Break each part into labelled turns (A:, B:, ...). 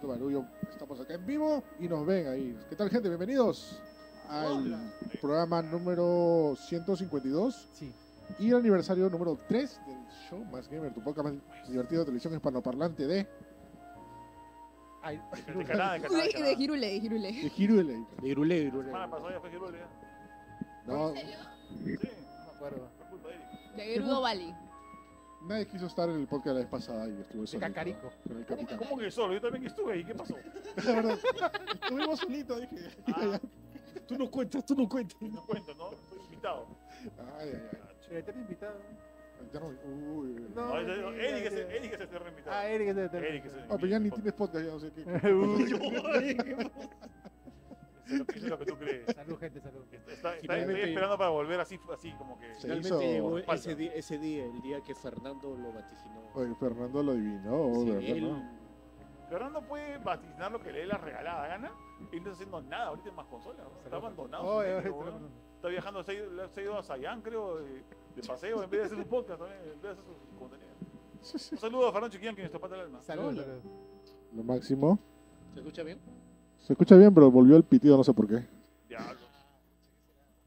A: qué barullo. Estamos acá en vivo y nos ven ahí. ¿Qué tal, gente? Bienvenidos al programa número 152
B: Sí.
A: y el aniversario número 3 del show Más Gamer, tu podcast más divertido de televisión hispanoparlante de,
B: Ay,
C: De Canadá, de Canadá, de
D: De, de
C: Canadá.
D: Girule, de Girule.
A: de Hirule.
E: Irule, Irule.
C: Semana pasada ya fue Girule, ya.
A: No,
C: Sí,
B: no me acuerdo.
C: por culpa de Eric.
D: De Gerudo Valley.
A: nadie quiso estar en el podcast la vez pasada y estuve solito
B: Cacarico.
A: Con el capitán.
C: ¿Cómo que solo? Yo también estuve ahí, ¿qué pasó?
A: La verdad, Estuvimos solitos, dije.
C: Ah,
E: Tú no cuentas, tú no cuentas.
C: no cuento, ¿no? Estoy invitado.
A: Ay, ay, ay.
B: Eterno invitado.
A: Ya no- uy, uy.
B: No.
C: Ahora, yo-
B: mentira,
C: Eric es el
B: mentira.
C: Eric es el tercer invitado.
B: Ah, Eric es de Eterno.
C: Eric es el
A: Ah, pero ya ni
C: invitado.
A: tienes podcast, ya no sé qué.
C: Eso es lo que- eso es lo que tú crees.
B: Salud, gente, salud.
C: Está- está- estoy
E: Finalmente-
C: esperando para volver así, así como que.
A: Sí.
E: Realmente
A: hizo
E: llegó
C: falta.
E: ese día, ese día, el día que Fernando lo vaticinó.
A: Oye, Fernando lo adivinó,
E: Sí,
A: ¿verdad?
E: él-
A: no?
C: Fernando puede vaticinar lo que le dé la regalada gana y no está haciendo nada ahorita en más consolas. ¿no? Está abandonado. su
B: Oye,
C: negro,
F: este
B: oye,
C: weón.
B: salud.
C: Está viajando, se ha ido, se ha ido a Sayán, creo, de, de paseo, en vez de hacer su podcast también, en vez de hacer su contenido. Un saludo a Fernando Chiquillán, que nos topata el alma.
B: Salud,
E: Hola.
B: salud.
A: Lo máximo.
E: ¿Se escucha bien?
A: Se escucha bien, pero volvió el pitido, no sé por qué.
C: Diablo.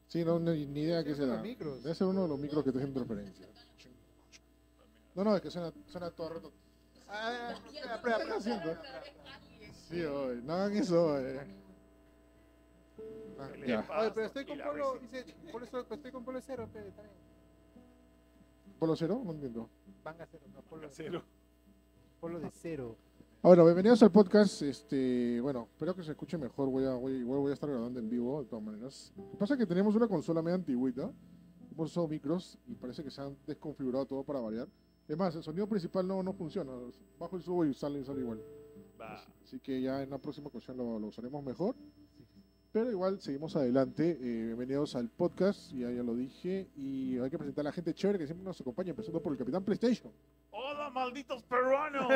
A: Sí, no, ni, ni idea qué
B: Siempre
A: será.
B: los micros.
A: Debe ser uno de los micros que te hacen transferencia. No, no, es que suena, suena todo roto. Ah, ah, ah, ah, haciendo. Sí, oye, no hagan eso, oye. Ah,
C: Le
A: ya,
C: pasa
B: Oye, pero estoy con
C: y la
B: Polo,
C: risa.
B: dice, Polo Cero, pero estoy con Polo Cero, pero también.
A: ¿polo cero? No entiendo.
B: Van a cero, no, Polo,
C: Cero.
B: Polo de cero.
A: Bueno, bienvenidos al podcast. Este, bueno, espero que se escuche mejor. Voy a, voy, igual voy a estar grabando en vivo, de todas maneras. Lo que pasa es que tenemos una consola medio antigüita, hemos usado micros y parece que se han desconfigurado todo para variar. Es más, el sonido principal no, no funciona. Bajo y subo y sale y sale igual.
C: Va.
A: Así que ya en la próxima ocasión lo, lo usaremos mejor. Pero igual seguimos adelante. Eh, bienvenidos al podcast, ya, ya lo dije. Y hay que presentar a la gente chévere que siempre nos acompaña, empezando por el Capitán PlayStation.
C: ¡Hola, malditos peruanos!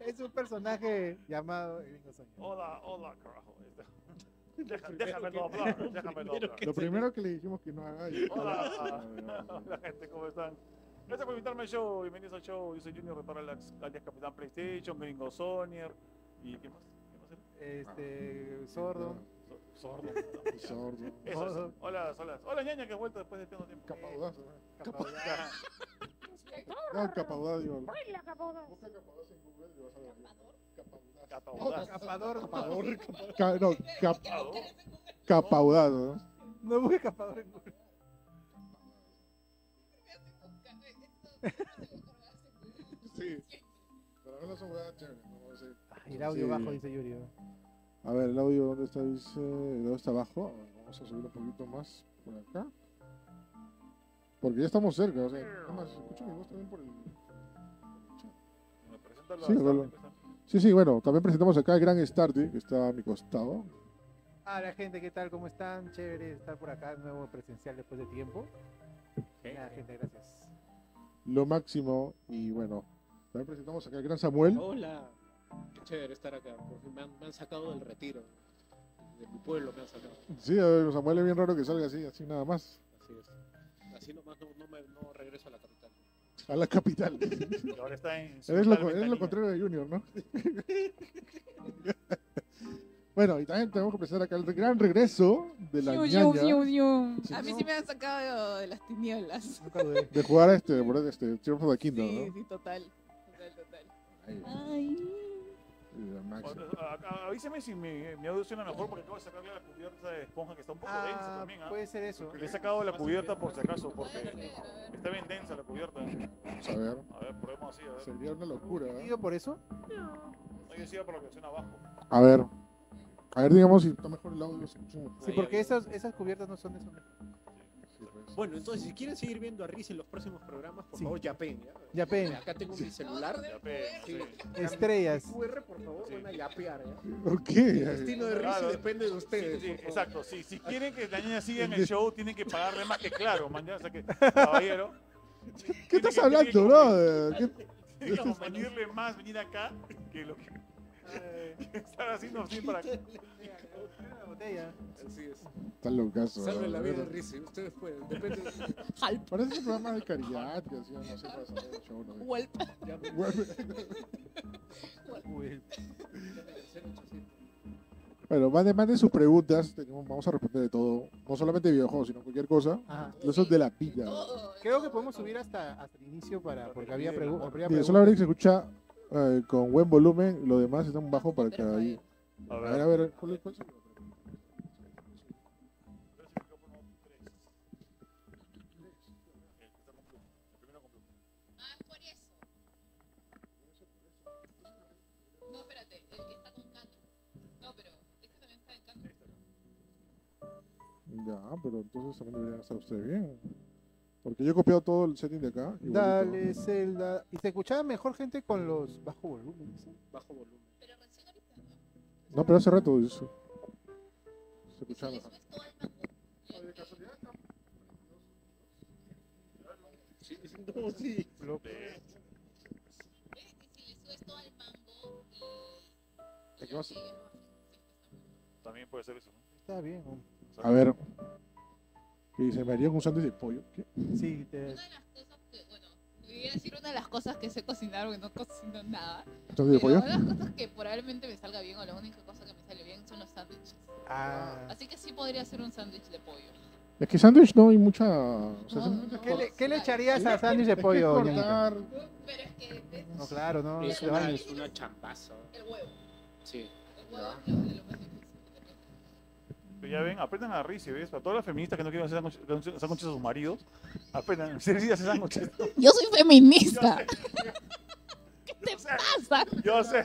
B: Es un personaje llamado El Gringo Soñador.
C: ¡Hola, hola, carajo! Este, Deja- Déjame no hablar, déjame no hablar.
A: Lo primero que le dijimos que no haga. y-
C: Hola, hola, gente, ¿cómo están? Gracias por invitarme al show, bienvenidos al show. Yo soy Junior Repara, Lax, alias Capitán PlayStation, Gringo Sonier. ¿Y qué más? ¿Qué más era?
B: Este, sordo.
C: So- Sordo.
A: Y sordo.
C: Eso es. Hola, hola. Hola, ñaña, que has vuelto después de tanto tiempo.
A: Capaudaz.
B: Capaudaz.
A: No, capaudaz, digo.
F: Baila, capodón.
A: Busca capaudaz en Google y vas a ver. Capaudaz.
C: Capaudaz.
B: Capador.
A: Capador, capa- ca- no, cap- capaudaz, ¿no?
B: No busque capador en Google.
A: Sí. Pero no son huevadas chéveres, no sé.
B: Ir audio
A: Sí.
B: bajo, dice Yuri. ¿no?
A: A ver, el audio, ¿dónde está? Dice, el audio está abajo. A ver, Vamos a subir un poquito más por acá. Porque ya estamos cerca, o sea, además, escucho mi voz también por el...
C: Bueno, preséntalo a
A: Sí,
C: Sartre,
A: hola.
C: pues, ¿no?
A: Sí, sí, bueno, también presentamos acá al gran Starty, que está a mi costado.
B: Hola gente, ¿qué tal? ¿Cómo están? Chévere estar por acá, nuevo presencial después de tiempo. Nada, gente, gracias.
A: Lo máximo, y bueno, también presentamos acá al gran Samuel.
E: Hola. Qué chévere estar acá. Por fin me han, me han sacado del retiro. De mi pueblo me han sacado.
A: Sí, a ver, Samuel es bien raro que salga así, así nada más.
E: Así es. Así nomás no, no, me, no regreso a la capital.
A: A la capital.
C: Y ahora está en. su
A: Eres lo,
C: tal
A: co- eres lo
C: ventanilla.
A: contrario de Junior, ¿no? bueno, y también tenemos que presentar acá el gran regreso de la
D: Yu, yu,
A: ñaña.
D: yu, yu.
A: Sí.
D: A mí sí me han sacado de las tinieblas.
B: Nunca dudé.
A: De jugar a este, por este, Tears of the Kingdom,
D: Sí,
A: ¿no?
D: sí, total. Total, total.
A: Ahí,
D: Ay.
A: la máxima.
C: A- a- Avíseme si mi, mi audio suena mejor porque acabo de sacarle la cubierta de esponja que está un poco densa
B: Ah,
C: también.
A: pues,
C: ¿ah?
B: puede ser eso.
C: Le he sacado la cubierta por si acaso
D: Puede ser,
C: porque
D: a ver.
C: está bien densa la cubierta. A
A: Vamos a ver.
C: ver, probemos así. A ver.
A: Sería una locura. ¿eh?
B: ¿Digo por eso?
C: No, yo sigo por la canción abajo.
A: A ver. A ver, digamos si está mejor el audio. se escucha mejor.
B: Sí,
E: Ahí,
B: porque
E: ahí.
B: esas, esas cubiertas no son de eso.
A: Sí, pues.
E: Bueno, entonces, si quieren seguir viendo a Riz en los próximos programas, por
B: Sí.
E: favor, yapen. ¿ya?
B: Yapen.
E: Acá tengo mi celular.
C: Ya, pe, sí.
B: Estrellas.
E: QR, por favor,
C: Sí.
E: van a yapear. ¿ya?
A: ¿Por
E: El
A: qué?
E: destino de Riz
C: Claro.
E: depende de ustedes.
C: Sí, sí,
E: por favor.
C: exacto. Sí, si quieren que la niña siga en el show, tienen que pagarle más que claro, man. Ya, o sea que, caballero.
A: ¿Qué estás hablando, bro? ¿Qué-
C: Tienen que convenirle más venir acá que lo que, que estar haciendo así para acá.
B: Una eh, botella.
E: Así es.
A: Está locazo.
E: Salve
A: bro.
E: la vida de Riz, ustedes pueden. Depende de
D: Halp.
A: Parece ese programa de caridad que hacían, no sé, para saber el show, ¿no?
D: Walp.
E: Ya, pues,
A: Güey,
F: Uy,
A: Bueno, manden, manden sus preguntas. tenemos- vamos a responder de todo. No solamente videojuegos, sino cualquier cosa.
F: ah,
A: Eso es de la pilla.
D: Todo,
F: creo que
D: todo,
F: podemos
D: todo.
F: subir hasta, hasta el inicio para,
C: Lo
F: porque
C: que
F: había,
C: pide el
F: pregu-
C: amor.
F: habría
A: Mire,
F: preguntas.
A: solamente se escucha eh, con buen volumen. Lo demás está un bajo para que
D: Pero está
A: ahí.
D: bien.
C: A
A: A
C: ver.
A: ver, a ver. ¿cuál es- cuál es el-
D: Ah, es por eso. No, espérate, el que está con canto. No, pero este también está en canto.
A: Ya, pero entonces también deberían estar ustedes bien. Porque yo he copiado todo el setting de acá. igualito.
F: Dale, Zelda. Y se escuchaba mejor gente con los bajo volumen. ¿sí?
E: Bajo volumen.
D: Pero recién ahorita no.
A: No, pero hace rato eso. Se
D: Y si
A: escuchaba
D: le
A: mejor.
D: subes todo el mango, yo te-
E: Sí, sí, no, sí.
F: Lo-
C: eh,
D: ¿ves? Y si le subes todo el mango y-
A: ¿De
D: y
A: qué vas a-
D: lo sigue, ¿no?
C: También puede ser eso. ¿no?
F: Está bien. ¿no?
C: O sea,
A: A ver. Y dice, me haría un sándwich de pollo. ¿Qué?
F: Sí, te-
D: Una de las cosas que, bueno, voy a decir una de las cosas que sé cocinar porque no cocino nada.
A: ¿Sándwich de
D: Pero
A: pollo?
D: una de las cosas que probablemente me salga bien o la única cosa que me sale bien son los sándwiches.
F: Ah.
D: Así que sí podría hacer un sándwich de pollo.
A: Es que sándwich no hay mucha. o sea,
D: No,
A: se-
D: no, no.
F: ¿Qué le, qué le echarías
A: Es
F: a
A: que-
F: sándwich
A: es
F: de
A: que
F: pollo, doña?
A: cortar-
D: Pero es que es
F: No, claro, no.
E: Es
F: te van a-
E: una, es una chambaza.
D: el huevo.
E: Sí.
D: El huevo es lo, de lo más difícil.
C: Pero ya ven, aprendan a reírse, ¿ves? Para todas las feministas que no quieren hacer sándwiches sándwiches a sus maridos, aprendan. Se ríe hacer sándwiches.
D: Yo soy
C: Yo
D: feminista.
C: sé, yo sé,
D: pasa?
C: yo sé.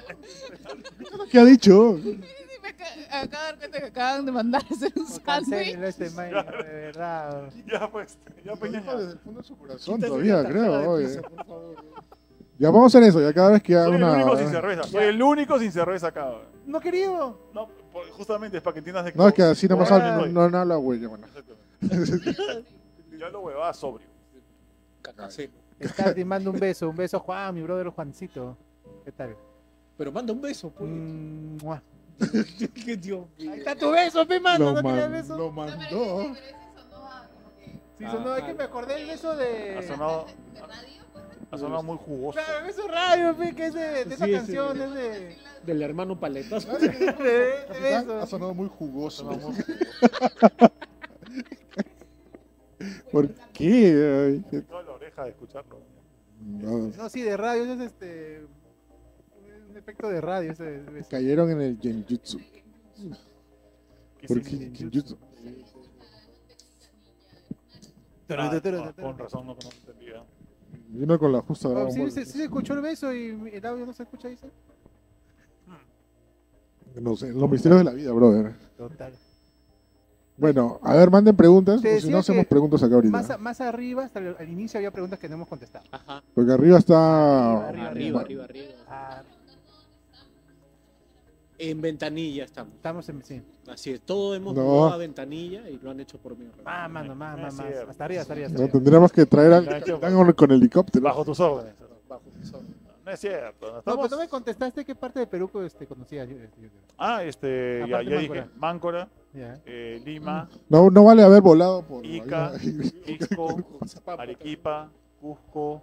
A: ¿Qué ha dicho?
D: Me acabo de dar cuenta que acaban de mandar a hacer un
F: No,
D: sándwich.
F: cancelen este man, de verdad.
C: Ya pues, ya
A: Lo
C: peña.
A: dijo desde el fondo de su corazón
E: Quítase
A: todavía,
E: la
A: creo.
E: tarjeta de
A: oye. Ya vamos a hacer eso, ya cada vez que haga
C: Soy el
A: una. ¿eh?
C: único sin cerveza. Soy el único sin cerveza acá. güey.
F: No querido.
C: No, por- justamente es para que entiendas de
A: No, es que así nomás
C: Por-
A: hablo, no, no habla, güey. ya, Bueno.
C: Exactamente. Yo lo huevaba sobrio.
E: Cacacelo.
F: Estás te mando un beso, un beso a Juan, mi brother Juancito. ¿Qué tal?
E: Pero manda un beso, pues.
F: Mm, mua.
E: Que Dios mío.
F: Ahí está tu beso, pe mano, no
A: Lo,
F: quería
A: man-
F: beso.
A: lo
D: No, pero
A: mandó.
D: ese- pero ese sonó a como que-
F: Sí, sonó,
E: Ah,
F: es que me acordé el beso de.
C: Ha sonado,
D: ¿De radio? pues,
C: ha sonado muy jugoso.
F: Claro, el beso radio, pe, que es de, de esa
E: Sí, sí.
F: canción, es de.
D: así la-
E: Del hermano Paletas.
F: de- de
A: Capitán,
F: beso.
A: Ha sonado muy jugoso.
C: Sonaba muy jugoso.
A: ¿Por qué? Ay,
C: Me
A: qué-
C: picaba la oreja de escucharlo.
A: no.
F: No, sí, de radio, ese es este. un- Un efecto de radio ese beso.
A: Cayeron en el genjutsu. ¿Por
C: Quise-
A: qué genjutsu?
C: Ah,
F: Tara, tara,
C: ah,
F: tara.
C: Con razón no no entendía.
A: Vino con la justa.
F: Oh,
A: Dragon
F: sí,
A: Ball.
F: se, sí se escuchó el beso y mi- el audio no se escucha, dice.
A: No sé, los misterios de la vida, brother.
F: Total.
A: Bueno, a ver, manden preguntas,
F: Te
A: o si
F: decía
A: no hacemos
F: que
A: preguntas acá ahorita.
F: Más, a- más arriba, hasta el, al inicio, había preguntas que no hemos contestado.
E: Ajá.
A: Porque arriba está.
F: Arriba,
E: Arriba, arriba, arriba.
F: Ah,
E: En ventanilla estamos.
F: estamos en. Sí.
E: Así es, todo hemos
A: No.
E: mudado a ventanilla y lo han hecho por mí.
F: Más, mano, más,
C: No
F: más,
C: Ah, es
F: más.
C: cierto.
F: Hasta arriba, hasta arriba. Hasta
A: No, pues
F: arriba.
A: tendríamos que traer al
C: Claro,
A: capitán
C: yo-
A: con, con helicóptero.
C: Bajo tus órdenes.
E: Bajo mis órdenes.
C: No es cierto. no
F: No, pero
C: estamos-
F: no me contestaste qué parte de Perú este, conocías. yo- este, yo creo.
C: Ah, este, ya,
F: Aparte
C: ya
F: Máncora.
C: dije. Máncora,
F: Ya.
C: eh, Lima,
A: No, no vale haber volado por.
C: Ica, Pisco, Arequipa, Cusco.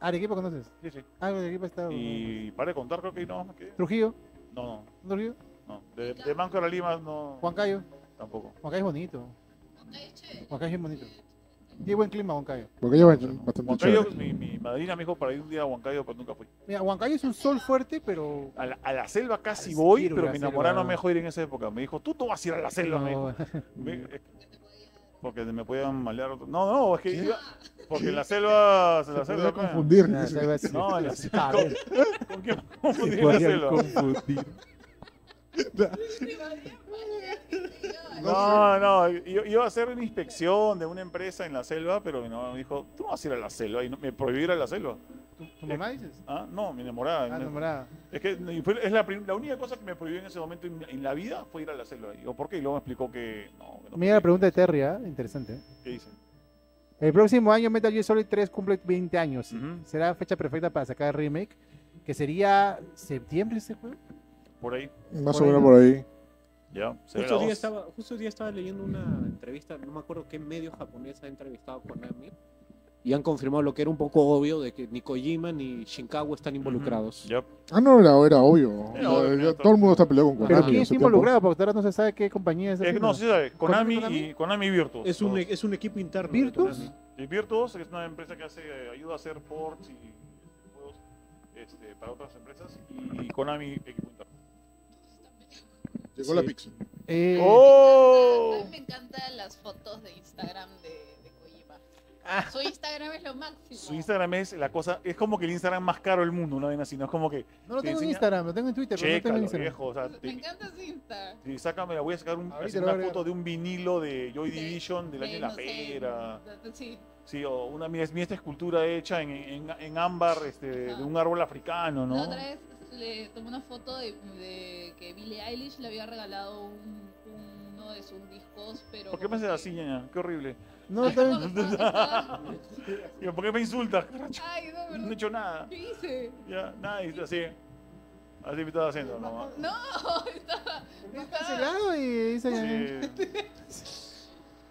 F: Arequipa conoces.
C: Sí, sí.
F: Ah, Arequipa está.
C: Y para de contar, creo que no. más que-
F: Trujillo,
C: No, no.
F: ¿no Trujillo?
C: no. De, de Máncora a Lima, no.
F: Huancayo.
C: Tampoco.
F: Huancayo es bonito. Huancayo es bonito. Y buen clima, Huancayo.
A: Porque lleva bastante
C: Huancayo,
A: chévere.
C: mi, mi madrina me dijo para ir un día a Huancayo, pero nunca fui.
F: Mira, Huancayo es un sol fuerte, pero.
C: A la, a la selva casi
F: Al
C: voy,
F: tiro,
C: pero
F: la
C: mi enamorada no
F: selva.
C: me dejó ir en esa época. Me dijo, tú no vas a ir a la selva, me dijo.
F: No,
C: Me- Porque me podían malear. otro- No, no, es que
A: ¿Qué?
C: iba- Porque en la selva. en la
A: Se
C: selva
A: podría
C: acá-
A: confundir.
F: la selva es-
C: No, Ah, en la selva.
F: A ver,
C: ¿Con qué me confundí en la selva? No, no, yo- iba a hacer una inspección de una empresa en la selva, pero mi mamá me dijo, tú no vas a ir a la selva y no- me prohibió ir a la selva.
F: ¿Tu, tu mamá dices?
C: Ah, no, mi enamorada.
F: Ah,
C: me-
F: nombrada.
C: Es que y fue- es la, prim- la única cosa que me prohibió en ese momento en, en la vida fue ir a la selva. Y digo, ¿por qué? Y luego me explicó que no, que no
F: Mira la pregunta de Terry, ¿ah? interesante.
C: ¿Qué dicen?
F: El próximo año Metal Gear Solid 3 cumple 20 años.
C: Ujú.
F: Será fecha perfecta para sacar el remake, que sería septiembre
B: este
F: ese juego.
C: Por ahí,
A: Más
F: Por ahí
A: o menos
F: no.
A: por ahí.
C: ya. se ve la
E: Justo hoy,
C: voz.
E: día estaba, justo hoy día estaba leyendo una entrevista, no me acuerdo qué medio japonés ha entrevistado a Konami, y han confirmado lo que era un poco obvio de que ni Kojima ni Shinkawa están involucrados.
C: Yup.
A: Ah, no, era, era obvio.
C: Era obvio,
A: Ya
C: era
A: todo el mundo está peleado con Konami.
B: Pero
A: en
B: ¿quién
A: ese
B: está
A: tiempo.
B: involucrado? Porque ahora no se sabe qué compañía es.
C: Eh, no, sí sabe, Konami, y Konami Virtus.
E: Es un, e,
C: Los-
E: es un equipo interno. de
B: ¿Virtus?
E: Konami.
C: Y Virtuos, que es una empresa que hace, eh, ayuda a hacer ports y juegos este, para otras empresas. Y Konami Equipo Interno.
A: Llegó la
E: Sí.
A: pizza.
B: Eh,
C: ¡Oh!
D: A mí me encantan las fotos de Instagram de, de Kojima.
C: Ah.
D: Su Instagram es lo máximo.
C: Su Instagram es la cosa, es como que el Instagram más caro del mundo, una vez así, no es como que,
B: no lo
C: te
B: tengo en
C: enseña-
B: Instagram, lo tengo en Twitter, pero no tengo en
C: chécalo,
B: Instagram.
C: viejo, o sea,
D: Me
C: te-
D: encanta su Instagram.
C: Sí, sácame, la voy a sacar un,
B: Ahorita
C: hacer
B: lo
C: una
B: voy a
C: foto de un vinilo de Joy
D: Sí,
C: Division del año de la pera.
D: Sí,
C: Sí, o una mi, mi esta escultura hecha en, en, en ámbar este, de
D: Ajá.
C: un árbol africano,
D: La
C: ¿no?
D: otra vez le tomé una foto de, de que Billie Eilish le había regalado un- uno de sus discos, pero...
C: ¿Por qué me haces así, ñaña? Qué horrible.
B: No,
D: Ay, no,
B: también-
D: no, no, no.
C: Y yo, ¿Por qué me insultas? caracho?
D: Ay, no,
C: No he
D: perdón.
C: hecho nada.
D: ¿Qué hice?
C: Ya, nada, y así. Así me estaba haciendo, ¿no?
D: No, estaba...
B: Está
D: estaba
B: cancelado y dice...
C: Sí.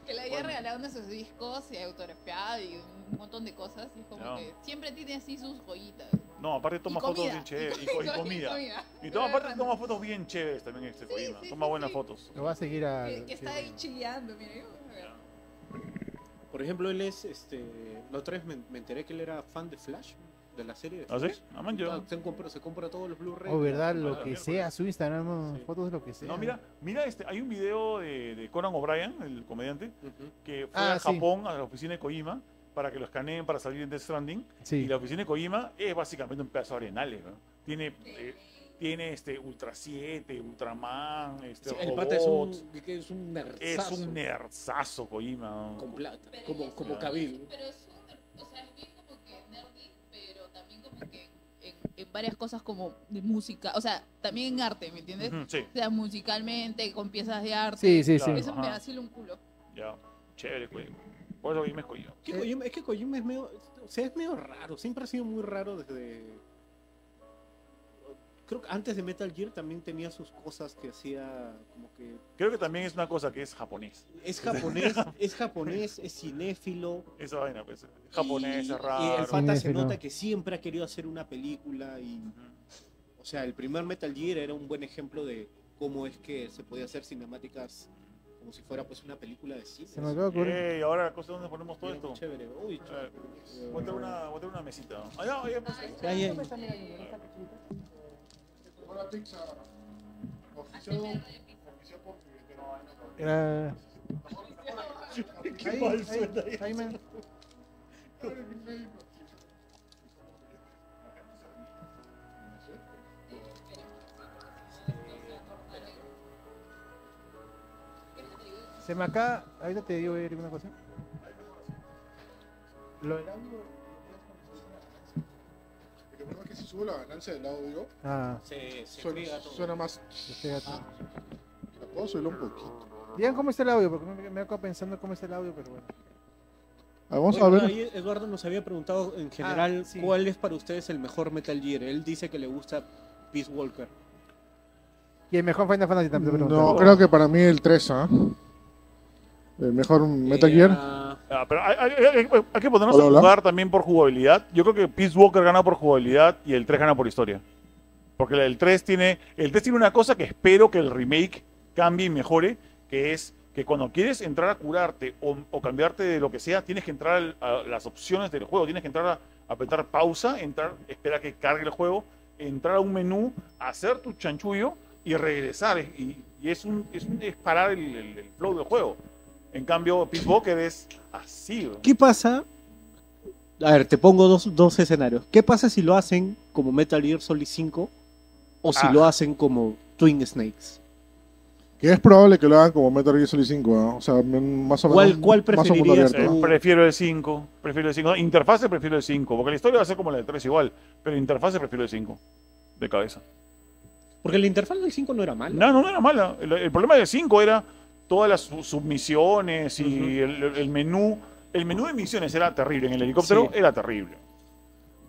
D: que le había
C: Bueno.
D: regalado uno de sus discos y autografiado y un montón de cosas. Y es como
C: No.
D: que siempre tiene así sus joyitas.
C: No, aparte toma
D: Y
C: fotos
D: comida.
C: bien chéveres y, co- y comida. Y toma,
D: Pero
C: aparte toma fotos bien chéveres también este Kojima.
D: sí,
C: Toma
D: sí,
C: buenas
D: sí.
C: fotos.
B: Lo va a seguir a...
D: Que, que está ahí chileando, mira. yo-
E: Por ejemplo, él es, este, la otra vez me, me enteré que él era fan de Flash, de la serie. de
C: ¿Ah, sí?
E: Flash.
C: Ah, man, yo.
E: Ah, Se compra, se compra todos los Blu-ray.
B: O Oh, verdad,
C: Ah,
B: lo
C: la
B: que
C: miércoles.
B: sea, su Instagram, no,
E: Sí.
B: fotos de lo que sea.
C: No, mira, mira este, hay un video de, de Conan O'Brien, el comediante,
E: Ujú.
C: que fue
B: Ah,
C: a
B: sí.
C: Japón, a la oficina de Kojima, para que lo escaneen para salir en Death Stranding. Y
B: Sí.
C: la oficina de Kojima es básicamente un pedazo de arenales, ¿no? Tiene, eh, tiene este Ultra 7, Ultraman, este
E: Sí, el
C: robots.
E: pata es un, que es un
C: Es
E: nerdazo
C: un nerdazo Kojima. ¿no?
E: Con plata,
D: Pero
E: como,
D: es
E: como
D: un-
E: Cabil.
D: Pero es un- o sea, es bien como que nerdy, pero también como que en, en varias cosas como de música, o sea, también en arte, ¿me entiendes?
C: Ujú, Sí,
D: O sea, musicalmente, con piezas de arte.
B: Sí, sí, sí.
C: Claro.
D: Eso me
C: Ajá.
D: hace un culo.
C: ya. Chévere, Kojima. Por eso Kojima es Kojima.
E: Que Kojima- es que Kojima es medio, o sea, es medio raro, siempre ha sido muy raro desde... Creo que antes de Metal Gear también tenía sus cosas que hacía como que...
C: Creo que también es una cosa que es japonés.
E: Es japonés, es japonés, es cinéfilo.
C: Esa vaina, pues. Japonés,
E: y-
C: es
E: Y el
C: raro.
E: pata se
B: Cinéfilo.
E: nota que siempre ha querido hacer una película y...
C: Ujú.
E: O sea, el primer Metal Gear era un buen ejemplo de cómo es que se podía hacer cinemáticas como si fuera pues una película de cine.
B: Se me acaba de ocurrir.
C: Ey, ahora la cosa, ¿dónde ponemos todo
E: Era
C: esto?
E: muy chévere. Uy,
C: Eh,
E: eh,
C: Voy a tener una, voy a tener una mesita. ¿no? Ah, ya, ya, pues, ahí está.
E: ya, ya.
A: Llegó la pizza. Oficiado oficiado por Twitter.
B: Era...
C: Qué
B: Ahí,
C: mal
B: ahí,
C: suena
B: ahí, man. Se me acaba... Ahorita te digo Eric, una cosa. Lo del audio-
A: El problema es que si subo la ganancia del audio,
B: Ah,
E: Se, se
A: suena,
E: friega todo.
A: suena más.
B: espérate.
A: La puedo subirlo un poquito.
B: Digan cómo está el audio, porque me, me acabo pensando cómo está el audio, pero bueno.
A: Ah, vamos
E: Oye,
A: a ver.
E: ahí Eduardo nos había preguntado en general
B: Ah, sí.
E: cuál es para ustedes el mejor Metal Gear. Él dice que le gusta Peace Walker.
B: Y el mejor Final Fantasy también te
A: No,
B: preguntaron.
A: creo que para mí el 3, ¿ah? El mejor Metal Gear.
E: Ah,
C: Ah, pero hay, hay- hay- hay- hay que ponernos
A: Hola,
C: a
A: hola.
C: jugar también por jugabilidad. Yo creo que Peace Walker gana por jugabilidad y el 3 gana por historia. Porque el 3 tiene, el 3 tiene una cosa que espero que el remake cambie y mejore, que es que cuando quieres entrar a curarte o, o cambiarte de lo que sea, tienes que entrar al- a las opciones del juego, tienes que entrar a apretar pausa, entrar, esperar a que cargue el juego, entrar a un menú, hacer tu chanchullo y regresar. Y, y es, un, es, un- es parar el, el- el flow del juego. En cambio, Peace Walker es así. ¿no?
E: ¿Qué pasa? A ver, te pongo dos, dos escenarios. ¿Qué pasa si lo hacen como Metal Gear Solid 5 o si
C: Ah.
E: lo hacen como Twin Snakes?
A: Que es probable que lo hagan como Metal Gear Solid 5, ¿ah? O sea, m- más o menos.
E: ¿Cuál- cuál
A: más o menos
E: preferirías
A: abierto,
C: Eh,
A: ¿ah?
E: tú?
C: prefiero el 5. Prefiero el 5. Interfase prefiero el 5. Porque la historia va a ser como la del 3 igual. Pero interfase prefiero el 5. De cabeza.
E: Porque la interfaz del 5 no era mala.
C: No, no, no era mala. El, el problema del 5 era todas las su- submisiones y el, el menú. El menú de misiones era terrible. En el helicóptero
E: Sí.
C: era terrible.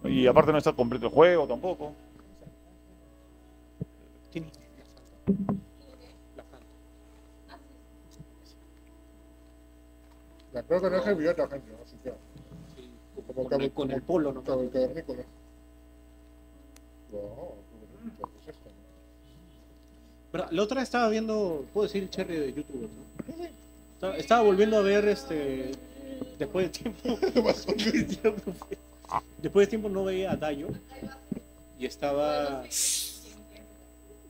C: Y aparte no está completo el juego tampoco.
E: ¿Quién? eh?
A: La creo que no es que video, gente. Así que.
E: Sí,
A: Como
E: Con el-
A: cab-
E: con
A: como
E: el polo, ¿no?
A: cab- cavernícola. Wow, qué bonito, ¿qué es pues esto?
E: Pero la otra estaba viendo, puedo decir cherry de YouTube, ¿no? Estaba, estaba volviendo a ver este después de tiempo. pues. después de tiempo no veía a Dayo y estaba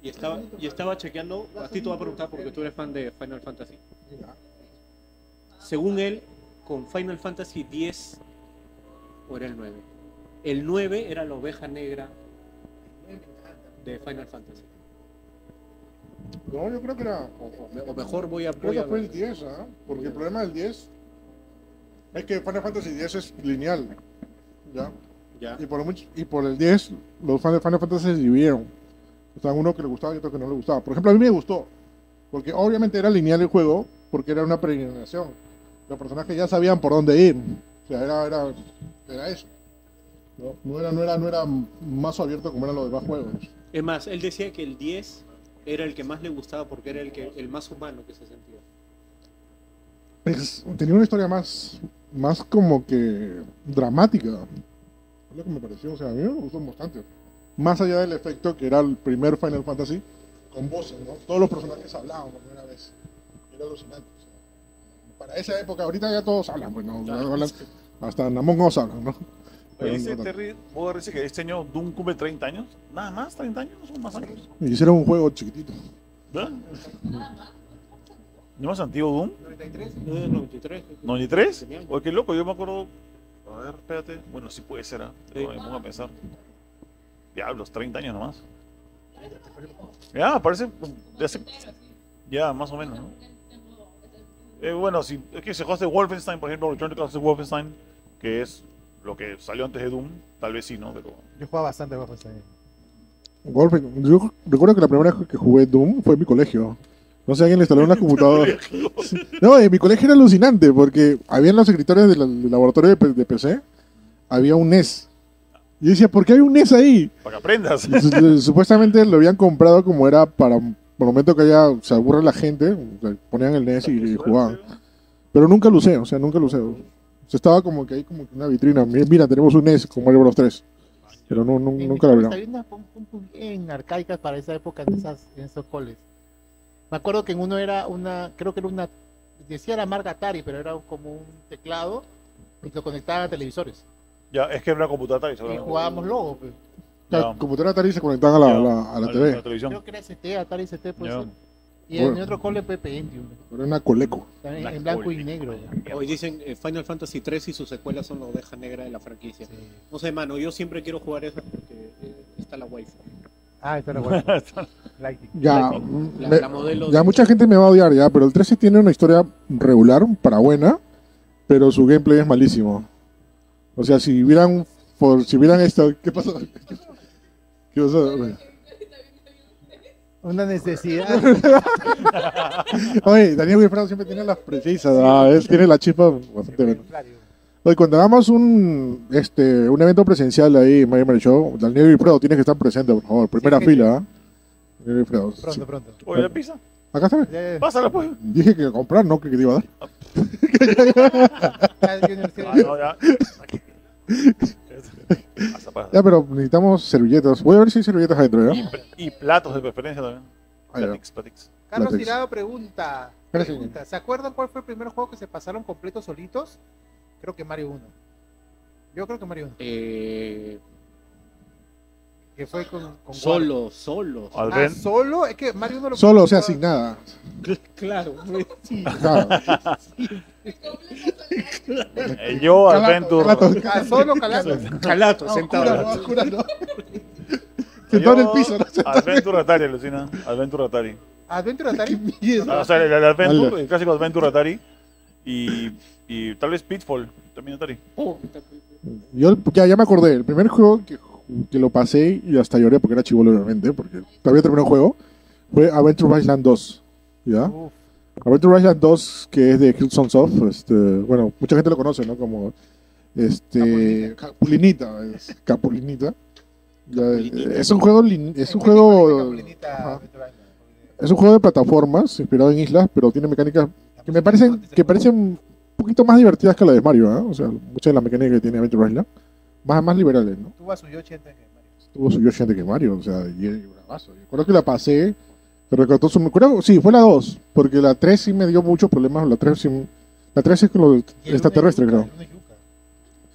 E: y estaba y estaba chequeando, a ti te voy a preguntar porque tú eres fan de Final Fantasy.
A: Mira,
E: Según él, con Final Fantasy 10 o era el 9. El 9 era la oveja negra de Final Fantasy.
A: No, yo creo que era.
E: O, o- o mejor voy a
A: Creo
E: voy
A: que
E: a-
A: fue el 10, ¿ah? Porque el problema del 10 es que Final Fantasy 10 es lineal. ¿Ya?
E: ya.
A: Y por, mucho- y por el 10, los fans de Final Fantasy se dividieron. Estaban uno que le gustaba y otro que no le gustaba. Por ejemplo, a mí me gustó. Porque obviamente era lineal el juego, porque era una peregrinación. Los personajes ya sabían por dónde ir. O sea, era, era, era eso. No, No era, no, era, no era más abierto como eran los demás juegos.
E: Es más, él decía que el 10 era el que más le gustaba porque era el que el más humano que se sentía.
A: Pues, tenía una historia más, más como que dramática. Es lo que me pareció. O sea, a mí me gustó bastante. Más allá del efecto que era el primer Final Fantasy, con voces, ¿no? Todos los personajes hablaban por primera vez. Era alucinante. o sea. para esa época, ahorita ya todos hablan, pues, ¿no? Ya hablan- hasta Namón Oz hablan, ¿no?
C: Oye,
A: Pero
C: dice
A: no tanto.
C: Terry Bogard dice que este año Doom cumple 30 años. Nada más, 30 años o más años.
A: Hicieron un juego chiquitito.
C: ¿Verdad? ¿No más antiguo Doom?
B: 93.
E: No, no, 93.
C: ¿93? Oye, qué loco, yo me acuerdo. A ver, espérate. Bueno, sí puede ser, ¿ah?
E: Sí.
C: No me pongo a pensar. Diablos, 30 años nomás. Ya, parece. de hace- ya, más o menos, ¿no? Eh, bueno, si es que se jugaste Wolfenstein, por ejemplo, Return to Classic Wolfenstein, que es lo que salió antes de Doom, tal vez sí, ¿no? Pero
B: Yo jugaba bastante bajo esta
A: Golpe. Yo recuerdo que la primera vez que jugué Doom fue en mi colegio. No sé, alguien le instaló una computadora. No, en mi colegio era alucinante porque había en los escritorios del, del laboratorio de, P- de PC, había un NES. Y yo decía, ¿por qué hay un NES ahí?
C: para que aprendas.
A: Y su- Supuestamente lo habían comprado como era para un para un momento que haya, se aburre la gente, o sea, ponían el NES y, y jugaban. Pero nunca lo usé, o sea, nunca lo usé. O sea, estaba como que ahí como que una vitrina. mi- Mira, tenemos un NES como Mario Bros 3. Pero no, no- nunca lo abrieron.
B: Había bien arcaicas para esa época en, esas, en esos coles. Me acuerdo que en uno era una, creo que era una, decía la marca Atari, pero era como un teclado y lo conectaba a televisores.
C: Ya, es que era una computadora y
B: Y
C: seguramente-
B: jugábamos luego. pues.
A: La computadora Atari se conectaban a la,
C: Ya.
A: la- a la
C: A la
A: TV.
C: televisión.
B: Creo que era ST, Atari ST, pues.
C: Ya.
B: sí. Y en
A: Bueno.
B: otro cole fue Pentium,
A: Era una Coleco.
B: también
C: Black
B: en blanco
C: Hole.
B: y negro.
E: Hoy dicen eh, Final Fantasy 3 y sus secuelas son la oveja negra de la franquicia.
B: Sí.
E: No sé, mano, yo siempre quiero jugar eso porque eh, está la wifi.
B: Ah, esto era bueno. Lightning.
A: Ya, mm,
E: La,
A: me-
E: la modelo
A: Ya
E: de-
A: mucha gente me va a odiar ya, pero el 13 tiene una historia regular para buena, pero su gameplay es malísimo. O sea, si vieran por si vieran esto, ¿qué pasó? ¿Qué pasó?
B: Una necesidad.
A: Oye, Daniel Wilfredo siempre tiene las precisas, ah, es- tiene la chispa bastante buena.
B: Claro.
A: Oye, cuando hagamos un este un evento presencial ahí en Miami Show, Daniel Wilfredo tiene que estar presente, por favor, primera
B: Sí,
A: fila. ¿ah? Daniel Wilfredo, sí.
B: Pronto, pronto.
C: Oye, la pizza.
A: Acá está.
B: Ya, ya,
C: Pásala, pues.
A: Dije que comprar, no que te iba a dar.
B: ya, ya, ya, ya.
C: Ah, no, ya. Pasa, pasa.
A: Ya, pero necesitamos servilletas. Voy a ver si hay servilletas adentro, ¿ya?
C: Y, y platos de preferencia también.
A: Ahí va.
C: Platix, platix.
B: Carlos
A: Latex.
B: Tirado pregunta,
A: Gracias,
B: pregunta, ¿se acuerdan cuál fue el primer juego que se pasaron completos solitos? Creo que Mario 1. Yo creo que Mario 1.
E: Eh,
B: Que fue con, con
E: solo, solo.
C: Al
B: Wario. Ah,
C: Ren.
B: solo, es que Mario 1 lo
A: Solo, o sea,
B: sea,
A: sin nada.
E: Claro. sí.
A: Ajá.
C: Eh, Yo, al
A: Calato, calato.
C: Venture.
B: solo calando.
E: Calato,
A: No,
E: sentado.
A: oscura, no, oscura, no. Sentado en el piso, ¿no? Sentado en el-
C: Adventure Atari, Lucina. Adventure Atari.
B: Adventure Atari.
C: Ah, O sea, el, el Adventure,
A: Ala.
C: el clásico Adventure Atari. Y, y tal vez Pitfall, también Atari.
A: Yo el- ya, ya me acordé, el primer juego que, que lo pasé y hasta lloré porque era chivolo obviamente, porque todavía terminé un juego, fue Adventure Island 2. ¿Ya?
B: Uf,
A: Adventure Island 2, que es de Hillsong Soft, este, bueno, mucha gente lo conoce, ¿no? Como este Capulinita, es Capulinita. Ya,
E: Capulinita.
A: es un juego lin- es un
B: en mecánica
A: juego
B: pulinita,
A: ajá.
B: Adventure Island, porque-
A: es un juego de plataformas inspirado en islas, pero tiene mecánicas que me parecen que parecen poquito más divertidas que las de Mario, ¿ah? O sea, muchas de las mecánicas que tiene Adventure Island, más, más liberales, ¿no?
F: Tuvo a su Yoshi antes
B: eh,
F: que Mario.
A: Tuvo su Yoshi antes que Mario, o sea, y, y bravazo. Yo creo que la pasé, me recordó su... Creo, sí, fue la 2, porque la 3 sí me dio muchos problemas, la 3 sí... La 3 es con los
F: Y el
A: extraterrestres,
F: uno
A: creo.
F: es yuca, el uno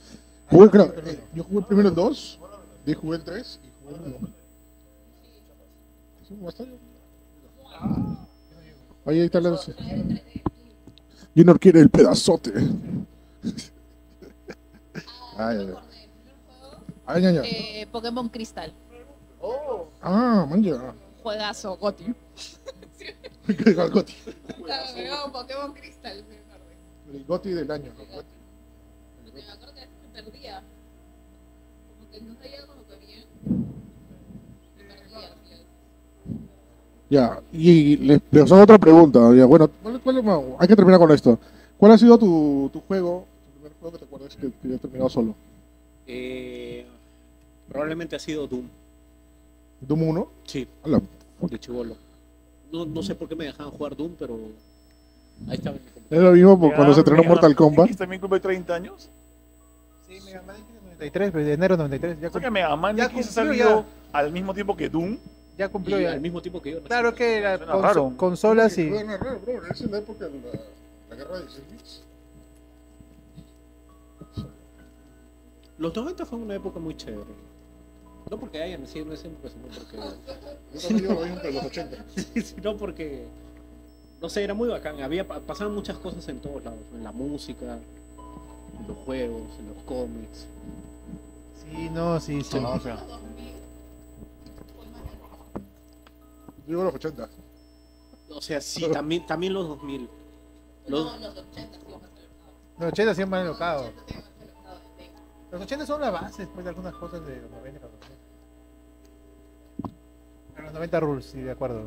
F: es yuca.
A: Jugué, creo, eh, yo jugué primero el 2, y jugué el 3 y jugué el 1. Ahí está la... Junior quiere el pedazote. Ay, ay, ay. Ay, ay, ay.
D: Eh, Pokémon Crystal.
F: Oh,
A: Ah, manja.
D: Juegazo, Goti.
A: El Gotti.
D: Pokémon Crystal, me acordé.
A: El Gotti del año. ¿no?
D: Porque me acuerdo que me perdía. Como que no sabía como que bien. Me perdía. tío.
A: Ya, y les, les hago otra pregunta. Ya, bueno, ¿cuál- cuál es más? hay que terminar con esto. ¿Cuál ha sido tu, tu juego, tu primer juego que te acuerdas que, que has terminado solo?
E: Eh, probablemente ha sido Doom.
A: ¿Doom 1?
E: Sí,
A: Ala,
E: de chivolo. No, no sé por qué me dejaban jugar Doom, pero ahí estaba. en mi computadora.
A: Es lo mismo por cuando se
C: estrenó
A: estrenó Mortal Kombat.
C: también cumple 30 años.
F: sí, Mega Man es de 93, pero de enero de 93. Ya,
C: O sea
F: cum-
C: que Mega Man
F: Ya
C: X ha
F: cumplió
C: salido al mismo tiempo que Doom.
F: ya cumplió
E: Y
F: ya.
E: al mismo tiempo que yo. recién.
F: Claro que la
C: Suena
F: conso-
C: raro.
F: consolas y.
A: Bueno, raro, bro, es en la época de la, la guerra de servicios.
E: Los 90 fue una época muy chévere. No porque hayan nacido en esa época, sino porque. sino,
A: los 80.
E: sino porque. No sé, era muy bacán. Había, pa- pasaban muchas cosas en todos lados. En la música, en los juegos, en los cómics.
F: Sí, no, sí, sí.
E: No, o sea,
A: Digo los 80.
E: o sea, sí, también, también los 2000. Los,
D: No, los 80 sí, me acuerdo.
F: Los 80 siempre han locado. Los
D: Los 80 sí, me acuerdo.
F: 80 son la base después de algunas cosas de los 90 y los 90. A los 90 rules, sí, de acuerdo.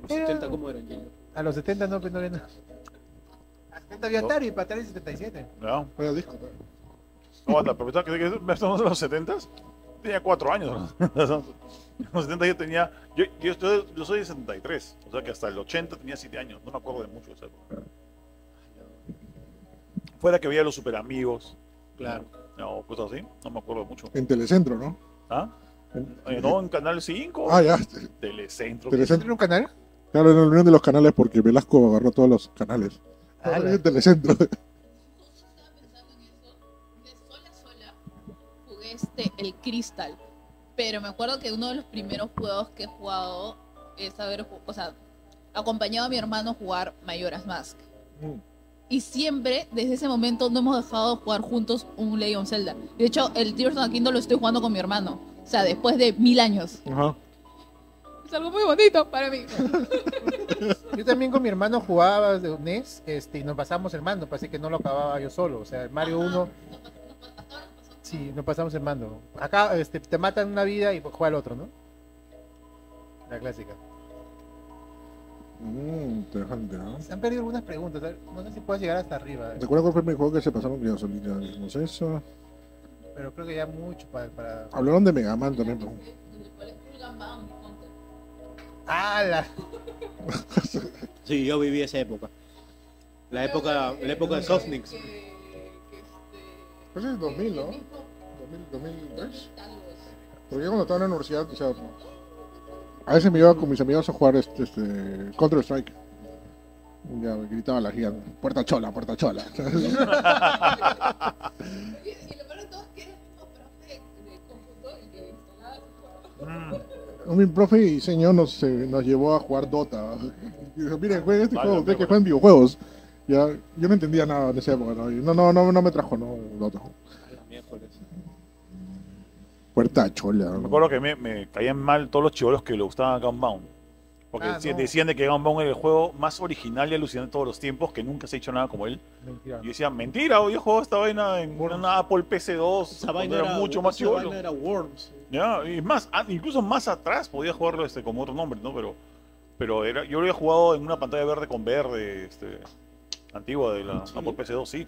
E: los
F: Era-
E: 70, ¿cómo eran? Ya?
F: A los 70 no, pues, no había nada. A los 70 había Atari, para Atari 77.
C: No,
A: Bueno, disco. pues. pero-
C: aguanta, pero pensaba Oh, que- que que- estamos en los 70s. Tenía 4 años. En los 70 yo tenía. Yo, yo, estoy- yo soy de 73. O sea que hasta el 80 tenía 7 años. No me acuerdo de mucho de esa época. Fuera que veía los super amigos.
E: Claro.
C: O cosas así. No me acuerdo mucho.
A: En Telecentro, ¿no?
C: ¿Ah? Eh, no, en Canal 5.
A: Ah, ya.
C: Telecentro.
A: Telecentro.
F: ¿Tiene un canal?
A: Claro, en la unión de los canales porque Velasco agarró todos los canales.
F: Ah,
A: En Telecentro.
D: Justo estaba pensando en eso. De sola sola jugué este, el Crystal. Pero me acuerdo que uno de los primeros juegos que he jugado es haber, ju- o sea, acompañado a mi hermano a jugar Mayoras Mask.
A: Mm.
D: Y siempre, desde ese momento, no hemos dejado de jugar juntos un Legend of Zelda. De hecho, el Tears of the Kingdom lo estoy jugando con mi hermano. O sea, después de mil años.
A: Ajá.
D: Es algo muy bonito para mí.
F: Yo también con mi hermano jugaba de NES este, y nos pasamos hermano, pues, así que no lo acababa yo solo. O sea, el Mario 1, sí, nos pasamos hermano. Acá este, te matan una vida y pues, juega el otro, ¿no? La clásica.
A: Mm, interesante, ¿no?
F: Se han perdido algunas preguntas, ¿sabes? no sé si puedes llegar hasta arriba, ¿eh?
A: ¿Te acuerdas cuál fue el primer juego que se pasaron con gasolina? No sé eso.
F: pero creo que ya mucho para... para...
A: Hablaron de Mega Man también, pero...
F: ¡Hala!
E: Sí, yo viví esa época. La época, la época de Softnix.
A: Pues es 2000, ¿no? 2000, 2003. Porque yo cuando estaba en la universidad, o sea, a veces me iba con mis amigos a jugar este, este Counter Strike. Y Ya me gritaba la gigante, puerta chola, puerta chola.
D: Y lo peor de todo es que era el mismo profe de cómputo y que instalaba su juego.
C: Mm,
A: Mi profe de diseño nos, eh, nos llevó a jugar Dota. Y dijo, miren, jueguen este
C: Válgame,
A: juego, ustedes que
C: bueno.
A: juegan videojuegos. Ya, yo no entendía nada en esa época, ¿no? Y No, no, no, no me trajo, no, Dota. Puerta chola.
C: Me acuerdo que me, me caían mal todos los chivolos que le gustaban Gunbound. Porque
F: Ah,
C: sí-
F: no.
C: decían de que Gunbound era el juego más original y alucinante de todos los tiempos, que nunca se ha hecho nada como él.
F: Mentira.
C: Y decían, mentira, hoy he jugado esta vaina en una Apple PC2,
E: Esa vaina
C: cuando
E: era
C: mucho más
E: esa vaina
C: chivolo.
E: era Worms.
C: Ya, y más, ah, incluso más atrás podía jugarlo este, con otro nombre, ¿no? Pero, pero era, yo lo había jugado en una pantalla verde con verde, este, antigua de la Apple PC2, sí.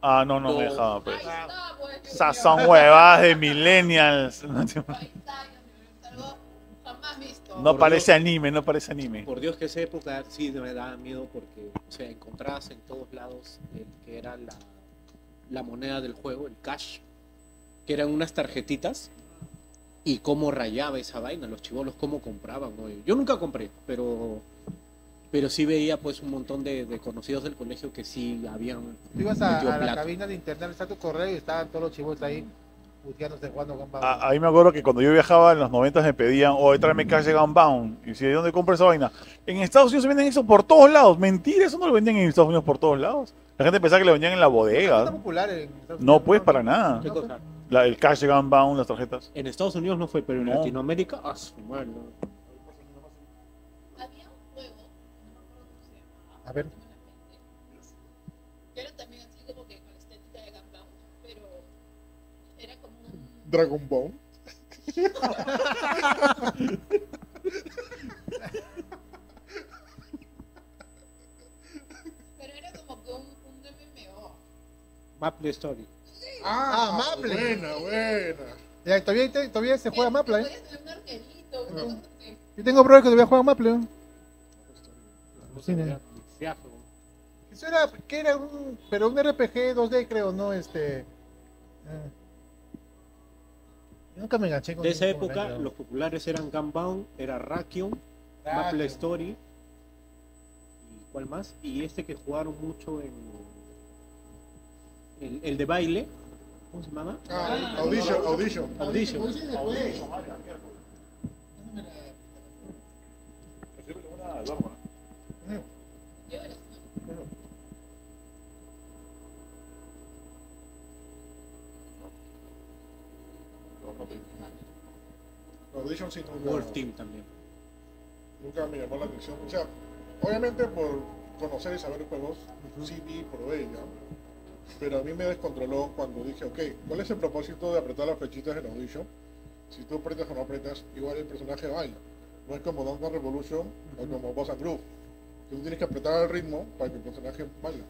C: Ah, no, no,
E: No.
C: me dejaba, pues.
D: Ahí
F: Ah,
D: está, pues.
C: Esas son huevadas de millennials.
D: Ahí está, ya me salvó. Jamás has visto.
C: No
E: Por
C: parece anime, no parece anime.
E: Por Dios que esa época sí me daba miedo porque, o sea, encontrabas en todos lados el que era la, la moneda del juego, el cash, que eran unas tarjetitas y cómo rayaba esa vaina, los chivolos, cómo compraban. ¿no? Yo nunca compré, pero pero sí veía pues un montón de, de conocidos del colegio que sí habían
F: Tú ibas a,
E: metido
F: a la
E: plata.
F: cabina de internet, está tu correo y estaban todos los chivos ahí, buteándose jugando con babas.
C: A, a mí me acuerdo que cuando yo viajaba en los 90 me pedían, oh, tráeme cash de Gunbound. Y si ¿de dónde compro esa vaina? En Estados Unidos se venden eso por todos lados. Mentira, eso no lo vendían en Estados Unidos por todos lados. La gente pensaba que lo vendían en la
F: Está
C: bodega.
F: popular en Estados
C: ah. No,
F: Unidos,
C: pues, para nada.
E: ¿Qué cosa?
C: La- el cash de Gunbound, las tarjetas.
E: En Estados Unidos no fue, pero en
C: No.
E: Latinoamérica, ah, su madre, no.
D: Había un juego, no me acuerdo cómo se llamaba.
F: A ver.
D: no tengo la mente, que Era también así como que con la estética de Gambao, pero era como un.
A: Dragon Ball.
D: Pero era como que un, un MMO.
E: Maple Story.
F: Ah, Maple.
A: Buena, buena.
F: Ya, todavía, todavía se juega
D: Que-
F: Maple,
D: que
F: ¿eh?
D: podías tener un arquerito, una
F: Ah.
D: cosa así.
F: Yo tengo brothers que todavía juegan Maple. ¿eh? Sí,
E: Era-
F: ¿no? Eso era, que era un, pero un RPG 2D creo, ¿no? Este... eh. Yo nunca me enganché con
E: De esa
F: con
E: época,
F: Minecraft.
E: los populares eran Gunbound, era Rakion, Maple Story, ¿y cuál más? Y este que jugaron mucho en. El, el de baile, ¿cómo se llama?
A: Ah, audition, audition.
E: Audition.
D: Yo era así.
A: Audition sí, nunca,
E: Wolf Team también.
A: nunca me llamó la atención. O sea, obviamente por conocer y saber juegos, sí vi y probé ya. Pero a mí me descontroló cuando dije, ok, ¿cuál es el propósito de apretar las flechitas en Audition? Si tú apretas o no apretas, igual el personaje baila. No es como Dance Dance Revolution o como Boss and Groove. que Tú tienes que apretar el ritmo para que el personaje baile.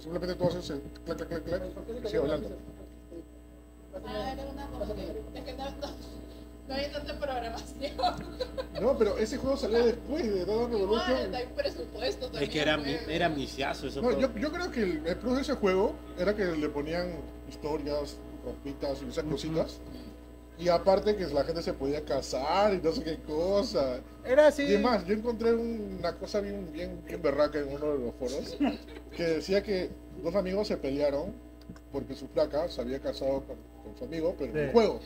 A: Simplemente tú haces el clac, clac, clac, clac y sigue bailando.
D: Ah, era una cosa que- es que no, no- no había tanta programación.
A: No, pero ese juego salió después de Dance Dance
D: Igual,
A: Revolution.
D: hay presupuesto también.
E: Es que era, mi-
D: pues.
E: era misiazo eso.
A: No, yo, yo creo que el, el plus de ese juego era que le ponían historias, rompitas y esas cositas. Y aparte que la gente se podía casar y no sé qué cosa.
F: Era así.
A: Y es más, yo encontré un- una cosa bien, bien, bien berraca en uno de los foros que decía que dos amigos se pelearon porque su placa se había casado con, con su amigo, pero en
F: Sí.
A: un juego.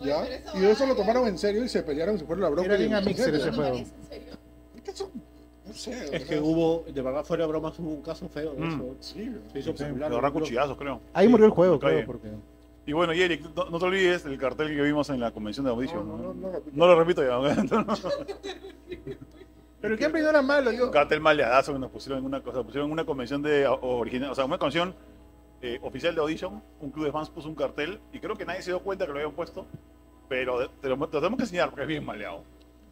D: Oye,
A: ¿ya?
D: pero eso
A: Y eso lo
D: va,
A: tomaron en serio y se pelearon y se fueron la bronca.
F: Era
A: y-
F: bien a mixer ese
D: ¿No
F: juego.
D: parece en serio?
A: ¿Qué son? No sé. o
E: Es que
A: sea,
E: hubo, de verdad, fuera de bromas, hubo un caso feo de
C: Mm.
E: eso.
A: Sí,
E: Se hizo popular.
C: Lo agarran cuchillazos, creo.
F: Ahí murió el juego,
C: la calle.
F: creo, porque...
C: Y bueno, y Eric, no, no te olvides el cartel que vimos en la convención de audición. No,
A: No, no, no, no.
C: No lo repito ya. ¿no?
F: Pero el gameplay no era malo, yo...
C: Un cartel maleadazo que nos pusieron en una cosa. Pusieron en una convención de o- original, o sea, una canción eh, oficial de audition. Un club de fans puso un cartel y creo que nadie se dio cuenta que lo habían puesto. Pero de- te lo, te lo tenemos que enseñar porque es bien maleado.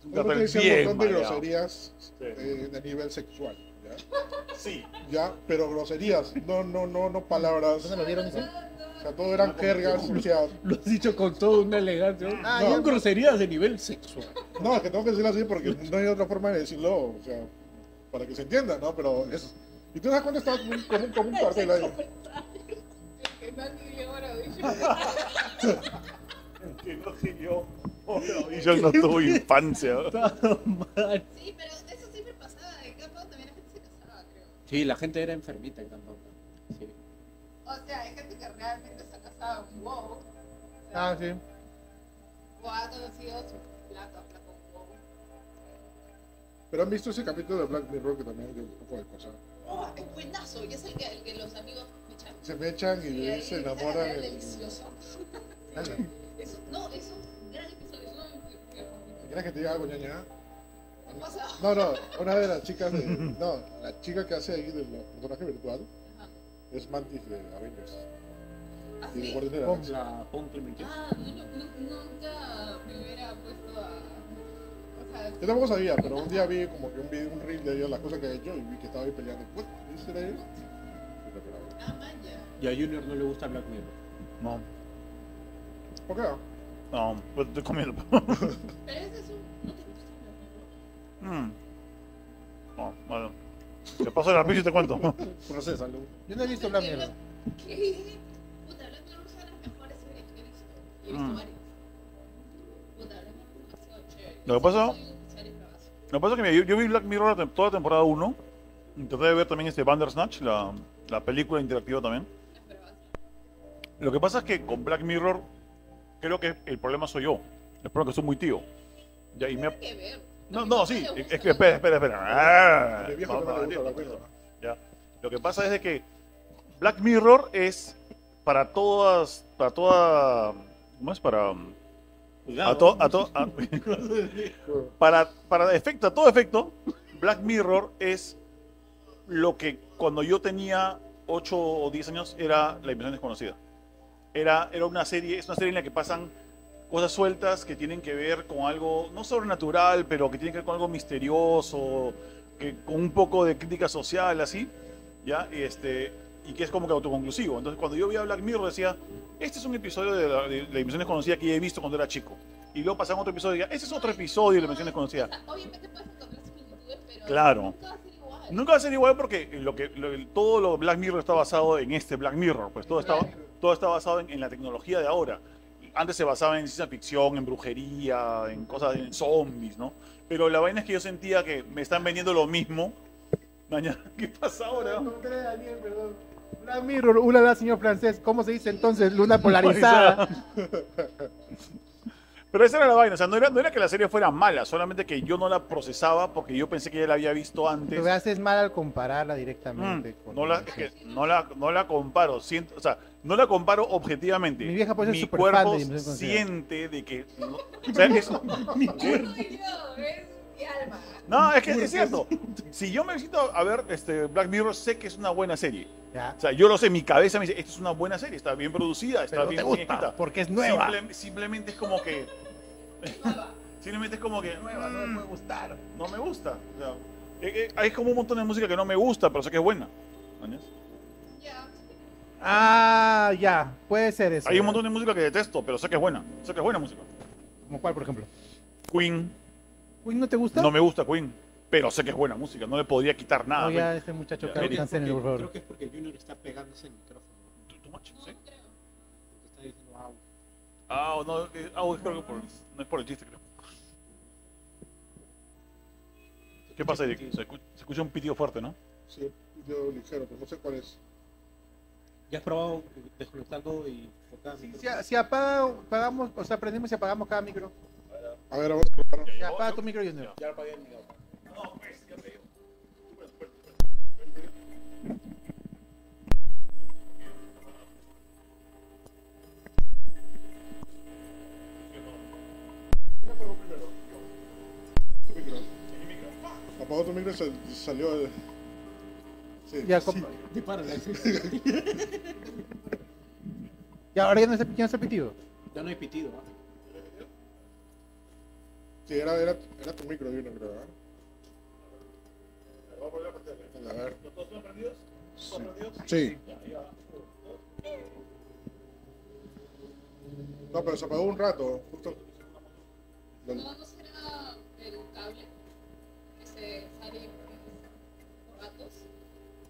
C: Es un
A: Uno que
C: cartel
A: dice un
C: bien
A: montón de
C: maleado.
A: groserías
C: Sí.
A: eh, de nivel sexual, ¿ya?
C: Sí.
A: ¿ya? Pero groserías, no, no, no, no palabras.
F: ¿Dónde lo vieron? ese?
A: O sea, todo eran jergas, o sea,
E: Lo has dicho con toda una elegancia.
F: Ah,
E: son
F: ya.
E: groserías de nivel sexual.
A: no, es que tengo que decirlo así porque no hay otra forma de decirlo, o sea, para que se entienda, ¿no? Pero es... Y tú te das cuenta, está muy- como, un- como un cartel ahí.
D: El que no adquirió ahora dice,
C: Que no sé yo. Oh, la audition no tuvo infancia.
D: Sí, pero eso siempre pasaba. En campo también la gente se casaba, creo.
E: Sí, la gente era enfermita en Cantón. Sí.
D: O sea, hay gente que realmente se ha casado un wow. O, sea,
F: Ah, sí.
D: o ha conocido su plato, plato un wow.
A: Pero han visto ese capítulo de Black Mirror que también es un poco de cosa.
D: Oh, es buenazo. Y es el que, el que los amigos me echan.
A: Se me echan y
D: Sí, ahí
A: se
D: está,
A: enamoran.
D: era
A: en-
D: Delicioso. Sí. Eso- no, es un gran episodio. Es uno de mis favoritos.
A: ¿Quieres que te diga algo, ñaña?
D: ¿Qué pasa?
A: No, no, una de las chicas de... No, la chica que hace ahí del personaje virtual
D: Ajá.
A: es Mantis de Avengers.
D: ¿Ah,
A: Y de
D: sí?
A: Guardianes de la
E: Pon
A: Galaxia.
E: la, pon Clementine.
D: Ah, no, no, nu- nunca me hubiera puesto a. O sea,
A: Yo tampoco sabía, pero un día vi como que un, video, un reel de ella, las cosas que ha hecho, y vi que estaba ahí peleando. ¿What? ¿Ese era él? Y la pelaba.
D: ah, man, ya.
E: Y a Junior no le gusta Black Mirror.
C: No,
A: ¿Por qué?
C: no, pues estoy comiendo.
D: Pero ese es un. No te
C: Paso el arpillo y Mm. te cuento.
E: Procésalo.
F: Yo no he visto la mierda.
D: ¿Qué? Puta, Black Mirror es una de las mejores series que he visto. Y he visto
C: Mm.
D: varias. Puta, Black Mirror es demasiado chévere.
C: Lo que
D: Yo
C: pasa-
D: soy un serie bravazo.
C: Lo que pasa es que mira, yo, yo vi Black Mirror la tem- toda la temporada 1. Traté de ver también este Bandersnatch, la, la película interactiva también.
D: Es bravazo.
C: Lo que pasa es que con Black Mirror creo que el problema soy yo. El problema es que soy muy tío. Ya, y me-
D: Tiene que ver.
C: No,
D: Porque
C: no,
D: le
C: sí.
D: gusta,
C: Es que
D: ¿no?
C: espera, espera, espera. Ah,
A: De viejo
C: vamos,
A: también le gusta
C: vamos,
A: Black Mirror.
C: ya. Lo que pasa es de que Black Mirror es para todas, para toda, ¿cómo es? Para um, a to- a to- a- para, para efecto, a todo efecto, Black Mirror es lo que cuando yo tenía 8 o 10 años era La Invención Desconocida. Era, era una serie, es una serie en la que pasan cosas sueltas que tienen que ver con algo, no sobrenatural, pero que tienen que ver con algo misterioso, que, con un poco de crítica social, así, ¿ya? Y, este, y que es como que autoconclusivo. Entonces, cuando yo veía Black Mirror decía, este es un episodio de La, de la Invención Desconocida que ya he visto cuando era chico. Y luego pasaban otro episodio y decía, este es otro episodio de La Invención Desconocida.
D: O sea, obviamente puedes encontrar similitudes, pero
C: Claro.
D: nunca va a ser igual.
C: Nunca va a ser igual porque lo que, lo- el- todo lo Black Mirror está basado en este Black Mirror, pues todo está, todo está basado en, en la tecnología de ahora. Antes se basaba en ciencia ficción, en brujería, en cosas, en zombies, ¿no? Pero la vaina es que yo sentía que me están vendiendo lo mismo. Mañana, ¿qué pasa ahora?
F: Black Mirror, ulala, señor francés. ¿Cómo se dice entonces? Luna polarizada.
C: Pero esa era la vaina, o sea, no era, no era que la serie fuera mala, solamente que yo no la procesaba porque yo pensé que ya la había visto antes.
F: Lo que haces mal al compararla
C: Mm,
F: directamente. con-
C: no, la, es que no, la, no la comparo, siento, o sea, no la comparo objetivamente.
F: Mi vieja pues, puede ser superfan de
C: cuerpo
F: Dimensión Conocida.
C: siente de que... No, o sea, es-
D: Eso soy yo, es mi alma.
C: no, es que es cierto. Si yo me siento a ver este Black Mirror, sé que es una buena serie.
F: Ya.
C: O sea, yo lo sé, mi cabeza me dice, esto es una buena serie, está bien producida, está
F: Pero no
C: bien
F: te gusta,
C: escrita".
F: porque es nueva.
C: Simple- simplemente es como que...
D: Nueva.
C: Simplemente es como que...
F: Nueva, no me puede gustar.
C: no me gusta. O sea, eh, eh, hay como un montón de música que no me gusta, pero sé que es buena. ¿Mañas?
D: Ya,
F: Ah, ya. Puede ser eso.
C: Hay un montón de música que detesto, pero sé que es buena. Sé que es buena música.
F: ¿Como cuál, por ejemplo?
C: Queen,
F: Uy, ¿no te gusta?
C: no me gusta Queen, pero sé que es buena música, no le podría quitar nada.
F: No, ya este muchacho
C: Ya,
F: Carlos
C: mire.
F: Cancel, por favor.
E: Creo que es porque Junior está pegándose el micrófono.
C: Too- too much,
D: no,
C: sí.
D: no creo.
E: Te está diciendo, wow.
C: Ah, o no, eh, ah, o creo que por- no es por el chiste, creo. ¿Qué pasa, Eric? Se escu- se escucha, un pitido fuerte, ¿no?
A: Sí, yo ligero, pero no sé cuál es.
E: ¿Ya has probado desconectando y cortando?
F: Sí, Si, si apaga, apagamos, o sea, prendemos y apagamos cada micro.
A: A ver, a ver.
F: Ya, apaga tu micro, Junior.
E: Ya apagué el micrófono.
A: tu micro. Apagó tu micro y sal- salió el. Sí.
F: Ya,
A: sí.
F: compa-
E: Dispárale.
F: ya, ahora ya no está, ya no está pitido.
E: Ya no hay pitido, ¿ah?
A: Sí, era, era, era tu micro, yo no creo, ¿verdad? A ver. Sí. Sí. No, pero se apagó un rato, justo.
D: No, no será el cable que se sale por ratos.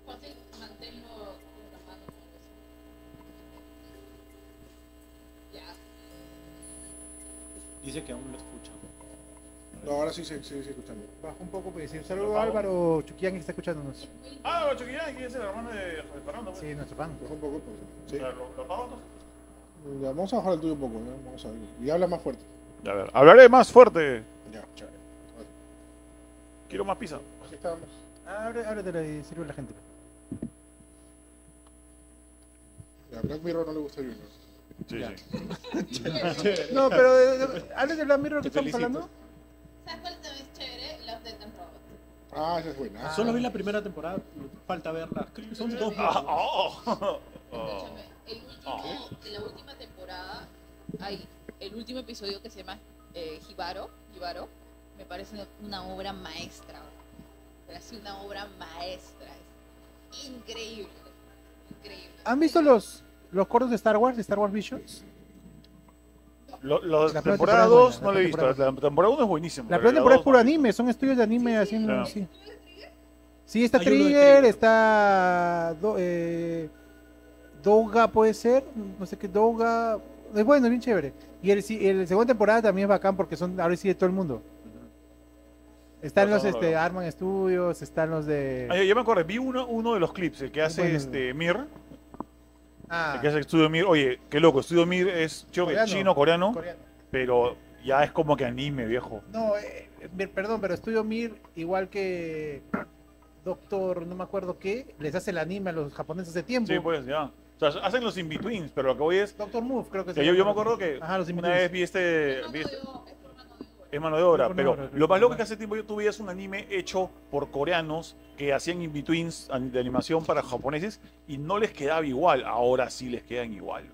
D: Fácil, manténlo con la mano. con eso. Ya,
E: Dice que aún lo escucha.
A: No, ahora sí, sí, sí, sí, escuchando.
F: Bajo un poco, pues. Un saludo a Álvaro Chuquián que está escuchándonos.
D: es muy
C: Ah, Chuquillán, que es el hermano de José Fernando. pues.
F: Sí, nuestro fan.
A: Baja un poco, pues. Sí.
C: Ya, ¿Lo, lo apago, entonces?
A: Ya, vamos a bajar el tuyo un poco, ¿eh? Vamos a ver. Y habla más fuerte.
C: Ya, a ver, hablaré más fuerte.
A: Ya, chévere.
C: Quiero más pizza.
A: Aquí estábamos.
F: Abre, ábretela y sirve a la gente.
A: Ya, Black Mirror no le gusta a Junior.
C: Sí,
E: Ya.
C: sí.
F: No, pero eh, antes de Black Mirror que
E: Te
F: estamos
E: felicito.
F: hablando.
D: ¿Sabes cuál también es chévere? Las de Tan Robot.
A: Ah, esa es buena.
E: Solo vi la primera temporada, falta verla. Creo que son dos.
C: Ah, oh. Oh.
D: Escúchame, el último, en la última temporada hay el último episodio que se llama eh, Jibaro, Jibaro, me parece una obra maestra. Pero así una obra maestra. Es increíble. Increíble.
F: ¿Han visto los, los cortos de Star Wars, de Star Wars Visions?
C: Lo- lo-
F: La primera temporada
C: temporada
F: es buena,
C: 2
F: la
C: no la he visto. La
F: temporada
C: temporada 1 es buenísima.
F: La
C: pero
F: primera temporada
C: dos
F: es puro
C: no la he visto.
F: anime, son estudios de anime haciendo.
C: claro.
F: Sí. Sí, está
E: Hay uno de
F: Trigger,
E: Trigger.
F: está Do- eh, Douga, puede ser, no sé qué, Douga. Es bueno, es bien chévere. Y el, si- el segunda temporada también es bacán porque son ahora sí de todo el mundo. Están
C: No,
F: los
C: no, no,
F: este,
C: no.
F: Arman Studios, están los de.
C: Ah, yo, yo me acuerdo, vi uno, uno de los clips, el que hace
F: Bueno.
C: este Mir,
F: Ah,
C: el que hace Estudio Mir. Oye, qué loco, Estudio Mir es creo que
F: Coreano.
C: chino, coreano,
F: coreano.
C: pero ya es como que anime, viejo.
F: No, eh, eh, perdón, pero Estudio Mir, igual que Doctor, no me acuerdo qué, les hace el anime a los japoneses hace tiempo.
C: Sí, pues ya. O sea, hacen los in-betweens, pero lo que voy es.
F: Doctor Move, creo que
C: que
F: se
C: yo, yo me
F: llama.
C: acuerdo que
F: Ajá, los
C: una
F: invitados.
C: vez vi este.
D: Es
C: vi este-
D: mano de- es por mano de obra.
C: es mano de obra,
F: Es mano de
C: pero
F: obra, creo
C: lo más
F: que
C: loco
F: es.
C: es que hace tiempo yo tuve es un anime hecho por coreanos que hacían in-betweens an- de animación para japoneses y no les quedaba igual. Ahora sí les quedan igual.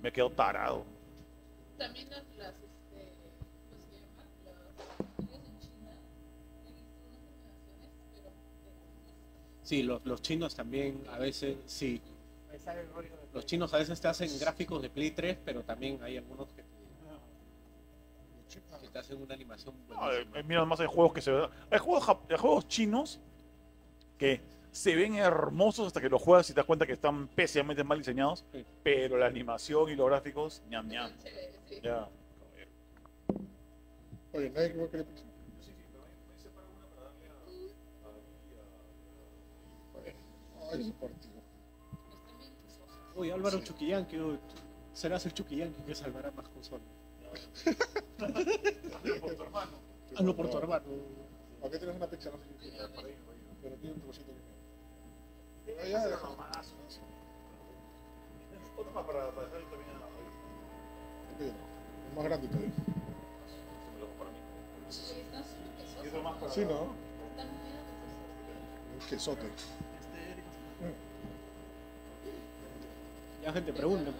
C: Me quedo tarado.
D: También las, las, este, ¿cómo se llama? Los estudios en China han hecho unas animaciones, pero
E: Sí, los, los chinos también a veces, sí. Los chinos a veces te hacen gráficos de Play 3, pero también hay algunos que te, que te hacen una animación
C: No, eh,
E: buenísima.
C: Mira, más hay juegos que se ven- Hay juegos, jap- hay juegos chinos que se ven hermosos hasta que los juegas y te das cuenta que están pésimamente mal diseñados,
E: Sí.
C: pero la animación y los gráficos, ñam
D: están
C: ñam.
D: chéveres, sí.
C: Ya.
A: Oye, nadie creo que este le piense. Ay, ese partido.
D: Están bien chistosos.
E: Uy, Álvaro
A: Sí.
E: Chuquillán, que hoy- serás el Chuquillán que salvará más consolas. Hazlo Ah, por tu hermano.
A: ¿Para qué tienes una pizza? No sé si tiene. Pero tiene un trocito que Ah, ya, ya. Te pido. Es más grande todavía.
D: Sí, están súper chistosos.
A: Sí, ¿no?
D: Están muy chistosos.
A: Un quesote.
E: Ya, gente, pregunta.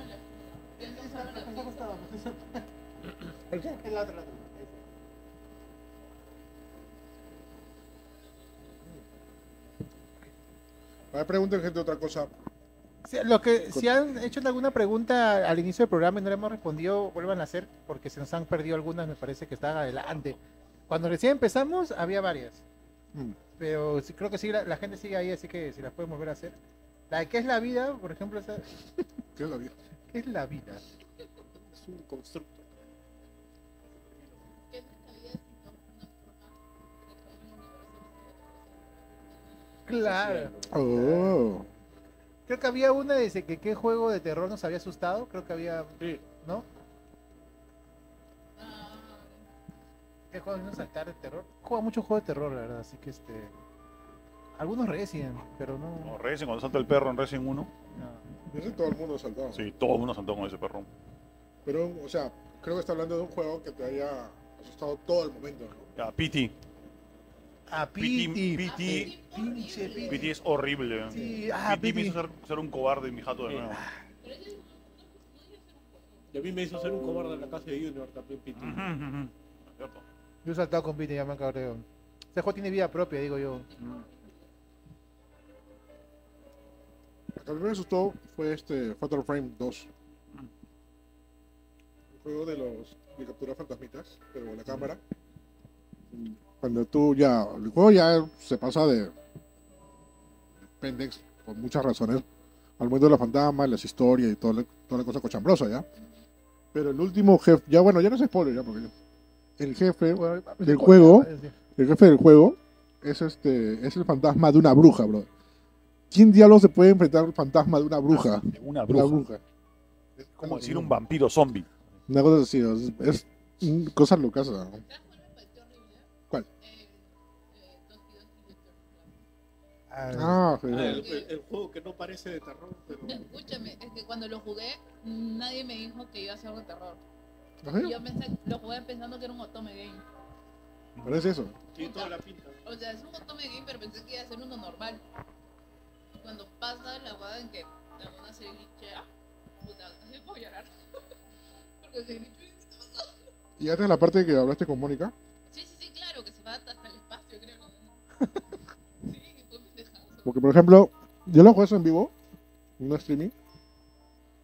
A: A ver, pregunten gente otra cosa.
F: Si, lo que, si han hecho alguna pregunta al inicio del programa y no le hemos respondido, vuelvan a hacer, porque se nos han perdido algunas, me parece que están adelante. Cuando recién empezamos, había varias.
A: Mm.
F: Pero sí, creo que sí, la, la gente sigue ahí, así que si las pueden volver a hacer. La de qué es la vida, por ejemplo, esa-
A: ¿Qué es la vida?
F: ¿qué es la vida?
E: Es un constructo.
D: ¿Qué es nuestra vida si no es una forma de crear un universo
F: Claro.
A: Oh.
F: Creo que había una de que qué juego de terror nos había asustado, creo que había,
E: Sí.
F: ¿no?
D: que no existe? Ah,
F: ¿Qué juego nos saltar de terror? Juega mucho juego de terror, la verdad, así que este... Algunos Resident, pero no...
C: Como Resident, cuando salta el perro en Resident 1.
F: no.
A: Yo sé que todo el mundo ha saltado.
C: Sí, todo el mundo saltó con ese perro.
A: Pero, o sea, creo que está hablando de un juego que te haya asustado todo el momento. ¿no?
C: Ya, Pity.
F: A
C: Pity,
F: Pity.
C: Pity.
D: sí,
F: pinche
D: horrible.
C: Pity es horrible.
F: Sí, ah,
C: Pity me
F: Pity.
C: hizo ser, ser un cobarde en mi jato de
E: Sí.
C: nuevo.
D: Pero ese es un- no, pues, no debe ser un juego.
E: Y a mí me hizo ser un cobarde en la casa de Junior también, Piti.
C: Ujú,
E: Ah.
C: ujú. ¿Cierto?
F: Yo he saltado con Pity, ya me cabreo. Ese juego tiene vida propia, digo yo.
A: Lo que a mí me asustó fue este Fatal Frame 2. Un juego de los de capturar fantasmitas, pero con la cámara. Cuando tú ya. El juego ya se pasa de. Pendex por muchas razones. Al mundo de los fantasmas, las historias y toda la, toda la cosa cochambrosa ya. Pero el último jefe. Ya bueno, ya no es spoiler ya, porque. El jefe del juego. El jefe del juego es este es el fantasma de una bruja, bro. ¿Quién diablos se puede enfrentar al fantasma de una bruja?
C: De Una
A: Una
C: bruja.
A: bruja. Es
C: Como decir un vampiro zombie.
A: Una cosa así, es, es mm, cosas locas. ¿no?
D: ¿Sabes cuál me pareció horrible?
A: ¿Cuál?
D: El, eh, Donkey Kong Returns.
A: Ah,
E: Ah,
A: genial.
E: el, el- el juego que no parece de terror, pero
D: Escúchame, es que cuando lo jugué, nadie me dijo que iba a ser algo de terror.
A: ¿No sé?
D: Y Yo pensé, lo jugué pensando que era un otome game.
A: Pero es eso.
E: tiene toda la pinta.
D: O sea, es un otome game, pero pensé que iba a ser uno normal. Y cuando pasa la jugada en que la mona se glitchea, puta, así puedo llorar. Porque se glitchea.
A: Y antes la parte que hablaste con Mónica,
D: Sí, sí, sí, claro, que se va hasta el espacio, creo. ¿no? sí, que fue pendejado.
A: porque por ejemplo, yo lo jugué eso en vivo, en un streaming.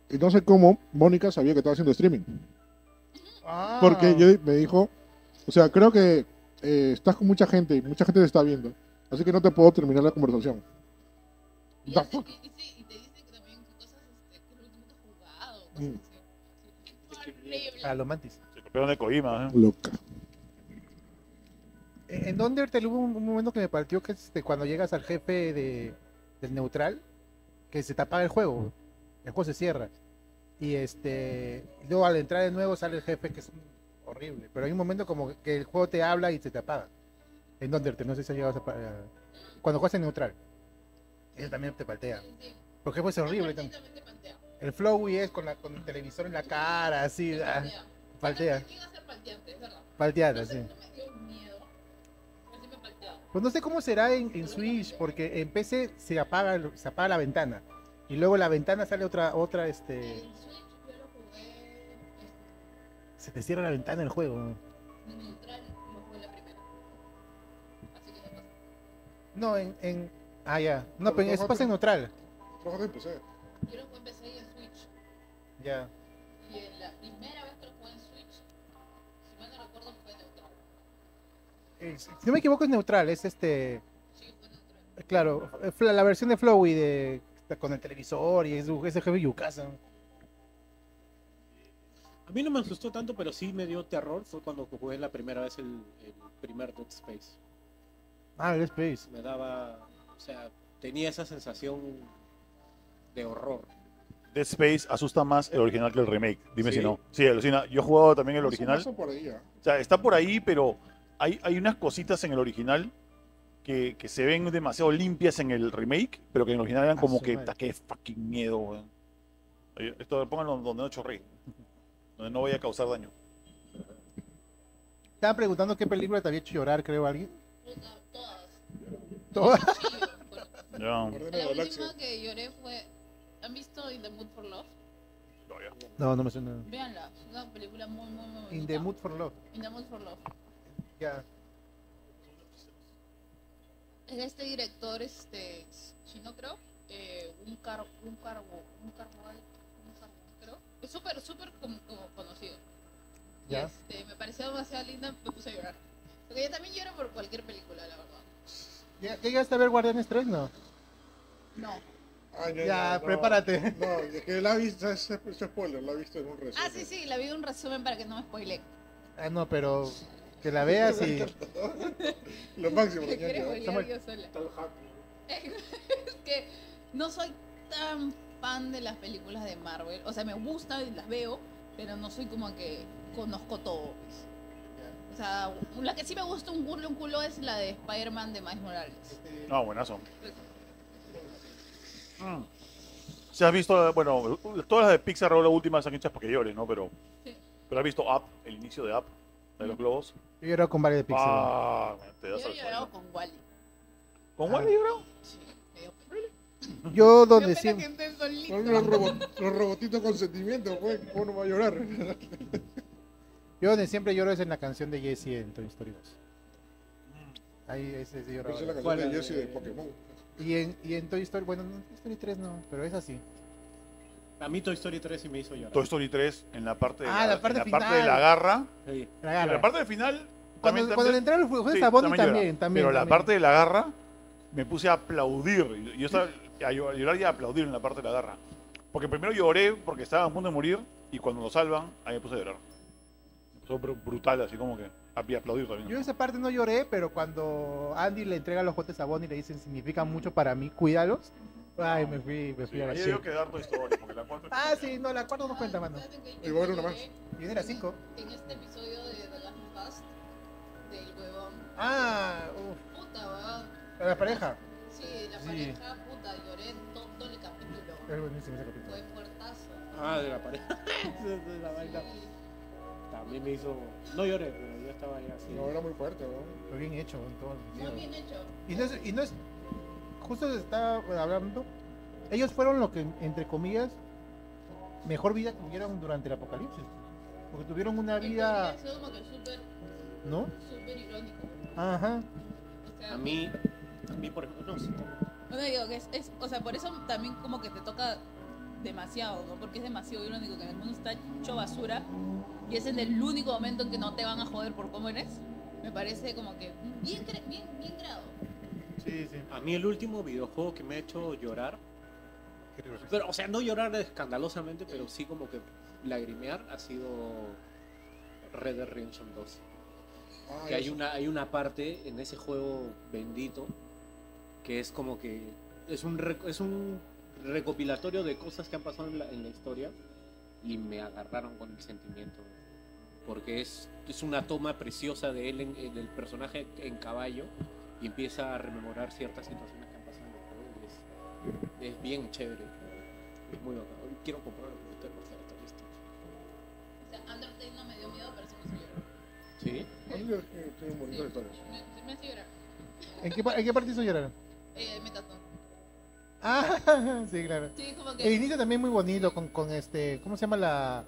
A: Y no sé cómo Mónica sabía que estaba haciendo streaming. Ah. Porque yo me dijo, o sea, creo que eh, estás con mucha gente y mucha gente te está viendo. Así que no te puedo terminar la conversación.
D: Y,
A: Da
D: así-
A: fuck.
D: y- y sí, y te dicen que también que cosas este, que es lo último que has jugado. Cosas
A: Mm.
D: así. Qué horrible.
F: A los Ah, mantis.
C: El campeón de Kojima. ¿eh?
A: Loca.
F: Eh, En en Undertale hubo un, un momento que me partió que es, este, cuando llegas al jefe de, del neutral, que se te apaga el juego. El juego se cierra. Y este luego al entrar de nuevo sale el jefe que es un- horrible. Pero hay un momento como que el juego te habla y se te apaga. En Undertale, no sé si has llegado a... esa pa- a- Cuando juegas en neutral. Eso también te paltea.
D: Sí,
F: Porque el juego es horrible también.
D: también te paltea.
F: El flowy es con, la, con el televisor en la cara, así,
D: Te
F: ah,
D: paltea.
F: paltea,
D: Llega a ser palteante, es verdad.
F: palteada,
D: No sé,
F: sí.
D: no me dio miedo. Pero sí me palteaba.
F: Pues no sé cómo será en, en Switch, porque en PC se apaga, el- se apaga la ventana. Y luego la ventana sale otra, otra,
D: En
F: este.
D: Switch yo lo jugué este,
F: Se te cierra la ventana el juego.
D: en neutral, lo jugué la primera. Así que no pasa.
F: No, en. en ah, ya. No,
A: Pero
F: pero
A: no
F: eso
A: va,
F: pasa en
A: pero-
F: neutral.
A: Trabajo en PC.
D: Yo lo jugué en PC y en Switch.
F: Ya.
D: Y en la primera vez que lo jugué en Switch, si mal no recuerdo, fue neutral.
F: Es- Si no me equivoco, es neutral. Es este.
D: Sí, fue neutral.
F: Claro, eh, fla- la versión de Flowy de, con el televisor y es- ese jefe Yucasa.
E: A mí no me asustó tanto, pero sí me dio terror. Fue cuando jugué la primera vez el, el primer Dead Space.
F: Ah, el Space.
E: Me daba. O sea, tenía esa sensación de horror.
C: Dead Space asusta más el original que el remake. Dime
E: ¿Sí?
C: si no. Sí, alucina. Yo he jugado también el original.
A: Eso por ahí, ¿ah?
C: O sea, está por ahí, pero hay, hay unas cositas en el original que, que se ven demasiado limpias en el remake, pero que en el original eran
F: Ah,
C: como
F: su
C: que,
F: madre.
C: "Ta, qué fucking miedo, weón". Oye, Esto pónganlo donde no chorree, donde no vaya a causar daño.
F: Estaban preguntando qué película te había hecho llorar, creo, alguien.
D: Puta, todas.
F: Todas.
D: Chillo, por-
C: Ya,
A: Guardianes de
D: La
A: la Galaxia.
D: última que lloré fue. ¿Han visto In the Mood for Love?
C: no, ya.
F: No, no me suena.
D: Véanla, es una película muy, muy, muy.
F: In the
D: bonita.
F: Mood for Love.
D: In the Mood for Love.
F: Ya.
D: Es este director, este. chino, creo. Eh, un cargo. Un cargo. Un cargo. Un cargo, creo. Es súper, súper com- como conocido. Y,
F: Ya.
D: Este, me pareció demasiado linda, me puse a llorar. Porque yo también lloro por cualquier película, la verdad.
F: ¿Ya ya llegaste a ver Guardianes 3? No.
D: No.
A: Ah,
F: Ya,
A: no.
F: prepárate.
A: No, es que la vista es es spoiler, la vista es un resumen.
D: Ah, sí, sí, la vi en un resumen para que no me spoileen.
F: Ah, no, pero que la veas y.
A: Lo máximo,
D: Me quiere
A: ñaño.
D: spoilear yo sola.
E: Tal hack.
D: Es que no soy tan fan de las películas de Marvel. O sea, me gustan y las veo, pero no soy como que conozco todo. pues. O sea, la que sí me gusta un culo, un culo es la de Spider-Man de Miles Morales.
C: No, buenazo. Mm. Si has visto, bueno, todas las de Pixar o las últimas están hechas para que llores, ¿no? Pero,
D: Sí.
C: pero has visto Up, el inicio de Up, de los globos.
F: Yo he llorado con varios de Pixar.
C: Ah, te das
D: Yo he
C: al
D: llorado
C: suelo.
D: con Wally.
F: Ah.
C: ¿Con Wally llorado?
D: Sí, me dio
F: Yo donde
D: pena
F: sí.
D: que estén
A: Son los,
D: solitos.
A: robot- los robotitos con sentimiento, pues, ¿cómo no va a llorar?
F: Yo donde siempre lloro es en la canción de Jesse en Toy Story 2.
C: Mm.
F: Ahí ese sí lloro.
A: Esa es la
E: ¿Cuál?
A: canción de Jesse de Pokémon.
F: Y en, y en Toy Story, bueno, no, en Toy Story 3 no, pero es así.
E: A mí Toy Story 3 sí me hizo llorar.
C: Toy Story 3 en la parte de,
F: Ah, la
C: en
F: parte
C: de la
F: final.
C: garra.
E: Sí.
F: La
C: En
F: garra.
C: la parte de final.
F: cuando,
C: también-
F: cuando le
C: también-
F: entraron el juego
C: sí,
F: de Saboni
C: también llora.
F: también, también.
C: Pero la
F: también.
C: parte de la garra me puse a aplaudir. Yo- Yo estaba a llor- llorar y a aplaudir en la parte de la garra. Porque primero lloré porque estaba a punto de morir y cuando lo salvan, ahí me puse a llorar. Me puso br- brutal, así como que. a- Y aplaudir también.
F: Yo en esa parte no lloré, pero cuando Andy le entrega los botes a Bonnie y le dicen significan mucho para mí, cuídalos. Ay, me fui, me
C: Sí,
F: fui a la
C: ahí
F: shit.
C: debió quedar Toy Story, porque la cuarta-
F: Ah, sí, no, la cuarta no cuenta, mano.
A: Y bueno, una más.
F: Y era 5.
D: En este episodio de The Last of Us, del huevón.
F: Ah, uf,
D: Puta, huevón.
F: la pareja.
D: Sí, la
F: Sí.
D: pareja, puta, lloré todo el capítulo.
F: Es buenísimo ese capítulo.
D: Fue fuertazo.
E: Ah, de la pareja. De la vaina.
D: Sí.
E: También me hizo. No lloré, pero yo estaba ya así.
A: No, era muy fuerte, ¿no?
F: Fue bien hecho, en todo el sentido.
D: Muy bien hecho.
F: Y no es, y no es- justo estaba hablando, ellos fueron lo que, entre comillas, mejor vida tuvieron durante el apocalipsis. Porque tuvieron una vida,
D: Entonces, eso como que súper,
F: ¿no?
D: súper irónico.
F: Ajá.
D: O sea,
E: A mí, a mí por ejemplo, no, sí,
D: bueno, digo que es, es- o sea, por eso también como que te toca demasiado, ¿no? Porque es demasiado irónico que en el mundo está hecho basura y es en el único momento en que no te van a joder por cómo eres. Me parece como que bien, cre- bien, bien grado.
F: Sí, sí.
E: A mí el último videojuego que me ha hecho llorar, pero, o sea, no llorar escandalosamente, pero sí como que lagrimear, ha sido Red Dead Redemption 2.
A: Ay,
E: Que hay
A: eso-
E: una, hay una parte en ese juego bendito que es como que es un, rec- es un recopilatorio de cosas que han pasado en la, en la historia y me agarraron con el sentimiento. Porque es, es una toma preciosa de él, en- en- del personaje en caballo y empieza a rememorar ciertas situaciones que han pasado en el juego. y Es, es bien chévere. Es muy bacán. Hoy Quiero comprarlo porque estoy emocionado, estoy listo.
D: O sea, Undertale no me dio miedo, pero sí me hizo llorar.
E: ¿Sí?
A: Undertale tiene un montón de
D: Sí,
A: historias.
D: me- sí me hace llorar.
F: ¿En qué, par- en qué parte hizo llorar?
D: Eh, me tatuó.
F: Ah, sí, claro.
D: Sí, como
F: El
D: que.
F: inicio también muy bonito con, con este, ¿cómo se llama la,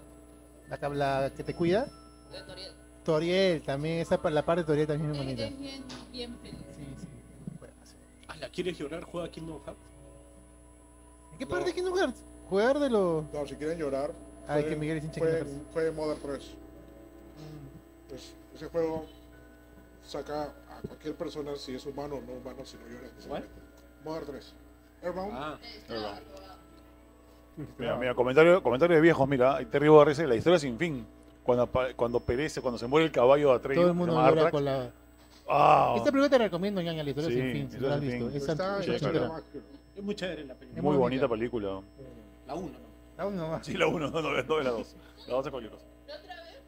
F: la, cab- la que te cuida?
D: de Toriel.
F: Toriel, también, esa, pa- la parte de Toriel también es
D: Ella
F: bonita.
D: es bien, bien feliz.
F: Sí, sí. juegazo.
E: Ah, ¿la quieres llorar? Juega Kingdom Hearts.
F: ¿En qué parte de Kingdom Hearts? Jugar de los...
A: No, si quieren llorar,
F: Ay, que
A: jueguen-
F: Miguel es hincha de Kingdom
A: jueguen, jueguen Modern 3. Es- ese juego saca a cualquier persona, si es humano o no humano, si no llora.
E: ¿Cuál?
A: necesariamente. Modern 3. Airbound.
E: Ah,
D: Estaba drogada.
C: Mira, mira, comentario, comentario de viejos, mira, ahí Terry Barres, la historia sin fin. Cuando, apa- cuando perece, cuando se muere el caballo de Atreyu,
F: Todo el
C: se
F: mundo
C: llama
F: llora
C: Artax.
F: con la...
C: Ah,
F: Esta película te recomiendo, ñaña, la historia
C: Sí,
F: sin fin, si no la has
C: Historia sin
F: visto.
C: Fin.
F: Es
A: Está
F: anti-
A: en
C: sí,
A: la
C: claro.
A: básquet.
E: es muy chévere la película.
F: es
C: muy
F: muy
C: bonita
F: bonita.
C: película.
E: La 1, ¿no?
F: Aún no va.
C: Sí, la 1, no, no, no, la 2. La 2 es cualquier cosa.
D: La otra vez,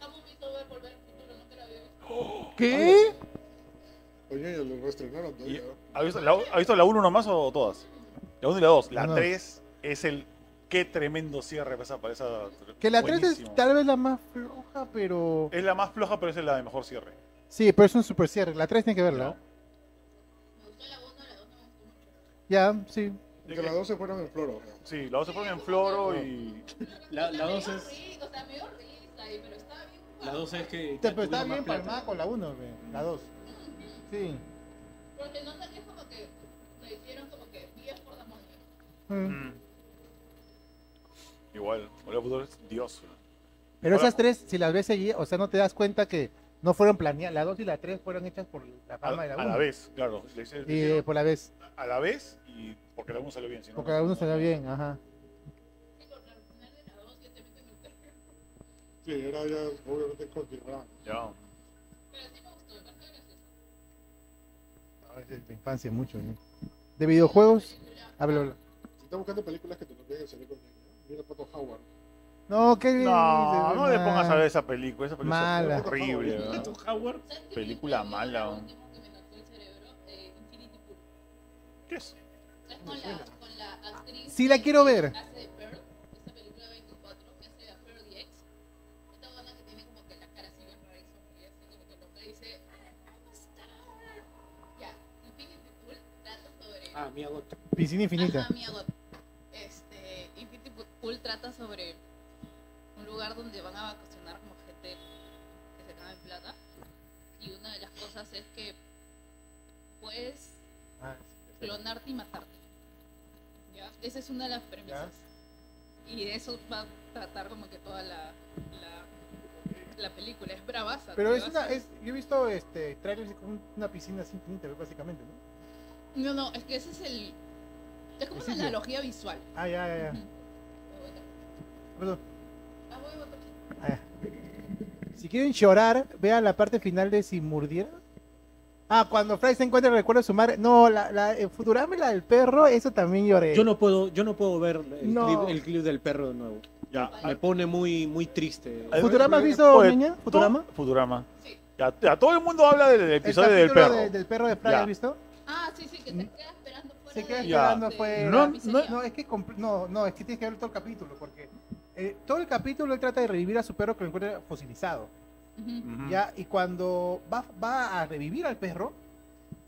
D: Camus me hizo ver volver al futuro, nunca la había visto.
F: ¿Qué?
A: Oye, y lo reestrenaron todavía. ¿no?
C: ¿Ha visto la, ha visto la 1 nomás o todas? La 1 y la 2. La
F: No.
C: 3 es el. Qué tremendo cierre para esa. Para esa
F: Que la 3
C: buenísimo.
F: es tal vez la más floja, pero...
C: Es la más floja, pero es la de mejor cierre.
F: Sí, pero es un super cierre. La 3 tiene que verla.
C: ¿no?
D: Me gustó la 1, la 2 no me gustó mucho.
F: Ya, sí.
A: Que las dos se fueron en floro. ¿no?
C: Sí, la 2 se pone en floro y.
E: La- la
D: O sea, me
E: dos
D: dio
E: es-
D: risa, O sea, me dio risa, y- pero estaba bien.
E: La 2 es que.
F: Te-
E: que
F: pero está
E: tuvieron
F: bien
E: más plata.
F: palmada con la 1, la 2. Sí.
D: Porque no sé, es como que lo hicieron como que bien por demonio.
F: Mm.
C: Mm. Igual, Volver al Futuro es Dios.
F: Pero
C: Ahora-
F: esas tres, si las ves seguidas, o sea, no te das cuenta que no fueron planeadas. La 2 y la 3 fueron hechas por la
C: A,
F: fama de la 1.
C: a la vez, claro. Le hice- le
F: Y eh,
C: hicieron
F: por la vez.
C: a la vez y porque la 1 salió bien. Si no,
F: Porque
C: no-
F: la 1
C: no-
F: salió bien, ajá.
D: Y por la final de la 2 ya te meten el terreno.
A: Sí, era ya, obviamente, continuaron.
C: Ya.
D: Pero sí me gustó, me pareció gracioso.
F: Mi infancia mucho, ¿no? De videojuegos, habla, habla.
A: Si estás buscando películas que te convienen en salir con ella, mira Pato Howard.
F: No, qué
C: No, no le
F: nah.
C: pongas a ver esa película. Esa película
F: Mala.
C: es horrible.
A: Mala.
C: ¿verdad?
E: Beto Howard.
D: ¿Sabes
C: Película
D: qué película yo
C: mala,
D: la
C: ¿no?
D: última que me notó el cerebro? Eh, Infinity Pool.
C: ¿Qué es?
D: Es con la, con la actriz.
F: Sí, la quiero ver.
D: que Hace de Pearl, esa película 24 que hace a Pearl y X. Esta buena que tiene como que la cara así bien rara y sonríe, así como que nunca dice, I'm a star. Ya, Infinity Pool trata sobre.
E: Ah, mía, God.
F: Piscina infinita.
D: Ajá, mi agot- Este, Infinity Pool trata sobre un lugar donde van a vacacionar como gente que se acaba en plata. Y una de las cosas es que pues, puedes clonarte y matarte. ¿Ya? Esa es una de las premisas. Y de eso va a tratar como que toda la, la, la película. Es bravaza.
F: Pero
D: te
F: es
D: vas-
F: una, es, yo he visto este trailers con una piscina así infinita, básicamente, ¿no?
D: No, no, es que ese es el... Es como
F: ¿Es
D: una
F: ese?
D: analogía visual.
F: Ah, ya, ya, ya.
D: Ah,
F: Perdón.
D: voy a botar-
F: Ah. Si quieren llorar, vean la parte final de Si Murdiera. Ah, cuando Fry se encuentra el recuerdo de su madre. No, la, la eh, Futurama, y la del perro, eso también lloré.
E: Yo no puedo, yo no puedo ver el,
F: No.
E: clip, el clip del perro de nuevo.
C: Ya.
E: Me pone muy, muy triste.
C: Al-
F: ¿Futurama has visto,
C: Oye,
F: niña? ¿Futurama?
C: to- Futurama.
D: Sí.
C: Ya, ya todo el mundo habla del,
F: El
C: episodio del
F: capítulo
C: perro.
F: de- del perro de Fry,
C: Ya.
F: ¿has visto?
D: Ah, sí, sí, que te queda esperando fuera
F: Mm. Se queda
D: de-
F: esperando
D: de-
F: afuera.
D: de la
F: No,
D: pizzería.
F: No, es que compl- no, no, es que tienes que ver todo el capítulo, porque eh, todo el capítulo él trata de revivir a su perro que lo encuentra fosilizado.
D: Ujú.
C: Ujú.
F: ¿ya? Y cuando va, va a revivir al perro,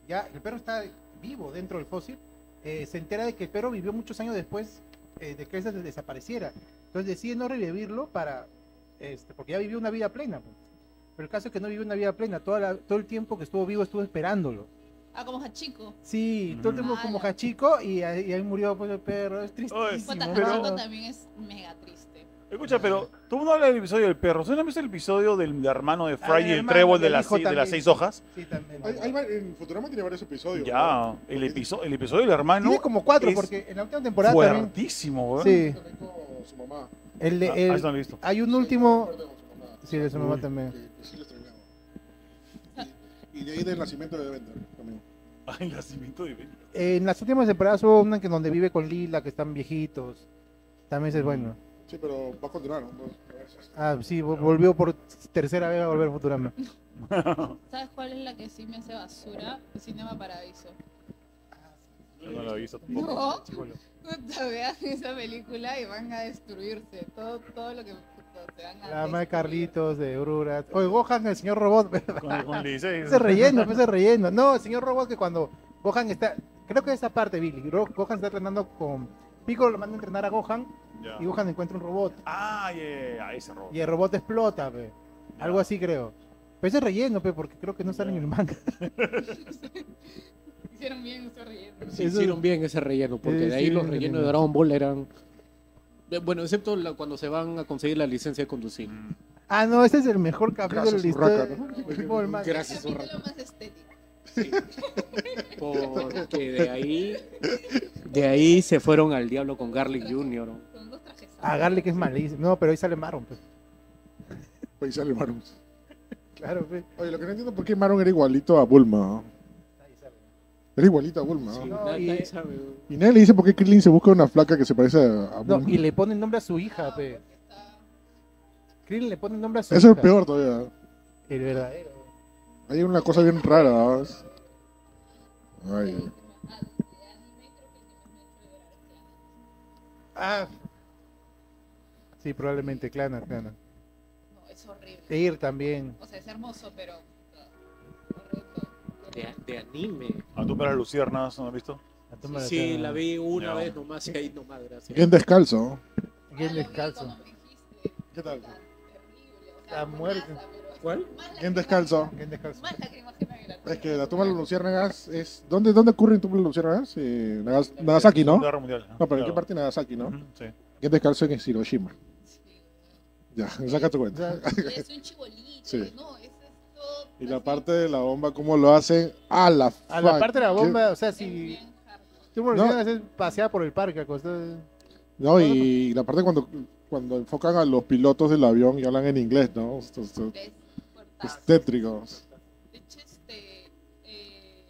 F: ya el perro está vivo dentro del fósil, eh, se entera de que el perro vivió muchos años después eh, de que ese se desapareciera. Entonces decide no revivirlo para, este, porque ya vivió una vida plena. pues. Pero el caso es que no vivió una vida plena, toda la- todo el tiempo que estuvo vivo estuvo esperándolo.
D: Ah, como Hachico.
F: Sí, todo el
C: Ujú.
F: tiempo como
D: Ala.
F: Hachico y, ahí- y ahí murió pues, el perro, es
C: Ay,
F: tristísimo.
D: Puta,
F: pero-
D: Hachico también es mega triste.
C: Escucha, pero tú no hablas del episodio del perro. ¿Tú no viste el episodio del hermano de
F: Ah,
C: Fry
F: del
C: y el
F: hermano,
C: trébol de
F: del
C: las,
F: hijo
C: si- de las
F: también.
C: seis hojas?
F: Sí, también.
A: Hay- hay va- en Futurama tiene varios episodios.
C: Ya,
A: ¿no?
C: el, episo- el episodio del hermano
F: Tiene como cuatro,
C: Ah, es
F: porque en la última temporada también.
C: fuertísimo, weón.
F: Sí,
A: También con su mamá.
F: el, de-
C: Ah,
F: el-
C: ah, eso no lo he visto.
F: hay un
A: Sí,
F: último.
A: fuerte con su mamá,
F: Sí, de su mamá
C: Uy.
F: también.
A: que- que sí le extrañaba. Y, y de ahí del nacimiento de Bender también.
C: Ay, el nacimiento de Benny.
F: En las últimas temporadas hubo una que donde vive con Lila, que están viejitos. También
C: Mm.
F: es bueno.
A: Sí, pero va a continuar. ¿no? Pues, A ver, sí, sí.
F: Ah, sí, vol- volvió por tercera vez a volver a Futurama.
D: ¿Sabes cuál es la que sí me hace basura? Cinema Paradiso.
C: Yo no lo he visto tampoco.
D: No, puta, vean esa película y van a destruirse. Todo, todo lo que puta, se van a
F: La ama de
D: destruir.
F: Carlitos, de Urura. Oye, Gohan, el señor robot.
C: Con, con 16.
F: Ese relleno, ese relleno. No, el señor robot que cuando Gohan está. Creo que esa parte, Billy. Ro- Gohan está entrenando con. Piccolo lo manda a entrenar a Gohan
C: Ya.
F: y Gohan encuentra un robot.
C: Ah, yeah, yeah, ese robot.
F: Y el robot explota, pe. Algo así creo. Pero ese relleno, pe, porque creo que no sale en el manga.
D: Hicieron bien, estoy riendo.
E: Sí,
F: Eso-
E: hicieron bien ese relleno, porque
F: Sí,
E: de ahí
F: sí,
E: los
F: bien
E: rellenos
F: relleno.
E: de Dragon Ball eran. de- Bueno, excepto la- cuando se van a conseguir la licencia de conducir.
C: Mm.
F: Ah, no, ese es el mejor capítulo
A: Gracias,
F: de la historia.
A: Urraca, ¿no?
F: del fútbol, man.
E: Gra-
D: Es
E: Gracias,
D: el
E: Zorra.
D: capítulo más estético.
E: Porque de ahí. De ahí se fueron al diablo con Garlic Jr.
D: Con dos trajes.
F: Agarle que Ah, es malísimo. No, pero ahí sale Maron, pe.
A: Pues ahí sale Maron.
F: Claro, pe.
A: Oye, lo que no entiendo es por qué Maron era igualito a Bulma. ¿no?
F: Ahí sale.
A: Era igualito a Bulma.
E: Sí,
A: ¿no?
F: No,
E: nadie-
F: y-
E: nadie sabe.
A: Y nadie le dice por qué Krillin se busca una flaca que se parece a, a
F: No,
A: Bulma.
F: y le pone el nombre a su hija,
D: No,
F: pe.
D: Ah, porque está-
F: Krillin le pone el nombre a su
A: Eso es
F: hija.
A: peor todavía.
F: El verdadero.
A: Hay una cosa bien rara. ¿no? Ay, ay.
D: Ah, de anime, creo que el que más me ha
F: Ah.
D: hecho llorar este es Clan.
F: Sí, probablemente, Clanar, Clanar.
D: No, es horrible.
F: Ir también.
D: O sea, es hermoso, pero. puta, horrendo.
E: De, de anime.
C: A tú para luciernas, ¿no lo has visto?
F: La tumba de
E: Sí,
F: Clanar.
E: la vi una
C: No.
E: vez nomás y ahí nomás, gracias.
A: Bien descalzo.
F: Bien
D: Ah, lo vi
F: descalzo.
D: cuando me dijiste.
A: ¿Qué tal?
D: Puta, terrible, o sea,
F: La
D: fue
F: muerte.
D: nada, pero-
E: ¿Cuál?
D: Más
A: Bien
D: lágrimas-
A: descalzo.
F: Bien descalzo.
D: Más lágrimas que me
A: Es que la tumba de los luciérnagas es... ¿Dónde, dónde ocurre la tumba de los luciérnagas? Eh, Nagas- Nagasaki, ¿no? No,
C: Guerra mundial.
A: pero ¿en
C: Claro.
A: qué parte de Nagasaki, no?
C: Ujú, sí.
A: Bien descalzo en Hiroshima. Ya, saca tu
F: O
A: cuenta.
F: sea,
D: Y Es un chibolito.
A: Sí.
D: No, ese es pues, todo.
A: Y la
D: así,
A: parte de la bomba, ¿cómo lo hacen? A la
F: a la
A: fuck.
F: parte de la
A: ¿Qué?
F: bomba, o sea,
D: es
F: si
D: bien hardcore.
F: tú
A: No.
F: volvieras a hacer paseada por el parque, acostado.
A: No, y la parte cuando, cuando enfocan a los pilotos del avión y hablan en inglés, ¿no? Es, es- es- es
D: Descortado.
A: tétrico.
D: De hecho, este, eh,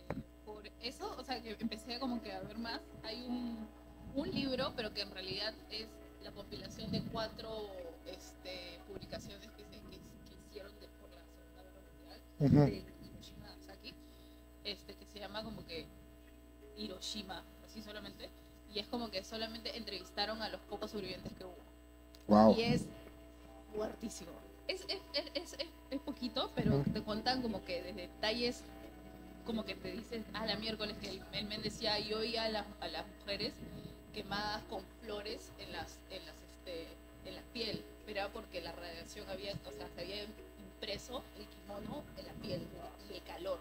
D: por eso, o sea, que empecé como que a ver más. Hay un, un libro, pero que en realidad es la compilación de cuatro este, publicaciones que, se, que, que hicieron de, por la Segunda Guerra Mundial,
A: Ujú.
D: de Hiroshima a Nagasaki, este, que se llama como que Hiroshima, así solamente. Y es como que solamente entrevistaron a los pocos sobrevivientes que hubo
A: Wow.
D: y es fuertísimo. Es, es, es- es, es, es poquito, pero te cuentan como que desde detalles, como que te dicen a la miércoles que el, el men decía y hoy a las, a las mujeres quemadas con flores en las, en las este, en la piel, pero era porque la radiación había, o sea, se había impreso el kimono en la piel y el calor.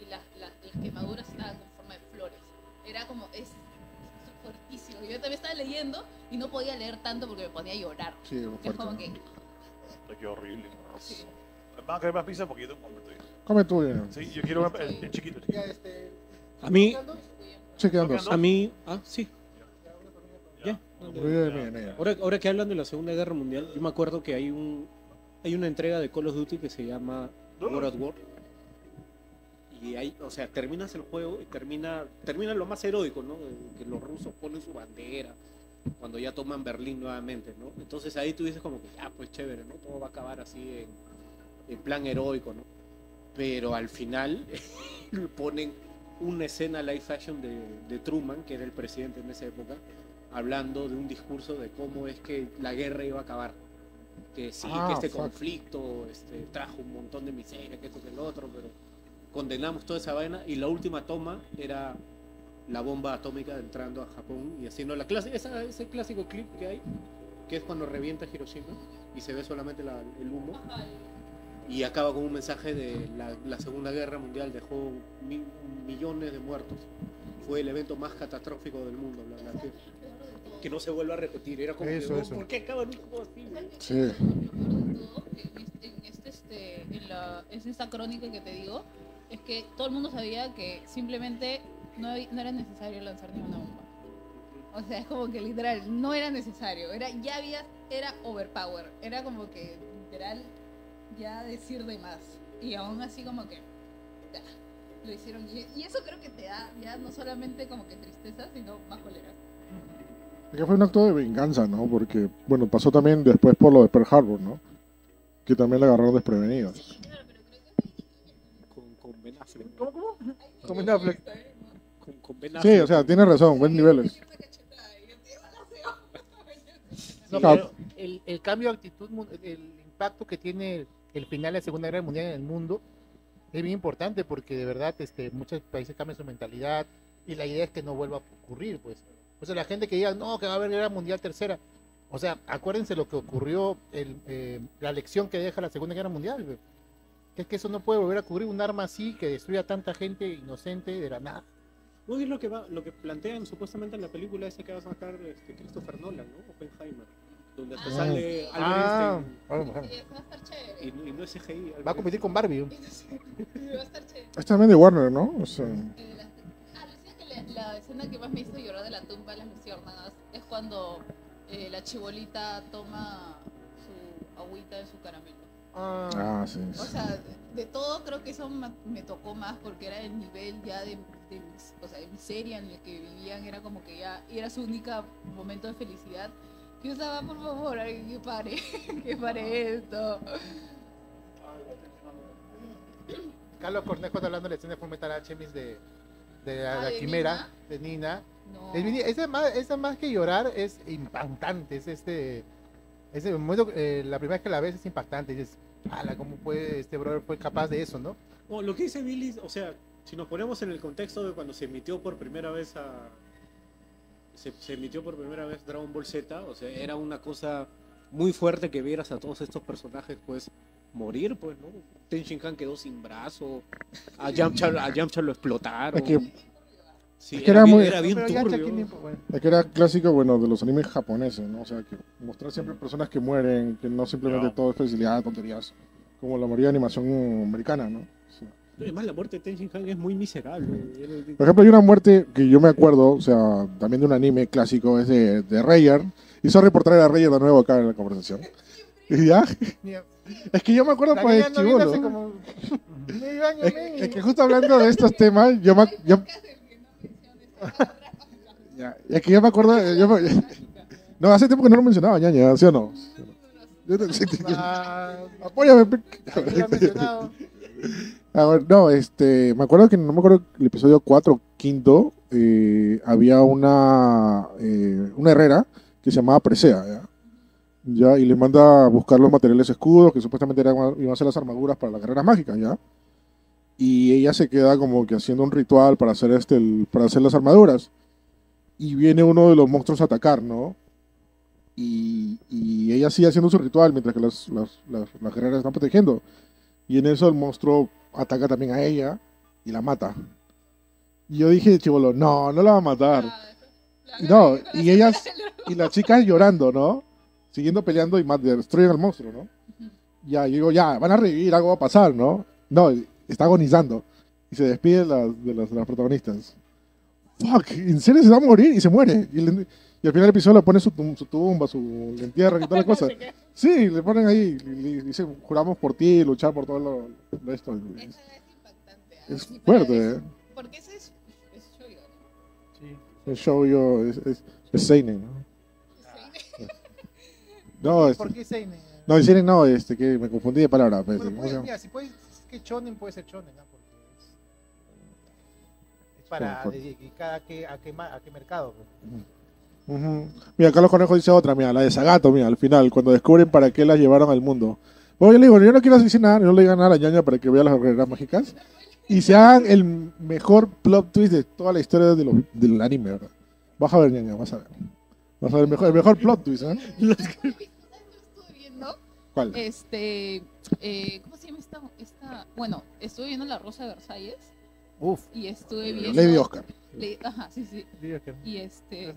D: Y las, las, las quemaduras estaban con forma de flores. Era como, es fuertísimo. Yo también estaba leyendo y no podía leer tanto porque me ponía a llorar.
A: Sí, es
D: Es
A: fuerte.
D: como que.
C: Ay, Qué horrible.
D: Sí.
C: Van a querer más pizza porque yo tengo hambre todavía.
A: Come tú, Julián.
C: Sí, yo quiero el, el chiquito. el chiquito.
F: este,
E: A mí.
A: Sí, quedan dos.
E: A mí. Ah, sí. Ya.
A: Mira, mira, mira.
E: Ahora, ahora que hablan de la Segunda Guerra Mundial, yo me acuerdo que hay un hay una entrega de Call of Duty que se llama World at War. Y ahí, o sea, terminas el juego y termina termina lo más heroico, ¿no? De Que los rusos ponen su bandera cuando ya toman Berlín nuevamente, ¿no? Entonces ahí tú dices como que, ah, pues chévere, ¿no? Todo va a acabar así en, en plan heroico, ¿no? Pero al final ponen una escena live fashion de, de Truman, que era el presidente en esa época, hablando de un discurso de cómo es que la guerra iba a acabar. Que sí,
A: Ah,
E: que este
A: fuck.
E: conflicto este, trajo un montón de miseria, que esto, que el otro, pero condenamos toda esa vaina y la última toma era la bomba atómica entrando a Japón y haciendo la clase, esa- ese clásico clip que hay, que es cuando revienta Hiroshima y se ve solamente la- el humo. y acaba con un mensaje de la, la Segunda Guerra Mundial dejó mi- millones de muertos. Fue el evento más catastrófico del mundo, bla, bla, que, que no se vuelva a repetir. Era como, que,
F: Eso,
E: "Oh,
F: eso.
E: ¿por qué acaban un juego así? güey?".
A: Sí.
D: Lo peor de todo, en este- en este, este, en la- en esta crónica que te digo, es que todo el mundo sabía que simplemente no, hab- no era necesario lanzar ninguna bomba. O sea, es como que literal, no era necesario. Era, ya había, era overpower. Era como que literal, ya decir de más. Y aún así como que ya, lo hicieron. Y, y eso creo que te da ya no solamente como que tristeza, sino más cólera.
A: Que fue un acto de venganza, ¿no? Porque, bueno, pasó también después por lo de Pearl Harbor, ¿no? Que también la agarraron desprevenida.
D: Sí, claro, pero creo
E: Con, con Ben Affleck. ¿no?
C: ¿Cómo, cómo?
D: que...
F: Como en Netflix.
E: Con, con Ben Affleck.
A: Sí, o sea, tienes razón, buen niveles.
F: No,
A: Claro.
F: pero el, el cambio de actitud, mun- el impacto que tiene el, el final de la Segunda Guerra Mundial en el mundo es bien importante porque de verdad este, muchos países cambian su mentalidad y la idea es que no vuelva a ocurrir. pues. O sea, la gente que diga, no, que va a haber Guerra Mundial Tercera. O sea, acuérdense lo que ocurrió, el, eh, la lección que deja la Segunda Guerra Mundial. güey. Que es que eso no puede volver a ocurrir, un arma así que destruya a tanta gente inocente de la nada.
E: Muy bien lo que, va, lo que plantean supuestamente en la película esa que va a sacar este, Christopher Nolan, ¿no? Oppenheimer. Donde hasta
D: Ah.
E: sale Albert
F: Ah,
E: Einstein.
D: Va a estar
E: Y,
D: chévere.
E: no- y no es CGI.
F: va a competir con Barbie. güey.
D: Va a estar chévere.
A: Es también de Warner, ¿no? O sea,
D: Eh, la- Ah, Lucía, que la, la escena que más me hizo llorar de la tumba de las luciérnagas es cuando eh, la chibolita toma su agüita en su caramelo.
A: ah, sí.
D: O sea, de, de todo creo que eso ma- me tocó más porque era el nivel ya de, de mis- o sea, de miseria en el que vivían, era como que ya y era su única momento de felicidad. Yo estaba, por favor, alguien que pare, que pare esto.
F: Carlos Cornejo está hablando de la escena de Full Metal Alchemist de, de la,
D: Ah,
F: la
D: de
F: quimera
D: Nina.
F: de Nina.
D: No.
F: Es bien- esa, más, esa más que llorar es impactante. Es este. Ese momento, eh, la primera vez que la ves es impactante. y Dices, ala, ¿cómo puede este brother fue capaz de eso, no?
E: O lo que dice Billy, o sea, si nos ponemos en el contexto de cuando se emitió por primera vez a. Se, se emitió por primera vez Dragon Ball Z, o sea, era una cosa muy fuerte que vieras a todos estos personajes, pues, morir, pues, ¿no? Ten Shinhan quedó sin brazo, a Yamcha, a Yamcha lo
A: Es
E: explotaron.
A: que,
E: Sí,
A: es que
E: era,
A: era
E: bien,
A: muy-
E: era bien
F: Pero ya,
E: turbio.
F: Chucky, bueno,
A: es que era clásico, bueno, de los animes japoneses, ¿no? O sea, que mostrar siempre personas que mueren, que no simplemente
C: Claro.
A: todo es felicidad, tonterías, como la mayoría de animación americana, ¿no? Sí.
E: Además, la muerte de Ten Shinhan es muy miserable. Era-
A: Por ejemplo, hay una muerte que yo me acuerdo, o sea, también de un anime clásico, es de, de Rayard. Y sorry por traer a Rayard de nuevo acá en la conversación. ¿Y ya?
F: mira,
A: Es que yo me acuerdo
F: la
A: pues,
F: niña no vino
A: chibolo.
F: hace como medio año,
A: Es,
F: men,
A: es
F: y-
A: que justo hablando de estos temas, yo me,
D: Hay
A: yo,
D: pocas de que no menciones, esas dramas.
A: ya, es que yo me acuerdo, yo me- no, hace tiempo que no lo mencionaba, ñaña, ¿sí o no? Yo te-
F: Ah,
A: Apóyame. pe-
F: ahí lo han mencionado.
A: A ver, no, este, me acuerdo que no me acuerdo el episodio 4 quinto eh, había una eh, una herrera que se llamaba Presea, ¿ya? Ya, y les manda a buscar los materiales escudos que supuestamente eran, iban a ser las armaduras para las guerreras mágicas, ¿ya? Y ella se queda como que haciendo un ritual para hacer este el- para hacer las armaduras. Y viene uno de los monstruos a atacar, ¿no? Y, y ella sigue haciendo su ritual mientras que las, las, las, las guerreras están protegiendo. Y en eso el monstruo ataca también a ella y la mata. Y yo dije, chivolo, no, no la va a matar.
D: Ah, la
A: No,
D: agarra
A: y
D: con la
A: ellas,
D: cintura.
A: y la chica llorando, ¿no? Siguiendo peleando y más destruyen al monstruo, ¿no? Ya, yo digo, ya, van a revivir, algo va a pasar, ¿no? No, está agonizando. Y se despide de las, de las, de las protagonistas. Fuck, ¿en serio se va a morir? Y se muere. Y, le- y al final del episodio le pone su, tum- su tumba, su le entierran y toda la cosa. Sí, le ponen ahí, le, le dicen, juramos por ti, luchar por todo lo, lo esto.
D: Esa es impactante. ah,
A: Es
D: sí, pero
A: fuerte,
D: es-
A: ¿eh?
D: Porque ese es, es shoujo, ¿no?
A: El show yo es, es, es seinen, ¿no? No, este,
F: ¿Por qué Seinen?
A: no, el seinen no, este, que me confundí de palabra. pues,
F: Bueno,
A: ¿cómo
F: puede-
A: se llama?
F: mira, si puedes, es que Chonen puede ser Chonen, ¿no? Porque es, es para
A: como fuerte.
F: dedicar a qué, a qué, ma- a qué mercado. pues.
A: Ujú. Mira, Carlos Conejo dice otra, mira, la de Sagato, mira, al final, cuando descubren para qué las llevaron al mundo. Bueno, yo le digo, yo no quiero asesinar, no le digan nada a la ñaña para que vea las guerreras mágicas. Y se hagan el mejor plot twist de toda la historia de lo- del anime, ¿verdad? Vas a ver, ñaña, vas a ver. Vas a ver el mejor, el mejor plot twist, ¿eh?
D: ¿Sabes cuál estuve viendo?
A: ¿Cuál?
D: Este, eh, ¿cómo se llama esta, esta, bueno, estuve viendo La Rosa de Versalles
B: Uf,
D: y estuve viendo...
A: Lady Oscar.
D: Le- ajá, sí, sí.
F: Diga que no.
D: Y este...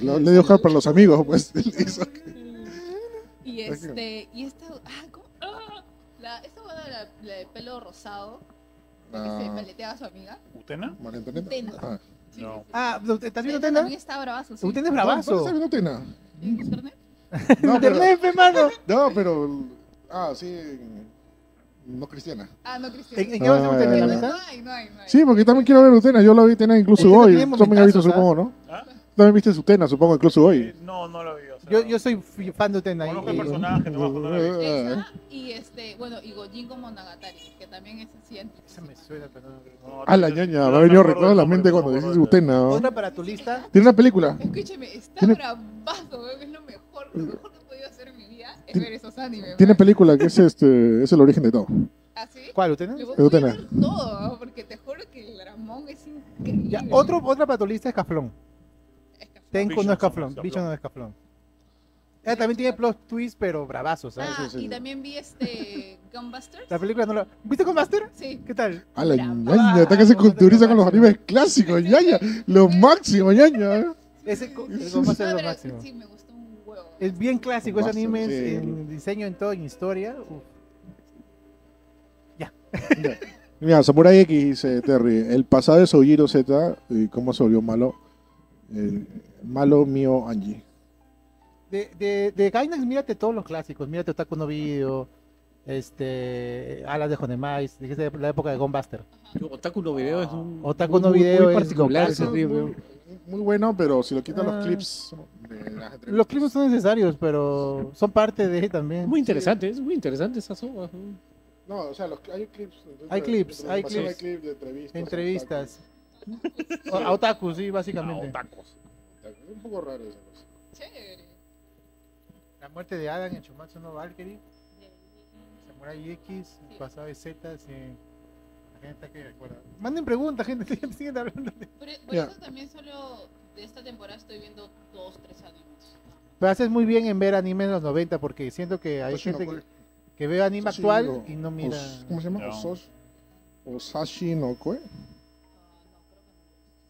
A: Claro, Lady Oscar para los amigos, pues. Eso.
D: Y este, y esta, ah, ¿cómo? Ah, la, esta boda de la, la de pelo rosado, la que se
A: Ah.
D: paleteaba a su amiga.
C: ¿Utena?
A: María Antonieta.
D: Tena.
A: Ah.
D: Sí,
C: No.
D: sí, sí.
F: Ah, ¿estás viendo
D: Ella
F: Tena?
D: También está bravazo, sí.
F: Usted es
A: ¿Dónde está
F: bravazo.
A: viendo Tena?
D: ¿En internet?
A: No, pero,
F: Internet, pe, mano.
A: no, pero. Ah, sí. No cristiana.
D: Ah, no, Cristian.
F: ¿En, en qué más
A: Ah,
F: hemos terminado,
A: ya, ya.
D: no
F: Tena?
D: hay, no hay, no hay.
A: Sí, porque también quiero ver Utena. Yo la vi Tena incluso
F: Utena
A: hoy.
F: tiene
A: Tú también has visto,
F: momentazos,
A: supongo, ¿no?
C: ¿Ah?
A: También viste su Tena, supongo, incluso hoy.
C: No, no la vi. o sea,
F: Yo, yo soy f- fan de Tena.
C: Conozco el
F: y-
C: personaje, nomás,
A: Ah,
C: pero no la vi.
D: Esa, y este, bueno, y Gojingo Monogatari, que también es así
F: Esa me
D: antiquísima.
F: suena, pero no creo.
C: No,
A: Ah, la
C: no,
A: ñaña.
C: no
A: Me ha
C: me
A: venido
C: acuerdo
A: recuerdo a
C: del
A: la
C: nombre,
A: mente
C: no me
A: cuando dices
C: acuerdo del-
A: Utena. ¿no?
F: Otra para tu lista.
A: Tiene una película.
D: Escúcheme, está
A: Tiene-
D: bravazo, weón, es lo mejor, lo mejor que he podido hacer en mi vida es
A: Tiene-
D: ver esos animes.
A: Tiene
D: weón.
A: película que es este. Es el origen de todo.
D: ¿Así?
F: ¿Cuál, Utena?
D: Le voy
A: Pero
D: a
A: tenés.
D: ver todo, ¿no? porque te juro que el Ramón es increíble.
F: Ya, otro, otra para tu lista es Caflón.
D: Es que-
F: Tenko
C: Vision
F: no es Caflón.
C: Caflón.
F: Bicho no es Caflón. Ella también tiene plot twist, pero bravazos. ¿sabes?
D: Ah,
A: sí, sí.
D: y también vi este Gunbusters.
F: La película no la. ¿Viste con Master?
D: Sí.
F: ¿Qué tal?
A: A Ah, la
D: Bravo.
A: ñaña. Está que se culturiza con los animes clásicos, ñaña. Lo máximo, ñaña.
F: Ese
D: sí,
F: co-
D: sí,
F: el
D: sí.
F: Gunbusters es
D: No,
F: lo
D: pero
F: máximo.
D: Sí, me gustó un huevo.
F: Es bien clásico ese
A: Master,
F: anime es
A: sí.
F: en diseño, en todo, en historia. Uf.
A: Mira, Samurai X, eh, Terry, el pasado de Sojiro Z, eh, ¿cómo se volvió malo? El malo mío Angie.
F: De, de, de Gainax, mírate todos los clásicos. Mírate Otaku no Video, este, Alas de Jonemais, dijiste la época de Gunbuster.
E: Yo, Otaku no video es un.
F: Otaku no video
E: muy
F: es
E: particular
F: un
E: ese
A: Eso es
E: río,
A: muy,
E: weón.
A: muy bueno, pero si lo quitan
F: Ah.
A: los clips de las entrevistas.
F: Los clips son necesarios, pero son parte de también.
E: Muy interesante, es muy interesante esa sopa.
A: No, o sea, los, hay clips. dentro
F: Hay
A: de-
F: clips,
A: dentro de
F: hay
A: la información,
F: clips.
A: hay de entrevistas.
F: Entrevistas. O- a Otaku, sí, básicamente.
A: otaku. Es un poco raro pues. esa cosa.
D: Chévere.
F: La muerte de Adam en Shumatsu no Valkyrie, Samurai X, el pasado de Z, sí. La gente que recuerda. Manden preguntas, gente, siguen- siguen hablando.
D: Por, e-, por
A: Ya.
D: eso también solo de esta temporada estoy viendo dos, tres animes.
F: Pero haces muy bien en ver anime de los 90 porque siento que hay
A: Toshino
F: gente
A: Koi.
F: que, que ve anime
A: Toshino-
F: actual y no mira.
A: Os- ¿Cómo se llama?
C: No.
A: Osos- Osashi no Koe.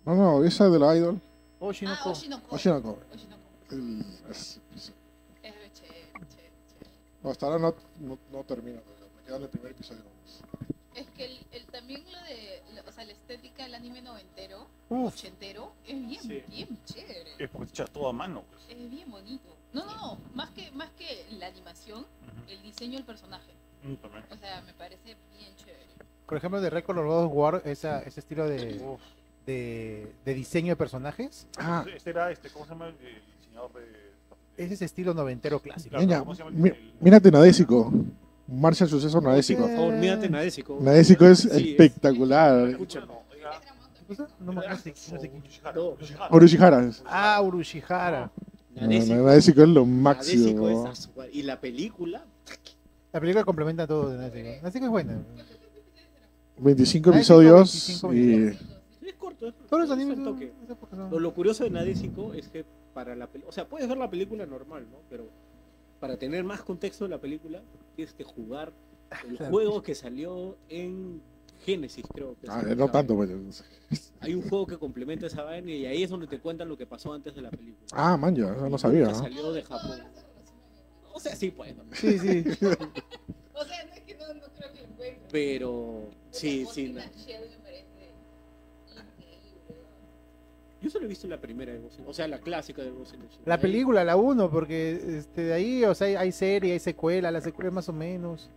D: Ah,
A: No,
D: no, creo que no.
A: no, esa de la Idol.
F: Oshinoko.
D: Ah, Oshinoko.
A: Oshi no Koe.
D: Oshinoko.
A: El- es- es-
D: Es chévere, chévere, chévere.
A: no, hasta ahora no, no, no termino. todavía. Me queda el primer episodio.
D: Es que el, el- también lo de, la- o sea, la estética del anime noventero,
F: Uf,
D: ochentero, es bien,
C: Sí.
D: bien chévere.
C: Es porque echas todo a mano. pues.
D: Es bien bonito. No, no, no, más que, más que la animación, el diseño del personaje.
C: Ujú. Mm, también.
D: O sea, me parece bien chévere.
F: por ejemplo, de Record of God of War, esa, ese estilo de,
C: Uf.
F: de, de diseño de personajes,
A: Ah,
C: Este era este, ¿cómo se llama? El el diseñador de. de-
F: es ese estilo noventero clásico.
C: Claro,
A: Niña,
C: ¿cómo se llama el-
A: mi-
C: el-
A: mírate Nadésico. Marcha el suceso Nadésico.
E: Por favor, mírate Nadésico.
A: Nadésico es
E: Sí,
A: espectacular.
E: Escúchalo.
C: Era-
F: No me acuerdo,
C: Ah,
F: no sé
C: o
F: quién.
C: Urushihara,
E: No.
C: Urushihara.
A: Orushihara.
F: Ah, Urushihara.
A: No, no, Nadésico es lo máximo.
E: Nadésico es
A: ¿no?
E: Azuar. Y la película.
F: La película complementa todo de Natsuko. Natsuko es buena. Nadésico,
A: 25 episodios
F: 25
A: y
E: Es corto, es
F: Todos los
E: es
F: animes
E: un
F: son-
E: toque.
F: esa época son-
E: Lo, lo curioso de Nadésico es que para la película. O sea, puedes ver la película normal, ¿no? Pero para tener más contexto de la película, tienes que jugar el juego que salió en Génesis, creo. Que
A: Ah,
E: salió
A: no
E: esa
A: tanto,
E: vaina.
A: pues.
E: Hay un juego que complementa esa vaina y ahí es donde te cuentan lo que pasó antes de la película.
A: Ah, man, yo eso no sabía.
E: Nunca
A: ¿no?
E: Salió de Japón. O sea, sí, pues. ¿no?
F: Sí, sí.
D: O sea, no es que no, no creo que lo encuentre.
E: Pero sí, sí. na- Yo solo he visto la primera de Ghost in- O sea, la clásica de Ghost in the Shell.
F: La
E: Ahí-
F: película, la 1, porque este, de ahí, o sea, hay, hay serie, hay secuela, la secuela es más o menos.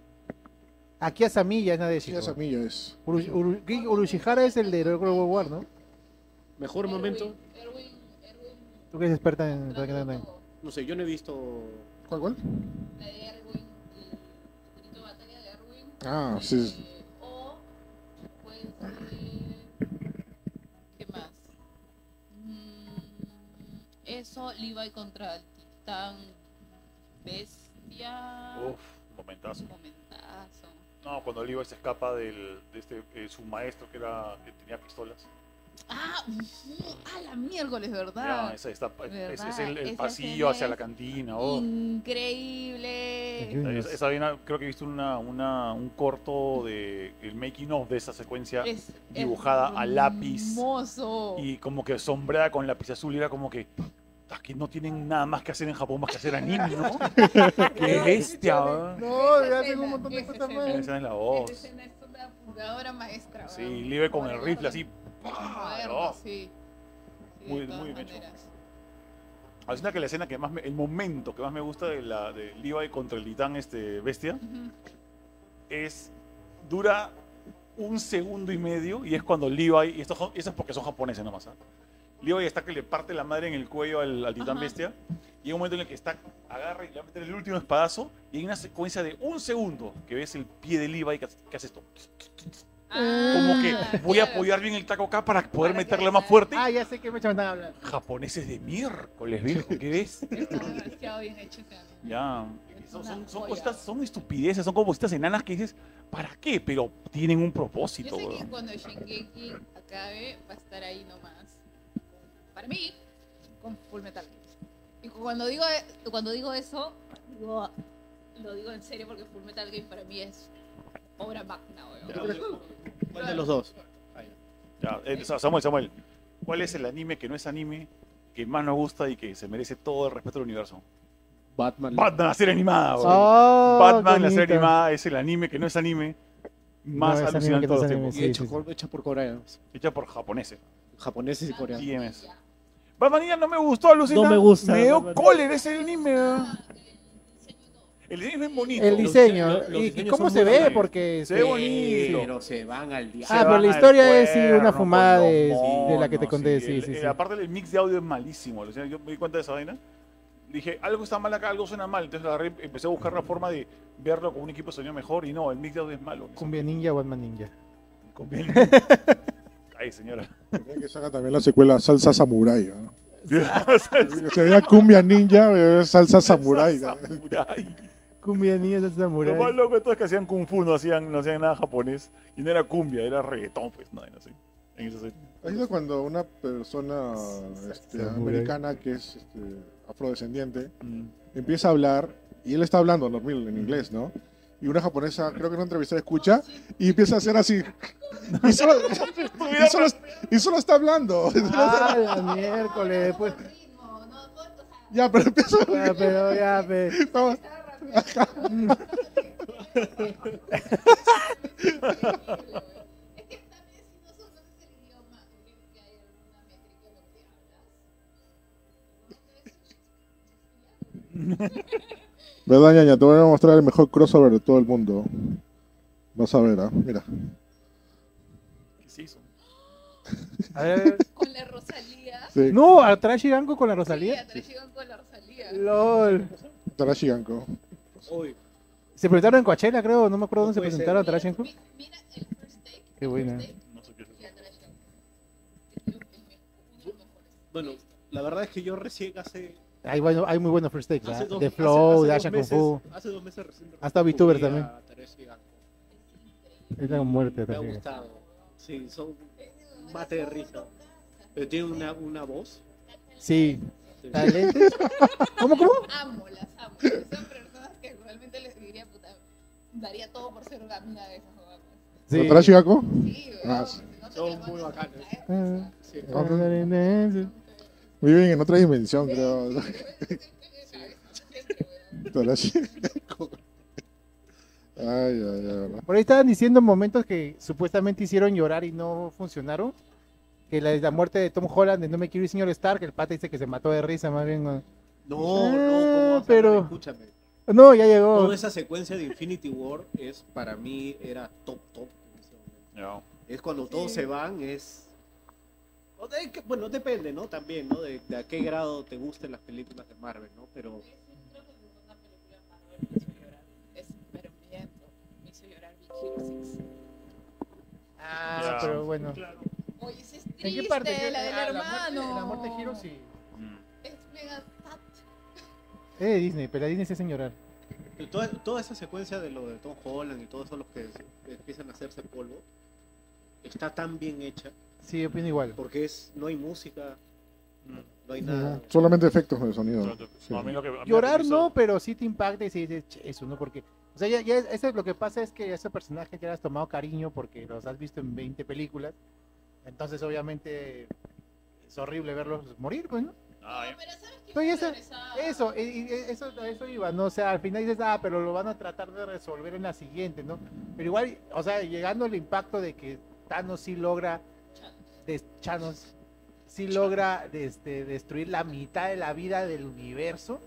F: Aquí a Samilla es
A: Sí,
F: Nadeshiko.
A: esa milla es.
F: Uru- Uru- Ki- Urushihara es el de Record of God War, ¿no?
E: Mejor momento.
D: Erwin, Erwin,
F: Tú que eres experta en...
D: Erwin,
E: No sé, yo no he visto.
A: ¿Cuál, cuál?
D: la de Erwin, el grito de batalla de Erwin.
A: Ah, sí. sí.
D: Eh, O puede ser. ¿Qué más? Mm, eso, Levi contra el titán bestia.
C: Uf, momentazo.
D: Momentazo.
C: No, cuando Levi se escapa del, de este, eh, su maestro que era que tenía pistolas.
D: Ah, ujú, ah, la miércoles,
C: Ya,
D: ¿verdad?
C: esa está-
D: ¿Verdad?
C: ese es el, el
D: Esa
C: pasillo
D: escena
C: hacia la
D: es
C: cantina. oh.
D: Increíble.
C: Esa- esa vaina, creo que he visto una, una- un corto de el making of de esa secuencia
D: Es- es
C: dibujada a lápiz.
D: Hermoso. Este
C: y como que sombreada con lápiz azul y era como que aquí no tienen nada más que hacer en Japón más que hacer anime, ¿no? Qué bestia. ¿verdad?
F: No,
D: Esa
F: ya tengo
D: escena,
F: un montón de
D: esa
F: cosas
D: escena.
F: más.
C: Esa es la
D: Esa
C: voz.
D: escena es una jugadora maestra.
C: Sí,
D: ¿verdad?
C: libre con el
D: Moderno,
C: rifle así. Oh.
D: moderno,
C: ¡pah!
D: sí. Sí,
C: Muy-
D: de todas
C: muy bien hecho.
D: maneras.
C: Alucina que la escena que más me- el momento que más me gusta de la de Levi contra el titán este bestia
D: Ujú.
C: es dura un segundo y medio y es cuando Levi y esto, jo- eso es porque son japoneses nomás ¿ah? Levi está que le parte la madre en el cuello al, al titán
D: Ajá.
C: bestia y hay un momento en el que está agarra y le va a meter el último espadazo y hay una secuencia de un segundo que ves el pie de Levi que, hace- que hace esto como que
D: Ah,
C: voy a
D: claro.
C: apoyar bien el taco acá para poder
D: Para que
C: meterle
D: le
C: más
D: salga.
C: fuerte
F: Ah, ya sé que me estaban hablando.
C: japoneses de miércoles viejo qué ves
D: Está demasiado bien hecho ese anime.
C: Ya.
D: Es
C: Son,
D: una
C: son, son
D: joya.
C: cositas- son estupideces, son como cositas enanas que dices, ¿para qué? Pero tienen un
D: Yo
C: propósito,
D: sé que
C: weón.
D: cuando Shingeki acabe, va a estar ahí nomás. Para mí, con Full Metal. Games. Y cuando digo, cuando digo eso, digo- lo digo en serio porque Full Metal Game para mí es obra magna, weón.
E: ¿Cuál de los dos?
C: Ya, eh, Sa- Samuel, Samuel, ¿cuál es el anime que no es anime, que más nos gusta y que se merece todo el respeto del universo?
E: Batman.
C: Batman, la serie animada, weón.
F: Ah,
C: Batman, la serie
F: bonito.
C: animada, es el anime que no es anime
F: No
C: más
F: es anime
C: alucinante
F: que
C: de
F: no
C: todos
F: es
C: los
F: anime,
C: tiempos.
E: Y
F: Sí,
E: hecho,
F: sí, sí.
E: cor- hecha por coreanos.
C: Hecha por japoneses.
E: Japoneses y coreanos.
C: DMs. Batman ya no me gustó, alucina.
G: No me gusta,
C: Me dio
G: Batman.
C: cólera ese anime, weón. El diseño es bien bonito.
F: El diseño.
G: Los- los
F: ¿Y
G: diseños
F: cómo
G: son
F: se
G: muy
F: ve?
G: bonitos.
F: Porque
C: Se ve
F: este,
C: bonito.
E: Pero se van al
F: Ah,
C: Se
E: diablo.
F: pero
C: van
F: la
C: al
F: historia es, sí, una
C: cuerno, pues,
F: fumada
C: con
F: de-
C: los
F: de la que te
C: monos,
F: conté, sí,
C: el-
F: sí,
C: el-
F: sí.
C: Aparte, el mix de audio es malísimo. alucina, Yo me di cuenta de esa vaina. Dije, algo está mal acá, algo suena mal. Entonces agarré, empecé a buscar la forma de verlo con un equipo de sonido mejor. Y no, el mix de audio es malo.
F: Cumbia Ninja o Batman Ninja.
C: Conviene. Ay, señora.
A: Tendría que sacar también la secuela Salsa Samurai. ¿no? Se vea Cumbia Ninja, eh, Salsa Samurai. ¿no?
C: Samurai.
F: Cumbia Ninja es el
C: Lo
F: samurai.
C: más loco de todo es que hacían kung fu, no hacían, no hacían nada japonés. Y no era cumbia, era reggaetón, pues. No, no sé. En esa serie.
A: ¿Has visto cuando una persona este, americana que es este, afrodescendiente
C: Mm.
A: empieza a hablar y él está hablando normal en inglés, ¿no? Y una japonesa, creo que una entrevistada escucha y empieza a hacer así. Y solo, y solo, y solo está hablando.
F: Ah, la miércoles. Pues,
D: Ritmo, no, todo esto, o sea,
A: Ya, pero empieza.
F: ya, pero ya, pe.
A: estaba-
D: está rápido. Es que también si no conoces el idioma, creo que hay alguna métrica en lo que hablas.
A: ¿Verdad, ñaña? Te voy a mostrar el mejor crossover de todo el mundo. Vas a ver, ¿ah? mira.
C: ¿Qué se hizo?
F: A ver, a ver.
D: Con la Rosalía.
A: Sí,
F: No, atrás Shiganko con la
D: Sí,
F: Rosalía.
D: atrás llegan con la Rosalía.
F: LOL.
A: Tarashi Ganko.
E: Uy,
F: Se presentaron en Coachella, creo. No me acuerdo dónde
E: No
F: se
E: puede ser.
F: presentaron atrás
D: Mira,
F: Shiganko.
D: mi- Mira el first take.
F: Qué buena.
D: First take
C: No sé qué es
D: y
C: eso.
D: atrás llegan. Es lo- el mejor- uno de los mejores.
E: bueno, la verdad es que yo recién hace.
F: Hay, bueno, hay muy buenos first takes.
E: hace
F: ¿ah?
E: dos,
F: De
E: hace-
F: Flow,
E: hace
F: de
E: dos
F: Asha Kung
E: meses-
F: Fu.
E: Hace dos meses recién.
F: Hasta VTuber
E: descubrí a Teresa Giganco.
F: Es la muerte
E: Me ha
F: también.
E: gustado. Sí, son. Mate de risa. Pero tiene una, una voz.
F: Sí.
E: Sí.
F: ¿Talentos? ¿Cómo, cómo?
D: Amo, las amo. Son personas que realmente les diría, puta, daría todo por ser una amiga de esas jodas.
A: ¿Lo ¿Tarashi Ganko?
D: Sí, weón,
A: Ah, sí.
D: porque no te
E: Son
D: llaman
E: muy
D: a
E: bacanas.
D: traer, ¿eh? o sea.
F: Ah.
E: Sí.
A: Viven en otra dimensión, creo. Tarashi Ganko. Ay, ay, ay. ¿verdad?
F: Por ahí estaban diciendo momentos que supuestamente hicieron llorar y no funcionaron. Que la, la muerte de Tom Holland, de No me quiero ir, señor Stark, el pata dice que se mató de risa, más bien. No,
E: No, no, ¿cómo vas a-
F: pero-
E: Escúchame.
F: No, ya llegó.
E: Toda esa secuencia de Infinity War es para mí era top top. en ese momento.
C: Ya.
E: Es cuando todos se van, es. o de que- Bueno, depende, ¿no? También, ¿no? De, de a qué grado te gusten las películas de Marvel, ¿no? Pero
F: Ah,
C: Ya.
F: pero bueno.
D: Oye, esa es
F: ¿En
D: triste,
F: qué parte?
D: la del
F: Ah,
D: hermano.
F: muerte- La muerte de Hero, sí.
C: Mm.
D: Es mega sad.
F: Es de Eh, Disney, pero la Disney se hace llorar.
E: toda, toda esa secuencia de lo de Tom Holland y todos esos los que se- empiezan a hacerse polvo está tan bien hecha.
F: Sí, opino igual.
E: Porque es, no hay música, no hay
A: Ujú.
E: nada.
A: Solamente efectos de sonido. Sí.
C: A mí lo que- a mí lo que
F: Llorar
C: hizo-
F: no, pero sí te impacta y sí dices, "Che, eso no, porque. O sea, ya, ya es- ese- lo que pasa es que ese personaje ya le has tomado cariño porque los has visto en 20 películas. Entonces, obviamente, es horrible verlos morir, pues, ¿no?
C: Ay,
D: pero ¿sabes qué?
F: Pero ya está-
D: Regresaba.
F: Eso, y- y eso, a eso iba, ¿no? O sea, al final dices, ah, pero lo van a tratar de resolver en la siguiente, ¿no? Pero igual, o sea, llegando al impacto de que Thanos sí logra, des, Thanos sí logra este, destruir la mitad de la vida del universo,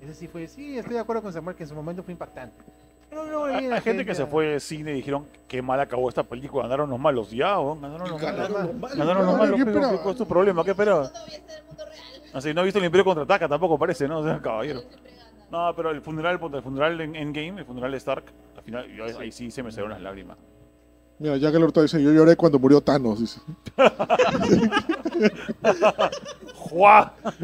F: eso sí fue, sí, estoy de acuerdo con Samuel que en su momento fue impactante. Pero luego
C: Hay,
F: viene la
C: hay gente que se
F: a-
C: fue de cine y dijeron qué mal acabó esta película, ganaron los malos, ya, weón, ganaron los
E: Ganaron
C: malos.
E: los malos.
C: Ganaron los
A: Claro,
C: malos,
A: ¿qué
C: pero
A: esperaba?
C: ¿cuál es tu problema? ¿Qué esperabas?
D: Eso todavía está en el mundo real.
C: Así no he visto el Imperio contraataca tampoco parece, ¿no? O sea, caballero.
D: Siempre gana.
C: No, pero el funeral, puta, el funeral en Endgame, el funeral de Stark, al final yo- ahí sí se me salieron las lágrimas.
A: Mira, Jack el Orto dice, yo lloré cuando murió Thanos, dice.
C: ¡Jua!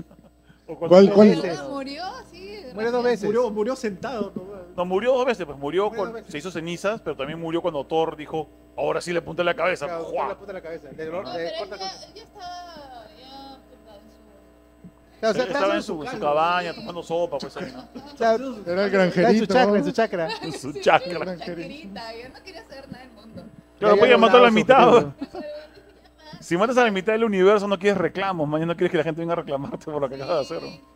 C: O cuando-
A: ¿Cuál, cuál?
F: Veces.
D: Ah, Murió así.
F: Muere dos veces.
E: Murió, murió sentado. ¿no?
C: No, murió dos veces, pues murió,
F: Murió dos
C: con-
F: veces.
C: se hizo cenizas, pero también murió cuando Thor dijo, ahora sí le apunté en la cabeza.
F: Claro,
C: ¡Jua!
F: la puta en la cabeza. de- de-
D: No, pero él
F: Eh, corta-
D: ya, él ya estaba. Ya, puta, en
F: Claro, o
D: su-
F: sea,
C: Él
F: está
C: estaba en
F: en
C: su, su
E: caldo.
C: cabaña tomando sopa, pues ahí, ¿no?
F: o sea,
A: Era el
F: está en su
A: granjerito.
F: chakra, en
A: ¿no?
F: su chakra.
C: En su
D: Sí,
C: chakra.
D: la chaquerita, Yo no quería hacer nada del mundo.
C: Claro,
F: Ya
C: pues
F: llegó
C: ya mató a la
F: Lazo,
C: mitad.
F: pero-
C: weón. Si matas a la mitad del universo, no quieres reclamos, mañana no quieres que la gente venga a reclamarte por lo que acabas de hacer.
D: Sí.
C: ¿no?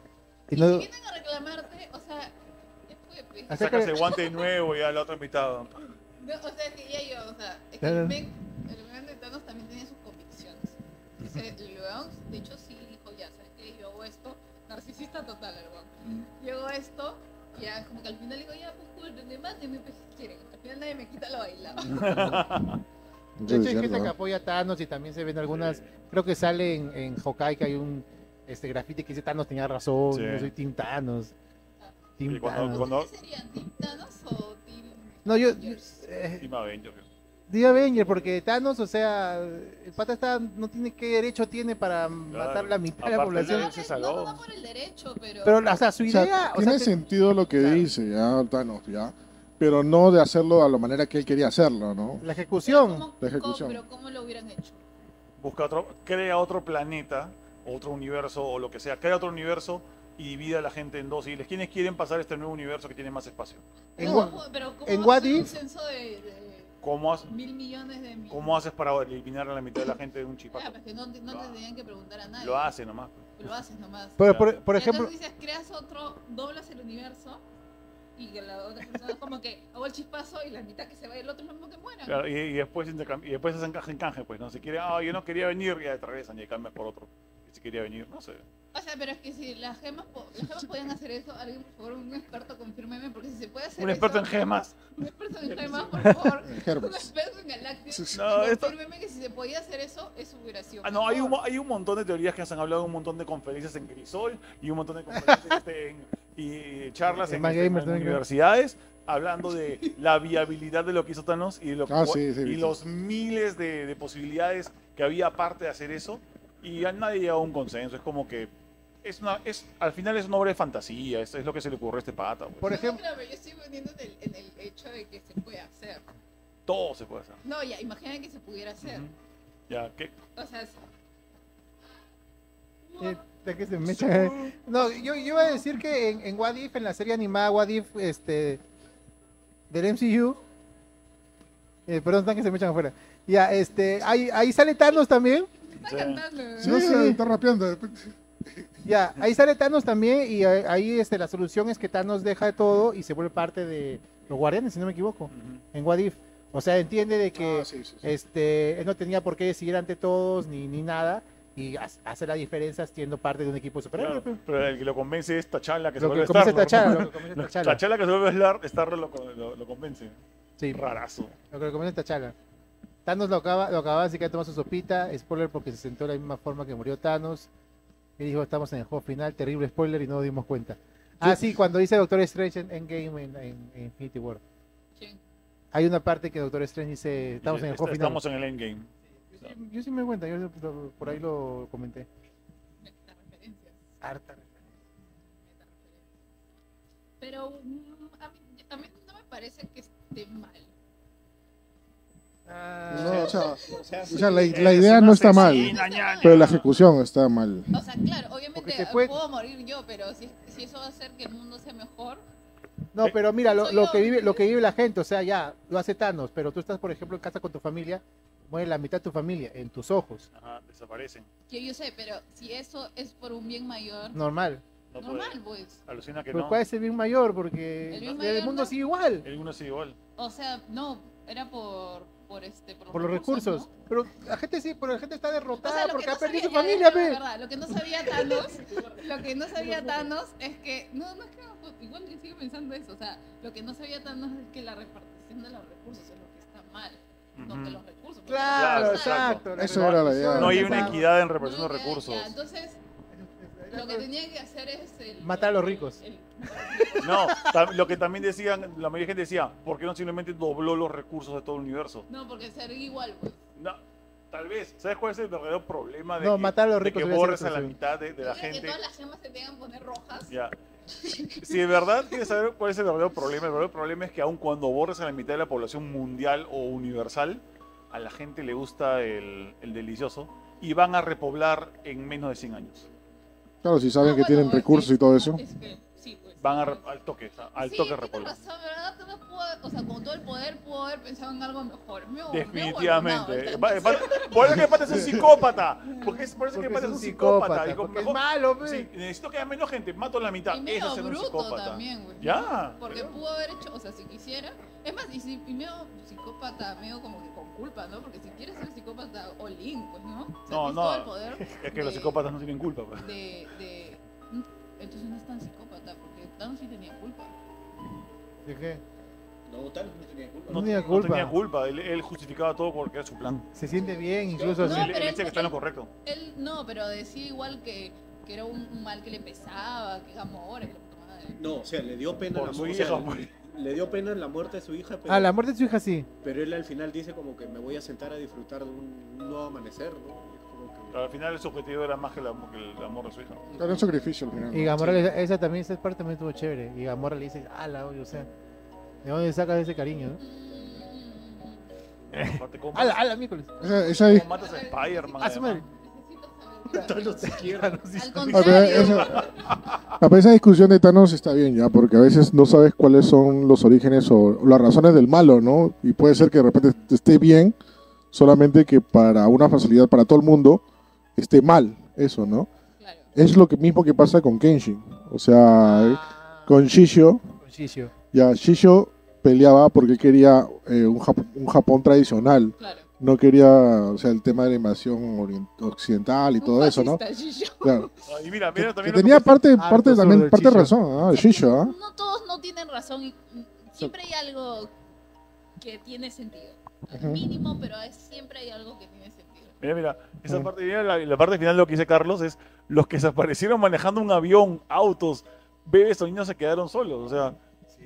F: Y
D: Y
F: no-
D: si vienen a reclamarte, o sea, ya fue, pues.
F: Así
C: Sacas el guante de nuevo y a la otra mitad.
D: No, o sea, que ya yo, o sea, es que
F: Claro.
D: el men, el men de Thanos también tenía sus convicciones. Entonces, el weón, de hecho, sí dijo, ya, ¿sabes qué? Yo hago esto, narcisista total, el weón. Yo hago esto, y ya, como que al final digo, ya, pues, cool, me manden, me quieren. Al final nadie me quita la baila.
F: De hecho, hay
A: Sí,
F: gente que
A: cierto.
F: apoya a Thanos y también se ven algunas. Creo que sale en, en Hawkeye que hay un este graffiti que dice Thanos tenía razón,
C: Sí.
F: yo soy Team Thanos. Team
C: Y cuando-
F: Thanos".
C: cuando-
D: ¿Qué sería, Team Thanos o Team
F: No, yo.
D: Avengers?
F: eh,
C: Team Avenger.
F: Di Avenger, porque Thanos, o sea, el pata está, no tiene qué derecho tiene para matar la mitad de la
C: Aparte,
F: población.
C: no
D: No,
C: se
D: no,
C: saló.
D: no, no por el derecho, pero...
F: Pero, o sea, su
A: O
F: idea.
A: sea,
F: o
A: tiene
F: sea, te-
A: sentido lo que
F: Claro.
A: dice, ya, Thanos, ya. Pero no de hacerlo a la manera que él quería hacerlo, ¿no?
F: la ejecución.
D: ¿cómo,
A: la ejecución.
D: Pero ¿cómo lo hubieran hecho?
C: Busca otro, crea otro planeta, otro universo o lo que sea. Crea otro universo y divide a la gente en dos. Y les quienes quieren pasar este nuevo universo que tiene más espacio.
F: En
D: ¿Cómo-
F: Wa-
D: pero ¿cómo
F: en
D: vas a
F: What
D: hacer un
F: If?
D: censo de, de
C: ¿Cómo, has-
D: mil millones de mil-
C: cómo haces para eliminar a la mitad de la gente de un
D: Ya,
C: chipato?
D: pues que no, te- no te tenían que preguntar a nadie.
C: Lo hace nomás. pues.
D: Lo haces nomás.
F: Pero, por, por ejemplo,
D: Entonces dices, creas otro, doblas el universo y que la otra persona como que hago el chispazo y la mitad que se va y el otro es lo mismo que muera.
C: Claro, y, y después intercambi- y después hacen canje en canje, pues, ¿no? Si quiere, ah, yo no quería venir, ya te regresan y cambias por otro. Y si quería venir, no sé.
D: O sea, pero es que si las gemas, po- las gemas podían hacer eso, alguien por favor, un experto confírmeme, porque si se puede hacer
C: Un experto en
D: eso,
C: gemas.
D: un experto en gemas, por favor,
A: En
D: un
A: Herbes.
D: experto en galácticos,
C: No, esto-
D: confírmeme que si se podía hacer eso, eso hubiera sido
C: Ah, no, hay un,
D: mejor.
C: mo- hay un montón de teorías que se han hablado, un montón de conferencias en Crisol y un montón de conferencias este, en- y charlas
F: En
C: en,
F: Mad
C: este,
F: Gamer
C: en
F: también, creo.
C: universidades hablando de la viabilidad de lo que hizo Thanos y, de lo que-
A: Ah, sí, sí,
C: y
A: sí.
C: los miles de, de posibilidades que había aparte de hacer eso y a nadie llegó a un consenso. Es como que es una, es, al final es una obra de fantasía, es, es lo que se le ocurrió a este pata. pues.
F: por
D: No,
F: ejemplo,
D: claro, pero yo estoy poniendo en el, en el hecho de que se puede hacer.
C: Todo se puede hacer.
D: No, ya, imagina que se pudiera hacer.
C: Ujú. Ya, ¿qué?
D: O sea, es-
F: eh, de que se me echa- No, yo, yo iba a decir que en, en What If, en la serie animada What If, este, del MCU, eh, perdón, están que se me echan afuera. Ya, este, ahí, ahí sale Thanos también.
D: está
C: Sí.
D: cantando.
A: Sí,
F: No sé.
A: está rapeando. de repente.
F: Ya, ahí sale Thanos también y ahí- ahí este, la solución es que Thanos deja todo y se vuelve parte de los guardianes, si no me equivoco,
C: Ujú.
F: en What If. O sea, entiende de que
A: Ah, sí, sí, sí.
F: este, él no tenía por qué decidir ante todos ni, ni nada y ha- hace la diferencia siendo parte de un equipo de
C: Claro,
F: superhéroes.
C: pero el que lo convence es Tachala, que se
F: Lo
C: vuelve
F: que comienza
C: Star-Lord.
F: T'Challa, lo que comienza
C: Lo-
F: T'Challa.
C: T'Challa que se vuelve Star, Star lo, lo, lo convence.
F: Sí.
C: Rarazo.
F: Lo que recomienda Tachala. Thanos lo acaba, lo acababa, así que tomó su sopita. Spoiler porque se sentó de la misma forma que murió Thanos. Y dijo, estamos en el juego final, terrible spoiler y no nos dimos cuenta. Ah, sí, cuando dice Doctor Strange en Endgame en, en- en Infinity War.
D: Sí.
F: Hay una parte que Doctor Strange dice, estamos en el
C: Está-
F: juego final.
C: estamos en el endgame.
F: Yo, sí, yo sí me doy cuenta, yo lo- por ahí lo comenté.
D: Meta referencias,
F: Harta.
D: meta referencias. Pero mm, a mí, a mí no me parece que esté mal.
A: No,
E: Ah.
A: o sea,
E: O sea,
A: o sea, la, la idea no está mal, pero la ejecución está mal.
D: O sea, claro, obviamente
F: Porque te puede-
D: puedo morir yo, pero si, si eso va a hacer que el mundo sea mejor,
F: No,
C: Eh,
F: pero mira, lo,
D: soy
F: lo
D: yo.
F: que vive, lo que vive la gente, o sea, ya, lo hace Thanos, pero tú estás, por ejemplo, en casa con tu familia, muere la mitad de tu familia, en tus ojos,
C: Ajá, desaparecen.
D: que yo sé, pero si eso es por un bien mayor,
F: normal.
C: No
D: normal,
C: puede.
D: pues.
C: Alucina que
F: Pero
C: no.
F: ¿cuál es el bien mayor? Porque
D: El
F: el,
D: bien mayor,
F: mundo
D: ¿no?
F: sigue igual,
C: El uno sigue igual.
D: O sea, no, era por, por, este,
F: por los recursos.
D: ¿no?
F: Pero la gente sí, pero la gente está
D: O
F: derrotada
D: sea, lo
F: porque
D: que no
F: ha perdido su
D: sabía- ya,
F: familia, pues.
D: ya, la
F: ve.
D: verdad, Lo que no sabía Thanos, lo que no sabía Thanos es que, no, no es que, igual yo sigo pensando eso, o sea, lo que no sabía Thanos es que la repartición de los recursos es lo que está mal, no que
C: Ujú.
D: los recursos. porque
F: Claro,
C: Claro,
F: exacto. la
A: Eso era la idea.
C: No hay
F: Exacto.
C: una equidad en
D: no
C: repartición de
D: había- ya,
C: recursos.
D: entonces, lo que tenía que hacer es el-
F: Matar a los ricos.
D: el-
C: No, ta- lo que también decían, la mayoría de gente decía, ¿por qué no simplemente dobló los recursos de todo el universo?
D: no, porque ser igual, pues.
C: No, tal vez. ¿Sabes cuál es el verdadero problema de
F: No,
C: que,
F: matar a los
C: de
F: ricos.
C: que
F: hubiera sido
C: borres a la
F: solución.
C: mitad de, de la
D: Yo creo Que
C: gente?
D: todas las gemas se tengan que poner rojas.
C: Ya. Si de verdad quieres saber cuál es el verdadero problema, el verdadero problema es que aun cuando borres a la mitad de la población mundial o universal, a la gente le gusta el, el delicioso y van a repoblar en menos de 100 años.
A: Claro, si saben
D: Ah,
A: que
D: bueno,
A: tienen
D: es que-
A: recursos y todo eso.
D: es que, sí, pues.
C: Van a re- al toque, al
D: sí,
C: toque
D: tienes
C: repoblar.
D: razón, ¿verdad? Tú no puedo- o sea, con todo el poder puedo haber pensado en algo mejor. Me- me he
C: Definitivamente.
D: guardado,
C: Va- va- Por eso que Pata es un psicópata. Porque es, por eso
F: Porque
C: que Pata
F: es un
C: psicópata.
F: psicópata,
C: Dijo,
F: porque es
C: mejor-
F: malo, pues. ve.
C: sí, necesito que haya menos gente, mato la mitad.
D: Y
C: Eso
D: medio
C: es ser un
D: bruto
C: psicópata.
D: también, güey.
C: Ya.
D: Porque pudo haber hecho, o sea, si quisiera. Es más, y, si, y medio psicópata, medio como que con culpa, ¿no? Porque si quieres ser psicópata, all-in, pues, ¿no? O sea,
C: No,
D: tienes
C: no.
D: todo el poder
C: Es que los
D: de-
C: psicópatas no tienen culpa. pues.
D: de, de... mm, Entonces no es tan psicópata, porque Thanos sí tenía culpa.
F: ¿De qué?
E: No, Thanos no tenía culpa.
C: No,
F: No tenía
C: no
F: culpa.
C: tenía culpa. Él, él justificaba todo porque era su plan.
F: Se siente bien, incluso
D: No,
C: Él-
F: así.
C: él,
D: pero
C: decía
D: él-
C: que está en lo correcto.
D: Él no, pero decía igual que, que era un, un mal que le pesaba, que es amor, que la puta madre.
E: No, o sea, le dio pena
C: Por
E: la
C: su pues.
E: muerte.
C: hija,
E: le dio pena la muerte de su hija, pero,
F: Ah, la muerte de su hija sí.
E: pero él al final dice como que me voy a sentar a disfrutar de un nuevo amanecer, ¿no? Es como que-
C: Pero al final su objetivo era más que el, amor- que el amor de su hija.
A: Era un sacrificio al final.
F: Y Gamora, le- esa también, esa parte también estuvo chévere. Y Gamora le dice, ah, la odio, o sea, ¿de dónde sacas ese cariño? no?
D: Mm,
C: Aparte, ¿cómo,
F: ¡Ala, ala, miércoles!
A: Esa, esa es-
C: cómo matas a Spider-Man?
F: Ah, su madre.
C: además?
D: necesito saber.
E: Thanos se quiebra.
D: Al
A: Ah, pero
D: contrario,
A: esa- a ver, esa discusión de Thanos está bien ya, porque a veces no sabes cuáles son los orígenes o las razones del malo, ¿no? Y puede ser que de repente esté bien, solamente que para una facilidad para todo el mundo esté mal, eso, ¿no?
D: claro.
A: Es lo que mismo que pasa con Kenshin, o sea, con Shishio,
F: Ah, Con Shishio.
A: ya Shishio peleaba porque quería eh, un, Jap- un Japón tradicional,
D: Claro.
A: no quería, o sea, el tema de la invasión orient- occidental y
D: Un
A: todo eso, ¿no?
D: fascista, Gillo.
A: Claro.
C: Ah, Y mira,
A: Que,
C: mira
A: que
C: también. lo que
A: tenía
C: pasa-
A: parte,
F: Ah,
A: parte
F: el zurdo,
A: también,
F: el
A: parte
F: Shisha.
A: razón, ah, Shisha, ah.
D: No todos no tienen razón y mm, siempre hay algo que tiene sentido.
A: Ujú.
D: Mínimo, pero es- siempre hay algo que tiene sentido.
C: Mira, mira, esa
A: Mm.
C: parte, mira, la, la parte final de lo que dice Carlos es los que desaparecieron manejando un avión, autos, bebés o niños se quedaron solos. O sea,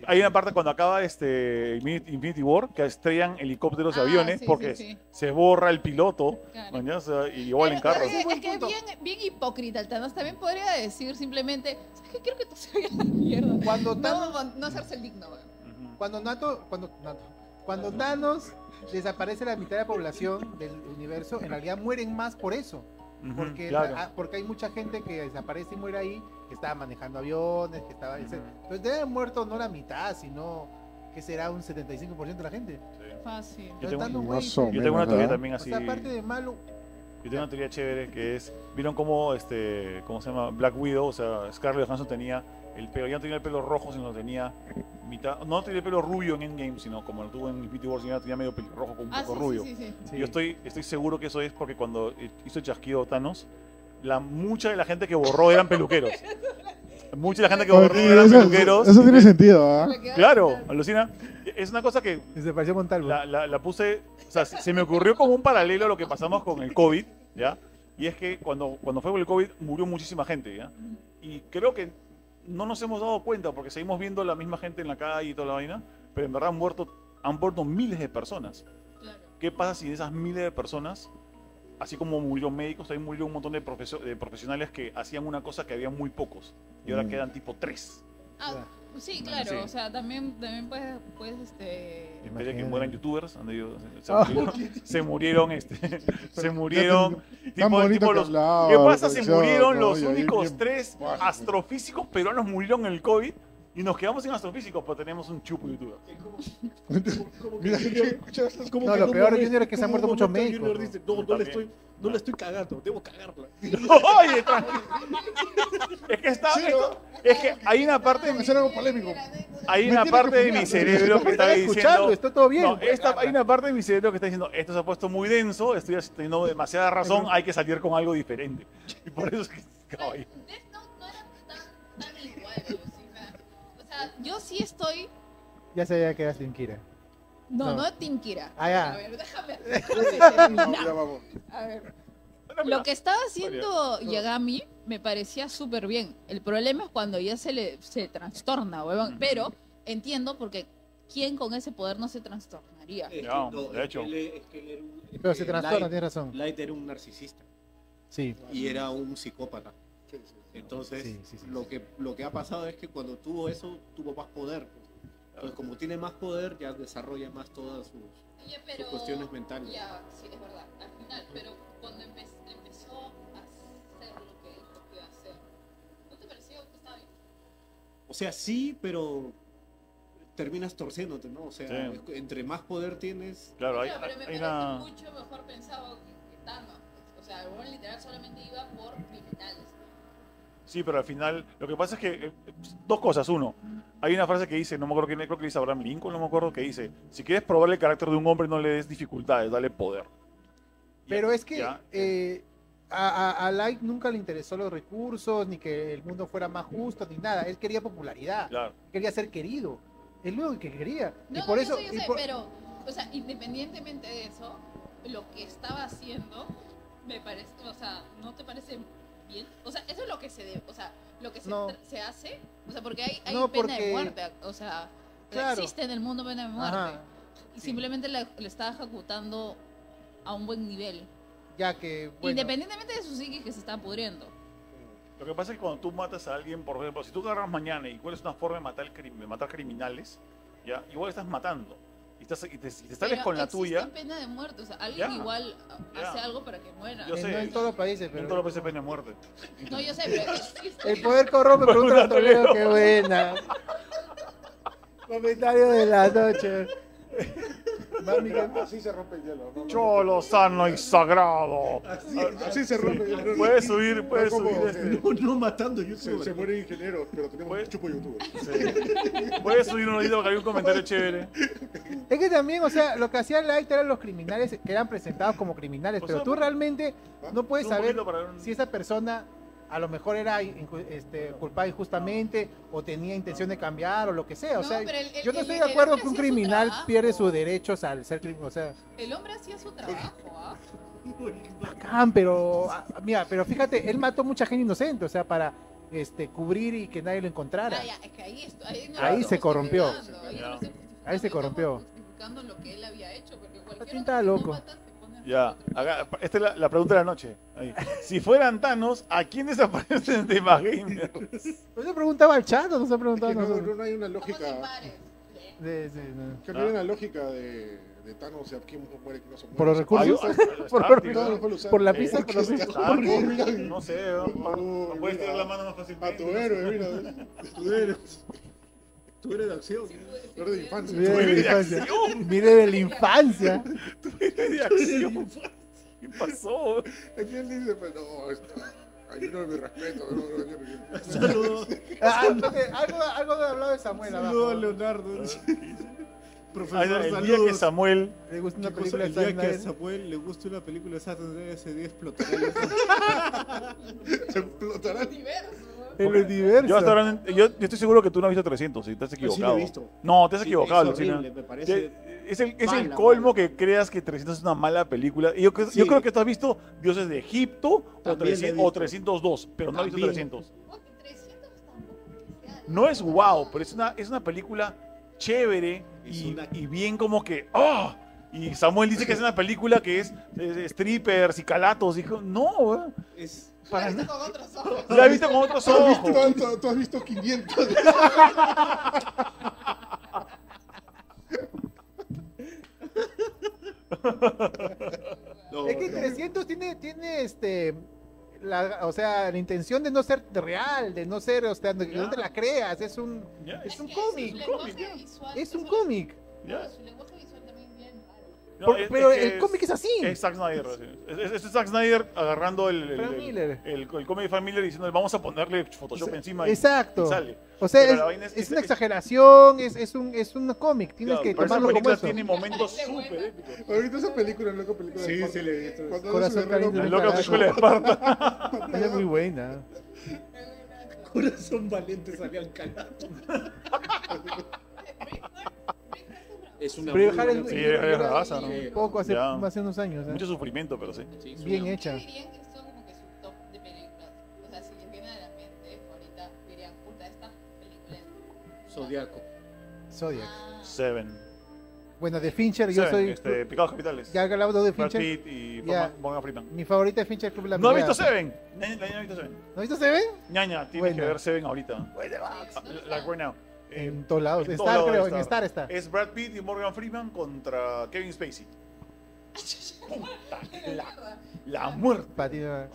C: hay una parte cuando acaba este Infinity Infinity War que estrellan helicópteros y
D: Ah,
C: aviones
D: sí,
C: porque
D: sí, sí,
C: se borra el piloto
D: claro.
C: mañana, se- y igual en
D: Pero
C: carros.
D: Es que, es que bien, bien hipócrita el Thanos. También podría decir simplemente, ¿sabes qué? Quiero que tú se vayas a la mierda.
F: Cuando Thanos,
D: No, no hacerse el digno, weón.
C: Ujú.
F: cuando Nato, cuando Nato, cuando Thanos desaparece la mitad de la población del universo, en realidad mueren más por eso.
C: Ujú,
F: Porque,
C: claro.
F: ah, porque hay mucha gente que desaparece y muere ahí, que estaba manejando aviones, que estaba...
C: Ujú.
F: Entonces debe haber muerto no la mitad, sino que será un 75% de la gente.
D: Fácil.
C: Yo tengo-
F: Estando un güey
A: Más o
F: que-
C: Yo
A: menos,
C: tengo una teoría
A: ¿verdad?
C: también
F: O
C: así.
F: sea, aparte de malo,
C: Yo tengo una teoría chévere que es, ¿vieron cómo este, cómo se llama? Black Widow, o sea, Scarlett Johansson tenía el pelo, ya no tenía el pelo rojo, sino tenía mitad, no tenía el pelo rubio en Endgame, sino como lo tuvo en Infinity War, sino tenía medio pelirrojo con un
D: Ah, sí,
C: poco rubio.
D: sí, sí, sí.
C: Yo estoy, estoy seguro que eso es porque cuando hizo el chasquido Thanos, la, mucha de la gente que borró eran peluqueros. Mucha de la gente que
A: Ah,
C: borró
A: sí,
C: eran
A: eso-
C: peluqueros.
A: Eso tiene sentido, ¿ah?
D: Le queda-
C: Claro, alucina. Es una cosa que
F: desapareció Montalvo.
C: la, la- la puse, o sea, se se me ocurrió como un paralelo a lo que pasamos con el COVID, ¿ya? Y es que cuando, cuando fue el COVID murió muchísima gente, ¿ya? Y creo que no nos hemos dado cuenta porque seguimos viendo la misma gente en la calle y toda la vaina, pero en verdad han muerto, han muerto miles de personas.
D: Claro.
C: ¿Qué pasa si de esas miles de personas, así como murió médicos, también murió un montón de, profesio- de profesionales que hacían una cosa que había muy pocos y ahora
A: Mm.
C: quedan tipo tres?
D: Ah, Sí, claro,
C: Sí.
D: o sea, también, también puedes, puedes, este...
C: En vez de que
F: Imagínate.
C: mueran youtubers, han debido- se,
A: Ah,
C: se murieron, este, se murieron.
A: Tan
C: Tipo,
A: bonito
C: tipo
A: que
C: los,
A: hablaba,
C: ¿Qué pasa? Se
A: organizado,
C: murieron
A: ¿no?
C: los
A: Y ahí
C: únicos
A: bien-
C: tres
A: bajo, pues.
C: astrofísicos peruanos murieron en el COVID y nos quedamos sin astrofísicos, pero tenemos un chupo youtuber.
A: Mira,
E: Es como
F: No,
E: que
F: lo
E: en
F: peor,
E: un momento-
F: Junior, es que se han
E: en un
F: muerto muchos
E: momento el Junior
F: médicos,
E: dice, no, no le
C: También.
E: estoy, no le estoy cagando, debo cagarla.
C: Oye, tranqui- es que está,
A: Sí,
C: esto- es que hay una parte de mi,
A: hacer algo polémico.
C: hay
A: Me
C: una
A: tiene
C: parte
A: que
C: de mi
A: opinar.
C: cerebro que está
F: escuchando,
C: diciendo.
F: está todo bien.
C: No, esta, hay una parte de mi cerebro que está diciendo, esto se ha puesto muy denso, estoy teniendo demasiada razón, hay que salir con algo diferente. Y por eso es que, caballo.
D: Death Note no era tan, tan igual, o sea, o sea, yo sí estoy...
F: Ya se había quedado sin Kira.
D: No,
F: No.
D: no, Tinkira.
F: Ah, ya.
D: A ver, déjame, déjame terminar.
A: Ya vamos.
D: A ver, lo que estaba haciendo Yagami me parecía súper bien. El problema es cuando ya se le se trastorna, huevón.
C: Ujú.
D: Pero entiendo porque ¿quién con ese poder no se trastornaría?
E: Es que
C: Ya,
E: no,
C: de
E: es
C: hecho.
E: que él- es que él era un- es
F: Pero
E: que
F: se trastorna,
E: Light-
F: tienes razón.
E: Light era un narcisista
F: Sí.
E: y era un psicópata.
A: Sí, sí, sí.
E: Entonces,
F: Sí, sí, sí,
E: lo, Que, lo que ha pasado es que cuando tuvo eso, tuvo más poder. pues. Entonces, como tiene más poder, ya desarrolla más todas sus,
D: Oye,
E: sus
D: pero...
E: cuestiones mentales.
D: Ya, sí, es verdad. Al final, pero cuando empe- empezó a hacer lo que dijo que iba a hacer, ¿no te pareció que estaba bien?
E: O sea, sí, pero terminas torciéndote, ¿no? O sea,
C: Sí.
E: es- entre más poder tienes,
C: Claro, hay,
D: Claro, pero me
C: hay
D: parece
C: una...
D: mucho mejor pensado que, que Thanos. pues. O sea, el huevón literal solamente iba por criminales.
C: Sí, pero al final, lo que pasa es que eh, dos cosas. Uno, hay una frase que dice, no me acuerdo quién, es, creo que dice Abraham Lincoln, no me acuerdo, que dice, si quieres probar el carácter de un hombre, no le des dificultades, dale poder. Y-
F: Pero es que
C: ya,
F: eh, a, a- a Light nunca le interesó los recursos, ni que el mundo fuera más justo, ni nada. Él quería popularidad,
C: claro.
F: quería ser querido. Es lo que quería.
D: No,
F: y por
D: no,
F: eso.
D: yo sé,
F: y
D: yo sé,
F: por-
D: pero, o sea, independientemente de eso, lo que estaba haciendo, me parece, o sea, ¿no te parece bien? O sea, eso es lo que se debe, o sea, lo que se,
F: No.
D: tra- se hace, o sea, porque hay, hay
F: No,
D: pena de
F: porque-
D: muerte, o sea, no
F: Claro.
D: existe en el mundo pena de muerte.
F: Ajá,
D: Y simplemente la- le estaba ejecutando a un buen nivel.
F: ya que. Bueno,
D: Independientemente de su psique que se está pudriendo.
C: Lo que pasa es que cuando tú matas a alguien, por ejemplo, si tú agarras mañana y cuál es una forma de matar, cri- de matar criminales, ya, igual estás matando. Y, estás, y te, y te sales
D: Pero
C: con la
D: existe
C: tuya.
D: pena de muerte, o sea, alguien
C: Ya.
D: igual a-
C: Ya.
D: hace algo para que muera.
C: Yo
F: en-
C: sé.
F: no en todos los países, pero.
C: En todos los países pena de muerte.
D: No, yo sé, pero existe.
F: El poder corrompe,
C: Por
F: pero un
C: un
F: trastornero,
C: ratolero.
F: qué buena. Comentario de la noche. Mami, ¿qué-
A: Así se rompe el hielo. ¿no?
C: Cholo, sano y sagrado.
E: Así
A: Así se rompe el hielo.
C: Puedes subir, puedes
A: como
C: subir.
A: que-
C: este-
E: no, no matando
A: Se,
E: youtubers.
A: se mueren ingenieros, pero tenemos
C: Pues-
A: chupo youtuber.
C: Sí. Puedes subir un oído porque hay un comentario chévere.
F: Es que también, o sea, lo que hacían Light eran los criminales que eran presentados como criminales,
C: O
F: pero
C: sea,
F: tú realmente no puedes
C: Sube un
F: saber
C: poquito para ver un-
F: si esa persona a lo mejor era inju- este, culpada injustamente o tenía intención de cambiar o lo que sea. O
D: No,
F: sea,
D: pero el- el-
F: yo no
D: el-
F: estoy
D: el
F: de acuerdo
D: hombre
F: que un
D: hacía su
F: criminal
D: trabajo.
F: pierde sus derechos al ser criminal. O sea,
D: El hombre hacía su trabajo, ¿ah?
F: bacán, pero ah, mira, pero fíjate, él mató mucha gente inocente, o sea, para este cubrir y que nadie lo encontrara.
D: Ah, ya, es que ahí, esto- ahí, no
F: Ahí
D: lo
F: se
D: estoy
F: corrompió.
D: justificando, ahí no lo estoy justificando,
F: Ahí se
D: estamos
F: corrompió.
D: justificando lo que él había hecho, porque cualquier
F: Patín
D: otro
F: estaba loco.
D: psicópata se pone a hacer
C: Ya,
D: otro.
C: acá- esta es la, la pregunta de la noche. Ahí. Si fueran Thanos, ¿a quién desaparecen de Imagamer?
F: No se preguntaba al chat, o no se
A: Es
F: preguntaba
A: que
F: a
A: no,
F: nosotros.
A: no, no hay una
D: Estamos en
A: lógica.
D: pares. ¿eh?
F: Sí, sí, no.
A: Que no
C: Ah.
A: hay una lógica de, de Thanos, o sea, quién muere, quién no se muere.
F: Por los recursos.
C: Hay- hay-
F: Por-
C: Stark,
A: Todos los
C: ¿no?
A: pueblos usan-
F: Por la
A: Eh,
F: pizza, por la
A: porque
F: pizza.
A: está-
C: Stark,
A: Mira,
C: No sé, ¿no?
A: Oh,
C: No puedes
A: mira.
C: tirar la mano más
A: A tu
C: fácilmente.
A: héroe, mira.
E: Tú eres, tú eres de acción.
A: Héroe de infancia.
F: Mira de la
C: Mire de
F: infancia.
C: acción,
F: Mire de la infancia.
C: mire de acción. ¿Qué pasó?
A: Aquí él dice, pues no, esto- ahí no me respeto. no, no, yo- yo-
E: Saludos.
F: Ah, entonces, algo, algo de hablado de Samuel
E: Saludos,
F: abajo.
E: Leonardo.
C: Ay,
E: Profesor,
C: El día que
E: saludos.
C: Samuel.
F: Le gusta una
E: ¿Qué cosa?
F: película de
E: El día que a
F: Samuel.
E: Samuel le guste una película de Saturday ese día explotará.
A: Se explotará.
D: Diverso.
F: El
C: Porque
F: universo.
C: Yo, hasta ahora no ent- yo, yo estoy seguro que tú no has visto 300 y te has
E: Yo sí
C: equivocado.
E: lo he visto.
C: No, te has
E: Sí,
C: equivocado,
E: es
C: Lucina.
E: horrible, me parece.
C: Es el, es el
E: Mala,
C: colmo
E: mala.
C: que creas que 300 es una mala película. Y Yo, cre- yo
E: Sí.
C: creo que tú has visto Dioses de Egipto o,
E: También la he
C: 300 o
E: visto.
C: 302, pero no has visto
E: También.
C: 300.
D: Porque 300 tampoco es
C: No es wow, pero es una, es una película chévere
E: Es
C: y,
E: una-
C: y bien como que ¡ah! Y Samuel dice que es una película que es, eh, strippers y calatos. Dijo, no, weón.
E: Es,
C: para
D: Lo he visto con otros ojos.
C: La he visto con otros
A: ¿Tú has, visto,
C: ojos.
A: cuánto? ¿Tú has visto 500?
E: no,
F: Es que
E: no.
F: 300 tiene, tiene este, la, o sea, la intención de no ser real, de no ser, o sea, no, no te la creas, es un,
C: Ya,
F: Es
C: es-
F: un
D: que
F: cómic,
D: su
C: cómic,
D: lenguaje
C: ya.
D: visual-
F: es un
D: su-
F: cómic.
C: ya.
D: Su lenguaje visual también es bien raro.
C: No,
F: Por-
C: es-
F: pero
C: es que
F: el cómic es así.
C: Es Zack Snyder. así. Es, es- es Zack Snider agarrando el, el,
F: Frank
C: el-
F: Miller.
C: el- el cómic de Frank Miller y diciendo, vamos a ponerle Photoshop
F: Exa-
C: encima. y-
F: Exacto.
C: Y sale.
F: O sea,
C: Pero
F: es,
C: la vaina es-
F: es
C: es-
F: una
C: es-
F: exageración, es, es un, es un cómic, tienes
C: Claro,
F: que
C: pero esa
F: tomarlo como
C: película
F: eso.
C: tiene momentos
D: Qué bueno.
C: súper épicos.
A: Ahorita esa película, la loca película. de
E: Sí,
A: Sparta.
E: sí, le he visto.
A: Cuando hace
F: Corazón
A: su guerrero,
F: caliente.
C: La
F: Muy
C: loca
F: carajo.
C: película de Esparta.
F: Es muy buena.
E: Corazón valiente salió al canal. Es una
F: Pero
E: muy
F: Harry-
E: buena
C: Sí,
E: película.
C: es bravaza, ¿no?
E: Sí,
F: Poco, hace,
C: Ya.
F: hace unos años. ¿eh?
C: Mucho sufrimiento, pero sí.
E: sí, es
F: Bien eh.
E: una-
F: hecha.
D: Ustedes dirían que son como que su top de películas. O sea, si les viene a la mente ahorita, dirían, puta, esta película es.
E: Zodiaco.
F: Zodiac.
D: Ah,
C: Seven.
F: Bueno, de Fincher, yo
C: Seven,
F: soy.
C: este, Pecados Capitales.
F: Ya he hablado de
C: Brad
F: Fincher.
C: Pitt y
F: Ya.
C: Morgan- Morgan Freeman.
F: Mi favorita es Fincher Club La
C: ¿No has
F: Mirada.
C: visto Seven? Ñaña, la ñaña no ha visto Seven.
F: ¿No has visto Seven?
C: Ñaña, tienes
F: Bueno.
C: que ver Seven ahorita. Ah,
D: ¿dónde está?
C: La right now. Eh,
F: En todos lados.
C: en
F: En
C: todos
F: Star,
C: lados
F: creo.
C: de
F: En
C: Star.
F: Star está.
C: es Brad Pitt y Morgan Freeman contra Kevin Spacey.
D: mierda.
C: La muerte.
F: Patino.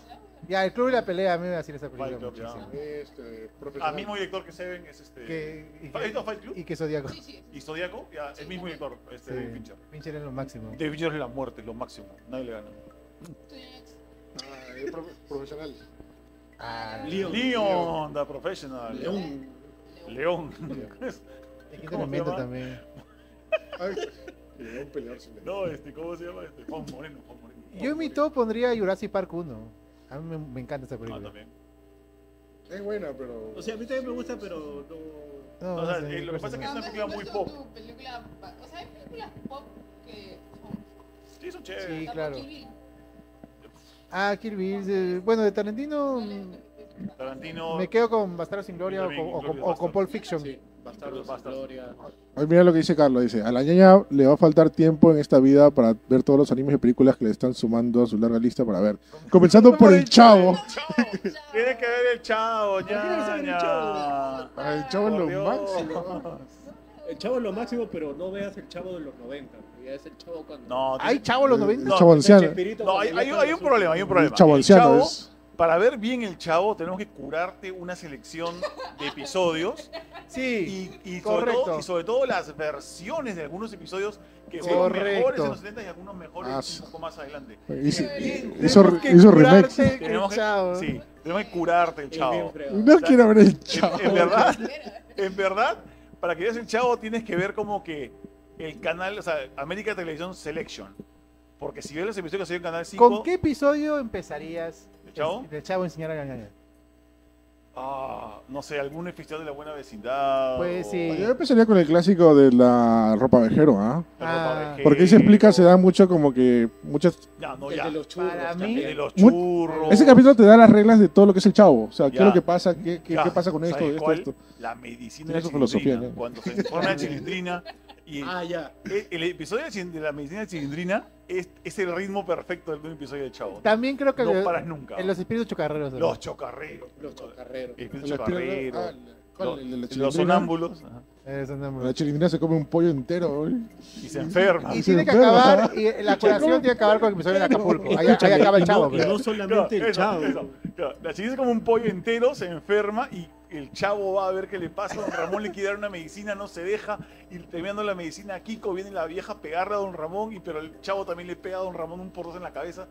F: Ya, el club y la pelea, a mí me va a decir esa película.
C: Fight Club, ya.
F: muchísimo.
A: Este,
C: Al
A: profesional.
C: mismo director que Seven es este.
F: Que, y,
C: ¿Has visto
F: que,
C: Fight Club?
F: y que Zodíaco.
D: Sí, sí.
C: Y Zodíaco, ya, el mismo director, este
F: Sí.
C: Fincher.
F: Fincher es lo máximo.
C: David Fincher es la muerte, es lo máximo. Nadie le gana.
D: Tú ya ex-
A: Ah, eh, profe- profesional.
F: Ah,
E: Leon.
C: Leon, The Professional.
E: León.
C: León.
F: aquí te
C: ¿Cómo se
F: momento
C: llama?
F: también.
A: Ay, y le da un pelearse.
C: No, este, ¿cómo se llama? Este, Juan Moreno. Juan Moreno.
F: Yo en mi top pondría Jurassic Park 1. A mí me, me encanta esa
C: Ah,
F: película.
C: también.
A: Es buena, pero.
E: O sea, a mí también me gusta, pero no.
F: No,
C: O sea,
F: no sé,
C: eh, lo que pasa
F: personal.
C: es que- una
D: Además,
C: película muy
D: incluso
C: pop.
D: tu película pa- o sea, hay películas pop que son-
C: Sí, son chéveres.
F: Sí,
D: Tampoco
F: claro.
D: Kill Bill,
F: Ah, Kill Bill. eh, bueno, de Tarantino
D: ¿cuál es
F: mm,
D: lo que te gusta?
C: Tarantino.
F: me quedo con Bastardo sin Gloria o
C: Yo también,
F: con, o con-
C: Inglourious
F: o con Pulp
C: Basterds.
F: Fiction.
E: Sí, Bastardos,
C: Bastardos.
E: Gloria.
A: Ay, mira lo que dice Carlos. Dice, a la ñaña le va a faltar tiempo en esta vida para ver todos los animes y películas que le están sumando a su larga lista para ver. Comenzando por El Chavo.
D: Chao.
C: Tienes que ver el chavo, ya.
E: qué no se ve el
C: ya.
E: Chavo?
A: Ah, El Chavo es
C: Por
A: lo
C: Dios.
A: máximo.
E: El chavo es lo máximo, pero no veas el chavo de los 90. Ya es el chavo cuando.
C: No,
F: Ay,
C: tiene-
F: chavo, los
A: El-
F: 90.
A: Eh, El Chavo
E: El
A: Anciano.
E: Chespirito
C: No, hay,
E: cuando
C: hay-
E: ya
C: hay un
E: está
C: problema, hay un problema.
A: El Chavo
C: El
A: Anciano
C: Chavo,
A: es-
C: para ver bien el chavo, tenemos que curarte una selección de episodios
F: Sí.
C: y, y sobre todo,
F: correcto.
C: y sobre todo las versiones de algunos episodios que fueron
F: Correcto.
C: mejores en los 70 y algunos mejores
A: Ah,
C: un poco más adelante.
A: Hizo,
D: Bien,
A: hizo,
F: Tenemos que
A: hizo
F: curarte
A: remakes.
F: el
C: Tenemos que,
F: Chavo.
C: sí, tenemos que curarte el
E: Es bien
C: chavo.
E: fregado.
A: No quiero ver el
C: En,
A: Chavo.
C: en verdad,
D: Mira,
C: en verdad, para que veas el chavo tienes que ver como que el canal, o sea, América Televisión Selection. Porque si ves los episodios que salió en Canal 5,
F: ¿Con qué episodio empezarías?
C: ¿De Chavo?
F: De Chavo enseñar a ganar.
C: ah, no sé, algún festival de la buena vecindad.
F: Pues sí.
A: Yo empezaría con el clásico de la ropa vejero, ¿ah?
F: Ah,
A: Porque
C: Eh,
A: ahí se explica, se da mucho como que muchas
C: Ya, no,
E: El
C: ya.
E: de los churros.
F: Para mí-
E: también.
C: El de los
A: Mu-
C: churros.
A: Ese capítulo te da las reglas de todo lo que es el chavo. O sea, qué
C: Ya.
A: es lo que pasa, qué, qué,
C: Ya,
A: qué pasa con esto,
C: ¿sabes
A: esto,
C: cuál?
A: esto.
C: La medicina
A: Tiene
C: de
A: su filosofía,
C: cilindrina.
A: ¿no?
C: Cuando se informa de cilindrina. Y
E: Ah, ya.
C: el, el episodio de cil- de la medicina de cilindrina es, es el ritmo perfecto del episodio de Chavo.
F: También creo que
C: No
F: lo-
C: paras nunca.
F: en los espíritus chocarreros. ¿no?
C: Los chocarreros.
E: Los chocarreros.
C: El
A: El
C: chocarrero,
A: espíritu- ah, ¿cuál?
C: los-
A: El de la
C: los
A: chilindrina.
C: sonámbulos. ajá,
F: Ese nombre.
A: La chilindrina se come un pollo entero. ¿eh?
C: Y se enferman.
F: Y
A: Sí,
F: tiene que
A: pero-
F: acabar, y la curación tiene que acabar con el episodio de Acapulco. Ahí, ahí
E: Escúchame,
F: acaba el
E: y no-
F: chavo. pues.
E: Y
F: pero-
E: no solamente el
C: eso,
E: chavo.
C: eso, claro. La chica es como un pollo entero, se enferma y el chavo va a ver qué le pasa. Don Ramón le quiere dar una medicina, no se deja. Y terminando la medicina a Kiko, viene la vieja a pegarle a Don Ramón, y, pero el chavo también le pega a Don Ramón un por dos en la cabeza.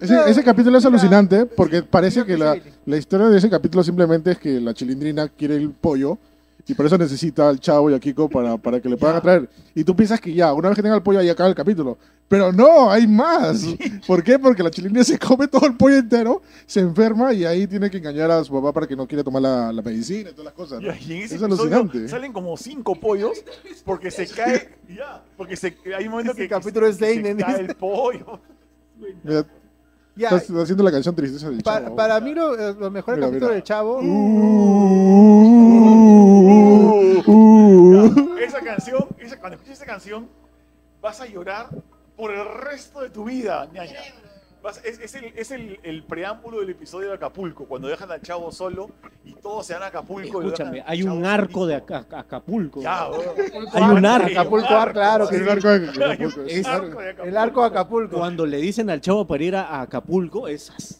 A: Ese,
F: Claro,
A: ese capítulo es
F: mira,
A: alucinante porque parece
F: mira
A: que
F: que
A: la,
F: sí.
A: la historia de ese capítulo simplemente es que la chilindrina quiere el pollo y por eso necesita al chavo y a Kiko para, para que le puedan atraer. Y tú piensas que ya, una vez que tenga el pollo ahí acaba el capítulo. Pero no, hay más. ¿Por qué? Porque la chilindrina se come todo el pollo entero, se enferma y ahí tiene que engañar a su papá para que no quiera tomar la, la medicina y todas las cosas.
C: Y
A: ¿no?
C: ahí en ese
A: Es
C: episodio
A: alucinante.
C: salen como cinco pollos porque se cae. Ya, porque se, hay un momento
F: Ese
C: que,
F: capítulo es
C: que se
F: Seinen,
C: cae
F: dice.
C: el pollo.
A: Mira,
F: Ya,
A: estás haciendo la canción tristeza del
F: pa-
A: chavo.
F: para mí lo, eh, lo mejor
A: Mira,
F: capítulo
A: mira.
F: del chavo.
A: Uh, uh, uh, uh.
F: uh.
C: Ya, esa canción, esa, cuando escuchas esa canción, vas a llorar por el resto de tu vida, ñaña.
D: Cerebro.
C: Vas- es es el, es el- el preámbulo del episodio de Acapulco, cuando dejan al chavo solo y todos se dan a Acapulco. y lo dejan
E: Escúchame,
C: al
E: hay
C: chavo
E: un arco de
C: solito.
E: Aca- Aca- Acapulco.
C: Ya, weón.
E: Hay un arco.
F: Acapulco, ah, claro que
A: El
F: sí.
A: arco de
C: Hay
A: Acapulco,
C: un
A: es-
C: arco de Acapulco.
F: El arco de Acapulco.
E: Cuando le dicen al chavo para ir a, a Acapulco, esas.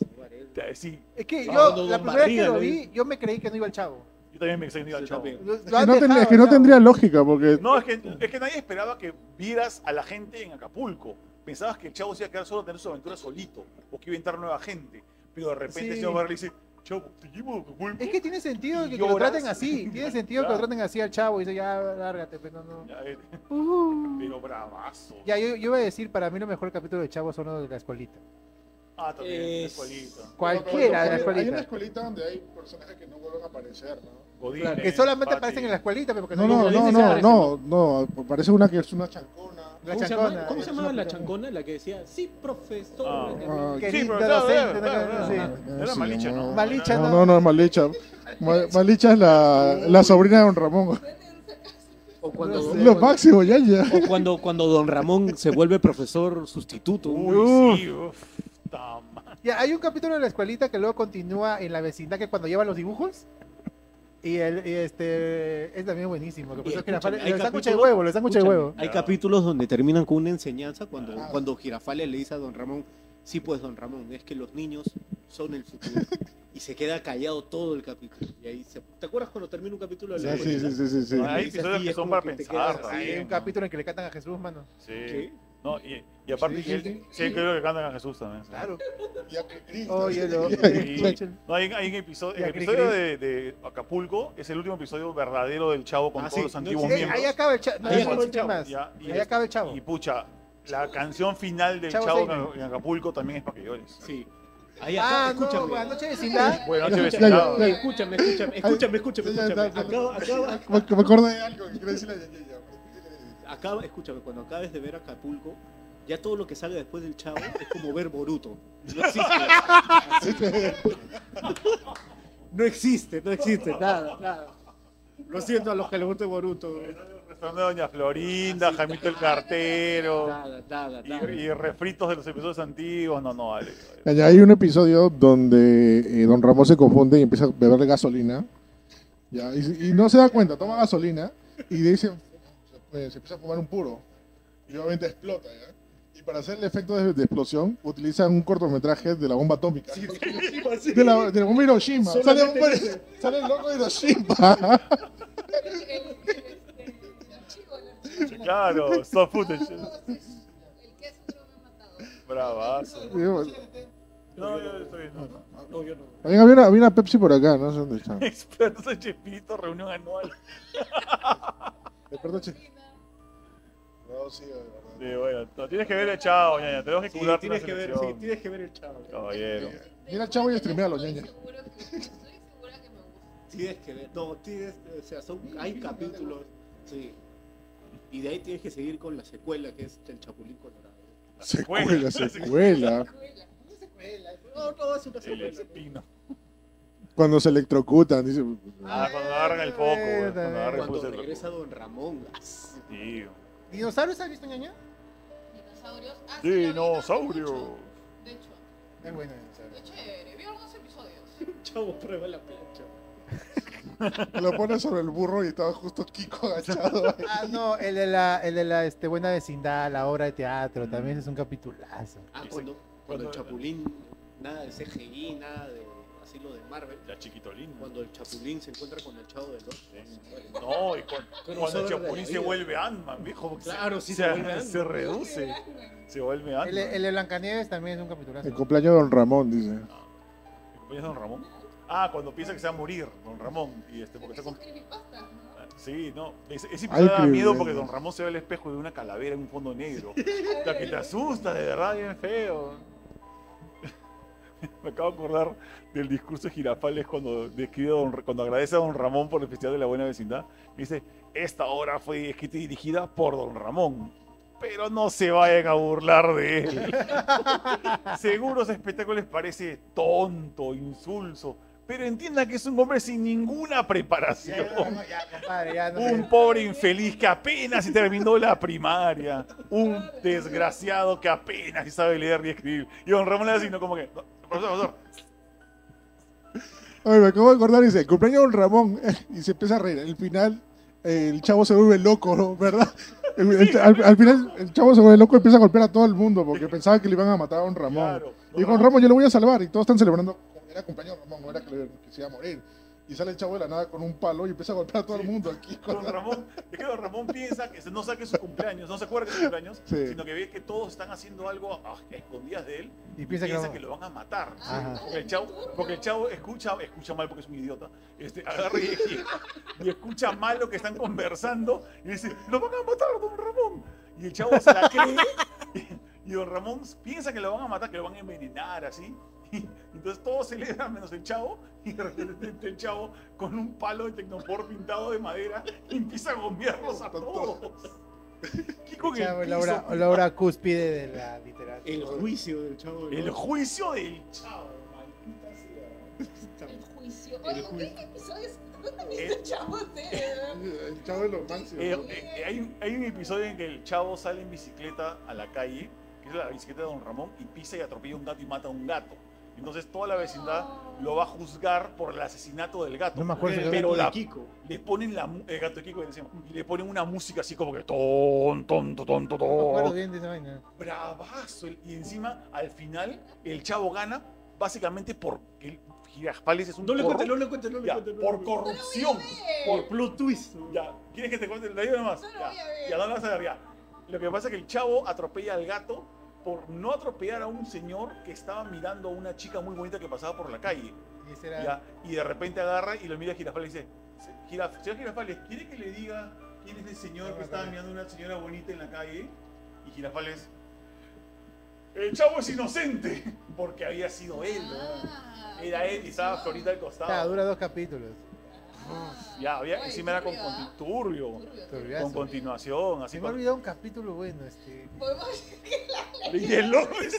C: Sí,
F: Es que yo,
E: Cuando
F: la
E: Don
F: primera vez que
E: Barriga
F: lo
E: lo
F: vi, yo me creí que no iba el chavo.
C: yo también me extrañé al
E: Yo
C: chavo.
E: también.
F: Lo- lo
A: Es que
F: han
A: no, ten-
F: dejado,
A: es que no
F: el chavo.
A: tendría lógica, porque
C: No, es que, es que nadie esperaba que vieras a la gente en Acapulco. Pensabas que el chavo se iba a quedar solo a tener su aventura solito o que iba a entrar nueva gente. Pero de repente el
F: Sí.
C: señor Barley dice, chavo, te llevo a Acapulco.
F: Es que tiene sentido
C: Y
F: que, que lo
C: lloras.
F: traten así. Tiene sentido que
C: Claro.
F: lo traten así al chavo. Y dice, ya, lárgate, pero no.
C: Ya, eh, Pero bravazo.
F: Ya, yo, yo iba a decir, para mí lo mejor capítulo de Chavo son los de la escuelita.
C: Ah, también,
F: eh,
H: Es-
C: escuelita.
F: Cualquiera de la
A: Hay una
F: escuelita.
A: escuelita donde hay personajes que no vuelven a aparecer, ¿no?
C: Godínez,
F: Que solamente
C: eh, Pati.
F: aparecen en la escuelita, pero porque
A: No, no,
F: son-
A: no,
H: sí
A: no,
H: aparece,
A: no, no, parece una que es una chancona.
F: La
H: ¿Cómo se
F: chancona.
H: llama- ¿Cómo se
A: es
H: llamaba
A: una
H: la chancona? La que decía, sí, profesor.
C: Ah.
H: la que-
A: Ah,
F: Qué
C: Sí,
F: lindo,
C: pero claro,
F: docente,
C: claro,
F: ¿no?
C: claro.
F: Sí.
C: Era Malicha, ¿no?
F: Malicha,
A: No,
F: ¿no?
A: no, no, es Malicha. Ma- Malicha es la, la sobrina de Don Ramón.
H: O cuando,
A: Es lo máximo, ya, ya.
E: O cuando, cuando Don Ramón se vuelve profesor sustituto.
C: Uy, sí, uf, ta madre.
F: Ya, hay un capítulo de la escuelita que luego continúa en la vecindad que cuando lleva los dibujos. Y, el, y este es también buenísimo. Lo que pasa es que la
E: escúchame,
F: fal-
E: hay
F: los sándwiches de
E: capítulos-
F: huevo, los sándwiches de
E: Escúchame,
F: huevo.
E: Hay
C: Claro.
E: capítulos donde terminan con una enseñanza cuando,
A: Claro.
E: cuando Girafales le dice a Don Ramón, sí pues Don Ramón, es que los niños son el futuro. y se queda callado todo el capítulo. Y ahí se- ¿Te acuerdas cuando termina un capítulo de la
A: Sí, sí,
E: novela?
A: sí, sí, sí, sí.
C: Hay
E: dices,
C: episodios
E: sí,
C: que
E: es
C: son
E: como
C: para
E: que te
C: pensar.
E: quedas así,
F: Hay
C: también,
F: un
C: ¿no?
F: capítulo en que le cantan a Jesús, mano.
C: Sí.
E: ¿Qué?
C: No, y, y aparte,
A: Sí,
C: que
A: sí,
C: él-
A: sí.
C: sí, creo que cantan a Jesús también. sí.
F: Claro.
A: Y a Cristo.
F: Oye, lo.
C: Sí. No, hay, hay un episodio,
F: Y
C: el
F: a Cri
C: episodio
F: Cri.
C: de, de Acapulco es el último episodio verdadero del Chavo con
E: Ah,
C: todos
E: sí.
C: los
E: No
C: antiguos
F: Sí,
E: existe-
C: miembros.
F: ahí acaba el chavo. No,
E: Ahí
F: hay
E: acaba
C: el
F: mucho
C: Chavo,
F: más.
C: ya, y
F: Ahí
C: es-
F: acaba el chavo.
C: Y pucha, la canción final del
F: Chavo
C: Chavo
F: Seinen.
C: en- en Acapulco también es para que llores.
E: Sí. Ahí acá,
F: Ah, no,
E: escúchame.
F: buenas noches vecindad.
C: Buenas noches,
E: Escúchame,
A: vecindad.
E: ya, ya. escúchame, escúchame, escúchame, escúchame,
A: Ya, ya,
E: escúchame.
A: ya, ya.
E: Acaba, acaba,
A: Me, me acordé de algo que quería decirle a Yaya, ya, pues, pero-
E: acaba- escúchame, cuando acabes de ver Acapulco, ya todo lo que salga después del chavo es como ver Boruto. No existe. No existe, no existe, nada, nada. Lo siento a los que les guste Boruto.
C: El restaurante de Doña Florinda,
E: Así,
C: Jamito el Cartero,
E: Nada, nada,
C: y,
E: nada.
C: y refritos de los episodios antiguos. No, no, vale. vale.
A: Yaya, hay un episodio donde eh, Don Ramón se confunde y empieza a beber gasolina. Ya, y, y no se da cuenta, toma gasolina y dice, se, pues, se empieza a fumar un puro. Y obviamente explota, ¿ya? Y para hacer el efecto de, de explosión, utilizan un cortometraje de la bomba atómica.
E: pues
A: De la, de la bomba Hiroshima. Sale, sale el loco de Hiroshima.
C: Claro, stop footage.
D: El queso no me ha matado.
C: Bravazo.
A: Digamos,
C: No, yo estoy bien. no, no.
H: No, yo no.
A: También había una, había una Pepsi por acá, no sé dónde está.
C: Expertos en Chespirito, reunión anual.
A: Despertó Che- No, sí, de verdad.
C: Sí, bueno, no, tienes que ver el Chavo, ñaña. Tenemos que
E: Sí,
C: curarte
E: tienes
C: una
E: que ver, sí,
C: selección.
E: tienes que ver el chavo.
C: Caballero.
A: Mira, chavo, y streamealo, ñaña.
D: Estoy segura que- estoy segura que me gusta.
E: Tienes que ver, no, tienes, o sea, son, hay capítulos, sí. Y de ahí tienes que seguir con la secuela que es el Chapulín Colorado.
A: Secuela, secuela.
D: Escuela.
E: No, no, es una
C: El
E: secuela.
C: espino.
A: Cuando se electrocutan, dice.
C: Ah, cuando agarran el foco, güey, cuando agarran el foco.
E: Cuando
C: se lo-
E: regresa Don Ramón.
C: Tío.
F: ¿Dinosaurios has visto, ñaña?
D: Dinosaurios. Ah, sí, lo vi, no hace
C: Dinosaurio.
D: mucho. De hecho,
F: Es bueno, dinosaurio.
D: qué chévere. Vi algunos episodios.
E: Chavo, prueba la plancha.
A: Lo pone sobre el burro y estaba justo Kiko agachado. ahí.
F: Ah, no, el de la, el de la este, buena vecindad, la obra de teatro, también es un capitulazo.
E: Ah,
C: Sí,
E: cuando, cuando el
C: Cuando-
E: Chapulín, nada de CGI, nada de así lo de Marvel.
C: La chiquitolina.
E: Cuando el Chapulín se encuentra con el Chavo del Ocho.
C: No, y cuando, cuando el
E: Crossover de
C: Chapulín
E: la
C: se
E: vida.
C: vuelve Ant-Man, viejo.
E: Claro, sí
C: se,
E: se vuelve
C: se
E: Ant-Man.
C: reduce. Se vuelve
F: El, de- el
C: Ant-Man.
F: de Blancanieves también es un capitulazo.
A: El cumpleaños de Don Ramón, dice.
C: ¿Acompañas a Don Ramón? Ah, cuando piensa que se va a morir, Don Ramón. Y este, porque está con...
D: Esos creepypastas, ¿no?
C: Sí, no. Ese, ese
A: Ay,
C: episodio da
A: qué
C: miedo
A: bueno.
C: porque Don Ramón se ve al espejo de una calavera en un fondo negro. O sea, que te asusta, de verdad, bien feo. Me acabo de acordar del discurso de Girafales cuando, describe a don- cuando agradece a Don Ramón por el Festival de la Buena Vecindad. Dice, esta obra fue escrita y dirigida por Don Ramón, pero no se vayan a burlar de él. Seguro ese espectáculo les parece tonto, insulso, Pero entienda que es un hombre sin ninguna preparación.
F: ya, compadre, ya no sé.
C: Un pobre infeliz que apenas si terminó la primaria. Un desgraciado que apenas si sabe leer ni escribir. Y don Ramón le hace sino como que. "No, profesor, profesor.
A: Ay, me acabo de acordar, dice, el cumpleaños de Don Ramón, y se empieza a reír. Al final, eh, el chavo se vuelve loco, ¿no? ¿verdad? El- el- al, al final, el chavo se vuelve loco y empieza a golpear a todo el mundo, porque pensaba que le iban a matar a Don Ramón.
C: Claro,
A: Y dijo, Don Ramón, yo lo voy a salvar. Y todos están celebrando, como era cumpleaños de Ramón, no era que, le- que se iba a morir. Y sale el chavo de la nada con un palo y empieza a golpear a todo el mundo aquí.
C: Don Ramón, es que Don Ramón piensa que no saque sus cumpleaños, no se acuerda de sus cumpleaños,
A: Sí.
C: sino que ve que todos están haciendo algo a a escondidas de él
F: Y piensa que no.
C: que lo van a matar.
F: Ajá.
C: Porque el chavo, porque el chavo escucha, escucha mal porque es un idiota. Este, agarra y, y- y escucha mal lo que están conversando y dice, lo van a matar, don Ramón. Y el chavo se la cree y, y don Ramón piensa que lo van a matar, que lo van a envenenar, así. Y, entonces todos celebran menos el chavo y de repente el chavo con un palo de tecnopor pintado de madera empieza a gombearlos a todos. Kiko en el
F: Chavo, la
C: piso,
F: obra, la obra cúspide de la literatura.
G: El juicio del chavo.
C: el
G: juicio.
C: juicio del chavo, maldita sea.
D: El juicio. Oye,
G: juicio.
D: ¿qué episodios? ¿Dónde han
C: Eh.
D: visto chavos? eh?
A: El chavo de los mancios.
C: Eh, eh, hay, un- hay un episodio en que el chavo sale en bicicleta a la calle, que es la bicicleta de Don Ramón, y pisa y atropella a un gato y mata a un gato. Entonces toda la vecindad lo va a juzgar por el asesinato del gato.
F: No me acuerdo.
C: pero la-
G: Kiko.
C: le ponen la mu- el gato de Kiko que decíamos, y le ponen una música así como que ton, ton, ton, ton,
F: No
C: ton,
F: me acuerdo
C: ton.
F: bien de esa vaina.
C: Bravazo. Y encima, al final, el chavo gana básicamente porque el Giraspales es un
G: No le
C: corru-
G: cuentes, no le cuentes, no le
C: ya,
G: cuentes. no le
C: por
G: cuentes.
C: corrupción.
G: Por plot twist.
C: Ya, ¿quieres que te cuente el detalle nomás?
D: No lo
C: Ya,
D: voy a ver.
C: ya no lo vas a ver, ya. Lo que pasa es que el chavo atropella al gato por no atropellar a un señor que estaba mirando a una chica muy bonita que pasaba por la calle.
F: Y ese era-
C: Ya, y de repente agarra y lo mira a Girafales y dice, "Se- Giraf- señor Girafales, ¿quiere que le diga quién es el señor que estaba mirando a una señora bonita en la calle? Y Girafales, el chavo es inocente, porque había sido él. ¿no?
D: Ah,
C: Era él y estaba
D: corrupción.
C: Florita al
F: Ah,
C: costado.
F: dura dos capítulos.
D: Ah.
C: Ya, había,
D: Oye,
C: encima era con,
D: turbio, ¿ah?
C: con turbio.
D: Turbio,
F: Con
D: turbio.
C: con continuación, así
F: Se me ha
C: con...
F: olvidado un capítulo bueno, este.
D: Podemos decir que la
C: Y el loco dice,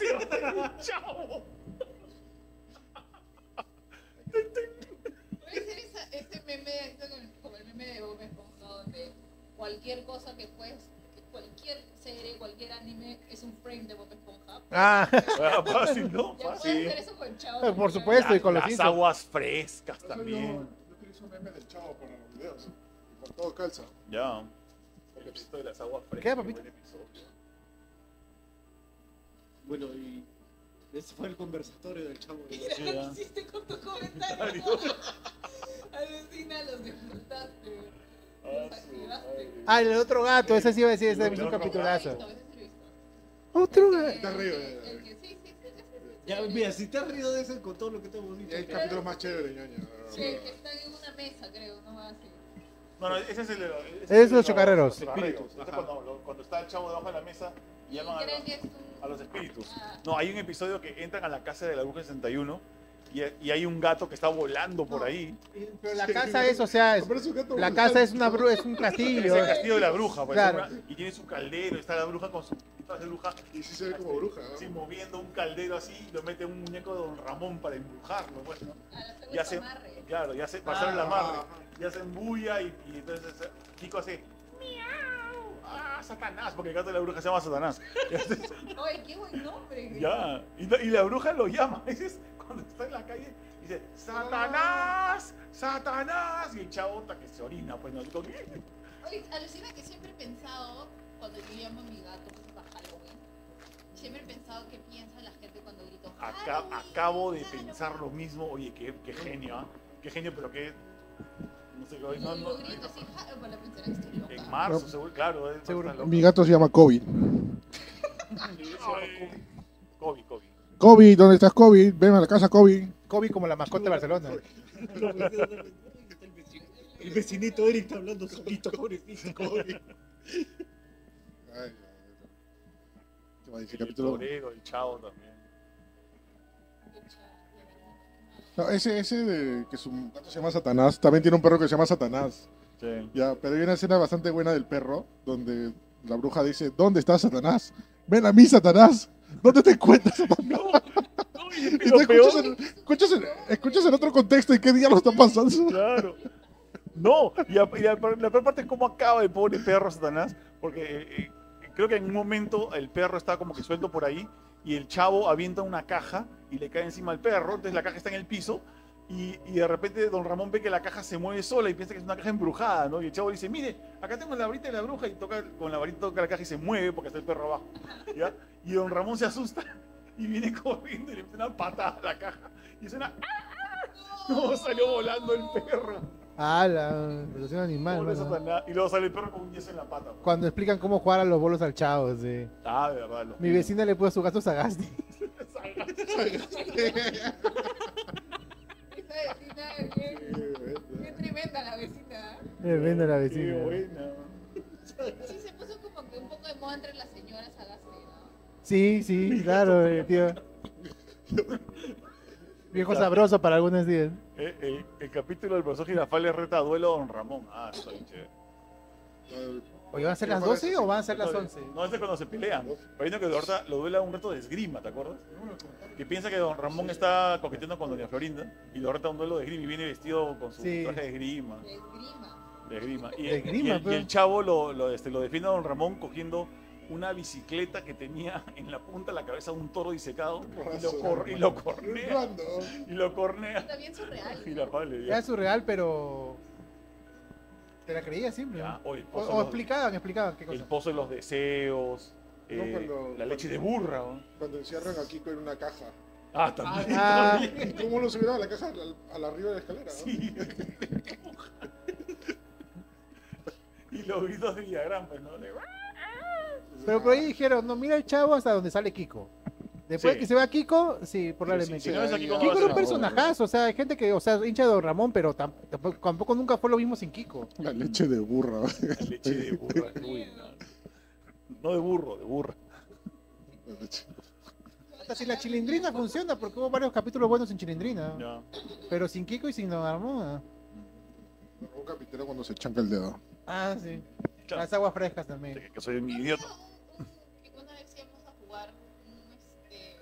C: chao.
D: Puede ser esa, ese meme, ese con- como el meme de Bob Esponja, donde cualquier cosa que puedes, que cualquier serie, cualquier anime es un frame de Bob Esponja.
F: Ah,
C: Ah, Fácil, ¿no?
D: Ya puedes
C: Fácil.
D: hacer eso con Chao.
F: Por
D: con
F: supuesto.
D: Chao.
F: y con los
C: Las
F: Simpsons.
C: aguas frescas
A: Por eso
C: también.
A: Yo, yo utilizo memes del chavo para los videos. Y Por todo calza.
C: Ya. El episodio de las aguas frescas.
F: ¿Qué, papito?
C: buen episodio.
G: Bueno, y ese fue el conversatorio del chavo.
D: Mira
C: Sí,
D: lo que
C: ya.
D: hiciste con tu comentario. Alucina, los disfrutaste. Los
C: Ah, su
D: activaste.
C: madre.
F: ah, el otro gato, ese sí iba a decir, ese
C: El
F: es un
C: otro
F: capitulazo.
D: Lo he visto, ese sí lo he visto.
F: Otro
D: El
F: gato.
D: que-
A: Está arriba,
D: el
A: ya, ya.
D: que- sí, sí, sí, sí, sí,
G: Ya,
D: sí.
G: mira, si te has reído de ese con todo lo que te hemos
A: Y
G: dicho.
A: hay capítulos más chéveres, ñoño.
D: Sí, que están en una mesa, creo, no va así.
C: No, no, ese es el. ese
F: Es los chocarreros.
C: Los espíritus. Ese es Cuando, lo- cuando está el chavo debajo de la mesa y llaman a
D: creen
C: los,
D: que es un...
C: a los espíritus.
D: Ah.
C: No, hay un episodio que entran a la casa de la bruja 61 y, y hay un gato que está volando por ahí.
F: Pero la casa es, o sea, es-
A: Aparece un gato
F: la
A: volando.
F: casa es una bru- es un
C: Es
F: castillo. eh.
C: el castillo de la bruja, parece
F: Claro.
C: una- y tiene su caldero, está la bruja con su disfraz de bruja
A: Y sí se ve como bruja. ¿no?
C: Sí, moviendo un caldero así, y lo mete un muñeco de Don Ramón para embrujarlo, pues, ¿no?
D: A la segunda
C: Y hace,
D: amarre.
C: claro, ya se pasaron la madre,
A: Ah,
C: y hacen bulla y, y entonces eh, Kiko hace miau, ah, Satanás, porque el gato de la bruja se llama Satanás. Y hace-
D: Oye, qué buen nombre.
C: ya, y, la- y la bruja lo llama, ese es cuando está en la calle, dice, Satanás, Satanás, y el chavo está que se orina, pues no, Digo, "¿Qué?".
D: Oye, alucina que siempre he pensado, cuando yo llamo a mi gato pues, para Halloween, siempre he pensado que piensa la gente cuando grito
C: Aca-
D: "Halloween,
C: acabo de
D: Halloween".
C: pensar lo mismo, oye, qué, qué genio, ¿ah? Qué genio, pero qué, no sé,
D: Y
C: no, no,
D: lo grito así, "Halloween", bueno, pensarán que estoy
C: En
D: loca.
C: marzo, seguro, claro. eh,
F: Seguro.
C: está loco.
A: Mi gato se llama Kobe.
C: Ay. Kobe, Kobe.
A: Kobe, ¿dónde estás, Kobe? Ven a la casa, Kobe.
F: Kobe como la mascota de Barcelona.
G: El vecinito Eric está hablando solito, pobrecito.
A: Ay, Qué
C: El
A: magnífico capítulo.
C: torero, el chavo también.
A: No, ese, ese de que su gato se llama Satanás, también tiene un perro que se llama Satanás.
C: Sí.
A: Ya, pero hay una escena bastante buena del perro, donde la bruja dice, ¿dónde está Satanás? Ven a mí, Satanás. ¿Dónde te encuentras, Satanás?
C: No, no, y el
A: Y
C: lo
A: te
C: peor-
A: escuchas, en, escuchas, en, escuchas en otro contexto y qué día lo está pasando.
C: Claro. No, y, a- y la, peor- la peor parte es cómo acaba el pobre perro Satanás, porque eh, eh, creo que en un momento el perro está como que suelto por ahí y el chavo avienta una caja y le cae encima al perro, entonces la caja está en el piso y, y de repente don Ramón ve que la caja se mueve sola y piensa que es una caja embrujada, ¿no? Y el chavo dice, mire, acá tengo la varita de la bruja y toca con la varita toca la caja y se mueve porque está el perro abajo, ¿ya? Y don Ramón se asusta y viene corriendo y le mete una patada a la caja y suena, no, salió volando el perro.
F: Ah, la protección animal.
C: Pobre
F: mano.
C: Satanás. Y luego sale el perro con un 10 en la pata. bro.
F: Cuando explican cómo jugar a los bolos al chavo, sí.
C: Ah, de verdad. los
F: Mi
C: niños.
F: vecina le puso su gato Sagasti.
D: Esa vecina es bien, bien tremenda la vecina. ¿eh?
F: Me vende la
C: Qué
F: vecina.
C: buena.
D: Sí, se puso como que un poco de moda entre las señoras a las ¿no?
F: Sí, sí, claro, eh, tío. Viejo sabroso para algunos días.
C: Eh, el, el capítulo del profesor Girafales reta a duelo a Don Ramón. Ah, está bien chévere.
F: ¿O van a ser las 12 o van a ser las
C: Entonces,
F: 11?
C: No, ese es cuando se pelean. Pero hay uno que ahorita lo duela un reto de esgrima, ¿te acuerdas? Que piensa que Don Ramón está coqueteando con Doña Florinda y lo reta a un duelo de esgrima y viene vestido con su
F: Sí.
C: traje de esgrima.
D: De esgrima.
C: De esgrima. Y,
F: De esgrima,
C: y el, y
F: pero-
C: el chavo lo, lo, este, lo defiende a Don Ramón cogiendo una bicicleta que tenía en la punta de la cabeza un toro disecado y lo, cor- y lo cornea. Y lo cornea.
D: Está bien surreal.
C: Y la pale,
F: Era
C: ya.
F: surreal, pero. Te la creía siempre.
C: Ya,
F: ¿no?
C: o el
F: O,
C: pozo,
F: o
C: de los,
F: explicaban, explicaban qué
C: el
F: cosa.
C: pozo de los deseos, eh,
A: cuando-
C: la leche de burra. ¿no?
A: Cuando encierran a Kiko en una caja.
C: Ah, también.
F: Ah.
C: también.
A: ¿Y cómo lo subieron a la caja? Al, al arriba de la escalera. ¿no?
C: Sí. y los gritos de Villagrán, pues, ¿no? De-
F: Pero por ahí dijeron, no, mira el chavo hasta donde sale Kiko. Después
C: Sí.
F: que se vea Kiko, sí, probablemente.
C: Si no es aquí, ¿cómo
F: Kiko
C: va a
F: era
C: ser?
F: un personajazo, o sea, hay gente que, o sea, hincha de Don Ramón, pero tam- tampoco, tampoco nunca fue lo mismo sin Kiko.
A: La leche de burra.
C: La leche de burra. Uy, no. no de burro, de burra.
A: La leche.
F: Hasta si la chilindrina funciona, porque hubo varios capítulos buenos sin chilindrina.
C: Ya.
F: Pero sin Kiko y sin Don Ramón.
A: Un capitero cuando se chanca el dedo.
F: Ah, sí.
C: Claro.
F: Las aguas frescas también.
C: Que que soy un idiota.
D: Un- un- que una vez íbamos a jugar un, este,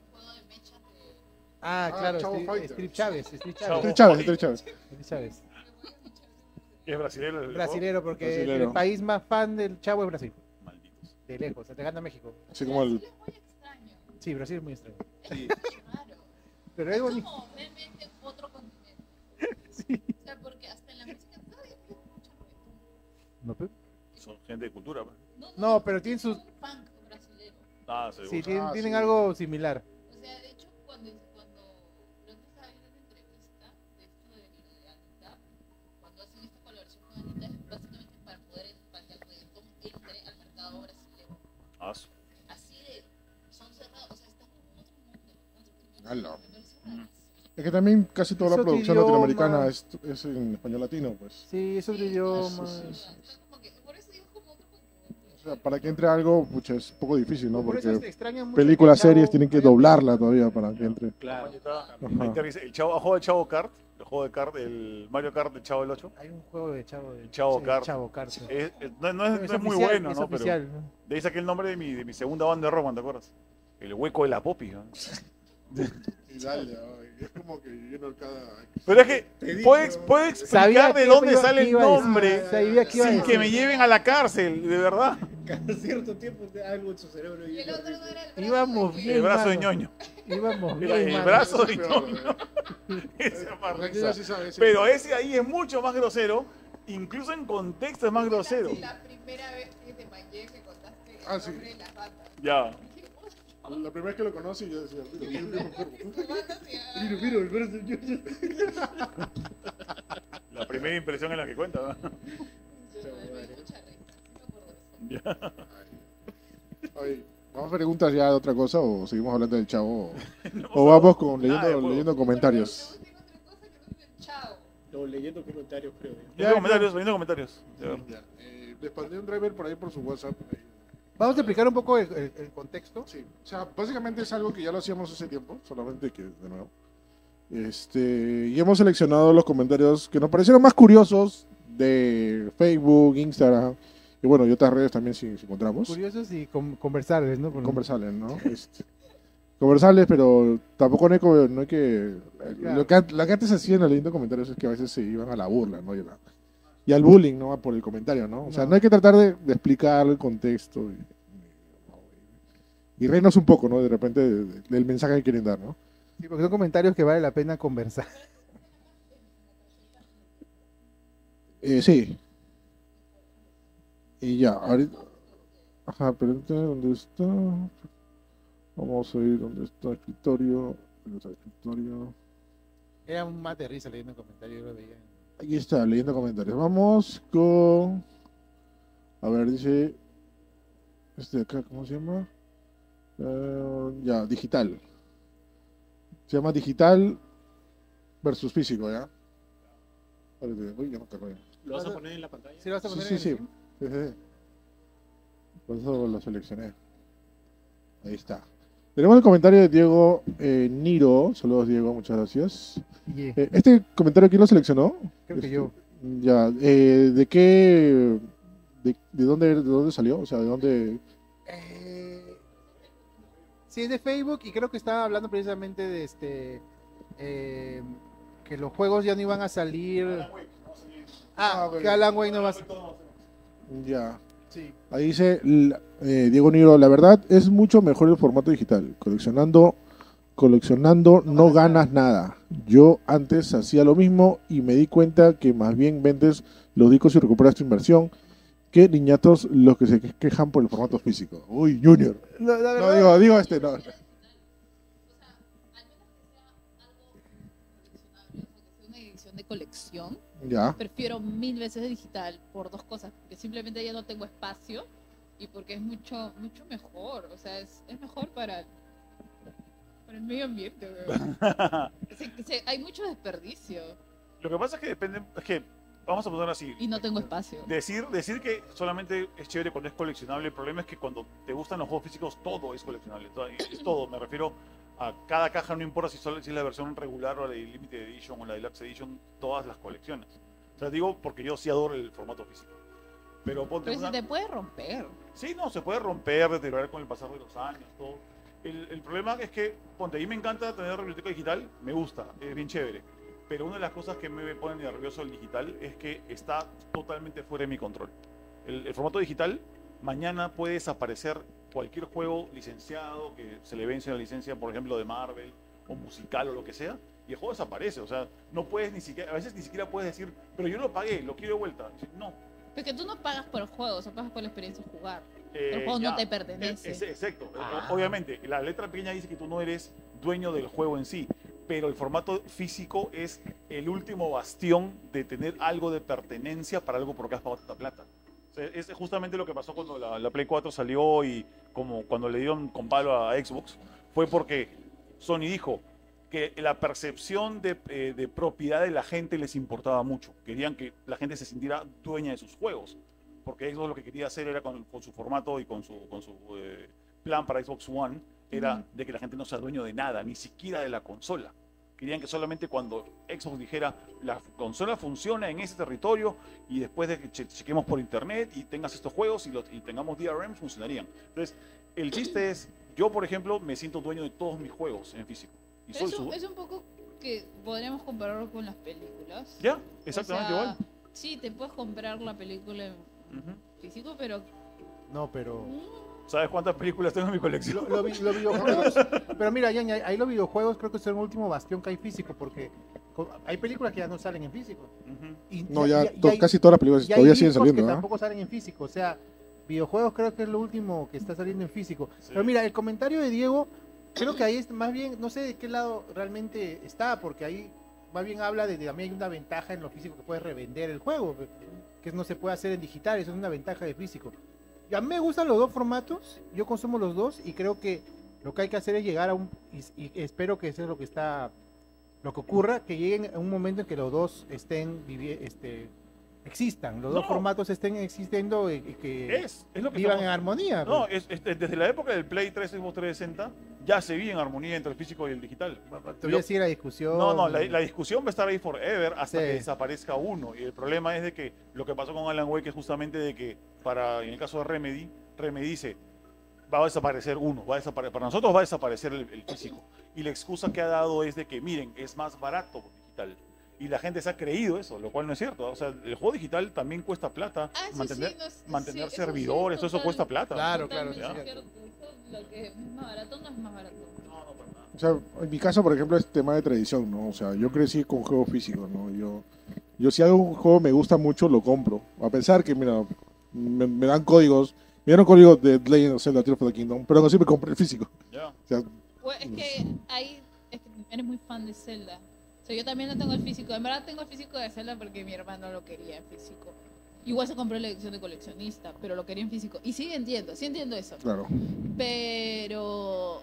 D: un juego de mechas de.
F: Ah,
A: Ah,
F: claro,
A: Chavo
F: Steve,
A: Fighter.
F: Steve Chávez, Steve
C: Chavo.
F: Chávez.
A: Tres Chávez, tres Chávez.
F: Steve Chávez.
C: Es brasileño. el
F: Brasilero, porque
A: Brasilero.
F: el país más fan del Chavo es Brasil.
C: juego. Malditos.
F: De lejos, se te gana México.
A: Así como el.
D: Brasil es muy extraño.
F: Sí, Brasil es muy extraño.
D: Es raro.
F: Pero es
D: Es
F: bonito.
D: como realmente otro continente. O sea, porque hasta en la música todavía hay mucho reggaetón.
F: No, pe-
C: Son gente de cultura. pues.
F: No, pero tienen sus-
D: un punk brasilero.
C: Ah, seguro.
F: Sí, tienen,
A: Ah,
F: tienen
A: sí.
F: algo similar.
D: O sea, de hecho, cuando, cuando creo que estaba viendo una entrevista de esto de, de Anita, cuando hacen esta colaboración con Anita, es básicamente para poder para que el reggaetón entre al mercado brasileño.
C: Ah, su-
D: Así de, son cerrados, o sea, están en otro mundo. Otro mundo
A: Ala.
D: Me parece rarísimo.
A: Es que también casi
F: Es
A: toda la
F: otro
A: producción
F: idioma.
A: latinoamericana es, es en español latino, pues.
F: Sí, es otro
D: Sí,
F: idioma.
A: sí, sí.
D: o sea, está como que- Por eso digo como otro continente.
A: O sea, para que entre algo, pucha, es un poco difícil, ¿no?
F: Por eso se
A: Porque
F: extraña mucho que eh,
A: películas,
F: Chavo
A: series tienen que
F: haya-
A: doblarla todavía para que entre.
E: Claro.
C: Ahí está.
A: Ajá.
C: Ah. Ahí
F: Ah.
C: te dice, El chavo, el juego de Chavo Kart, el juego de Kart, el Mario Kart del Chavo del 8.
F: Hay un juego de Chavo de
C: Chavo Kart.
F: Chavo Kart. sí.
C: Es- es- no, no es, no es muy
F: oficial,
C: bueno,
F: es
C: ¿no? Pero
F: oficial, ¿no?
C: de ahí saqué el nombre de mi, de mi segunda banda de Roman, ¿te acuerdas? El hueco de la popi. ¿no?
A: Y dale, es como que lleno cada.
C: Pero es que puede, ex- puede explicar de
F: que iba-
C: dónde
F: iba-
C: sale el
F: iba a decir-
C: nombre
F: Sabía que iba a
C: sin que
F: decir.
C: me lleven a la cárcel, de verdad.
G: Cada cierto tiempo te- algo en su cerebro.
D: Y
G: y-
D: el otro no era el brazo
F: Íbamos
D: de-
F: bien.
C: El brazo de
F: mano.
C: ñoño.
F: Íbamos
C: El,
F: bien,
C: el
F: mano.
C: brazo de
A: ¿eh?
C: ñoño. Esa parrisa. Pero ese ahí es mucho más grosero, incluso en contexto es más grosero.
D: La primera vez que te mangué me contaste el
A: Ah, sí.
D: nombre de las bandas.
C: Ya.
D: Dije, "Oh,
A: La primera vez que lo conocí, yo decía, mira, mira,
D: tu banda se llama-".
G: Miro, miro, el brazo del ñoño.
C: La primera impresión en la que cuenta. ¿no?
D: Yo me dio mucha risa, sí me acuerdo de eso.
C: Ya.
A: Oye, ¿Vamos a preguntas ya de otra cosa o seguimos hablando del chavo? O, o
C: a-
A: vamos con
C: nada de
A: leyendo,
C: juego.
A: leyendo comentarios.
D: Pero luego tengo otra cosa que no dice chao.
G: No, leyendo comentarios, creo. ¿eh?
C: Leyendo comentarios, leyendo comentarios. Ya, a ver.
A: Eh, les mandé un driver por ahí por su WhatsApp. Eh,
F: Vamos a explicar un poco el, el- el contexto.
A: Sí, o sea, básicamente es algo que ya lo hacíamos hace tiempo, solamente que de nuevo. Este, y hemos seleccionado los comentarios que nos parecieron más curiosos de Facebook, Instagram y bueno, y otras redes también si, si encontramos.
F: Curiosos y con- conversables, ¿no? Por-
A: Conversales, ¿no? Este, conversables, pero tampoco no hay, como- no hay que... Lo, que... an- lo que antes hacían los lindos comentarios es que a veces se iban a la burla, ¿no? Y, a la- y al bullying, ¿no? Por el comentario, ¿no? O sea, no, hay que tratar de, de explicar el contexto y, y reírnos un poco, ¿no? De repente de- de- del mensaje que quieren dar, ¿no?
F: Sí, porque son comentarios que vale la pena conversar.
A: Eh, sí. Y ya, ahorita... Ajá, pero entonces, ¿dónde está? Vamos a ir donde está escritorio. ¿Dónde está escritorio?
F: Era un mate de risa leyendo el comentario, yo lo veía.
A: Aquí está, leyendo comentarios. Vamos con. A ver, dice. Este de acá, ¿cómo se llama? Eh, ya, digital. Se llama digital versus físico, ¿ya? Espérate, Uy, ya me cargó ya.
E: ¿Lo vas a poner en la pantalla?
F: ¿Sí lo vas a
A: Sí,
F: poner
A: sí,
F: en
A: sí.
F: el-
A: Sí, sí, sí. Por eso lo seleccioné. Ahí está. Tenemos el comentario de Diego eh, Niro. Saludos, Diego, muchas gracias.
F: Yeah,
A: Eh, ¿Este comentario quién lo seleccionó?
F: creo que
A: Este,
F: yo.
A: ya, eh, ¿de qué? De, de dónde, ¿De dónde salió? O sea, ¿de dónde?
F: Eh, sí, es de Facebook y creo que estaba hablando precisamente de este eh, que los juegos ya no iban a salir.
A: Ah,
F: Ah,
A: bueno.
F: que Alan Wake no va a salir.
A: Ya.
F: Sí.
A: Ahí dice la- eh, Diego Niro, la verdad es mucho mejor el formato digital. Coleccionando, coleccionando no, ganas nada. Yo antes hacía lo mismo y me di cuenta que más bien vendes los discos y recuperas tu inversión que niñatos los que se que- quejan por el formato físico. Uy, Junior.
F: La, la
A: No,
F: verdad,
A: digo, digo este, no.
D: Una edición de colección.
A: Ya.
D: Prefiero mil veces digital por dos cosas, porque simplemente ya no tengo espacio y porque es mucho mucho mejor, o sea, es, es mejor para el, para el medio ambiente. weón. Se- se- hay mucho desperdicio
C: Lo que pasa es que depende, es que vamos a poner así.
D: y no tengo espacio.
C: Decir, decir que solamente es chévere cuando es coleccionable, el problema es que cuando te gustan los juegos físicos todo es coleccionable, todo- es todo, me refiero a cada caja, no importa si, solo, si es la versión regular o la de Limited Edition o la Deluxe Edition, todas las colecciones. O sea, digo porque yo sí adoro el formato físico. Pero ponte
D: Pero se
C: una-
D: te puede romper.
C: Sí, no, se puede romper, deteriorar con el pasar de los años, todo. El, el problema es que, ponte, a mí me encanta tener la biblioteca digital, me gusta, es bien chévere. Pero una de las cosas que me pone nervioso el digital es que está totalmente fuera de mi control. El, el formato digital, mañana puede desaparecer cualquier juego licenciado que se le vence la licencia, por ejemplo, de Marvel o musical o lo que sea, y el juego desaparece. O sea, no puedes ni siquiera, a veces ni siquiera puedes decir, pero yo lo pagué, lo quiero de vuelta. No.
D: Porque tú no pagas por el juego, o sea, pagas por la experiencia de jugar.
C: eh,
D: El juego no
C: ya.
D: te
C: Eh,
D: pertenece.
C: es- exacto. O- Obviamente, la letra pequeña dice que tú no eres dueño del juego en sí, pero el formato físico es el último bastión de tener algo de pertenencia para algo por lo que has pagado tanta plata. O sea, es justamente lo que pasó cuando la, la Play 4 salió y como cuando le dieron con palo a Xbox, fue porque Sony dijo que la percepción de, eh, de propiedad de la gente les importaba mucho. Querían que la gente se sintiera dueña de sus juegos porque Xbox lo que quería hacer era con, con su formato y con su, con su eh, plan para Xbox One, era
D: Ujú.
C: de que la gente no sea dueño de nada, ni siquiera de la consola. Querían que solamente cuando Xbox dijera la f- consola funciona en ese territorio y después de que che- chequemos por internet y tengas estos juegos y, los- y tengamos DRM, funcionarían. Entonces, el chiste es, yo por ejemplo me siento dueño de todos mis juegos en físico. Y
D: Pero
C: soy
D: es, un,
C: su...
D: es un poco que podríamos compararlo con las películas.
C: Ya, exactamente
D: O sea,
C: igual.
D: Sí, te puedes comprar la película en
C: Ujú.
D: físico, pero mm,
F: No,
C: Oh.
F: pero.
C: ¿Sabes cuántas películas tengo en mi colección?
F: Lo- lo vi- los videojuegos. Pero mira, Jan, ahí ahí los videojuegos creo que son el último bastión que hay físico, porque co- hay películas que ya no salen en físico.
C: Ujú.
F: Y
A: No,
F: ya-
A: ya,
F: ya-
A: to-
F: ya hay-
A: casi todas las películas
F: ya hay
A: todavía siguen
F: discos
A: saliendo,
F: que
A: ¿ah?
F: tampoco salen en físico, o sea, videojuegos creo que es lo último que está saliendo en físico.
C: Sí.
F: Pero mira, el comentario de Diego, creo que ahí es más bien, no sé de qué lado realmente está, porque ahí más bien habla de que también hay una ventaja en lo físico que puedes revender el juego, que no se puede hacer en digital, eso es una ventaja de físico. Y a mí me gustan los dos formatos, yo consumo los dos y creo que lo que hay que hacer es llegar a un, y, y espero que eso es lo que está, lo que ocurra, que lleguen a un momento en que los dos estén, vivi- este, existan, los dos
C: No.
F: formatos estén existiendo y, y que
C: Es, es lo que
F: vivan
C: estamos-
F: en armonía.
C: No,
F: pues.
C: es- es- desde la época del Play 3 Xbox 360 ya se vi en armonía entre el físico y el digital.
F: Todavía sigue la discusión.
C: No, no, la,
F: y-
C: la discusión va a estar ahí forever
F: Sí.
C: hasta que desaparezca uno. Y el problema es de que lo que pasó con Alan Wake es justamente de que, para, en el caso de Remedy, Remedy dice, va a desaparecer uno, va a desapare- para nosotros va a desaparecer el, el físico. Y la excusa que ha dado es de que, miren, es más barato digital. Y la gente se ha creído eso, lo cual no es cierto. O sea, el juego digital también cuesta plata.
D: Ah, eso
C: mantener
D: sí, no es- sí,
C: mantener
D: eso sí,
C: servidores, todo eso
D: total-
C: cuesta plata.
F: Claro, claro,
C: ¿Ya?
D: totalmente
F: sí.
D: cierto. Eso, Lo que es más barato no es más barato.
A: O sea, en mi caso, por ejemplo, es tema de tradición, ¿no? O sea, yo crecí con juegos físicos, ¿no? Yo, yo si algún juego me gusta mucho, lo compro. A pesar que, mira, me, me dan códigos. Me dieron códigos de Legend of Zelda, Tears of the Kingdom, pero aún así me compré el físico.
C: Ya.
A: O sea,
D: Pues es que ahí es que eres muy fan de Zelda. O sea, yo también no tengo el físico. En verdad tengo el físico de Zelda porque mi hermano lo quería en físico. Igual se compró la edición de coleccionista, pero lo quería en físico. Y sí entiendo, sí entiendo eso.
A: claro.
D: Pero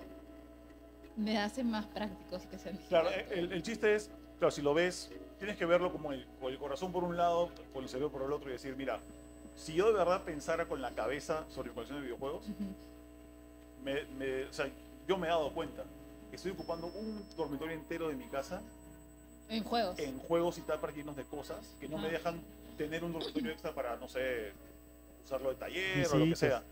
D: me hace más prácticos que sean
C: Claro, eh,
D: digitales.
C: el, el chiste es, claro, si lo ves, tienes que verlo como el, con el corazón por un lado, con el cerebro por el otro y decir, mira, si yo de verdad pensara con la cabeza sobre colecciones de videojuegos,
D: Ujú.
C: me- me- o sea, yo me he dado cuenta que estoy ocupando un dormitorio entero de mi casa
D: En juegos.
C: en juegos y tal para llenos de cosas que no me
D: Ah.
C: dejan tener un dormitorio extra para, no sé, usarlo de taller o lo que
F: Visitas.
C: sea.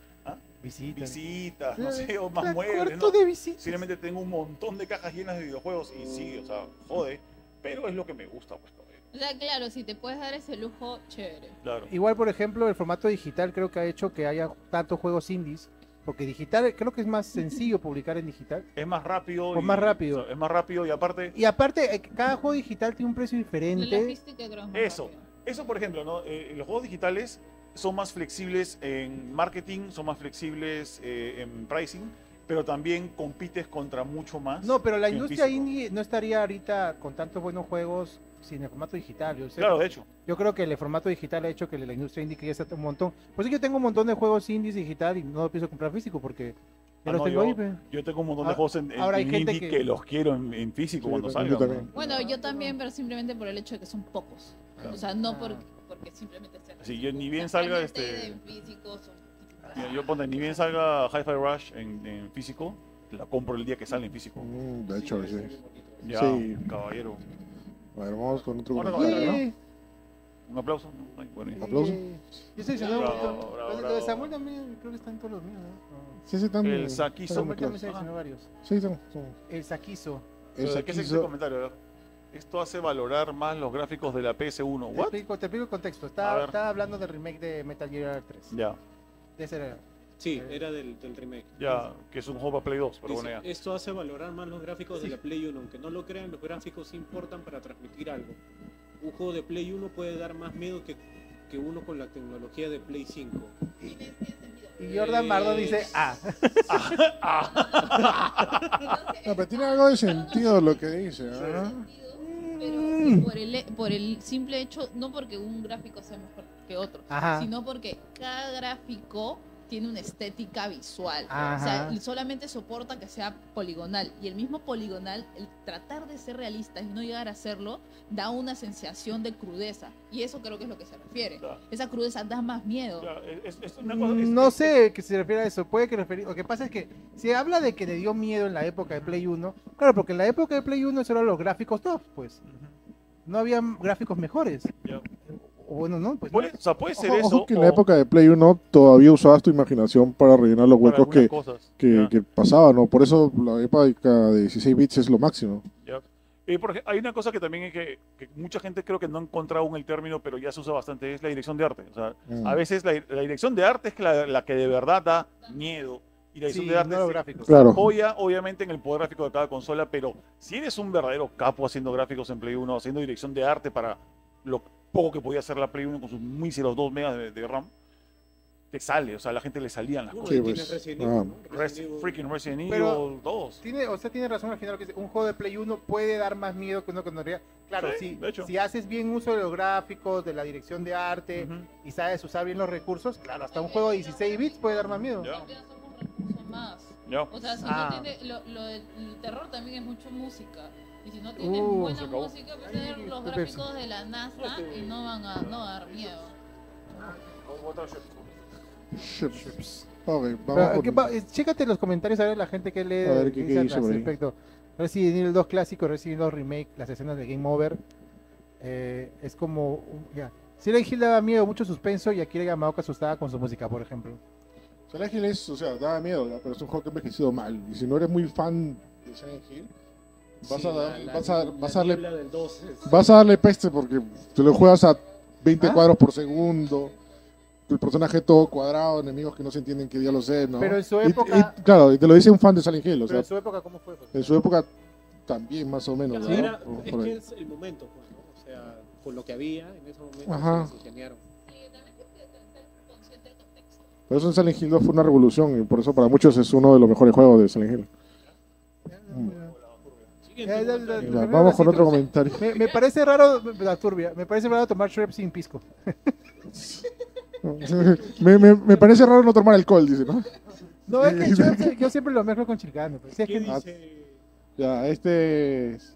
F: Visitas.
C: Visitas, no sé, o más muebles.
F: Cuarto
C: ¿no?
F: de visita.
C: Simplemente tengo un montón de cajas llenas de videojuegos y sí, o sea, jode, pero es lo que me gusta, pues. todavía.
D: O sea, claro, si te puedes dar ese lujo, chévere.
C: Claro.
F: Igual, por ejemplo, el formato digital creo que ha hecho que haya tantos juegos indies. Porque digital creo que es más sencillo publicar en digital.
C: Es más rápido.
F: Pues
C: y-
F: más rápido.
C: o sea, Es más rápido y aparte,
F: Y aparte, eh, cada juego digital tiene un precio
D: La
F: diferente.
D: logística creo es más
C: Eso.
D: rápida.
C: eso por ejemplo, ¿no? Eh, los juegos digitales son más flexibles en marketing, son más flexibles eh, en pricing, pero también compites contra mucho más.
F: No, pero la
C: que en
F: industria
C: físico.
F: indie no estaría ahorita con tantos buenos juegos sin el formato digital. Yo, sé-
C: Claro, de hecho.
F: yo creo que el formato digital ha hecho que la industria indie crezca un montón. Por eso yo tengo un montón de juegos indies digital y no pienso comprar físico porque ya
C: Ah,
F: los
C: no,
F: tengo
C: yo-
F: ahí. pe.
C: Yo tengo un montón de
F: Ahora-
C: juegos en, en-
F: Ah, ahora hay
C: en
F: gente
C: indie que...
F: que-
C: los quiero en, en físico
A: Sí,
C: cuando
A: yo
C: salgan.
A: también.
C: ¿no?
D: Bueno, yo también, pero simplemente por el hecho de que son pocos. O sea, no por- porque simplemente sea.
C: Sí, yo ni bien salga, este- Ah.
D: En físico son-
C: Mira, yo ponte, ni bien salga Hi-Fi Rush en, en físico, la compro el día que sale en físico.
A: Mm, de hecho, sí.
C: Ya,
A: Sí.
C: caballero.
A: A ver, vamos con otro.
C: Ahora
A: comentario.
C: ¿no?
F: Yeah.
C: Un aplauso. Ay, bueno, ya.
A: Aplauso.
F: Eh, Yo estoy diciendo,
C: Bravo,
F: lo-
C: bravo,
F: lo de
C: bravo.
F: Samuel también creo que están todos los míos. ¿no?
A: Sí, sí, también.
C: El Saki
A: Samuel
F: Samuel
C: Sombra.
F: también
A: Claus.
F: se
C: Ajá.
F: mencionó varios.
A: Sí, son- son-
F: El Saquizo.
A: El
C: ¿De ¿Qué es este
A: Sakizo.
C: comentario? A ver. Esto hace valorar más los gráficos de la PS1.
F: Te
C: ¿What?
F: explico, te explico el contexto.
C: A
F: Está,
C: ver.
F: está hablando del remake de Metal Gear 3.
C: Ya,
F: De ese era.
E: Sí, era del, del remake.
C: ya, que es un juego para Play 2, pero
E: Dice, eh,
C: bueno, ya.
E: esto hace valorar más los gráficos de la Play 1. Aunque no lo crean, los gráficos importan para transmitir algo. Un juego de Play 1 puede dar más miedo que, que uno con la tecnología de Play 5.
D: Tiene- tiene sentido.
F: Y Jordan Bardo dice, ah,
D: Entonces,
A: No, pero tiene algo de sentido lo que dice, ¿ah?
D: pero por el, por el simple hecho, no porque un gráfico sea mejor que otro,
F: Ajá.
D: sino porque cada gráfico tiene una estética visual. O
F: Ajá.
D: sea, y solamente soporta que sea poligonal. Y el mismo poligonal, el tratar de ser realista y no llegar a serlo, da una sensación de crudeza. Y eso creo que es lo que se refiere.
C: Claro.
D: Esa crudeza da más miedo.
C: Ya, es- es
A: Mm,
C: una cosa- es-
F: no
C: es-
F: sé que se refiere a eso. Puede que referir. Lo que pasa es que se habla de que le dio miedo en la época de Play 1. Claro, porque en la época de Play 1 eso eran los gráficos top, pues.
C: Ujú,
F: No había gráficos mejores.
C: ya.
F: O bueno, no, pues.
C: Puede- O sea, puede ser
A: Ojo,
C: eso.
A: ojo que en la
C: o
A: época de Play 1 todavía usabas tu imaginación para rellenar los
C: para
A: huecos
C: algunas
A: que,
C: cosas,
A: que,
C: ya.
A: que pasaba, ¿no? Por eso la época de 16 bits es lo máximo.
C: Eh, por ej- hay una cosa que también es que, que mucha gente creo que no ha encontrado aún el término, pero ya se usa bastante, es la dirección de arte. O sea,
A: Mm.
C: a veces la, la dirección de arte es la, la que de verdad da miedo. Y la
F: Sí,
C: dirección de
F: no
C: arte
F: los
C: se-
F: gráficos.
A: Claro.
C: apoya obviamente en el poder gráfico de cada consola, pero si eres un verdadero capo haciendo gráficos en Play 1, haciendo dirección de arte para lo poco que podía hacer la Play 1 con sus míseros 2 megas de, de RAM, te sale, o sea, a la gente le salían las
E: Uno
C: cosas.
A: Sí,
E: tiene
A: pues,
E: Resident
A: ah.
E: Evil, ¿no? Resident
C: Res-
E: Evil.
C: freaking Resident Evil
F: Pero-
C: 2.
F: Tiene, usted tiene razón al final que dice, un juego de Play 1 puede dar más miedo que uno con realidad. Claro,
C: Sí,
F: sí,
C: de hecho.
F: si haces bien uso de los gráficos, de la dirección de arte
C: Ujú,
F: y sabes usar bien los recursos, claro, hasta un juego de 16 bits puede dar más miedo.
C: Ya.
D: También somos un recurso más.
C: ya.
D: O sea, si
F: Ah.
D: no tiene, lo, lo del el terror también es mucho música. Y si no tienes
F: Uh,
C: se
D: buena
C: acabó.
D: música, pues tener los
F: qué
D: gráficos de la NASA y no van a no va a dar miedo.
A: Ah, Ok, pues, vamos
F: Pero,
A: con-
F: ¿qué va- eh, Chécate los comentarios a ver la gente que lee
A: A ver, ¿qué- qué
F: dice
A: dice
F: al
A: por ahí?
F: respecto. Resident Evil 2 clásico, Resident Evil 2 remake, las escenas de Game Over. Eh, es como... un- Ya. Silent Hill daba miedo, mucho suspenso y Akira Yamaoka asustaba con su música, por ejemplo.
A: Silent Hill es, o sea, da miedo, ya, pero es un juego que ha envejecido mal. Y si no eres muy fan de Silent Hill, vas,
E: Sí,
A: a, dar-
E: la- la-
A: vas, a,
E: la
A: vas a darle,
E: niebla del 12 es-
A: vas a darle peste porque te lo juegas a
F: ¿Ah?
A: 20 cuadros por segundo. El personaje todo cuadrado, enemigos que no se entienden qué diablos es, ¿no?
F: Pero en su
A: Y- y-
F: época-
A: claro, y te lo dice un fan de Silent Hill,
F: Pero
A: o sea,
F: en su época, ¿cómo fue? José?
A: en su época también más o menos.
E: Claro,
A: ¿no?
E: era-
A: Por-
E: es
A: por ahí.
E: que es el momento, pues, ¿no? O sea, con lo que había en ese momento
A: Ajá.
E: se ingeniaron.
D: Sí, también tienes que ser consciente del contexto.
A: Por eso en Silent Hill 2 fue una revolución y por eso para muchos es uno de los mejores juegos de Silent Hill. Mm.
F: Ya, ya, ya, ya,
A: Ya,
F: ya,
A: vamos con
F: sí,
A: otro
F: pero-
A: comentario.
F: Me, me parece raro, la turbia, me parece raro tomar Shrek sin pisco.
A: me, me, me parece raro no tomar alcohol, dice, ¿no?
F: No, es que el Schweppes, yo, siempre lo mezclo con chilcano. pues, si es
E: ¿Qué
F: que-
E: dice?
A: Ya, este es-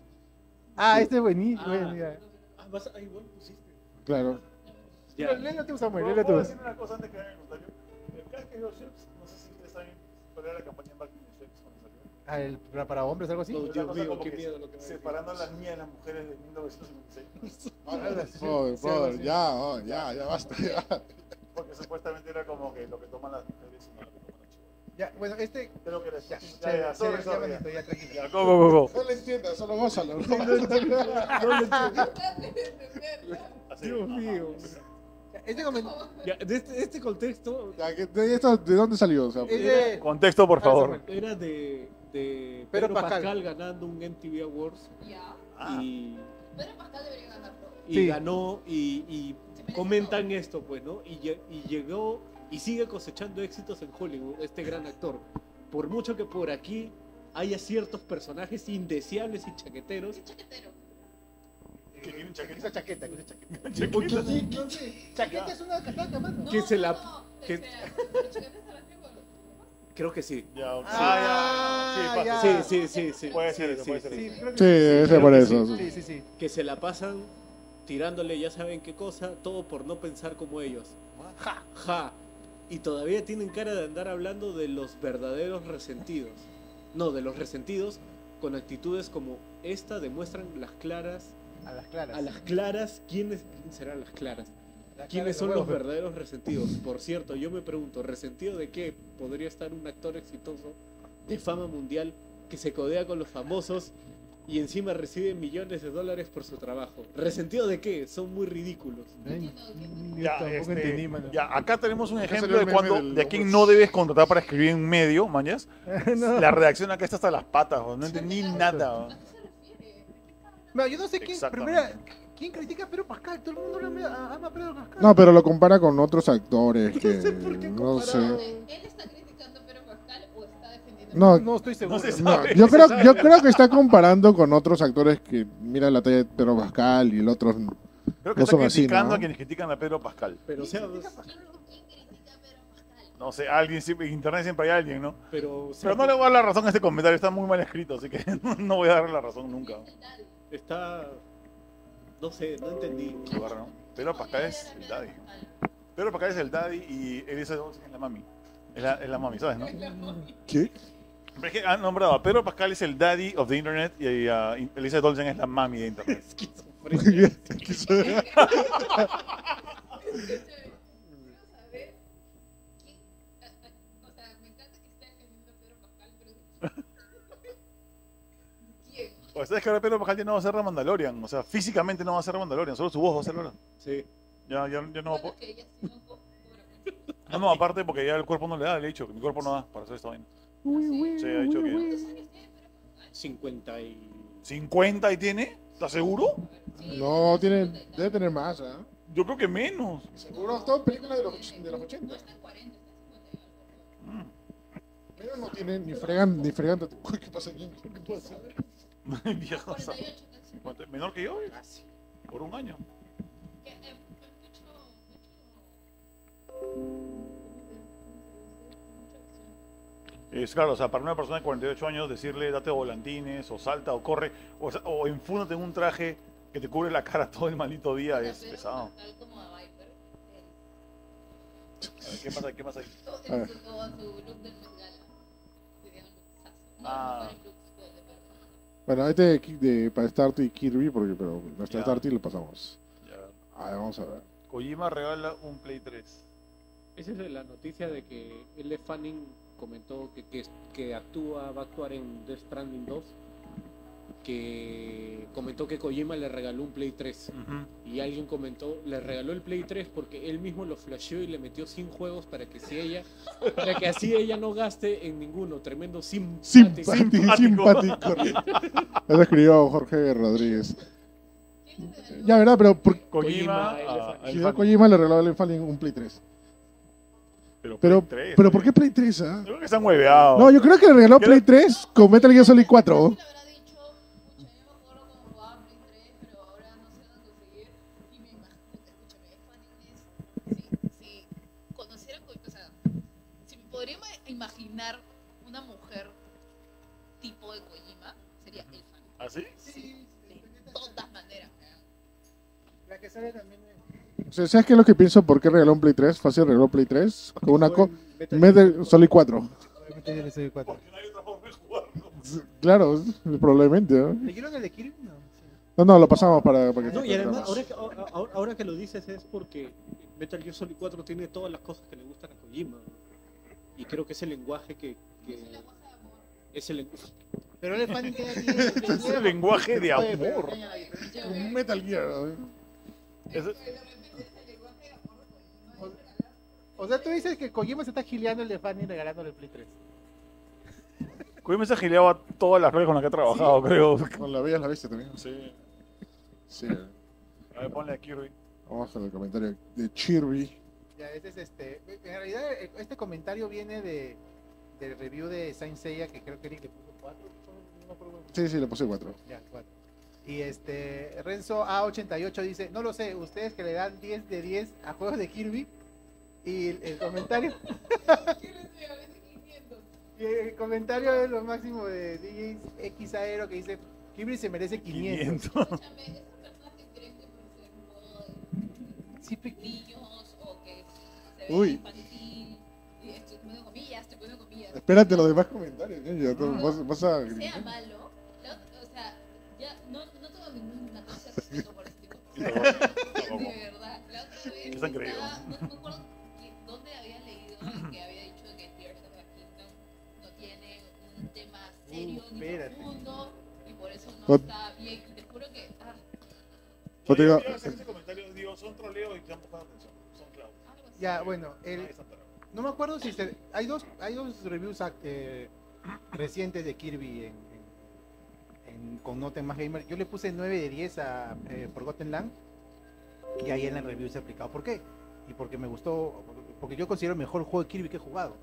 F: ah, este es buenísimo.
E: Ah,
F: bueno, ya.
E: ah, vas a- ah, igual pusiste.
A: Claro.
E: Ya.
F: Léelo tú, Samuel,
C: ¿Puedo,
F: léelo
C: puedo
F: tú.
C: decir una cosa antes que hagan el comentario? El casco de los Chips, no sé si ustedes saben cuál era la campaña en Back in the Chips cuando salió.
F: Ah, el- para, para hombres, algo así.
E: No,
C: Era
E: Oh, Dios
C: una cosa
E: mío,
C: como
E: qué
C: que
E: miedo lo que me
C: Separando a las niñas de las mujeres de 1956.
F: Ah,
A: Joder, joder, ya, oh, ya, ya basta. ya.
C: Porque supuestamente era como que lo que toman las mujeres y no lo que toman los chicos.
F: Ya, bueno, este.
C: Creo que era así.
F: Ya,
C: Ya,
F: chévere,
C: ya, sorry,
F: ya,
C: sorry,
F: bonito,
C: ya.
F: ya, tranquilo.
C: Ya, go, go, go, go.
A: No le entiendas, solo gózalo. ¿no?
C: Así.
E: Dios mío.
F: Este comentario.
E: Ya, de este, de este contexto
A: Ya, que- ¿De, esto- ¿de dónde salió? O sea,
F: Es de.
C: Contexto, por favor.
F: Samuel.
E: era de, de
F: Pedro
E: Pedro,
F: Pascal.
E: Pascal. ganando un MTV Awards
D: Ya.
C: Ah,
E: y,
D: Pero Pascal debería ganarlo.
E: y
F: Sí.
E: ganó y, y
D: Se merece
E: comentan esto, pues, ¿no? Y, lle- y llegó y sigue cosechando éxitos en Hollywood, este gran actor. Por mucho que por aquí haya ciertos personajes indeseables y
D: todo.
E: chaqueteros.
D: Es chaquetero.
C: que tiene
F: Esa
C: chaqueta.
F: chaqueta, esa chaqueta.
C: Chaqueta.
F: Chaqueta es una casaca, mano.
E: Que se la-
D: no,
E: que-
D: espera, los chaqueteros se la tengo.
E: Creo que sí.
C: Ya, ok.
F: Ah,
C: Sí, pasa.
F: ya.
E: Sí, sí, sí, sí.
C: Puede ser
E: Sí,
C: eso,
E: sí,
C: puede ser
E: sí.
C: eso.
F: creo
A: Sí, debe ser por eso.
F: Sí, sí, sí.
E: Que se la pasan tirándole ya saben qué cosa, todo por no pensar como ellos. Ja, ja. Y todavía tienen cara de andar hablando de los verdaderos resentidos. No, de los resentidos con actitudes como esta demuestran las claras,
F: A las claras.
E: a las claras, ¿quiénes quién serán las claras?
F: Las claras,
E: ¿Quiénes son los
F: huevos.
E: verdaderos resentidos? Por cierto, yo me pregunto, ¿resentido de qué podría estar un actor exitoso de fama mundial que se codea con los famosos y encima recibe millones de dólares por su trabajo? ¿Resentido de qué? Son muy ridículos.
F: Ay, yo
C: Ya,
F: tampoco
C: este,
F: entendí, mano.
C: ya, acá tenemos un
A: Acá
C: ejemplo
A: salió
C: de
A: el meme
C: cuando
A: del
C: de a quién
A: lobo.
C: no debes contratar para escribir en un medio, mañas.
F: No.
C: La redacción acá está hasta las patas, weón. no entendí nada. weón.
F: No, yo no sé quién.
C: Exactamente.
F: Primera, ¿quién critica a Pedro Pascal? Todo el mundo lo ama, ama a Pedro Pascal.
A: No, pero lo compara con otros actores. Que,
E: sé por qué
A: no sé.
E: compararlo.
D: ¿Él está criticando a Pedro Pascal o está defendiendo? a
A: No,
F: No estoy seguro.
C: No se
A: No,
C: sabe.
A: yo,
C: se
A: creo,
C: sabe.
A: yo creo que está comparando con otros actores que miran la talla de Pedro Pascal y el otro.
C: Creo que
A: no
C: está
A: son así,
C: criticando
A: ¿no?
C: a quienes critican a Pedro Pascal.
E: Pero, o sea,
D: ¿Quién critica a Pedro Pascal?
C: No sé, alguien siempre, en internet siempre hay alguien, ¿no?
E: pero, o sea,
C: Pero no le voy a dar la razón a este comentario, está muy mal escrito, así que no voy a darle la razón nunca.
E: está... No sé, no entendí.
C: Lugar, ¿no? Pedro Pascal es el daddy. Pedro Pascal es el daddy y Elisa Jones es la mami. Es la, es la mami, ¿sabes, no?
A: ¿Qué?
C: Pero es que han nombrado a Pedro Pascal es el daddy of the internet y a Elisa Dolcen es la mami de internet.
E: Esquizofrenia.
D: Quiero saber quién. O sea, me encanta que esté defendiendo a Pedro Pascal, pero. ¿Quién?
C: O sea, es que ahora Pedro Pascal ya no va a ser la Mandalorian. O sea, físicamente no va a ser la Mandalorian, solo su voz va a ser la
E: Sí.
C: Ya, ya, ya no va a po-
D: Bueno, que ella sí no fue-
C: No, no, aparte porque ya el cuerpo no le da, le he dicho que mi cuerpo no da para hacer esta vaina. Sí, ha dicho que
D: ¿Cuántos años tiene Pedro Pascal?
E: 50 y...
C: 50 y tiene, ¿estás seguro?
D: Sí,
A: No, tiene,
D: cincuenta y
A: debe
D: tantos.
A: tener más, ¿ah?
C: Yo creo que menos.
A: Seguro ha estado en películas de los, de los 80.
D: No está en 40, está en 50 y algo.
C: Mm.
A: Pero no tiene ni fregan, ni fregan. Uy, ¿qué pasa aquí? ¿Qué pasa?
C: Viejo, o sea,
D: 48, casi.
C: 50, menor que yo, por un año.
D: Que, eh, mucho- mucho-
C: Es claro, o sea, para una persona de 48 años decirle date volantines, o salta, o corre, o, sea, o enfúndate en un traje que te cubre la cara todo el maldito día, es
D: Pero
C: pesado.
D: tal como a Viper, él,
C: A ver, ¿Qué pasa? ¿Qué pasa? ahí?
D: todo-
A: Ah.
D: su- todo su look del Met Gala, sería un lookazo, uno de los
C: Ah.
D: mejores looks de- de Batman.
A: Bueno, este de, Ki- de, para Starty y Kirby, porque, pero no está
C: Ya.
A: Starty lo pasamos.
C: Ya.
A: A ver, vamos a ver.
C: Kojima regala un Play 3.
E: Esa es la noticia de que L. Fanning comentó que, que, que actúa, va a actuar en Death Stranding 2. Que comentó que Kojima le regaló un Play 3.
C: Ujú.
E: Y alguien comentó, le regaló el Play 3 porque él mismo lo flasheó y le metió 100 juegos para que si ella, para que así ella no gaste en ninguno. Tremendo simpático.
A: Simpático. simpático. Lo escribió Jorge Rodríguez.
D: ¿Quién le regaló?
A: Ya verá, pero ¿por
C: Kojima, ah,
E: Kojima,
C: a-
E: Elephant.
C: a
A: si da
C: Elephant.
A: Kojima le regaló al Fallen un Play 3? Pero,
C: Play tres,
A: pero
C: oye.
A: ¿por qué Play 3? ah?
C: Yo creo que están hueveados.
A: No, yo creo que le regaló
C: Yo
A: Play 3 con Metal Gear Solid 4.
D: Le habrá dicho, "Pucha, yo me acuerdo cómo jugaba Play 3, pero ahora no sé dónde seguir". Y me imagino que, escúchame, es fan inglés. Si- si conociera co- o sea, si me podría ima- imaginar una mujer tipo de Kojima, sería el fan.
C: ¿Así?
D: Sí, de todas maneras.
F: La que sale también es-
A: O sea, ¿Sabes qué es lo que pienso? ¿Por qué regaló un Play 3? Fácil regaló Play 3 con una co Metal Solid 4.
F: obviamente yo le soy cuatro.
C: no hay otra forma de jugarlo.
A: Claro, probablemente. ¿no?
F: ¿Leyeron el de Kirby? No. sí.
A: No, no, lo pasamos para, para que
E: No, y además, ahora que, ahora- ahora que lo dices es porque Metal Gear Solid 4 tiene todas las cosas que le gustan a Kojima. Y creo que ese lenguaje que... que es el,
F: Pero el fan queda
C: Es el lenguaje de amor.
A: Un Metal Gear. ¿no?
C: Es-
F: O sea, tú dices que Kojima se está gileando el de fan y regalándole el Play 3.
C: Kojima se gileaba todas las redes con las que ha trabajado, creo.
A: Con la bella y la bestia también.
C: Sí.
A: Sí.
C: A ver, ponle a Kirby.
A: Vamos con el comentario de Chirby.
F: Ya, ese es este. En realidad, eh, este comentario viene de del review de Saint Seiya que creo que Eric le puso 4. No me acuerdo.
A: Sí, sí, le puse 4.
F: Ya, 4. Y este, Renzo A88 dice: No lo sé, ustedes que le dan 10 de 10 a juegos de Kirby. Y el, el comentario y el comentario es lo máximo de DJ X Aero que dice: Kirby se merece 500.
C: 500.
D: Escúchame, esas personas que creen que por ser moda
F: Sí, pe-
D: niños o que se ve
A: Uy.
D: infantil, y estoy poniendo comillas, estoy poniendo comillas,
A: Espérate los demás comentarios. ¿eh? Ya, tú vas, vas a...
D: sea malo, la- o sea, ya no, no tengo ninguna cosa de respeto por este tipo.
C: Yo
D: de
C: tampoco, tampoco.
D: verdad, la otra vez
C: Es increíble.
D: estaba- no me acuerdo que- dónde había leído que había dicho que Tears of the Kingdom no tiene un tema serio
F: Uh,
D: ni
F: espérate.
D: profundo y por eso no
A: No-
D: está bien. Y te juro que ah,
A: Yo te digo-
C: Ese comentario, digo, son troleos y están buscando atención. Son clavos.
D: algo así.
F: Ya, bueno, el,
C: Nadie está enterado.
F: No me acuerdo si se- hay dos hay dos reviews ac- eh, recientes de Kirby en, en- en- con Noten más gamer. Yo le puse 9 de 10 a eh, Forgotten Land y ahí en la review se ha aplicado. ¿Por qué? Y porque me gustó, porque yo considero el mejor juego de Kirby que he jugado.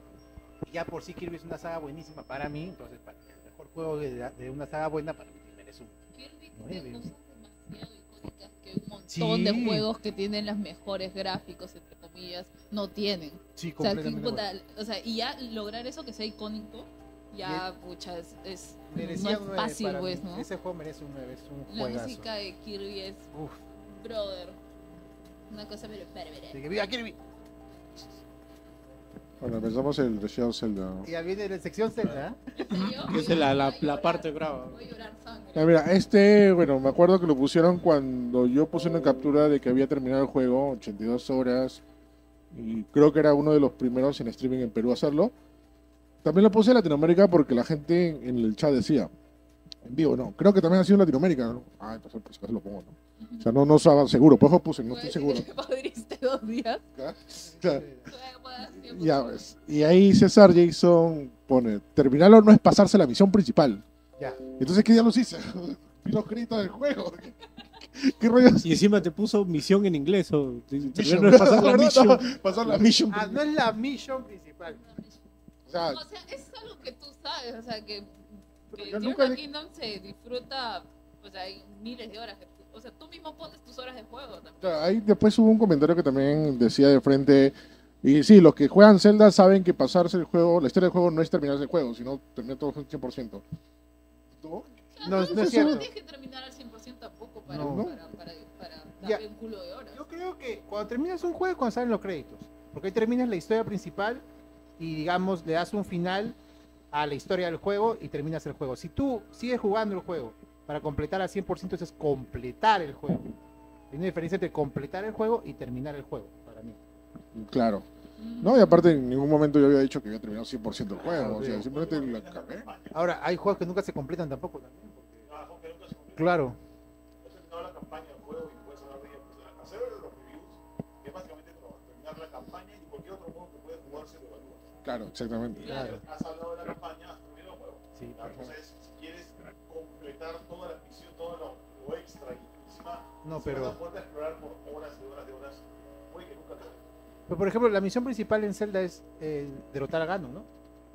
F: Y ya por sí Kirby es una saga buenísima para mí, entonces para el mejor juego de, la- de una saga buena para mí merece un.
D: Kirby
F: Nueve.
D: tiene cosas demasiado icónicas que un montón de
F: Sí.
D: juegos que tienen los mejores gráficos, entre comillas, no tienen.
F: Sí,
D: O sea, que
F: completamente.
D: puta, o sea, y ya lograr eso que sea icónico, ya, pucha, es, es-
F: bueno.
D: no es
F: Merecía un 9
D: fácil,
F: para
D: pues,
F: mí.
D: ¿no?
F: Ese juego merece un 9, es un
D: La
F: juegazo.
D: música de Kirby es,
F: Uf,
D: brother, una cosa pero bárbara.
F: así que viva Kirby.
A: Bueno, empezamos el The Shadow of Zelda.
F: Y ya viene la sección Z, ¿eh?
D: ¿En serio?
E: que
D: Voy
E: es
D: a
E: la, la,
D: llorar,
E: la parte brava.
D: Voy a llorar sangre.
A: Ah, mira, este, bueno, me acuerdo que lo pusieron cuando yo puse una captura de que había terminado el juego, 82 horas, y creo que era uno de los primeros en streaming en Perú a hacerlo. También lo puse en Latinoamérica porque la gente en el chat decía, en vivo, no, creo que también ha sido en Latinoamérica, ¿no? Ah, entonces por si acaso lo pongo, ¿no? O sea, no, no estaba seguro, por eso puse, no estoy seguro.
D: ¿Te podriste dos días?
A: O sea, ya
D: ves.
A: ves. Y ahí César Jason pone, terminarlo no es pasarse la misión principal.
F: Ya.
A: Entonces, ¿qué diablos hice? Vi los créditos del juego. ¿Qué rollos?
E: Y encima te puso misión en inglés. O,
A: Mission.
E: no es pasar la
A: ¿Verdad?
E: mission.
A: No, pasar la mission.
F: Ah, no es la misión principal.
A: O
F: Ah.
A: sea,
D: O sea, es algo que tú sabes, o sea, que
A: Pero
D: que
A: yo
D: Tears
A: nunca
D: of
A: di-
D: Kingdom se disfruta, o sea, hay miles de horas. de- o sea, tú mismo pones tus horas de juego también.
A: claro, ahí después hubo un comentario que también decía de frente. Y sí, los que juegan Zelda saben que pasarse el juego, la historia del juego no es terminarse el juego, sino terminar todo un 100%. ¿No?
D: O
F: No,
D: sea, tú
F: no es
D: No
F: cierto.
D: tienes que terminar al 100% tampoco para,
A: No.
D: para, para, para
F: Ya.
D: darle un culo de horas.
F: Yo creo que cuando terminas un juego es cuando salen los créditos. Porque ahí terminas la historia principal y, digamos, le das un final a la historia del juego y terminas el juego. Si tú sigues jugando el juego para completar al 100%, eso es completar el juego. Hay una diferencia entre completar el juego y terminar el juego, para mí.
A: Claro. No, y aparte en ningún momento yo había dicho que había terminado 100% el juego. O
E: Ah,
A: sea, simplemente la acabé.
F: Ahora, hay juegos que nunca se completan tampoco. también, porque- Claro.
C: la campaña del juego y puedes hablar de ella. Pues, hacer los reviews, que es básicamente terminar la campaña y cualquier otro juego que puedes jugar se lo evalúa.
A: Claro, exactamente.
F: Claro.
C: Has hablado de la campaña, has terminado el juego.
F: Sí,
C: La cosa es, si quieres completar toda la misión, todo lo, lo extra y encima
F: No,
C: encima
F: pero-
C: la puerta explorar por horas y horas de horas, puede que nunca acabe.
F: Pero, por ejemplo, la misión principal en Zelda es eh, derrotar a Ganon, ¿no?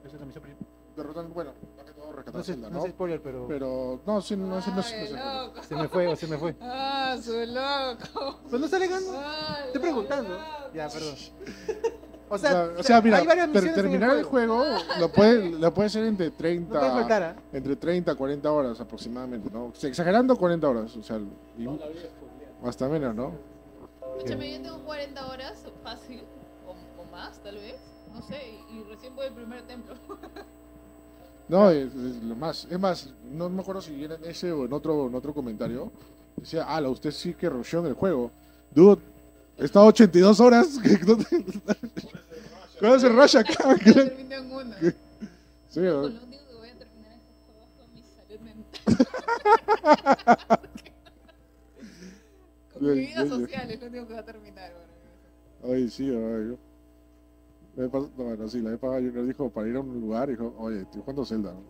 F: Esa es la misión principal.
A: Derrotar, bueno, más que todo rescatar
F: No
A: a
F: sé,
A: Zelda,
F: no
A: ¿no?
F: sé spoiler, pero,
A: Pero, no, sí, no, sí, no, sí, no,
D: Ay,
A: sí, no.
D: loco.
F: se me fue o se me fue.
D: Ah, su loco.
F: Pues no sale Ganon.
D: Ay,
F: Estoy preguntando.
D: loco.
F: Ya, perdón. O
A: O sea,
F: sea,
A: o sea, mira,
F: hay varias
A: ter-
F: misiones en
A: terminar el juego, lo, puede, lo puede ser entre
F: No puede
A: 30,
F: faltar, ¿ah?
A: entre 30 40 horas aproximadamente, ¿no? O sea, Exagerando 40 horas, o sea, y- hasta menos, ¿no?
D: Escúchame, yo tengo 40 horas, fácil, o, o más, tal vez. No sé, y, y recién voy al primer templo.
A: No, es, es lo más. Es más, no me acuerdo si era en ese o en otro, en otro comentario. Decía, ala, usted sí que rushó en el juego. Dude, he estado 82 horas. que no te- ¿Cuándo se rush acá?
D: Yo termino en uno.
A: Sí,
D: Lo
A: ¿no?
D: único que voy a terminar estos juegos con mi salud mental. con mi vida
A: Bien, bien, bien.
D: social es lo único que va a terminar. bueno.
A: Ay, sí, ay, yo- La vez pas- no, bueno, sí, la vez pasada Junior dijo para ir a un lugar, dijo, oye, estoy jugando Zelda. ¿no?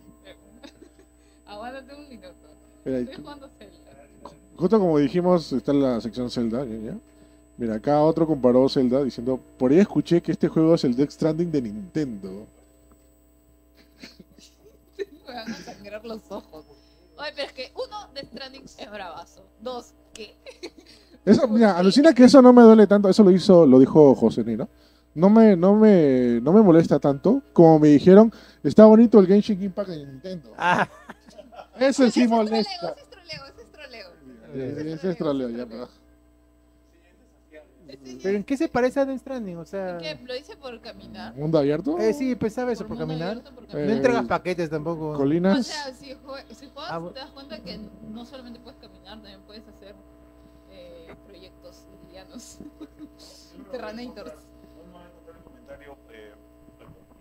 D: Aguántate un minuto.
A: Mira, y
D: Estoy jugando Zelda.
A: justo como dijimos, está en la sección Zelda. ¿ya, ya? Mira, acá otro comparó Zelda diciendo, por ahí escuché que este juego es el Death Stranding de Nintendo.
D: Me van a sangrar los ojos. Oye, pero es que uno, de Stranding es bravazo. Dos, que
A: Eso, mira, alucina que eso no me duele tanto, eso lo hizo, lo dijo José Nino. No me, no me, no me molesta tanto, como me dijeron, está bonito el Genshin Impact de Nintendo.
F: Ah,
A: Eso sí
D: Ese
A: molesta.
D: es troleo, ese es troleo, ese
C: eh,
D: es troleo.
F: Eh,
A: Ese es troleo, ya, pero-
D: Ese
F: pero ¿en qué se parece a Death Stranding? O sea,
D: ¿Qué? ¿Lo hice por caminar?
A: ¿Mundo abierto?
F: eh, sí, pues sabe eso por
D: mundo
F: caminar.
D: abierto, por
A: Eh,
F: No
D: caminar.
F: entregas paquetes tampoco.
D: o
A: Colinas.
D: sea, si, jue- si juegas,
F: Ah, bu-
D: te das cuenta que no solamente puedes caminar, también puedes hacer eh, proyectos livianos. Terranators.
C: No me encontré el comentario, eh,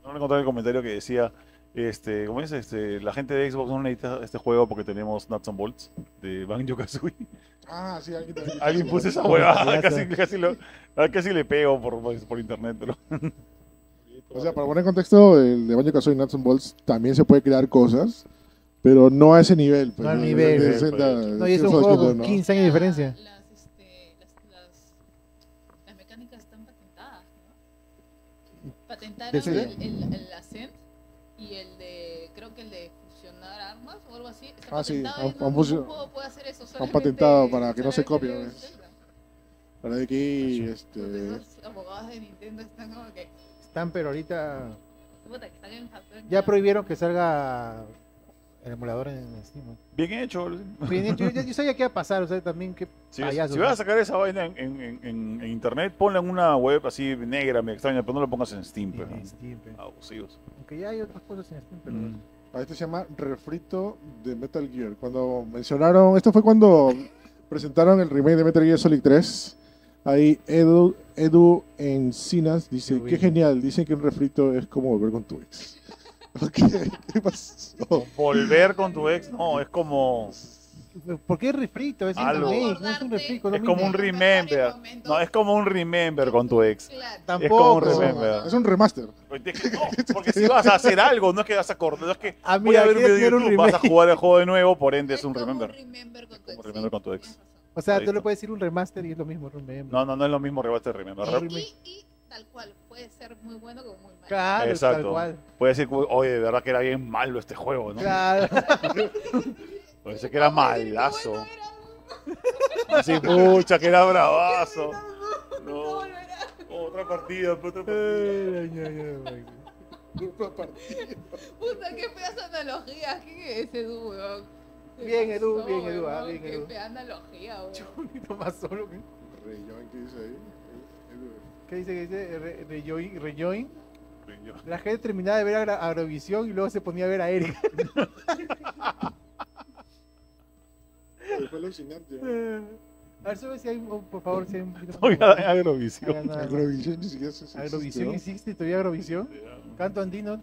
C: no encontré el comentario que decía, este, ¿cómo es? Este, la gente de Xbox no necesita este juego porque tenemos Nuts and Bolts de Banjo Kazooie.
A: Ah, sí, alguien también.
C: Alguien puso esa
F: Ya
C: huevada,
F: sé.
C: casi, casi, lo- ah, casi le pego por, por internet, pero.
A: O sea, para poner en contexto, el de Banjo Kazooie Nuts and Bolts también se puede crear cosas, pero no a ese nivel. pues,
F: No al nivel,
A: de
C: pues.
A: Zelda,
F: No, y es
A: Tears
F: un
A: of
F: juego
A: Kingdom,
F: con
A: ¿no?
F: 15 años de diferencia.
D: Las, este, las, las, las mecánicas están patentadas, ¿no? Patentaron
F: ¿De
D: el, el, el Ascent y el de, creo que el de fusionar armas o algo así. Está
A: Ah, sí,
D: patentado y
A: han-
D: no
A: han
D: ningún
A: fusion-
D: juego puede hacer eso,
A: han
D: solamente-
A: patentado para que no se copie,
D: solamente
A: ¿ves?
D: Zelda.
A: La verdad
F: Ah,
A: que este...
D: Entonces, Los abogados de Nintendo están como que,
F: Están, pero ahorita
D: puta, que están en Japón.
F: ya prohibieron que salga el emulador en Steam.
C: Bien hecho.
F: Bien hecho, yo, yo sabía que iba a pasar, o sea, también que
C: Si,
F: payaso.
C: si vas a sacar esa vaina en, en- en- en- en internet, ponla en una web así negra, me extraña, pero no lo pongas en Steam, pero. ah.
F: En Steam, pe.
C: Abusivos.
F: Aunque ya hay otras cosas en Steam, pero...
C: Mm.
A: A este se llama Refrito de Metal Gear. Cuando mencionaron, esto fue cuando presentaron el remake de Metal Gear Solid 3. Ahí Edu, Edu Encinas dice,
F: Edwin.
A: qué genial, dicen que un refrito es como volver con tu ex. Ok, ¿Qué pasó?
C: Volver con tu ex, no, es como.
F: ¿Por qué es refrito? Es un
C: Algo.
F: remake, no es un refrito.
C: Mm. Es como un remember. No, es como un remember con tu ex.
D: Claro.
C: como un
F: Tampoco.
C: remake.
A: Es un remaster.
C: Oye, Pues, que No, porque si vas a hacer algo, no es que vas a cortar, no es que
F: Ah,
C: voy
F: mira,
C: a ver un
F: quieres
C: video de
F: ver un
C: YouTube, vas a
F: remake.
C: jugar el juego de nuevo, por ende es un
D: como
C: remember.
D: remember con tu
C: como
D: ex,
C: remember
D: sí,
C: con tu ex.
D: tienes razón.
F: O sea,
C: Ahí
F: tú le
C: está.
F: puedes decir un remaster y es lo mismo, un remake.
C: No, no, no es lo mismo rebate de remember.
F: Claro.
D: Y, y tal cual, puede ser muy bueno como muy malo.
F: Claro,
C: Exacto.
F: tal cual.
C: Puede decir, oye, de verdad que era bien malo este juego, ¿no?
F: Claro.
C: Puede ser que era
D: Vamos a decir, qué
C: malazo.
D: bueno era,
C: Así, pucha, que era bravazo.
D: qué
C: No,
D: bueno era.
C: otra partida, otra partida.
F: Ay, ay, ay, ay.
D: Puta, qué feas analogías. ¿Qué es ese Edu, weón? Se
F: Bien, Edu,
D: pasó,
F: bien, Edu, ah,
D: weón,
F: bien, Edu.
D: Qué fea analogía, weón.
F: Bonito más solo. que-
A: Rayon, ¿qué dice ahí? Edu.
F: ¿Qué dice? ¿Qué dice? Re- Rejoin. rejoin.
C: Yo-
F: La gente terminaba de ver a Gra- a Eurovisión y luego se ponía a ver a Eric.
A: Fue alucinante.
F: A ver, sube si hay, un- por favor, si hay un poquito más.
C: Oiga, Agrovisión.
F: Hagan nada más.
A: Agrovisión ni siquiera se- se-
F: Agrovisión
A: ¿no?
F: existe, todavía Agrovisión. Canto andino.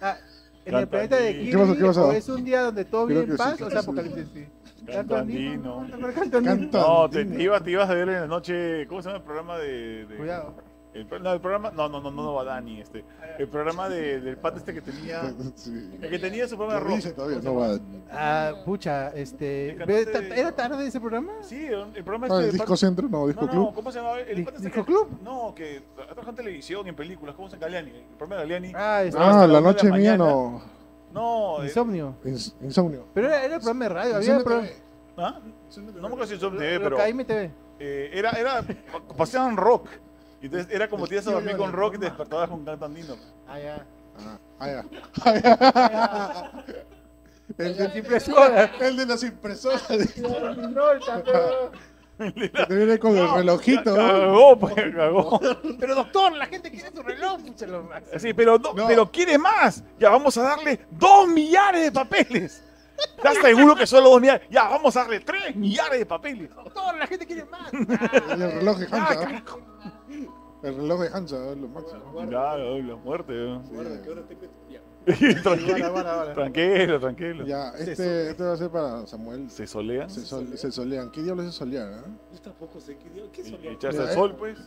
F: Ah, en
C: Canto
F: el planeta de
C: andino.
F: Kirby,
A: ¿Qué pasó, qué pasó?
F: o es un día donde todo
A: Creo
F: vive en
A: que sí,
F: paz,
A: creo
F: o
A: que
F: sea,
A: sí.
F: apocalipsis, sí.
C: Canto andino.
F: ¿te acuerdas? Canto andino.
A: Canta.
C: No, te, te ibas te ibas a ver en la noche. ¿Cómo se llama el programa de.? de-
F: Cuidado.
C: El, pro- no, el programa. No, no, no, no, no va Dani. Este, el programa de- del pato este que tenía.
A: Sí.
C: El que tenía su programa de
A: Lo dice
C: rock.
A: todavía, no va.
C: este
F: Ah, pucha, este.
C: El
F: ve,
C: cantante-
F: ta- ¿Era tarde ese programa?
C: Sí, el programa
A: Ah,
C: este.
A: ¿El
C: del
A: disco
C: pato-
A: centro? No, disco
C: No, no,
A: club.
C: ¿cómo se llama? El
F: Di-
C: pato este
F: ¿Disco
C: que-
F: Club?
C: No, que ha trabajado en televisión y en películas. ¿Cómo se llama Galeani? El programa de Galeani.
F: Ah, este,
C: hasta
A: Ah,
C: la una
A: la
C: de
A: noche
C: la
A: mía
C: mañana.
A: no.
C: No, eh,
F: Insomnio.
A: Ins- Insomnio.
F: Pero era, era el programa de radio, había
A: Insomnio
F: programa.
A: TV.
C: ¿ah? no me acuerdo si es Insomnio TV,
F: Lo
C: pero.
F: que ahí me te ve.
C: eh, era, era, pa- paseaban rock. Y Entonces era como te ibas a dormir con rock y te despertabas con canto andino.
F: Ah, ya.
A: Ah, ah, ya. Ah, ya. El de- El de las impresoras. Que te viene con el relojito. ¿no?
C: Cagó, pues, cagó.
F: Pero doctor, la gente quiere su reloj, pucha, lo máximo.
C: Sí, pero, no-
A: No.
C: pero quiere más. Ya vamos a darle dos millares de papeles. ¿Estás seguro que solo dos millares? Ya vamos a darle tres millares de papeles.
F: Doctor, la gente quiere más.
A: El reloj de
C: Ah,
A: Hansa. El reloj de Hansa, es lo máximo.
C: Claro, la muerte. ¿no?
E: Guarda, que ahora tengo- este- ya.
C: tranquilo, tranquilo, tranquilo.
A: Ya, este, este va a ser para Samuel.
C: Se solea
A: Se, sol- se solean. ¿Qué diablos es solear? ah?
E: Yo tampoco sé qué digo. ¿Qué son
C: y
E: los-
C: echarse al
A: Mira, eh.
C: sol, pues.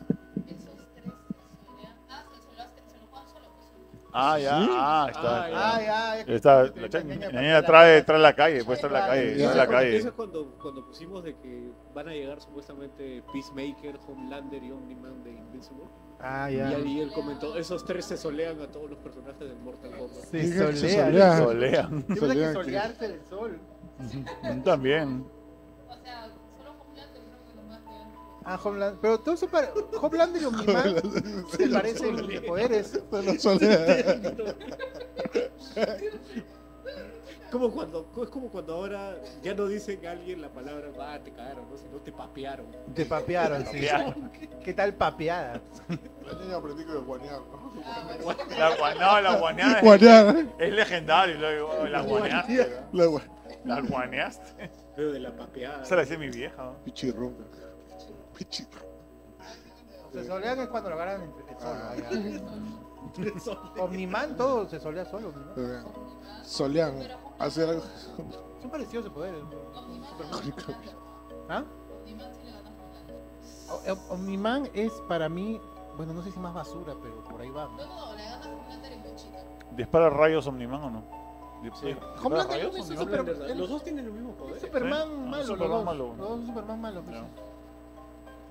D: Esos tres solean- Ah, se lo hace- se lo juegan solo, pues.
C: Ah, ya, ah, está.
F: Ah, ya, ya.
C: Está, la cha- la niña trae, trae la calle, pues trae la calle,
A: Ya.
C: trae
E: Eso
C: la
E: es cuando- Eso
C: calle.
E: es cuando, cuando pusimos de que van a llegar supuestamente Peacemaker, Homelander y Omni-Man de Invincible.
F: Ah,
E: Y
F: ya.
E: ahí él comentó, esos tres se solean a todos los personajes de Mortal Kombat.
F: Se
A: Dije que se
F: solea.
A: solea.
C: Solea.
F: Tiene que
A: Solean, que-
F: solearse del sol.
C: Mm, También.
D: O sea, solo Homeland yo creo que lo más que-
F: Ah, Homeland. Pero todo eso para. Homeland y Omniman se parecen de poderes.
A: Se lo solea.
E: Como cuando, es como cuando ahora ya no dicen a alguien la palabra, va, te cagaron, no, sino te papearon.
F: Te papearon, sí. ¿Qué tal papeada?
A: La niña aprendí que guanear, ¿no?
C: La, gua- no, la guaneada es,
A: Guanear. eh.
C: es legendario. luego, La guaneaste.
A: La gua-
C: La guaneaste.
E: Pero de la papeada.
C: Esa la decía mi vieja. ¿no?
A: Pichirronca. Pichirronca.
F: Se solean es cuando lo agarran entre el sol.
A: Ah.
F: allá.
E: Eso-
F: Omniman todo se solea solo. ¿no?
A: Solean. Hacer algo.
F: Son parecidos de poderes. ¿Ah? O- eh, o- Omniman es para mí, bueno, no sé si más basura, pero por ahí va. ¿no?
D: No, no, le gana Homelander en Conchita.
C: ¿Dispara rayos Omniman o no? Dispara- ¿Dispara
F: Homelander
C: rayos
F: no es
C: Omniman?
F: eso, pero-
E: los dos tienen el mismo poder.
F: Superman
C: Sí. Ah,
F: malo,
C: Superman
F: los dos.
C: malo.
F: Los dos Superman malo, pues,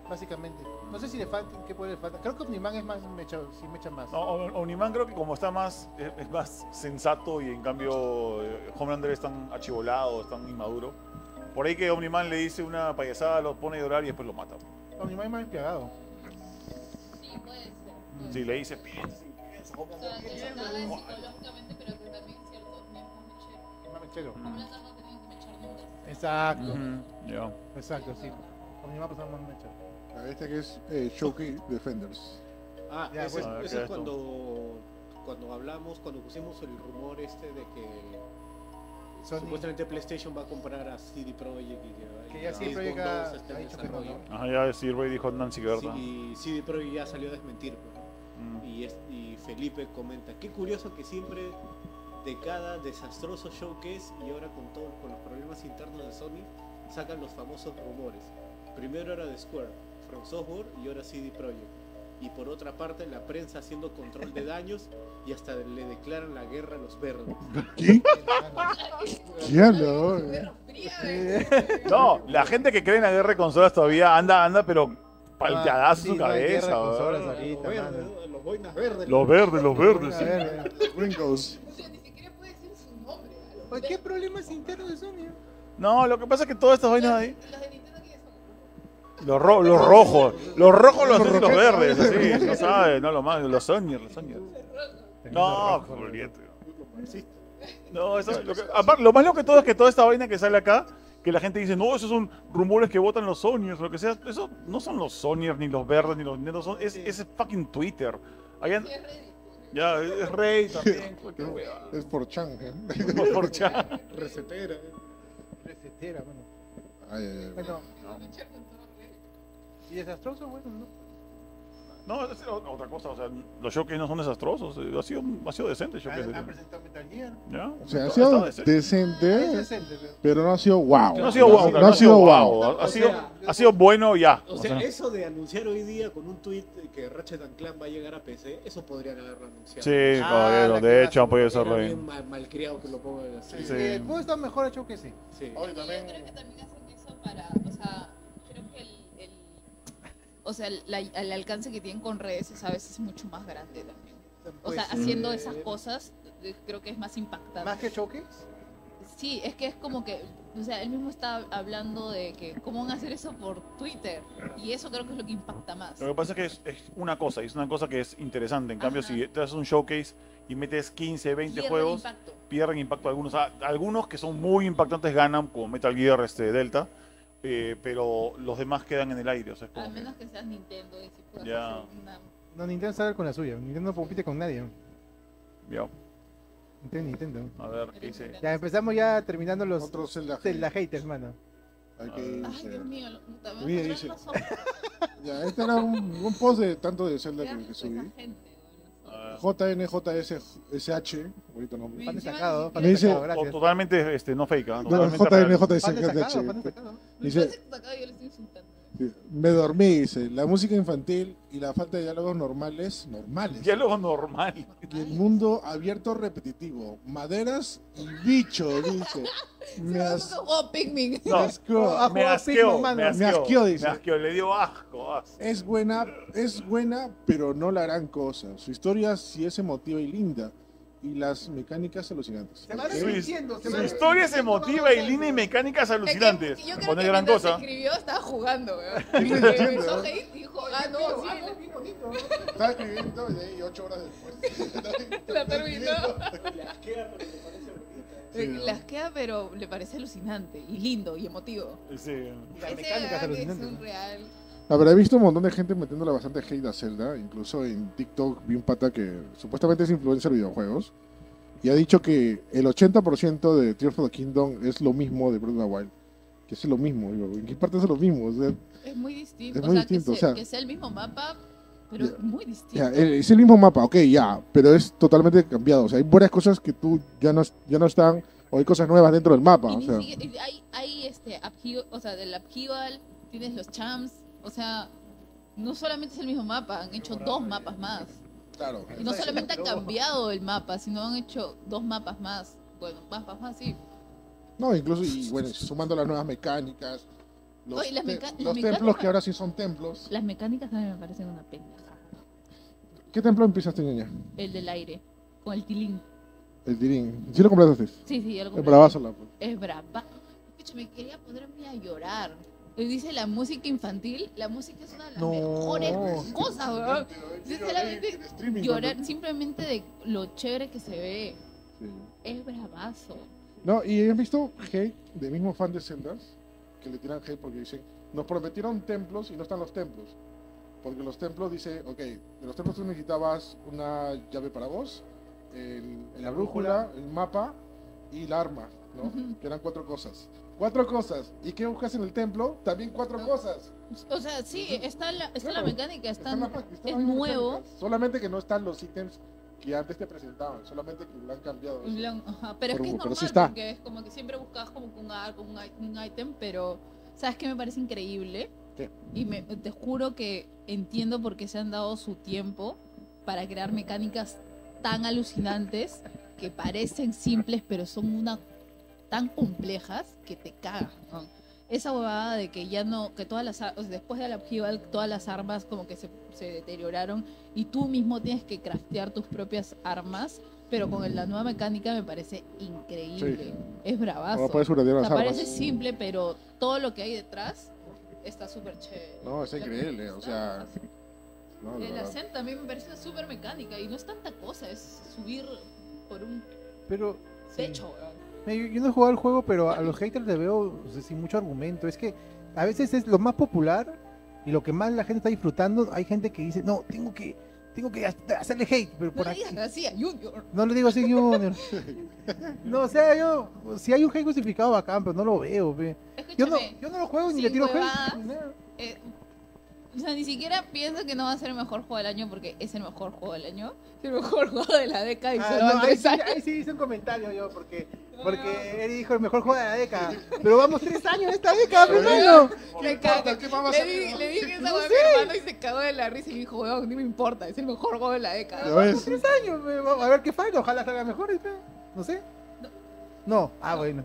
F: básicamente. No sé si le falta, qué poder le falta. Creo que Omniman es más mecha, sí mecha más.
C: No, O- O- Omniman creo que como está más, es, es más sensato y en cambio eh, Homelander es tan achivolado, es tan inmaduro. Por ahí que Omniman le dice una payasada, lo pone a llorar y después lo mata.
F: Omniman es más empiagado.
D: Sí, puede ser. puede
C: Si
D: ser.
C: le dice, piensa, piensa,
D: O sea, que
C: piensa.
D: se nada es psicológicamente, pero que también es cierto, me mechero.
F: Es más mechero.
D: Homelander no tenía que mechar nunca.
F: Exacto,
C: Ujú, ya.
F: exacto, sí. Omniman pasa pues más mechero.
A: Este que es eh, Shoki Defenders.
E: Ah,
F: Ya,
E: ese,
C: bueno. Ah,
E: ese
C: claro.
E: es cuando, cuando hablamos, cuando pusimos el rumor este de que
F: Sony.
E: supuestamente PlayStation va a comprar a CD Projekt y que,
F: Que ya
E: y
F: CD
E: Xbox
F: Projekt
E: Dos
F: ha,
E: está
F: ha
E: en
F: dicho que no,
E: desarrollo.
F: ¿no?
C: Ajá, ya decir, güey, dijo Nancy Gerta.
E: Sí, y CD Projekt ya salió a desmentir. pues.
C: Mm.
E: Y, es- y Felipe comenta, qué curioso que siempre de cada desastroso show que es y ahora con todo, con los problemas internos de Sony, sacan los famosos rumores. Primero era de Square, From Software y ahora CD Projekt. Y por otra parte, la prensa haciendo control de daños y hasta le declaran la guerra a los verdes.
A: ¿Qué? ¿Qué habla?
D: Me
A: eh?
D: resfría,
C: No, la gente que cree en la guerra de consolas todavía anda, anda, pero palteadazo
F: Ah, sí,
C: su
F: no hay guerra de
C: cabeza.
F: consolas
C: ¿verdad?
E: A los,
F: ahorita,
E: verdes,
F: mano.
E: a los boinas verdes.
C: Los verdes, los verdes.
F: A
C: sí.
F: ver,
A: Gringos.
D: O sea, ni siquiera puede decir su nombre. a los
F: ¿por ¿qué problemas internos de Sony?
C: No, lo que pasa es que todas estas
D: Los
C: vainas ahí.
D: los de Nintendo que ya son.
C: Los, ro- los rojos, los rojos, los,
A: Los
C: azules y los
A: roquetas.
C: verdes, así, no sabes, no lo más, los Sonyers, los Sonyers. No, Julieta. No, eso, lo, que- aparte, lo más loco que todo es que toda esta vaina que sale acá, que la gente dice, no, esos son rumores que votan los Sonyers, lo que sea, eso no son los Sonyers, ni los verdes, ni los netos, son, es, es fucking Twitter. Ahí an-
D: Sí, es Reddit.
C: ya, es Rey también, cualquier hueva.
A: Es por Chang. ¿eh?
C: Por- por chat.
E: Recetera.
F: Recetera, bueno.
A: Ay, ay, ay.
F: Bueno,
D: No.
F: y desastroso, bueno, no.
C: No, es o- otra cosa, o sea, los showcase no son desastrosos. eh, Ha sido, ha sido decente el
A: Ah,
C: showcase.
F: Han, han presentado Metal Gear.
C: ¿Ya?
A: O sea, ha
C: Ha
A: sido
C: estado decente.
F: Es
A: decente,
F: decente, pero-
A: pero no ha sido wow.
C: No ha sido guau, claro,
A: No ha sido wow.
C: guau, Ha,
G: O
C: sido,
G: sea,
C: ha sido bueno y ya.
G: O sea, eso de anunciar hoy día con un tweet que Ratchet and Clank va a llegar a PC, eso podrían haberlo anunciado.
C: sí,
F: Ah,
C: caballero,
F: la
C: de
F: que
C: hecho han podido
G: Era
C: hacerlo
G: bien
C: bien.
G: mal, malcriado que lo pongan así.
F: Sí,
C: Sí.
F: El juego está mejor hecho que sí.
G: Sí.
D: Yo creo que también hacen eso para, o sea, creo que el, el o sea, el, la- el alcance que tienen con redes es a veces mucho más grande también. O sea,
F: Pues,
D: haciendo
F: eh,
D: esas cosas eh, creo que es más impactante.
F: Más que showcase.
D: Sí, es que es como que, o sea, él mismo está hablando de que cómo van a hacer eso por Twitter y eso creo que es lo que impacta más.
C: Lo que pasa es que es, es una cosa, y es una cosa que es interesante. En cambio,
D: Ajá.
C: si te haces un showcase y metes 15, 20
D: Pierde
C: juegos,
D: impacto.
C: pierden impacto algunos. Ah, algunos que son muy impactantes ganan, como Metal Gear este, Delta, eh, pero los demás quedan en el aire. O sea, es como
D: Al
C: que-
D: menos que seas Nintendo y si puedas
C: Ya.
D: hacer una-
F: No, Nintendo sabe con la suya. Nintendo no compite con nadie.
C: Ya,
F: Nintendo, Nintendo.
C: a ver, ¿qué dice?
F: Ya empezamos ya terminando los
A: Otro Zelda.
F: Zelda haters, mano.
A: Hay que
D: Ay,
A: irse.
D: Dios mío, lo- también
A: Mira,
D: otra
A: dice-
D: razón
A: Ya, este era un, un post de tanto de
D: por
A: Zelda
D: la
A: que, que
D: que esa
A: subí.
D: gente, ¿no?
C: A ver.
A: JNJSH, bonito nombre.
D: Mira,
F: Pan sacado, pan
A: Me dice-
F: sacado,
C: O
F: gracias.
C: totalmente este, no fake, ¿ah?
A: Bueno,
C: totalmente real.
F: Pan sacado, pan
A: JNJSH.
F: sacado.
D: Me
A: Dice-
D: parece que acá yo le estoy insultando.
A: Me dormí, dice. La música infantil y la falta de diálogos normales, normales.
C: Diálogo normal.
A: Y el mundo abierto repetitivo. Maderas y bicho, dice. Me, as-
D: Oh, Pikmin.
C: No,
A: me asqueó.
F: Ah,
C: me
F: jugado
C: asqueó,
F: Pikmin, mano.
C: me asqueó,
A: Me asqueó, dice.
C: me asqueó, le dio asco. asco.
A: Es buena, es buena, pero no la gran cosa. Su historia sí es emotiva y linda. Y las mecánicas alucinantes.
F: Se van
A: Ok.
C: Sí.
F: repitiendo, se
C: Su
F: van
C: historia se
F: repitiendo,
C: motiva
F: vamos,
C: y línea y
F: vamos.
C: mecánicas
D: Es que
C: alucinantes.
D: Yo creo
C: Pone
D: que
C: gran
D: mientras
C: cosa.
D: escribió estaba jugando, weón.
A: estoy
D: Porque
A: haciendo,
D: Empezó
A: ¿eh?
D: hate y dijo, ah, no, sí,
F: Ah, bien bonito.
A: Estaba escribiendo y ahí ocho horas después.
D: la, la terminó.
G: Las queda, pero me parece bonita.
A: Sí, ¿no?
D: Las queda, pero le parece alucinante y lindo y emotivo.
C: Sí.
F: Y
D: Ese
F: las mecánicas
D: weón es
F: alucinantes.
D: un real.
A: Habrá visto un montón de gente metiéndole bastante hate a Zelda. Incluso en TikTok vi un pata que supuestamente es influencer de videojuegos. Y ha dicho que el 80% de Tears of the Kingdom es lo mismo de Breath of the Wild. Que es lo mismo. digo, ¿En qué parte es lo mismo? O sea,
D: Es muy distinto.
A: Es muy
D: o sea,
A: distinto,
D: que,
A: o sea.
D: sea, que sea el mismo mapa, pero
A: Ya.
D: es muy distinto.
A: ya, el- eh, es el mismo mapa, ok, ya. pero es totalmente cambiado. O sea, hay varias cosas que tú ya no, ya no están. O hay cosas nuevas dentro del mapa.
D: Y
A: O
D: ni
A: sea,
D: siquiera- y hay, hay este upheaval, o sea, del upheaval, tienes los champs, o sea, no solamente es el mismo mapa, han hecho dos mapas más.
A: claro.
D: Y no solamente han cambiado el mapa, sino han hecho dos mapas más. Bueno, mapas más, sí.
A: No, incluso, y bueno, sumando las nuevas mecánicas. Los,
D: Oye, las
A: te-
D: meca- las
A: los
D: mecánicas-
A: templos que ahora sí son templos.
D: Las mecánicas también me parecen una pendeja.
A: ¿Qué templo empezaste, niña?
D: El del aire, con el tilín.
A: El Dirín. ¿Sí lo compraste?
D: Sí, sí, algo
A: El bravazo.
D: Es brava. Pucha, me quería ponerme a llorar. Y dice la música infantil, la música es una de las
F: No.
D: mejores cosas, weón. Sí, solamente
A: streaming,
D: Llorar simplemente de lo chévere que se ve.
A: Sí.
D: Es bravazo.
A: No, y he visto hate de mismos fans de Zelda que le tiran hate porque dicen, nos prometieron templos y no están los templos. Porque los templos dice, ok, de los templos tú necesitabas una llave para vos, el- la brújula, el mapa y la arma, ¿no?
D: Ujú.
A: Que eran cuatro cosas. Cuatro cosas. ¿Y qué buscas en el templo? También cuatro cosas.
D: O sea, sí, está la, está
A: Claro,
D: la mecánica, está,
A: Están las- están las
D: es
A: mismas
D: nuevo.
A: mecánicas, Solamente que no están los ítems que antes te presentaban, solamente que lo han cambiado. eso.
D: blan- ajá, pero es
A: Pero-
D: que es
A: pero
D: normal,
A: sí está.
D: porque es como que siempre buscabas como que un arco, un, i- un item, pero ¿sabes qué me parece increíble?
A: ¿Qué?
D: Y me, te juro que entiendo por qué se han dado su tiempo para crear mecánicas tan alucinantes que parecen simples, pero son una tan complejas que te cagas. ¿no? Esa huevada de que ya no, que todas las, ar- o sea, después de la upheaval, todas las armas como que se, se deterioraron y tú mismo tienes que craftear tus propias armas, pero con el- la nueva mecánica me parece increíble. Es bravazo.
A: Ahora puedes upgradear
D: O
A: las
D: sea, parece
A: armas.
D: simple, pero todo lo que hay detrás está súper chévere.
A: No, es
D: La
A: increíble,
D: mecánica
A: o
D: está
A: sea.
D: bravazo.
A: no, de
D: El
A: verdad.
D: ascent también me parece súper mecánica y no es tanta cosa, es subir por un
F: Pero sí.
D: techo. weón.
F: Mira, Eh, Yo, yo no he jugado el juego, pero a los haters le veo o sea, sin mucho argumento. Es que a veces es lo más popular y lo que más la gente está disfrutando. Hay gente que dice, no, tengo que, tengo que ha- hacerle hate, pero
D: No
F: por
D: le
F: aquí.
D: digas así a Junior.
F: No le digo así, Junior. No, o sea, yo, si hay un hate justificado bacán, pero no lo veo, pe.
D: Es que
F: Yo no,
D: escúchame,
F: yo no lo juego ni
D: sin
F: le tiro hate,
D: huevadas.
F: ni nada.
D: eh, o sea, ni siquiera pienso que no va a ser el mejor juego del año porque es el mejor juego del año. Es el mejor juego de la década y
F: Ah,
D: solo
F: no,
D: van
F: ahí,
D: tres
F: sí,
D: años.
F: ahí sí hice un comentario yo, porque, porque Eri dijo el mejor juego de la década. Pero vamos tres años en esta década, hermano.
D: Me
A: importa?
D: cago.
A: ¿Qué más va a
D: Le,
A: salir,
D: di,
A: no?
D: le dije esa
F: No
D: hueá a mi hermano y se cagó de la risa y me dijo, weón, no me importa, es el mejor juego de la década.
A: ¿Lo ves?
F: Tres años, pe, vamos a ver qué falta, ojalá salga mejor. y pe, No sé. No, ah, bueno.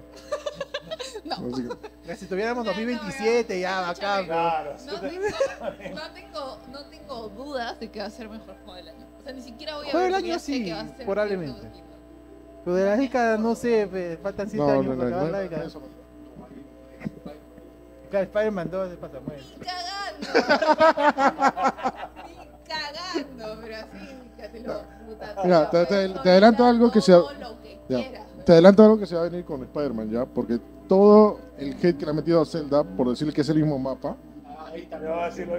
D: No,
A: Así que-
F: Ya, Si tuviéramos
D: Ya, no,
F: 2027, ya,
D: ya,
F: bacán. pe.
D: ya, no tengo, no, tengo, no tengo dudas de que va a ser mejor juego del año. O sea, ni siquiera voy a
F: Juego
D: ver
F: del
D: porque
F: año
D: ya sé
F: sí,
D: que va a ser
F: probablemente.
D: cierto tipo.
F: Pero de la década, no sé, pe, faltan siete
A: No,
F: años
A: no,
F: para
A: no,
F: acabar
A: no.
F: la década.
A: Eso,
F: Claro, Spider-Man 2 de pata muere.
D: Ni cagando. Ni cagando, pero así, ya te lo puta, te
A: Mira,
D: lo
A: te- te-
D: puedes
A: te adelanto algo que
D: todo
A: sea-
D: lo que
A: ya.
D: quieras.
A: Te adelanto algo que se va a venir con Spider-Man ya, porque todo el hate que le ha metido a Zelda, por decirle que es el mismo mapa,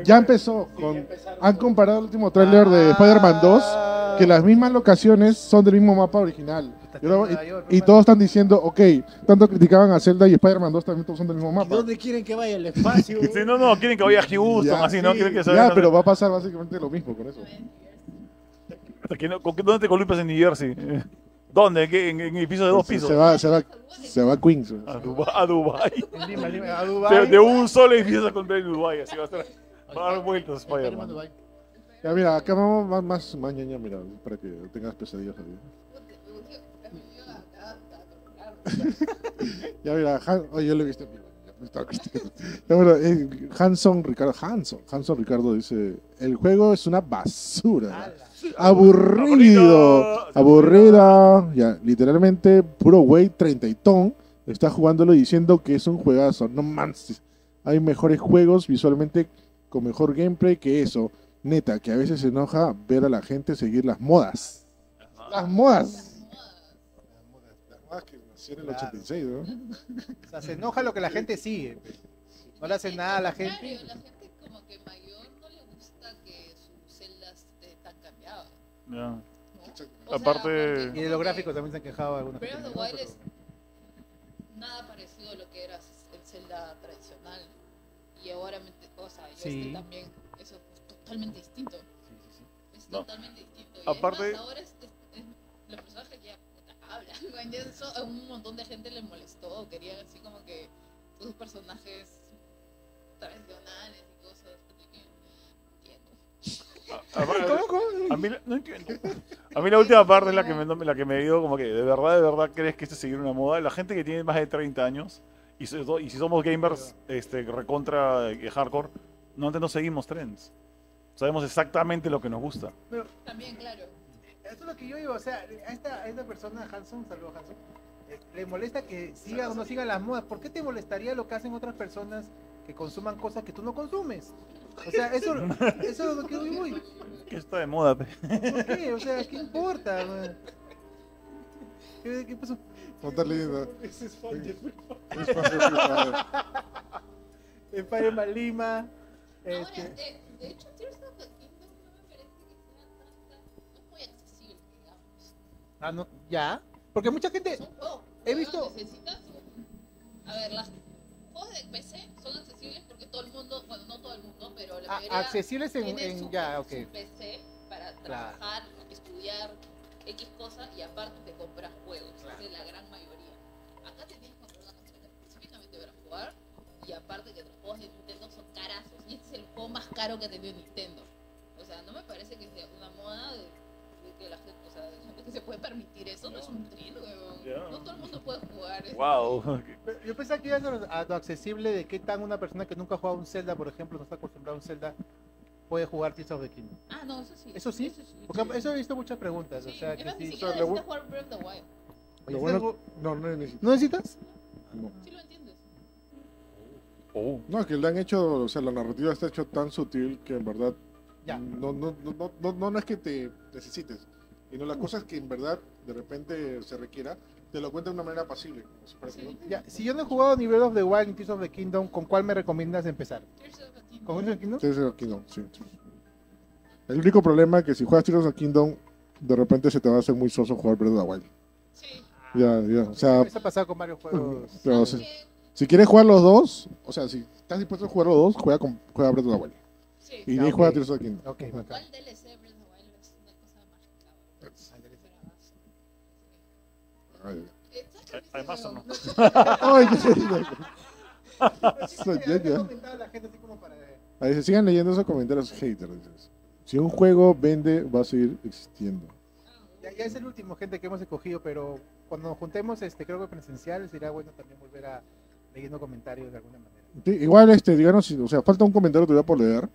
A: ya empezó. Con, Ah. han comparado el último tráiler
F: Ah,
A: de Spider-Man 2, que las mismas locaciones son del mismo mapa original. Y, luego- y- y todos están diciendo, ok, tanto criticaban a Zelda y Spider-Man 2 también todos son del mismo
E: ¿Y
A: mapa.
E: ¿Dónde quieren que vaya el espacio?
C: Sí, no, no, quieren que vaya a Houston,
A: Ya,
C: así, ¿no?
A: sí,
C: Quieren que
A: ya,
C: salga-
A: pero va a pasar básicamente lo mismo con eso.
C: ¿Quién- con- ¿Dónde te columpias en New Jersey? ¿Dónde? ¿Qué? ¿En, en el piso de dos
A: Se-
C: pisos? Ah,
A: Se va, se va, se va a Queens. ¿no?
C: A, Dubai, a Dubái.
F: En Lima, Lima, a
C: De,
F: Dubái.
C: de un solo edificio a comprar en Dubái, así va a estar. Va a dar vueltas,
B: Spider-Man
C: Spider-Man.
B: Dubai.
A: Ya, mira, acá vamos más, más, más ñaña, mira, para que tengas pesadillas ahí. Ya mira, Han, oye, yo lo he visto en vivo, ya me estaba criticando. Ya, bueno, eh, Hanson Ricardo, Hanson, Hanson Ricardo dice, el juego es una
F: Ah,
A: basura. Aburrido,
C: Aburrido.
A: aburrida. Ya, literalmente, puro güey treintentón está jugándolo y diciendo que es un juegazo. No manches, hay mejores juegos visualmente con mejor gameplay que eso. Neta, que a veces se enoja ver a la gente seguir las modas. Las modas. Las modas Ah, que nacieron en el
F: Claro.
A: 86, ¿no?
F: O sea, se enoja lo que la gente sigue. pe. No le hace nada a la gente.
D: Claro, la gente como que mayor no le gusta que sus celdas estén tan cambiadas.
C: Ya.
D: ¿no?
C: Aparte- Y de
F: Y de los gráficos también se han quejado algunos.
D: Breath of the Wild es nada parecido a lo que era el Zelda tradicional. Y ahora, mente- o sea, y
F: Sí.
D: este también, eso es totalmente distinto. Es
C: No.
D: totalmente distinto. Y
C: Aparte-
D: es más, ahora es, es- es- los personajes ya puta, hablan. güey. Ya Eso a un montón de gente le molestó. Querían así como que sus personajes tradicionales y cosas. así que no entiendo.
C: A- a- Ah, A mí, la- no entiendo. A mí la última parte es la que, me, no- la que me dio como que de verdad, de verdad crees que esto es seguir una moda. La gente que tiene más de 30 años, y, sobre todo- y si somos gamers este, recontra eh, hardcore, no, antes no seguimos trends. Sabemos exactamente lo que nos gusta.
D: También, claro.
F: Eso es lo que yo digo, o sea, a esta, a esta persona, Hanson, saludos Hanson, eh, le molesta que siga o no sigan las modas. ¿Por qué te molestaría lo que hacen otras personas que consuman cosas que tú no consumes? O sea, eso, eso es lo que yo voy.
C: ¿Qué está de moda? pe?
F: ¿Por qué? O sea, ¿qué importa? man? ¿Qué, qué pasó?
A: No está leyendo.
F: Ese es
A: Es fácil, claro.
F: Spider-Man Lima.
D: Ahora,
F: Eh, Este,
D: de, de hecho, Tears of the Kingdom no me parece que sea tan, tan, no muy accesible, digamos.
F: ah, no, ya. Porque mucha gente.
D: Es un juego.
F: Eh, He
D: ¿no?
F: visto-
D: Necesitas. un- A ver, las juegos de PC son accesibles porque todo el mundo, bueno, no todo el mundo, pero la
F: a-
D: mayoría
F: accesibles en.
D: tiene
F: en-
D: su,
F: ya,
D: su
F: ok.
D: PC para
F: Claro.
D: trabajar, estudiar, X cosa y aparte te compras juegos. Es la gran mayoría. Acá te tienes que comprar una consola específicamente para jugar y aparte que los juegos de Nintendo son carazos y este es el juego más caro que ha tenido Nintendo. O sea, no me parece que sea una moda de, de que la gente, o sea, de gente que se puede permitir eso, no, es un trin, weón.
C: Ya.
D: No todo el mundo puede jugar. es-
C: ¡Wow!
F: Pero Yo pensaba que iba a lo, a lo accesible de qué tan una persona que nunca ha jugado un Zelda, por ejemplo, no está acostumbrada a un Zelda, puede jugar Tears of the Kingdom.
D: Ah, no, eso sí.
F: ¿Eso sí? Porque
D: sí.
F: eso he visto muchas preguntas.
D: Sí,
F: o sea,
D: es
F: que
D: más, ni
F: sí.
D: siquiera
A: O sea, lo
D: necesitas jugar Breath of the Wild.
A: Lo bueno- No, no necesito.
F: ¿No necesitas?
A: No.
D: Sí lo entiendes.
C: Oh.
A: No, es que le han hecho, o sea, la narrativa está hecho tan sutil que en verdad
F: Ya.
A: No, no, no, no, no, no, no es que te necesites, sino las cosas que en verdad de repente se requiera, te lo cuenta de una manera pasible. como si fuera que no-
F: Ya, si yo no he jugado ni Breath of the Wild ni Tears of the Kingdom, ¿con cuál me recomiendas empezar?
D: Tears of the Kingdom.
F: ¿Con Tears of the Kingdom?
A: Sí, sí, aquí no, sí, sí. El único problema es que si juegas Tears of the Kingdom, de repente se te va a hacer muy soso jugar Breath of the Wild.
D: Sí.
A: Ya, ya, o sea,
F: Pues, Eso ha pasado con varios juegos.
A: pero
D: ¿Sabes
A: sí.
D: qué?
A: Si quieres jugar los dos, o sea, si estás dispuesto a jugar los dos, juega, con, juega Breath of the Wild.
D: Sí.
A: Y
F: Ya,
A: ni juega
F: ok.
A: Tears of the Kingdom.
F: Ok, bacán.
D: ¿Cuál DLC Breath of the Wild es una cosa más cabrón?
A: Ay,
C: Además, Eh, ¿o no?
D: Ah,
A: Ay, Ah, ya, ya, ya.
F: la gente así como para...
A: Ahí dice, sigan leyendo esos comentarios haters. dices. Si un juego vende, va a seguir existiendo.
F: Ya, ya es el último, gente, que hemos escogido, pero cuando nos juntemos, este, creo que presencial, será bueno también volver a leyendo comentarios de alguna manera.
A: Sí, Igual, este, díganos, si, o sea, falta un comentario todavía por leer.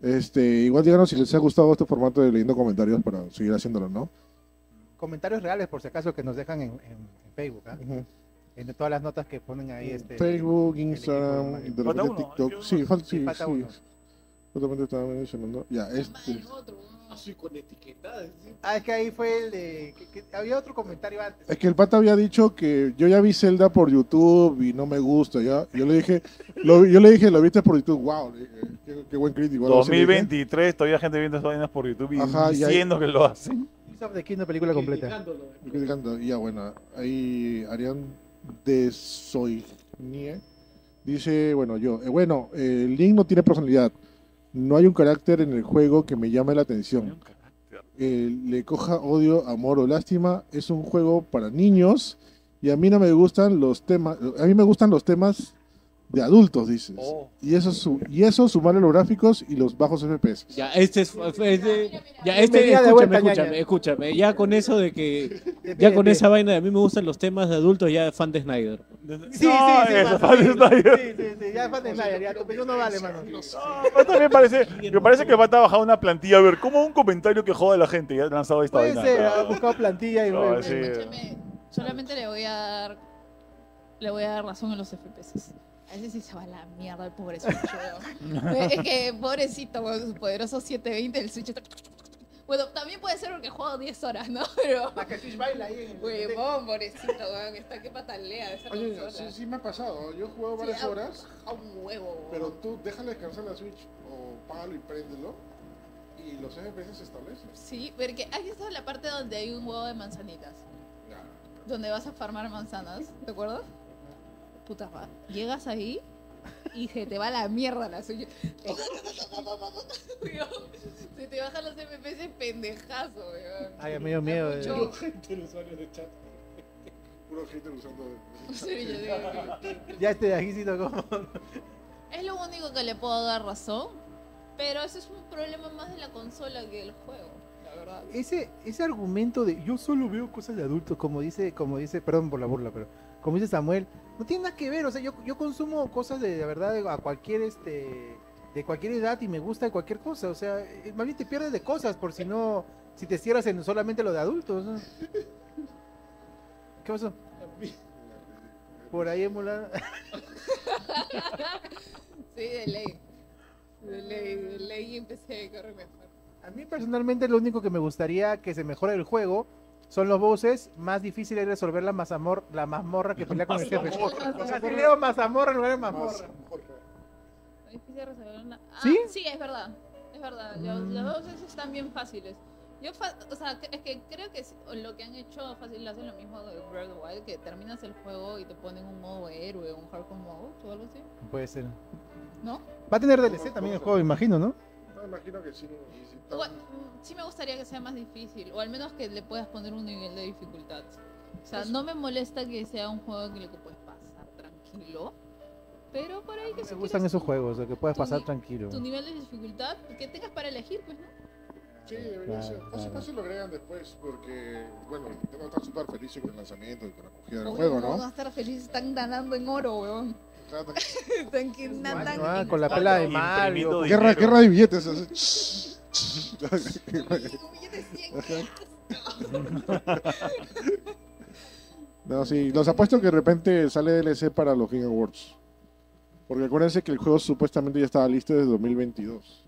A: Este, igual díganos si les ha gustado este formato de leyendo comentarios para seguir haciéndolo, ¿no?
F: Comentarios reales, por si acaso, que nos dejan en, en- en Facebook, ¿ah? En todas las notas que ponen ahí, este...
A: Facebook,
F: el equipo de
A: Instagram,
F: Mario.
A: de
C: Falta
A: repente
C: uno, hay que
A: TikTok.
C: uno.
A: Sí, falta, sí,
F: Sí, falta
A: sí.
F: uno.
A: Justamente estaba mencionando. Ya, este.
D: El otro, ¿no?
G: Así con etiquetadas. ¿sí?
F: Ah, es que ahí fue el de... que- que había otro comentario antes.
A: Es que el pata había dicho que yo ya vi Zelda por YouTube y no me gusta. Ya, yo le dije, lo, yo le dije, lo viste por YouTube. Wow, le dije, qué, qué buen crítico. algo así le dije.
C: 2023, todavía gente viendo estas vainas por YouTube y
A: Ajá, y ahí-
C: diciendo que lo hacen.
F: Tears of the Kingdom, película completa.
G: Criticándolo, ¿eh?
A: Estoy criticando. Y ya bueno, ahí Arián de Soignie dice, bueno, yo, eh, bueno, eh, Link no tiene personalidad. No hay un carácter en el juego que me llame la atención. Eh, le coja odio, amor o lástima. Es un juego para niños y a mí no me gustan los temas, a mí me gustan los temas de adultos, dices.
C: Oh.
A: Y eso, su- y eso sumarle los gráficos y los bajos FPS.
E: Ya, este es. este- ya, este,
F: Bienvenida de
E: escúchame,
F: vuelta,
E: escúchame,
F: ñaña.
E: escúchame. Ya con eso de que.
F: Depende.
E: Ya con esa vaina de a mí me gustan los temas de adultos, ya fan de Snyder.
F: Sí, sí, sí,
C: No, eso,
F: mano, sí,
C: Zack Snyder.
F: sí, sí, sí, ya es fan de Snyder, ya tu opinión no vale, mano.
C: No, Ah, pero también parece, me parece que va a trabajar una plantilla. A ver, ¿cómo un comentario que joda a la gente? Ya ha lanzado esta
F: Puede
C: vaina.
F: ser, ha
C: Claro.
F: buscado plantilla y...
C: No,
F: bueno,
C: sí.
D: Pero escúchame, solamente le voy a dar le voy a dar razón a los FPS. A ese sí se va a la mierda el pobrecito. weón. es que pobrecito, weón, su poderoso 720 del Switch. está- Bueno, también puede ser porque juego 10 horas, ¿no? Pero
F: La que Switch baila ahí. en el-
D: huevón, pobrecito, weón, está que patalea esa consola.
A: me ha pasado. Yo he jugado
D: varias Sí, a- horas. A un huevo.
A: Pero
D: weón.
A: tú déjale descansar la Switch o págalo y préndelo y los FPS se establecen.
D: Sí, porque aquí está la parte donde hay un huevo de manzanitas.
A: Ya.
D: donde vas a farmar manzanas, ¿te acuerdas? Puta madre. Llegas ahí y se te va la mierda la suya. Weón, se te bajan los FPS pendejazo, weón.
F: Ay, me dio miedo. eh.
D: Yo-
G: Gente, los usuarios de chat.
A: Puro hater usando.
D: Sí, yo digo,
F: Ya este de aquí sí tocó.
D: Es lo único que le puedo dar razón, pero ese es un problema más de la consola que del juego, la verdad.
F: Ese, ese argumento de yo solo veo cosas de adultos, como dice, como dice, perdón por la burla, pero como dice Samuel, no tiene nada que ver, o sea, yo, yo consumo cosas de, de verdad de- a cualquier este de cualquier edad y me gusta cualquier cosa, o sea, eh, más bien te pierdes de cosas por si no, si te cierras en solamente lo de adultos, ¿no? ¿Qué pasó? Por ahí emular.
D: Sí, de ley. De ley, de ley empecé a correr mejor.
F: A mí personalmente lo único que me gustaría que se mejore el juego son los bosses. Más difícil es resolver la, mazamor- la mazmorra que pelear con el jefe. Así leo mazamorra en lugar de mazmorra.
E: ¿eh?
D: Lo difícil de resolver una- Ah,
F: ¿Sí?
D: es verdad. Es verdad. Los,
F: Mm.
D: los dos esos están bien fáciles. Yo, fa- o sea, que- es que creo que si- lo que han hecho fácil hacen lo mismo de Breath of the Wild, que terminas el juego y te ponen un modo héroe, un hardcore mode o algo así,
F: Puede ser.
D: ¿no?
F: Va a tener DLC también el juego, imagino, ¿no?
A: No, Ah, imagino que sí. y sí,
D: Igual,
A: tan-
D: mm, sí me gustaría que sea más difícil, o al menos que le puedas poner un nivel de dificultad. O
F: Pues
D: sea, no me molesta que sea un juego en el que puedes pasar tranquilo, pero por ahí que
F: Me
D: si quieres
F: gustan esos
D: tu-
F: juegos, de que puedas
D: tu
F: pasar
D: ni-
F: tranquilo.
D: Tu nivel de dificultad, que tengas para elegir, pues, ¿no?
A: Sí, debería ser.
F: Claro,
A: Fácil,
F: claro.
A: fácil lo agregan después porque, bueno, Nintendo está súper feliz con el lanzamiento y con la cogida del
D: Oye,
A: juego,
D: no van
A: ¿no?
D: a estar felices, están ganando en oro, weón.
A: Cada-
D: Están que nadan
F: ah,
D: en
F: con la
D: oro.
F: pela de
C: Imprimiendo
F: Mario.
C: dinero.
A: Guerra, guerra de billetes. así.
D: Un billete de 100, ¿qué?
A: No, sí, los apuesto que de repente sale DLC para los Game Awards. Porque acuérdense que el juego supuestamente ya estaba listo desde 2022.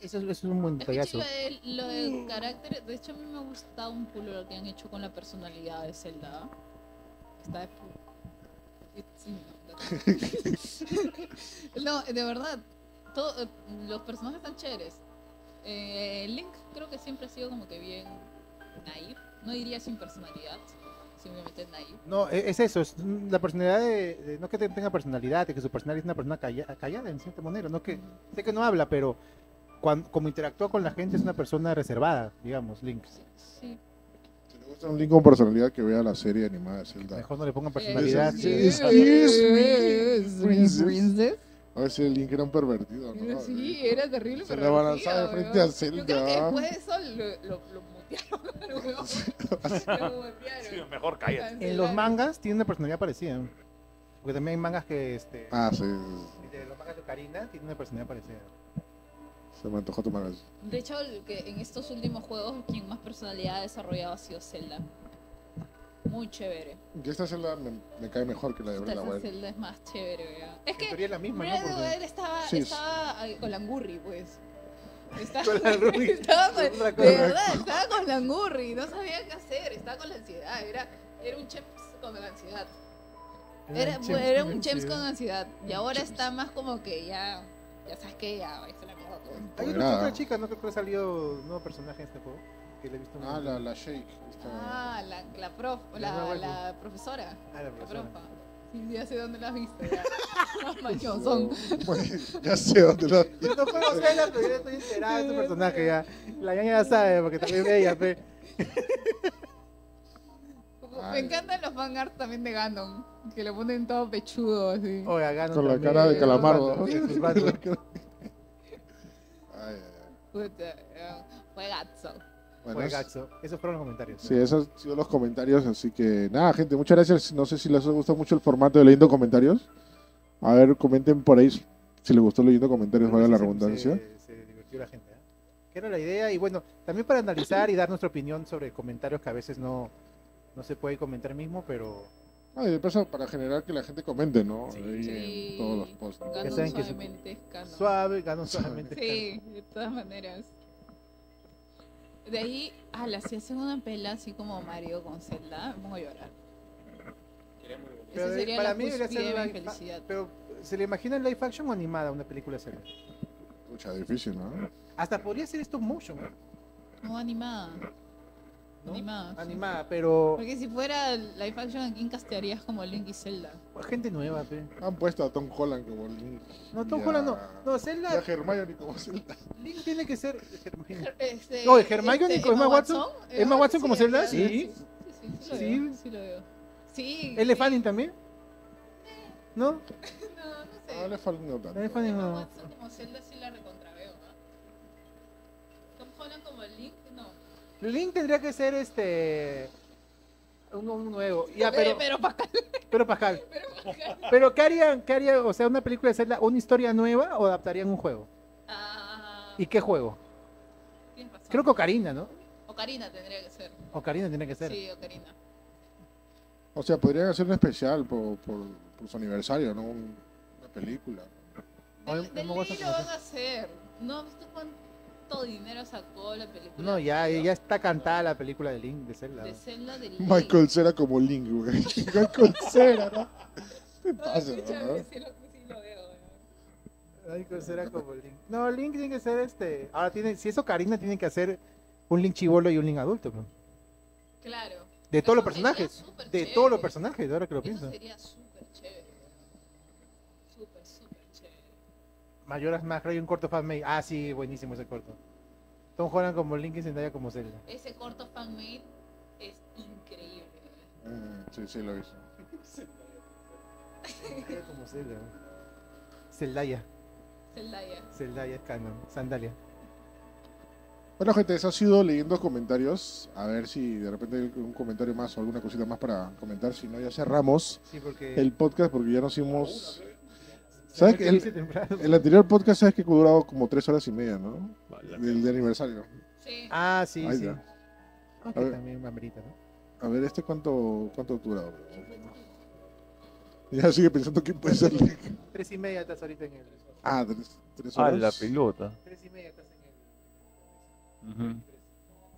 F: Eso, es- eso es un buen
D: Es que sí,
F: detallazo.
D: lo de, lo de carácter, de hecho a mí me ha gustado un culo lo que han hecho con la personalidad de Zelda. Está de pu- It's- No, de verdad, todo- eh, los personajes están chéveres. Eh, Link creo que siempre ha sido como que bien naive, no diría sin personalidad. simplemente nadie.
F: No, e- es eso, es la personalidad de, de- no que te- tenga personalidad, de que su personalidad es una persona calla- callada en cierta manera, no que
D: Mm,
F: sé que no habla, pero cuan- como interactúa con la gente es una persona reservada, digamos, Link.
D: Sí.
A: Si le gusta un link con personalidad que vea la serie animada de Zelda.
F: Mejor no le pongan
D: Eh,
F: personalidad.
A: Sí,
F: sí.
A: sí, Excuse me, princess.
I: Princess.
A: A ver si el link era un pervertido, ¿no?
D: Sí, era terrible.
A: Se
D: pero
A: la balanzaba
D: divertido,
A: frente a
D: weón. Yo creo que
A: Zelda.
D: después de eso lo, lo, lo mutearon. al weón. Lo mutearon.
C: Sí, mejor cállate.
F: En los
D: Cancelaron.
F: mangas tiene una personalidad parecida. Porque también hay mangas que este
A: Ah, sí, sí, sí.
F: de los mangas de Karina tiene una personalidad parecida.
A: Se me antojó tomar eso.
D: De hecho, el que en estos últimos juegos, quien más personalidad ha desarrollado ha sido Zelda. Muy chévere.
A: Que esta celda me, me cae mejor que la de
D: Esta
A: Breath
D: esa
A: of the Wild.
D: Zelda es más chévere, ¿verdad? Es
F: En
D: que
F: teoría es la misma, ¿no?
D: Breath of the
F: Porque-
D: Wild estaba,
A: Sí, es-
D: estaba eh, con Langurri, pues. Estaba,
F: Con Langurri.
D: estaba con-
F: Otra cosa.
D: de verdad, estaba con Langurri, no sabía qué hacer, estaba con la ansiedad, era, era un Chems con la ansiedad. Era, era un Chems con ansiedad. Y ahora está más como que ya, ya sabes que ya, es la mierda todo.
F: Hay una que otra chica, ¿no? Creo que ha salido un nuevo personaje en este juego. Que le he visto
A: Ah, la, la Shake. esta-
D: Ah, la, la, prof,
F: La
D: la,
F: nueva
D: la profesora.
F: Ah, la
D: La
F: profesora.
D: profa. Sí, ya sé dónde la has visto. Ya. Más machonzón.
A: Bueno, ya sé dónde la...
F: Yo no puedo verla, pero yo estoy enterada de su personaje ya. La ñaña ya sabe, porque también ve ella, pe.
D: Como- Me
A: Ay.
D: encantan los fanarts también de Ganon, que lo ponen todo pechudo así.
F: Oiga, gano
A: Con la
F: también.
A: cara de calamardo. ¿no?
F: Sí, pues,
A: Con
F: sus
A: la
F: vatos.
A: cara- Ay, ay, ay.
D: Puta, eh, Juegazo.
A: Bueno,
F: Fue
A: es-
F: gacho. Esos fueron los comentarios.
A: Sí, esos han sido los comentarios, así que nada, gente, muchas gracias. No sé si les gusta mucho el formato de leyendo comentarios. A ver, comenten por ahí si les gustó leyendo comentarios,
F: Creo que
A: valga
F: sí
A: la
F: se-
A: redundancia.
F: Se, se divirtió la gente, ¿eh? Que era la idea, y bueno, también para analizar y dar nuestra opinión sobre comentarios que a veces no, no se puede comentar mismo, pero
A: Ah, y de paso, para generar que la gente comente, ¿no?
F: Sí.
A: Ahí
D: Sí.
A: en todos los posts.
D: Ganon
F: saben que su-
D: suavemente es Ganon.
F: suave, ganó suavemente.
D: Sí, de todas maneras. De ahí, ala, si hacen una pela así como Mario con Zelda, vamos a llorar.
F: Pero
D: Esa
F: de-
D: sería
F: para
D: la
F: mí debería ser
D: cúspide de mi
F: una-
D: felicidad.
F: Pero, ¿se le imagina en live action o animada una película seria?
A: Pucha, difícil, ¿no?
F: Hasta podría ser stop motion,
D: No, animada.
F: ¿no?
D: Animada. sí.
F: Animada, pero
D: Porque si fuera live action, ¿a quién castearías como Link y Zelda?
F: gente nueva, pe.
A: Han puesto a Tom Holland como Link.
F: No, Tom
A: Ya.
F: Holland no. No,
A: Y
F: Zelda,
A: a Hermione como Zelda.
F: Link tiene que ser. Hermione.
D: Her- Este,
F: No, Hermione con Emma Watson.
D: eh,
F: Emma Watson como Zelda,
D: Sí, sí, sí, sí, sí, lo
F: Sí.
D: veo, sí lo veo. Sí.
F: ¿Él es
D: sí.
F: Fanning también? ¿No?
D: No, no sé.
A: No Ah, le falta no tanto.
F: ¿Él es Fanning
D: Emma
F: no?
D: Watson como Zelda sí la recontraveo, ¿no? Tom Holland como Link, no.
F: Link tendría que ser este. Uno, uno nuevo. Ya,
D: pero...
F: pero,
D: Eh, pero Pascal,
F: pero Pascal.
D: pero Pascal.
F: ¿Pero qué harían? ¿Qué harían? O sea, una película de Zelda, una historia nueva o adaptarían un juego.
D: Ah,
F: ¿Y qué juego?
D: tienes razón.
F: Creo que Ocarina, ¿no?
D: Ocarina tendría que ser.
F: Ocarina tiene que ser.
D: Sí, Ocarina.
A: O sea, podrían hacer un especial por, por, por su aniversario, ¿no? Un- Una película.
F: O
D: Del,
F: Emma
D: del
F: Watson
D: Lily lo
F: como
D: van a hacer. ¿No has visto cuánto dinero sacó la película?
F: No, ya, ya está cantada la película de Link de Zelda.
D: De Zelda de Link.
A: Michael Cera como Link, güey. Michael Cera, ¿no? ¿Qué
D: No,
A: pasa,
D: escúchame,
A: no?
D: sí lo, sí lo veo, eh. weón.
F: Ay, pues era como Link. No, Link tiene que ser este. Ahora tiene, si es Ocarina, tiene que hacer un Link chivolo y un Link adulto. ¿no?
D: Claro.
F: De
D: Eso
F: todos los
D: sería
F: personajes.
D: súper
F: De
D: chévere.
F: todos los personajes, ahora que lo
D: Eso
F: pienso.
D: sería súper chévere. weón. Súper, súper chévere.
F: Mayoras más, hay un corto fanmade. Ah, sí, buenísimo ese corto. Tom Holland como Link y Zendaya como Zelda.
D: Ese corto fanmade es increíble.
A: Mm, Sí, sí, lo hizo.
F: Zendaya como Zelda. Zeldaya,
D: Zendaya.
F: Zeldaya es canon, sandalia.
A: Bueno, gente, eso ha sido leyendo comentarios. A ver si de repente hay un comentario más o alguna cosita más para comentar. Si no, ya cerramos
F: Sí, porque.
A: el podcast porque ya nos hicimos. ¿Sabes que
F: el,
A: el, el anterior podcast, sabes que duró como tres horas y media, ¿no?
C: Vale.
A: El de aniversario.
D: Sí.
F: Ah, sí,
A: Ahí
F: sí.
A: ya.
F: Ah,
A: A
F: que
A: ver.
F: también mamerita, ¿no?
A: A ver, ¿este cuánto, cuánto durado? Ya sigue pensando quién puede ser Link.
F: Tres y media estás ahorita en el.
A: Ah, tres, tres
C: A
A: horas.
C: la pelota.
F: Tres y media estás en el.
C: Ujú.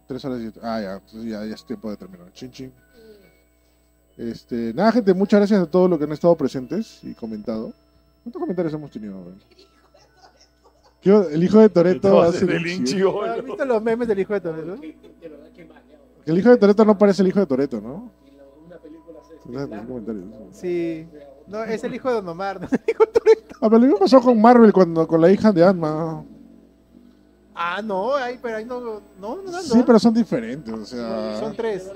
A: Tres horas y Ah, ya, entonces ya, ya es tiempo de terminar. Chin, chin. Este, nada, gente, muchas gracias a todos los que han estado presentes y comentado. ¿Cuántos comentarios hemos tenido? a ver? ¿Qué- el hijo de Toreto va a ser
C: del
A: un
C: hinchi,
A: chivo.
C: boludo.
F: ¿Has visto los memes del hijo de Toledo?
E: De verdad que mal, ya,
A: El hijo de Toreto no parece el hijo de Toreto, ¿no?
E: y la- una
A: Estás en comentarios.
F: Sí. No, es el hijo de Don Omar. ¿no?
A: Ah, pero lo mismo pasó con Marvel cuando, con la hija de Atma.
F: Ah, no, ahí, pero ahí no. No, no, no.
A: Sí, pero son diferentes, o
E: Ah,
A: sea.
F: Son tres.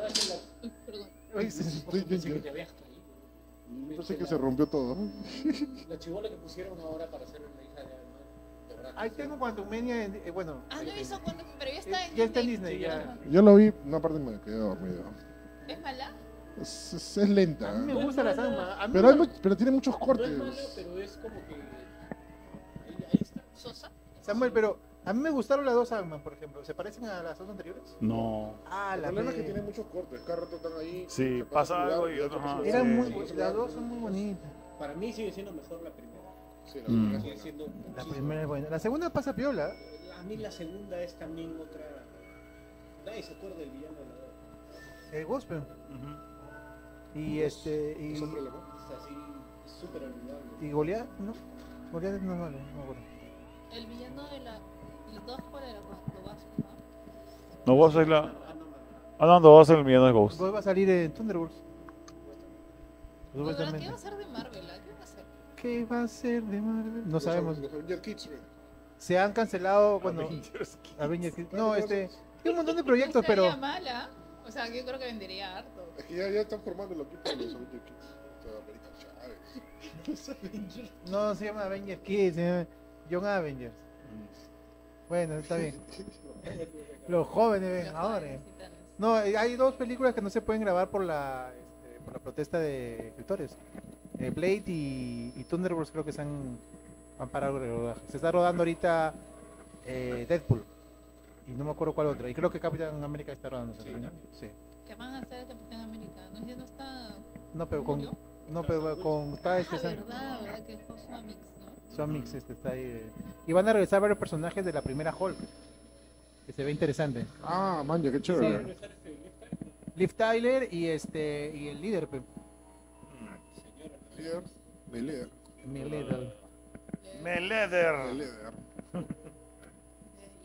D: Uy, perdón.
F: Ay, sí.
A: Yo- yo-
E: Pues, Pensé
A: yo-
E: que te habías caído.
A: yo sé que se rompió todo.
E: Este, La chivola que pusieron ahora para hacer la hija de Alma. de verdad.
F: Ahí tengo Quantumania en. eh, bueno.
D: Ah,
F: ahí
D: no
F: tengo.
D: hizo cuando, pero ya está en
F: Ya está en Disney, ya.
A: Yo lo vi, no, aparte me quedé dormido.
D: ¿Es mala?
A: Es, es- es lenta.
F: A mí me gusta la samba. A mí
A: Pero, hay
F: me-
A: mu- pero tiene muchos
E: No es malo,
A: cortes.
E: pero es como que. Ahí, ahí está.
D: ¿Sosa?
F: Samuel, pero a mí me gustaron las dos Sandman, por ejemplo. ¿Se parecen a las dos anteriores?
C: No.
F: Ah, la ve.
A: muchos cortes. Cada rato están ahí.
C: Sí, se pasan pasa de algo y lugar, otro, ajá,
F: Eran
C: Sí.
F: muy, bu- Ah, las dos son muy bonitas.
E: Para mí sigue siendo mejor la primera.
C: la Mm. primera
E: Sigue siendo.
F: La
E: muchísimo.
F: primera es buena. La segunda pasa piola.
E: A mí la segunda es también otra. Nadie se acuerda del villano de la dos.
F: El eh, gospel. Y este. Y,
E: Es así, es súper olvidable.
F: y Goliath, ¿no? Goliath no vale, no me acuerdo.
D: El villano de la. Los dos por el acrobasco, ¿no?
C: No vos sois la. Ah, no, no vos sois el miedo de Ghost.
F: Ghost Pues va a salir en Thunderbolts. Pues
D: De verdad, ¿Qué
F: Supuestamente.
D: va a ser de Marvel? ah? ¿Qué va a ser?
F: ¿Qué va a ser de Marvel? No sabemos.
A: Los Avenger Kids, güey.
F: Se han cancelado, bueno, Avengers. No, este. Hay un montón de proyectos,
D: No
F: pero. Eh,
D: estaría mala. O sea, yo creo que vendería harto.
A: Es que ya, ya están formando el equipo de los Avenger Kids. O sea, América Chávez.
F: No, se llama Avengers Kids, se llama Young Avengers. Bueno, está bien. Los jóvenes
D: Los
F: Vengadores.
D: jóvenes titanes.
F: No, eh, hay dos películas que no se pueden grabar por la, este, por la protesta de escritores. Eh, Blade y, y Thunderbolts creo que se han, han parado el rodaje. Se está rodando ahorita eh, Deadpool. Y no me acuerdo cuál otra. Y creo que Capitán América está rodando.
E: Sí,
F: ¿no?
E: también.
F: Sí.
D: ¿Qué van a hacer el Capitán América? No, ya no está.
F: No, pero con...
D: ¿Murió?
F: No, pero con... Está este...
D: Ah,
F: Sam-
D: verdad, verdad que fue su mix, ¿no?
F: Son mix, este está ahí. eh. Y van a regresar varios personajes de la primera Hulk. Que se ve interesante.
A: Ah, man, ya, qué chévere.
F: Liv Tyler y este y el líder, pe-
A: Líder, de líder,
F: mi líder.
D: Eh,
C: Me leather.
A: de líder.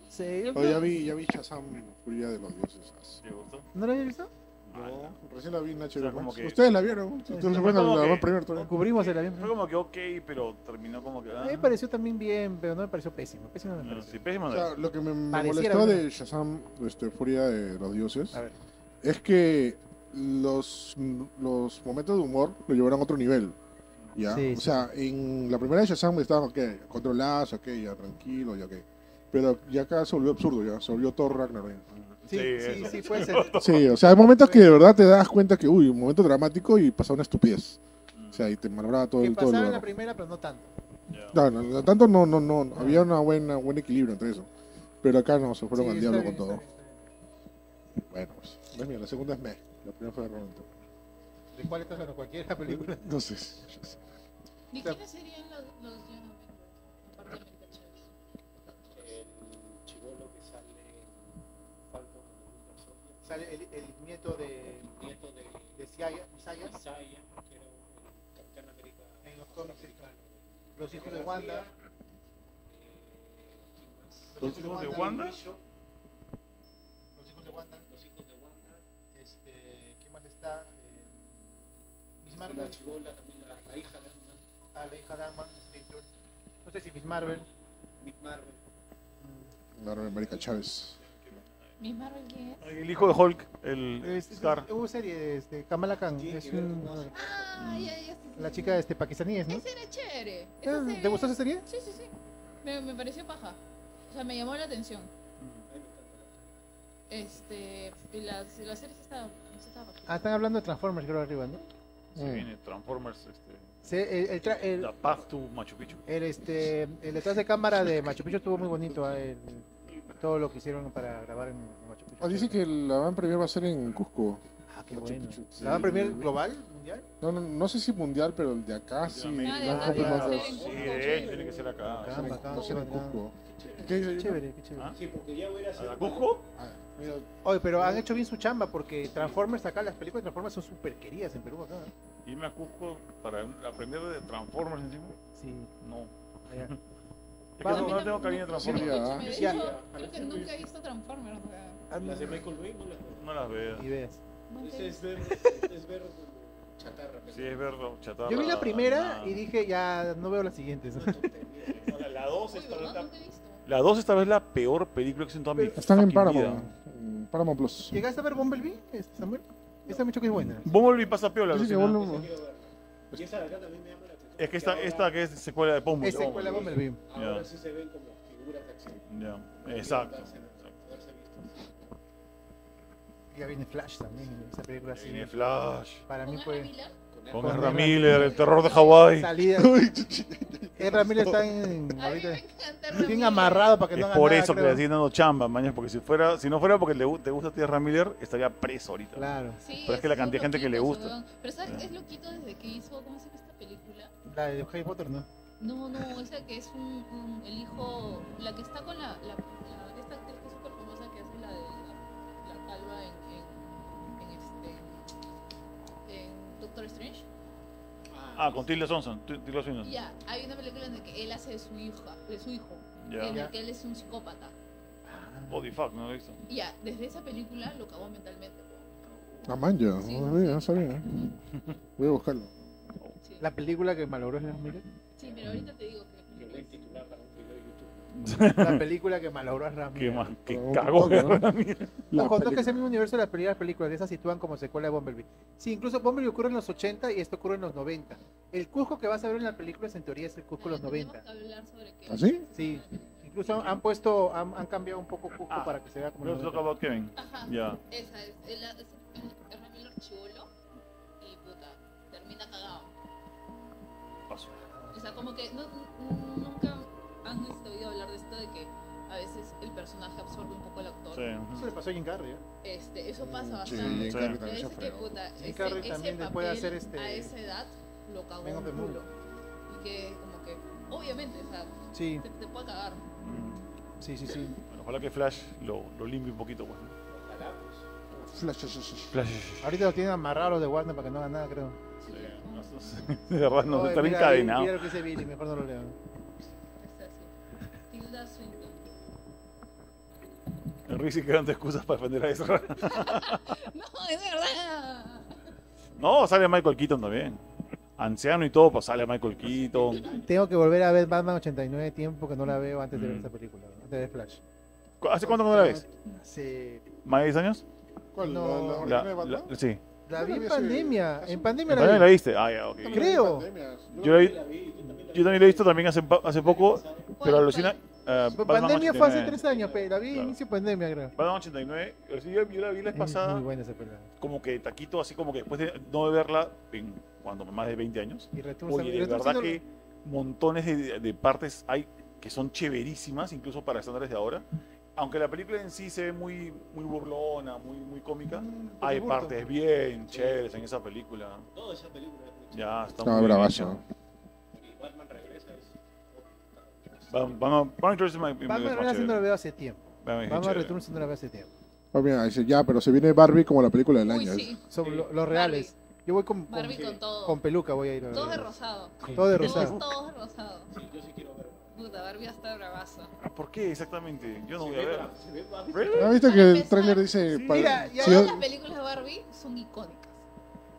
F: Sí, yo
A: Oh, ya
F: creo-
A: vi, ya vi Shazam, Furia de los Dioses.
C: ¿Te gustó?
F: ¿No lo había visto?
A: No, recién la vi en HBO
C: Ah. sea,
A: Max.
C: como que-
A: Ustedes la vieron. Ustedes
C: Fue
A: fueron a
C: como
A: la
C: que-
A: van primero todavía.
F: Cubrimos el avión.
C: Fue como que ok, pero terminó como que.
F: A
C: ah,
F: mí me pareció también bien, pero no me pareció pésimo. Pésimo me
C: no,
F: pareció.
C: sí, pésimo,
A: O
C: no.
A: sea, lo que me, me
F: Pareciera,
A: molestó
F: ¿no?
A: de Shazam, este, Furia de los Dioses,
F: A ver.
A: es que los, los momentos de humor lo llevaron a otro nivel. ¿ya?
F: Sí,
A: o
F: sí,
A: sea, en la primera de Shazam estaban, ok, controlados, ok, ya tranquilo, ya ok. Pero ya acá se volvió absurdo, ya se volvió Thor Ragnarok.
F: Sí, sí,
C: eso.
F: sí, puede ser.
A: Sí, o sea, hay momentos que de verdad te das cuenta que, uy, un momento dramático y pasaba una estupidez. O sea, y te malograba todo,
F: Que
A: el- todo el
F: pasaba en
A: lugar.
F: la primera, pero no tanto.
C: Ya.
A: No, no, no, tanto no, no, no, no, había una buena, buen equilibrio entre eso. Pero acá no, se fueron
F: Sí,
A: al
F: está
A: diablo
F: bien,
A: con todo.
F: está bien, está bien.
A: Bueno, pues, pues mira, la segunda es me, la primera fue de Ronaldo.
F: ¿De cuál estás hablando? Cualquiera película.
A: Entonces, ya sé.
D: ¿Y
F: Claro.
D: quiénes serían los los Young Avengers? Aparte de América Chávez.
E: El chivolo que sale en Falcon and the Winter Soldier,
F: Sale el, el nieto de,
E: el nieto de
F: de Isaiah- Isaiah
E: Isaiah, que era un Capitán eh, América.
F: en los cómics. sí, claro. Los hijos de Wanda.
C: ¿Los hijos de Wanda?
F: Los hijos de Wanda.
E: Los hijos de Wanda.
F: Este, ¿Qué más está? Eh, Miss
E: La
F: Marvel.
E: chivola también, la, la hija de Ant-Man,
F: Ah, la hija de Ant-Man, sí, yo- No sé si Miss Marvel.
E: Nick Marvel.
A: Marvel América Chávez.
D: ¿Miss Marvel quién es?
C: El hijo de Hulk, el
F: Este Es- es-
C: Scar.
F: Hubo serie, este, Kamala Khan.
E: Tiene
F: es
E: que ver
F: un-
E: con Oz.
D: Ah, ya, ya. sí, sí,
F: la
D: sí.
F: chica este, pakistaní, ¿es, ¿no?
D: Esa era chévere. Esa
F: Ah, ¿Te
D: serie-
F: gustó esa serie?
D: Sí, sí, sí. Me, me pareció paja. O sea, me llamó la atención. Este. Y las, y las series estaban. estaban
F: Ah, están hablando de Transformers, creo, arriba, ¿no?
C: Se viene Transformers, este,
F: Sí, el, el tra- el-
C: La Path to Machu Picchu.
F: el, este, el detrás de cámara de Machu Picchu estuvo muy bonito. ah, el- todo lo que hicieron para grabar en Machu Picchu.
A: Ah, dice que la van premier va a ser en Cusco.
F: Ah, qué
A: Machu
F: bueno.
A: Picchu, sí.
F: ¿La van a premier global, mundial?
A: No, no, no sé si mundial, pero el de acá sí.
C: América.
A: la han
D: Ah, de
A: confirmado.
D: acá,
A: Va a
C: Sí,
A: ser
C: de hecho, tiene que ser acá.
F: Acá.
A: en-
F: Bacán,
A: va a ser en
F: bacán.
A: Cusco. ¿Qué dice?
F: Qué chévere, qué chévere.
C: ¿Ah?
E: Sí, porque ya hubiera
C: ¿A
E: sido.
C: la Cusco?
A: Ah, mira,
F: Oye, pero han hecho bien su chamba porque Transformers acá, las películas de Transformers son súper queridas en Perú acá. ¿eh?
C: Irme a Cusco para un- la primera de Transformers encima.
F: Sí,
C: No.
F: allá.
C: Es que
F: Vamos.
C: no, no tengo cariño de
A: Sí,
C: Transformers.
A: ya.
D: Escúchame, de
F: Sí, ya.
D: hecho, creo que nunca he visto Transformers. o sea,
E: Las de Michael Bay no las veo.
C: No las veo.
F: Ideas.
D: nunca he
E: Es,
D: visto.
E: es ver. Es ver. chatarra. pero-
C: Sí, es verdad, chatarra.
F: Yo vi la primera
C: nada.
F: y dije, ya no veo las siguientes.
C: Ahora, La 2
D: Uy,
C: esta vez
D: ¿verdad?
C: la-
D: Nunca he visto.
C: la dos esta vez la peor película que se toda mi
A: Están en
C: fucking vida.
A: Paramount, en Paramount Plus.
F: ¿Llegaste a ver Bumblebee, este, Samuel? Esa me que es buena.
C: Bumblebee pasa piola.
A: Dice que
C: alucina.
A: Bumblebee-
G: Esa quiero verla. Y esa de acá también me llama la atención.
C: Es que
G: porque
C: esta,
G: ahora-
C: esta que es secuela de Bumblebee.
F: Es secuela de
C: Bumblebee.
F: Bumblebee.
G: Ahora
C: Ya.
G: sí se ven como figuras de acción.
C: Ya, exacto.
G: Haberse visto.
F: Ya viene Flash también, esa película así.
C: Tiene Flash.
F: Para mí
D: Pongan
F: fue
D: Ramírez.
C: Con
F: Con
C: Ezra
F: Ezra
C: Miller, el terror de Hawái.
F: salida. Ezra Miller está en,
D: A mí me
F: ahorita
D: encanta
F: bien
D: Ramírez.
F: amarrado para que
C: Es
F: no haga
C: por
F: nada,
C: eso que
F: creo.
C: le siguen dando chamba, mañana, porque si fuera, si no fuera porque le, gu- te gusta a ti Ezra Miller, estaría preso ahorita.
F: Claro,
D: Sí,
C: Pero es que la
D: son
C: cantidad de gente que le
D: loquitos,
C: gusta.
D: weón. Pero ¿sabes
C: Ya.
D: qué es loquito desde que hizo, ¿cómo se llama esta película?
F: la de Harry Potter, ¿no?
D: No, no, esa que es un, un- el hijo, la que está con la, la, la- esta actriz que es súper famosa que hace la de la, la calva en, en, en este, en Doctor Strange.
C: Ah, con Tilda Johnson. T- Tilda
D: Ya,
A: Ah.
C: Johnson.
D: hay una película en la que él hace de su hija, de su hijo, en
C: Ya.
D: la que él es un psicópata.
C: Body fuck, no lo he visto.
D: Ya, desde esa película lo cagó mentalmente. weón.
A: Ah, man, ya. No
D: Sí, sí,
A: sabía,
D: sí.
A: no sabía. Voy a buscarlo.
D: Sí.
F: La película que malogró Ezra Miller.
D: Sí, pero ahorita te digo que... pues,
G: Lo voy a titular para un video de YouTube.
F: La película que malogró Ezra
C: Qué
F: Miller.
C: más, qué
A: Pero un
C: cago.
A: toque, ¿no?
C: Ezra Miller.
A: La
F: Ojo, no que
A: película.
F: es el mismo universo de las primeras películas, de esas sitúan como secuela de Bumblebee. Sí, incluso Bumblebee ocurre en los 80 y esto ocurre en los 90. El Cusco que vas a ver en la película es en teoría es el Cusco de los 90.
D: Tenemos que hablar sobre que...
A: ¿Ah, sí?
F: Sí, incluso han, han puesto, han, han cambiado un poco Cusco
C: Ah,
F: para que se vea como... los
C: Let's talk
F: 90.
C: about Kevin.
D: Ajá.
C: Ya.
D: Esa es, él hace el Ramírez chivolo y puta, termina cagado.
C: Paso.
D: O sea, como que no, n- nunca han este, oído hablar de esto de que a veces el personaje absorbe un poco al actor.
C: Sí.
F: Eso le pasó a Jim Carrey, ¿eh?
D: Este, eso pasa
A: Mm, Sí,
C: sí.
A: Carrey
D: bastante. A
A: también se
D: veces que
A: fregó.
D: puta,
F: Sí,
D: ese,
F: Carrey
D: ese
F: también le
D: papel
F: puede hacer este-
D: a esa edad lo cagó
F: Man of the
D: un
F: Moon.
D: culo. Y que como que, obviamente, o sea,
F: Sí,
D: te, te puede cagar.
C: Mm.
F: sí, sí, sí.
C: Bueno, ojalá que Flash lo, lo limpie un poquito, pues.
G: Ojalá, pues.
A: Flash, flash, flash.
C: Flash.
F: Ahorita lo tienen amarrado los de Warner para que no haga nada, creo.
C: Sí, no sé, De verdad, no,
F: Oye,
C: está bien
F: mira, vi-
C: encadenado.
F: Mira lo que dice Billy, mejor no lo leo.
D: Está así. Tilda Swinton.
C: Enrique sigue dando excusas para defender a Ezra.
D: No, es verdad.
C: No, sale Michael Keaton también. Anciano y todo, pues sale Michael Keaton.
F: Tengo que volver a ver Batman 89 tiempo que no la veo antes de ver
C: Mm.
F: esa película, ¿no? antes de ver Flash.
C: ¿Cu- ¿Hace cuánto que no la ves?
F: Sí.
C: ¿Más de 10 años?
A: ¿Cuál?
F: No.
C: La-
A: ¿La, la original de
C: la-
A: Batman?
C: sí.
F: La vi
A: Yo la vi
F: en
A: hace-
F: pandemia.
A: hace
F: En
A: un-
F: pandemia
C: ¿También la
F: la vi.
C: viste? Ah, ya, ok.
F: Creo.
C: Yo la vi-
G: La vi, tú también la
C: Yo también la he visto también hace, pa- hace poco, pero alucina. eh,
F: Pero
C: Batman
F: pues, pandemia fue hace
C: 89.
F: tres años, pero la vi
C: Claro.
F: inicio pandemia, creo.
C: Batman 89. pero sí, Yo, yo la vi la vez
F: Es
C: pasada,
F: muy buena esa película.
C: como que taquito, así como que después de no verla en cuando más de 20 años.
F: Y Return
C: Oye, de
F: Return
C: verdad
F: Sandor-
C: que montones de, de partes hay que son chéverísimas, incluso para estándares de ahora. Aunque la película en sí se ve muy, muy burlona, muy, muy cómica,
F: Mm, Tim
C: hay
F: Burton.
C: partes bien chéveres en esa película.
G: No, esa película es muy chida.
C: Ya, está
A: No,
C: muy bien
A: bravazo.
C: hecha.
G: Y Batman regresa. es-
C: Van- van a- Van a Returns es más- es más
F: Batman Returns
C: chévere.
F: no la veo hace tiempo.
C: Batman es
F: Batman
C: chévere.
F: Returns no la veo hace tiempo.
A: Oh, mira, dice, ya, pero se viene Barbie como la película del
D: Uy,
A: año.
D: sí.
F: Son
G: Sí.
F: lo- los reales. Yo voy con, con,
D: Barbie con todo.
F: con peluca, voy a ir a ver.
D: Todo de rosado.
F: Todo de
D: Todos,
F: rosado.
D: todos rosados.
G: Sí, yo sí quiero verlo.
D: Puta, Barbie está bravazo.
C: ¿Por qué exactamente? Yo no
G: Se
C: voy a
G: ve
C: ver.
G: bra- se ve Batman.
A: ¿No
C: ¿Really?
A: ¿Has visto que el
D: Empezar.
A: tráiler dice...
C: Sí.
A: pa-
F: Mira, ya-
A: sí,
D: Todas las películas de Barbie son icónicas.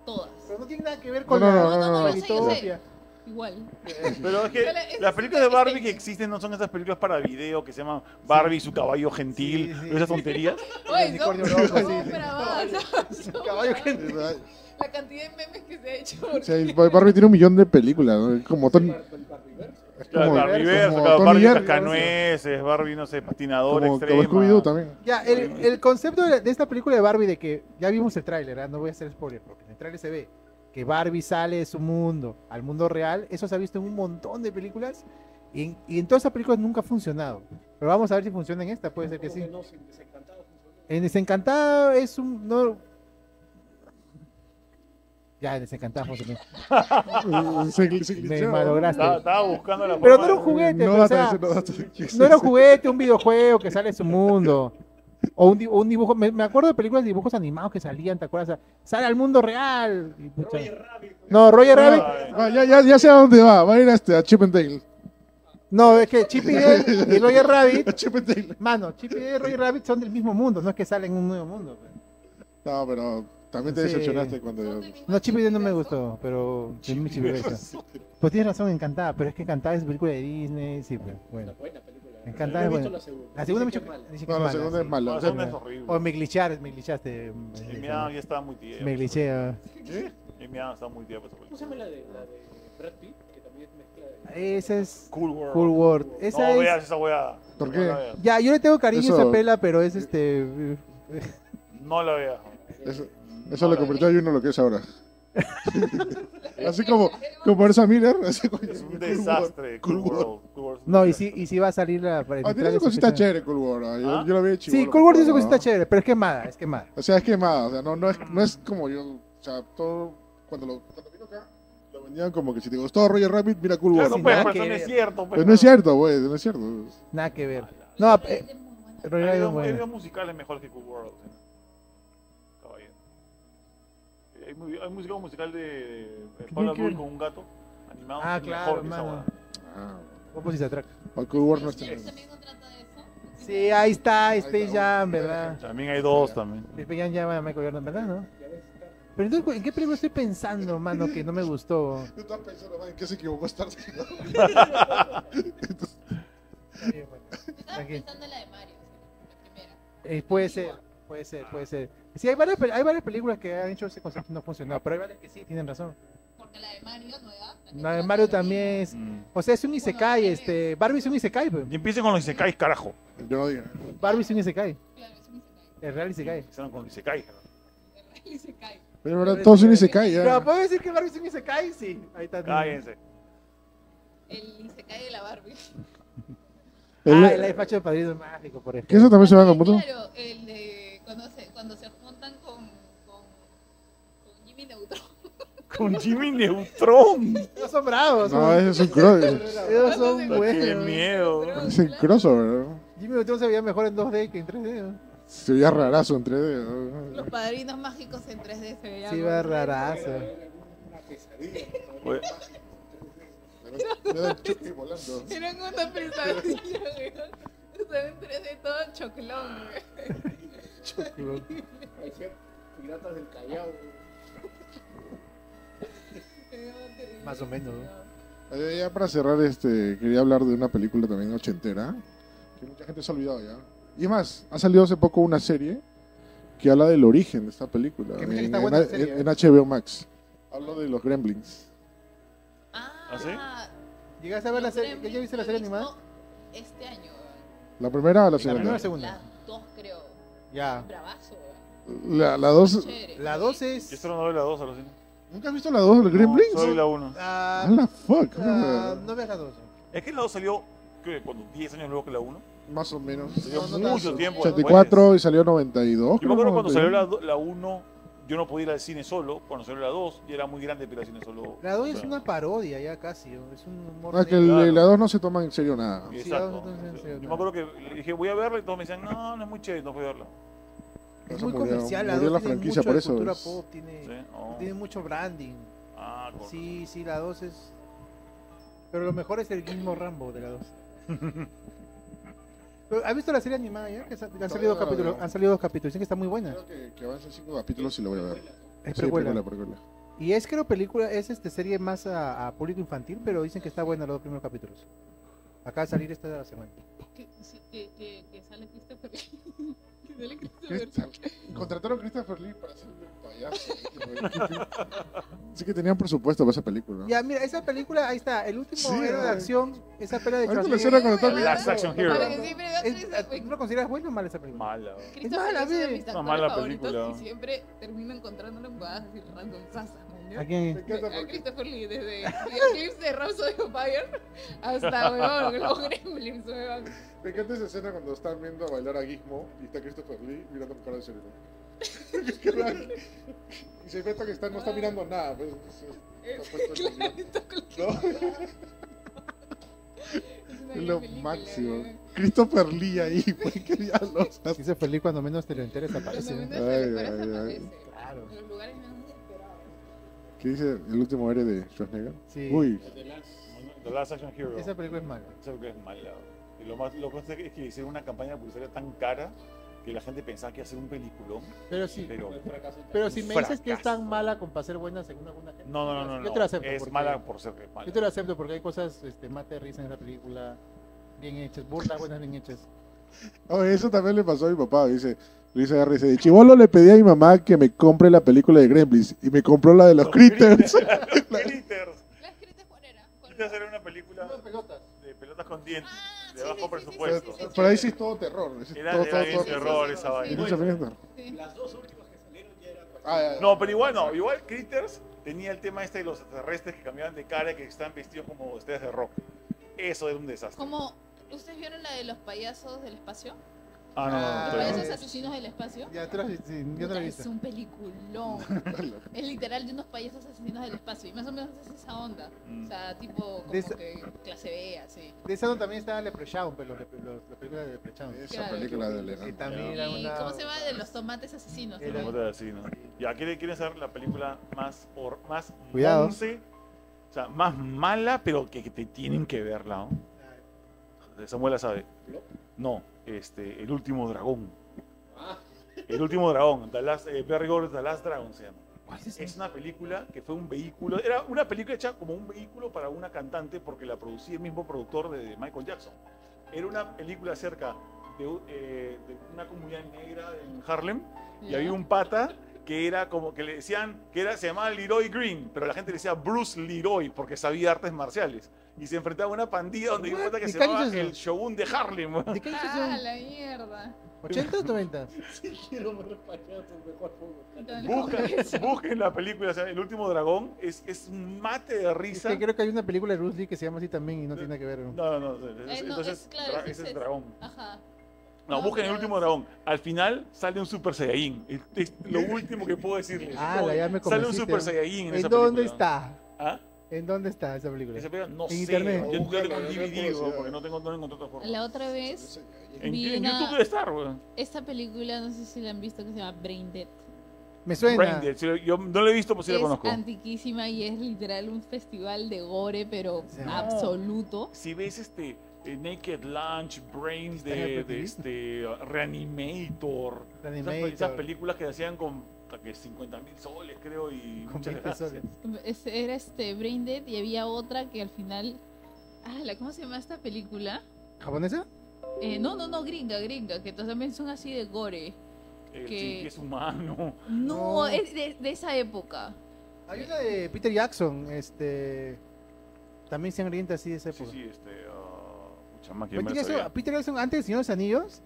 D: Todas.
F: Pero no tiene nada que ver con
A: No,
F: la,
A: no, no, no, no,
F: la
A: no,
D: yo sé, yo
F: Vitopia.
D: Igual.
C: Pero es
D: Pero
C: que
D: es-
C: las películas de
D: es-
C: Barbie
D: es-
C: que existen no son esas películas para video que se llaman Barbie y su caballo gentil,
F: Sí, sí.
C: esas tonterías.
D: Oye, son
F: unicornio rojo,
D: son
F: sí, sí.
D: bravazas, son
F: Caballo
D: bravazas.
F: gente.
D: La cantidad de memes que se ha hecho.
A: O sea, el Barbie tiene un millón de películas, ¿no? Como Tony...
G: El Batman
A: es
C: Claro,
A: como-
C: Barbie Verso,
A: como
C: claro,
A: Tony
C: Barbie
A: Jerry,
C: Cascanueces, Barbie, no sé, patinador
A: Como, como
C: extremo.
A: Scooby-Doo también.
F: Ya, el, el concepto de, la- de esta película de Barbie, de que ya vimos el tráiler, ¿ah? no voy a hacer spoiler, porque en el tráiler se ve que Barbie sale de su mundo al mundo real, eso se ha visto en un montón de películas y en, y en todas esas películas nunca ha funcionado. Pero vamos a ver si funciona en esta, puede ser que sí.
G: No, sin desencantado funcionó.
F: En Desencantado es un... No... Ya, en Desencantado funcionó.
A: Eh, se- se
F: Me
A: glitchó.
F: malograste.
C: Estaba, estaba buscando la
F: Pero no
C: forma
F: era un
C: de-
F: juguete,
A: No
F: pero, o
A: da
F: sea,
A: trece, no da trece.
F: No era un juguete, un videojuego que sale de su mundo. O un, di- o un dibujo. Me, me acuerdo de películas de dibujos animados que salían, ¿te acuerdas? Sale al mundo real. Y pucha.
G: Roger Rabbit. Ah.
F: No, Roger
A: No,
F: Rabbit.
A: va, ya, ya, ya sé a dónde va. Va a ir a, este, a Chip and Dale.
F: No, es que Chip y Dale y Roger Rabbit.
A: A Chip and Dale.
F: Mano, Chip y Dale y Roger Rabbit son del mismo mundo, no es que salen en un nuevo mundo. pues.
A: No, pero También te
F: Sí.
A: decepcionaste cuando.
F: No, Chip y Dale no me gustó, pero sí, Chip y Dale. Pues tienes razón, Encantada, pero es que Encantada es película de Disney, sí, pues,
E: Una
F: bueno.
E: buena película.
F: Encantada,
E: Yo he
F: bueno.
E: visto La segunda,
F: La segunda me
E: Dicen
F: chocó.
E: que es mala.
F: dicen que
A: No, la
F: mala,
A: segunda
F: sí.
A: es mala.
C: La segunda es horrible.
F: O me glitcharon, me glitchaste. mm,
C: Y
F: esa,
C: mi
F: ¿no?
C: ya estaba muy tierno.
F: Me glitché.
A: ¿Qué?
C: Y mi Adam estaba muy tierno. esa
E: ¿Cómo
C: película.
E: se llama la de, la de Brad Pitt? Que también es mezcla de...
F: Ah, Esa es
C: Cool World.
F: Cool World.
C: No
F: Esa es...
C: veas esa weá.
A: ¿Por
C: No
A: qué?
C: la veas.
F: Ya, yo le tengo cariño a
A: Eso-
F: esa pela, pero es este...
C: No la veas.
A: Eso,
C: No
A: eso lo
C: la
A: convirtió a Juno en lo que es ahora. así como, como esa Miller. Así como,
C: Es un desastre. Cool
A: Cool
C: World. Cool World es un
F: No, y
C: desastre.
F: sí, y sí va a salir la... para el
A: Ah, tiene
F: tráiler,
A: sus
F: sí,
A: cositas
F: fecha.
A: chéveres, Cool War, ah,
C: ¿Ah?
A: Yo, yo la había hecho.
F: Sí, Cool World tiene su cosita chévere, pero es quemada, es quemada.
A: O sea, es quemada. O sea, no, no, es, no es como yo. O sea, todo. Cuando lo, cuando vino acá, lo vendían como que si te gustó Roger Rabbit, mira Cool War.
C: Claro,
F: sin
C: pues,
F: nada
C: pero
F: que
C: eso no es
F: ver.
C: cierto. pues,
A: Pero no es cierto, güey. No es cierto.
F: Nada que ver.
C: Ala.
F: No, eh,
D: Es muy buena.
F: pero
C: Hay
F: era
C: dos, hay
F: bueno.
C: dos musicales mejores que Cool World. ¿sí? Caballero. Hay, mu- hay música, un musical de, de Pablo
F: ¿Qué- qué?
C: Abdul con un gato animado.
F: Ah,
C: es
F: claro,
C: mejor que esa
F: hermano.
C: hueá.
A: Ah,
F: ¿Cómo se atraca?
A: o Ah, Cool War no está.
D: Ustedes también no trata de eso?
F: Sí, ahí está,
A: Ahí
F: Space
A: está,
F: Jam,
A: uy,
F: ¿verdad? Este
C: También hay dos también.
F: Space Jam llama a Michael Jordan, ¿verdad? ¿No? Pero entonces, ¿en qué película estoy pensando, mano, que no me gustó?
A: Yo estaba pensando, man, ¿en qué se equivocó Star
D: Yo estaba
F: Aquí.
D: pensando en la de Mario, la primera.
F: Eh, puede ser, puede ser, puede ser. Sí, hay varias, pe- hay varias películas que han hecho ese concepto y no funcionó, pero hay varias que sí, tienen razón.
D: Porque la de Mario nueva. también
F: La de
D: trata
F: Mario
D: lo
F: también
D: mismo.
F: es... O sea, es un isekai, este... Barbie es un isekai, pues.
C: Mm. Y empiecen con los Isekais, carajo.
A: Yo no dije.
F: Barbie es un isekai.
D: Claro, es un isekai.
F: El real isekai.
C: Empezaron con los Isekais.
D: El isekai.
A: Pero ahora todos se cae ya.
F: Pero, ¿puedo decir que Barbie es un isekai? Sí. Ahí está.
C: Cállense.
D: El isekai de la Barbie.
A: El-
F: Ah, el despacho de padrino mágico, por
A: que
F: ejemplo.
A: eso también se va a
D: También,
A: computar.
D: Claro, el de cuando se, cuando se juntan con, con, con Jimmy Neutron.
C: Con Jimmy Neutron.
F: No son bravos.
A: No,
F: son-
A: ese es un cross.
F: Ellos son
D: Qué
C: Qué
F: buenos.
C: miedo.
A: Es un crossover. ¿no?
F: Jimmy Neutron se veía mejor en 2D que en 3D. ¿no?
A: Se veía rarazo en 3D. ¿no?
D: Los padrinos mágicos en 3D se veían.
F: Sí, va rarazo.
C: Oye,
A: Me da el chucky volando.
D: Eran una pesadilla, weón. Estaba en 3D todo choclón, weón.
E: Parecía Piratas del Callao.
D: Era terrible.
F: Más o menos, ¿no?
A: Eh, ya para cerrar, este, quería hablar de una película también ochentera que mucha gente se ha olvidado ya. Y es más, ha salido hace poco una serie que habla del origen de esta película
F: Que
A: en,
F: mira que está
A: en-
F: buena la serie,
A: en-
F: ¿eh?
A: en HBO Max. Hablo de los Gremlins.
D: Ah,
C: ¿Ah, sí?
F: ¿Llegaste a ver la
D: los
F: serie?
D: Gremlins
F: ¿Ya viste la
D: lo he
F: serie
D: visto
F: animada?
D: Este año, weón.
A: La primera o la
F: La primera o la
A: segunda.
F: segunda.
D: Las dos, creo.
F: Ya.
D: Bravazo, weón.
A: La, la dos.
D: Chévere.
F: Ah. La 2
C: Yo
F: es.
C: solo no veo la dos, alucina.
A: ¿Nunca has visto la dos de los
C: No,
A: Gremlins?
C: solo vi la uno.
F: ah,
A: Ah, la fuck.
F: ah, no veas la 2.
C: Es que la dos salió, ¿qué? Cuando 10 años luego que la uno.
A: Más o menos.
C: Salió
F: No, no
C: mucho
F: tanto.
C: tiempo.
A: 84 y salió 92.
C: Yo
A: creo,
C: me acuerdo cuando
A: 91.
C: salió la, do- la 1, yo no podía ir al cine solo. Cuando salió la 2, ya era muy grande para ir al cine solo.
F: La 2
C: O
F: es
C: sea,
F: una parodia ya casi. ¿no? Es un humor.
A: Ah, que el-
F: negro.
C: Claro.
A: la 2 no se toma en serio nada.
F: Sí, la dos
C: Exacto.
F: no es en serio,
C: Yo me
F: no.
C: acuerdo que le dije, voy a verla, y todos me decían, no, no es muy chévere, no voy a verla.
A: Por
F: Es
A: eso
F: muy
A: murió-
F: comercial. La
A: murió
F: 2
A: la
F: tiene
A: franquicia
F: mucho
A: por
F: de
A: eso.
F: cultura
A: es-
F: pop. Tiene,
C: ¿Sí? Oh.
F: tiene mucho branding.
C: Ah, con-
F: Sí, sí, la 2 es. Pero lo mejor es el mismo Rambo de la 2. Pero, ¿Has visto la serie animada ya? Que sa- han, salido dos
A: no la
F: capítulos,
A: veo.
F: han salido dos capítulos. Dicen que está muy buena.
A: Creo que, que avanza 5 capítulos y lo voy a ver.
F: Es
A: Sí,
F: precuela.
A: precuela, precuela.
F: Y es creo película, es este serie más a, a público infantil, pero dicen que está buena los dos primeros capítulos. Acaba de salir esta de la semana.
A: Ah.
D: Que, sí, que, que, que sale Christopher Lee. que sale Christopher
A: Christopher- Contrataron a Christopher Lee para hacer un payaso. ¿eh? Así que tenían presupuesto para esa película.
F: Ya, mira, esa película, ahí está, el último
A: Sí,
F: héroe de
A: ay.
F: acción, esa pelea de
A: Ahorita
F: Schwarzenegger.
A: lo hicieron con el
D: Christopher
A: Tony.
D: Lee.
C: Last Action Hero.
D: Para que siempre veas
F: Es-
D: esa-
F: ¿Tú lo consideras buena o mala esa película?
C: Mala. bro.
D: Christopher
F: mala,
D: Lee es uno de
F: ve.
D: mis
C: Una
D: actores
C: mala
D: favoritos
C: película.
D: y siempre termino encontrándolo en jugadas así random sasas, ¿no?
F: ¿A quién?
A: Me encanta
D: A
A: porque-
D: Christopher Lee, desde videoclips de Rhapsody of Fire hasta, weón, los Gremlins, weón.
A: Me encanta esa escena cuando están viendo a bailar a Gizmo y está Christopher Lee mirando con cara de celular. y se nota que está, no está mirando nada. Pues, sí, está puesto en el
D: Ah. Eh, Claro,
A: video.
D: esto con-
A: ¿No?
D: es una
A: Es
D: gran
A: lo
D: película,
A: máximo.
D: weón.
A: Christopher Lee ahí, pues, qué diablos.
F: Esa película cuando menos te lo enteres
D: Cuando
F: aparece.
D: menos
F: ¿no?
D: te
A: Ay,
D: lo
A: ay,
D: esperas,
A: ay.
D: aparece.
F: Claro.
D: En los lugares menos esperados.
A: ¿Qué dice el último héroe de Schwarzenegger?
F: Sí.
A: Uy,
C: The Last Action Hero.
F: Esa película es mala.
C: Esa película es mala. bro. Y lo más lo que pasa es que hicieron una campaña publicitaria tan cara que la gente pensaba que iba a ser un peliculón,
F: Pero sí,
C: pero
F: pero si me dices que es
C: Fracaso.
F: tan mala con para ser buena según alguna gente.
C: no, no, no, no,
F: Yo te
C: no.
F: la acepto,
C: es
F: porque-
C: mala por ser mala.
F: Yo te lo acepto porque hay cosas este, mate de risa en la película, bien hechas, burlas buenas, bien hechas.
A: Oh, eso también le pasó a mi papá, dice. Luis agarra y dice, de chivolo le pedí a mi mamá que me compre la película de Gremlins y me compró la de los, Critters.
C: Los critters.
D: ¿La escrita cuál era? ¿Cuál
C: Quería
D: era?
C: hacer una película de pelotas con dientes,
D: Ah,
C: de bajo presupuesto.
A: Pero, pero ahí sí es todo terror. es
C: Era,
A: todo,
C: era
A: todo,
C: bien
A: todo-
C: de terror esa
A: Y
C: vaina.
A: mucho menos terror.
D: Sí.
G: Las dos últimas que salieron ya eran
A: Ah, ya, ya.
C: No, pero igual no, igual Critters tenía el tema este de los extraterrestres que cambiaban de cara y que están vestidos como ustedes de rock. Eso era un desastre.
D: Como, ¿ustedes vieron la de los payasos del espacio?
C: Ah, no, no, no,
F: Ah,
D: Los
C: todavía no.
D: payasos asesinos del espacio.
F: Ya te lo sí, yo te
D: Puta,
F: lo he
D: es
F: visto.
D: un peliculón. es literal de unos payasos asesinos del espacio. Y más o menos es esa onda.
C: Mm.
D: O sea, tipo como
F: De esa-
D: que clase B, así.
F: De esa no también estaba Leprechaun, pero los, lepre- los, las películas de Leprechaun.
A: Esa
D: Claro.
A: película de
F: Que
A: Lennon.
F: también
D: ¿Y
F: era una...
D: cómo se llama? De los tomates asesinos.
C: Sí,
F: Era-
C: no, no, sí, no. Ya, ¿quieren, quieren saber la película más, hor- más
F: Cuidado.
C: once? O sea, más mala, pero que, que te tienen que verla. ¿no? Samuel la sabe. No, este, El último dragón.
G: Ah,
C: El último dragón. The Last, eh, Barry Gordon's The Last Dragon se llama. Es una película que fue un vehículo, era una película hecha como un vehículo para una cantante porque la producía el mismo productor de de Michael Jackson. Era una película acerca de, u- eh, de una comunidad negra en Harlem y
D: Ya.
C: había un pata que era como que le decían que era se llamaba Leroy Green, pero la gente le decía Bruce Leroy porque sabía artes marciales y se enfrentaba a una pandilla donde había un pata que
F: ¿De
C: se
F: qué
C: llamaba
F: año es eso?
C: el Shogun de Harlem.
F: ¿De qué
D: Ah,
F: años
D: la mierda.
F: son? ¿80 o 90?
G: Si quiero ver payasos, mejor pongo.
D: Entonces,
C: Busca- busquen la película, o sea, El último dragón es, es un mate de
F: Es
C: risa.
F: que creo que hay una película de Bruce Lee que se llama así también y no tiene que ver. ¿no?
C: No, no, no, es-
D: Eh, no,
C: entonces
D: es claro,
C: dra-
D: es-
C: ese es
D: es-
C: dragón.
D: Ajá.
C: No,
D: No,
C: busquen el
D: pero
C: último
D: es-
C: dragón. Al final sale un Super Saiyajin. Es, es lo último que puedo decirles.
F: Ah, la ya me
C: sale un
F: convenciste,
C: Super
F: ¿no?
C: Saiyajin
F: ¿En
C: en esa
F: dónde
C: película.
F: está?
C: ¿Ah?
F: ¿En dónde está esa película?
C: Esa película no
F: En
C: sé.
F: internet.
C: Yo, yo tengo
A: Búscala,
C: un
A: yo
C: DVD,
A: tengo
C: weón,
A: curiosidad.
C: porque no tengo, no encontré otra forma.
D: La otra vez,
C: En,
D: vi
C: en
D: una-
C: YouTube debe estar, weón.
D: esta película, no sé si la han visto, que se llama Brain Dead.
F: Me suena.
C: Braindead, si lo- Yo no la he visto, pero sí la
D: es
C: conozco.
D: antiquísima y es literal un festival de gore, pero
F: Sí.
D: absoluto.
C: Si ves este eh, Naked Lunch, Brains
F: Está en
C: de,
F: el
C: de este uh, Reanimator,
F: La
C: esas-
F: Animator,
C: Esas, películas que hacían con hasta que 50 mil soles, creo, y
F: con
C: muchas
F: 20
C: gracias.
F: soles.
D: Es- Era este Brain Dead y había otra que al final. Ah, la- ¿cómo se llama esta película?
F: ¿Japonesa?
D: Eh, no, no, no, gringa, gringa, que también son así de gore.
C: El
D: Que-
C: sí, que es humano.
D: No,
F: No.
D: es de, de esa época.
F: Hay una de Peter Jackson, este. También sangrienta así de esa
C: Sí,
F: época.
C: sí, este. Uh, pucha, más que ya me
F: Peter,
C: la
F: Jackson,
C: sabía.
F: Peter Jackson, antes de Señor de los Anillos,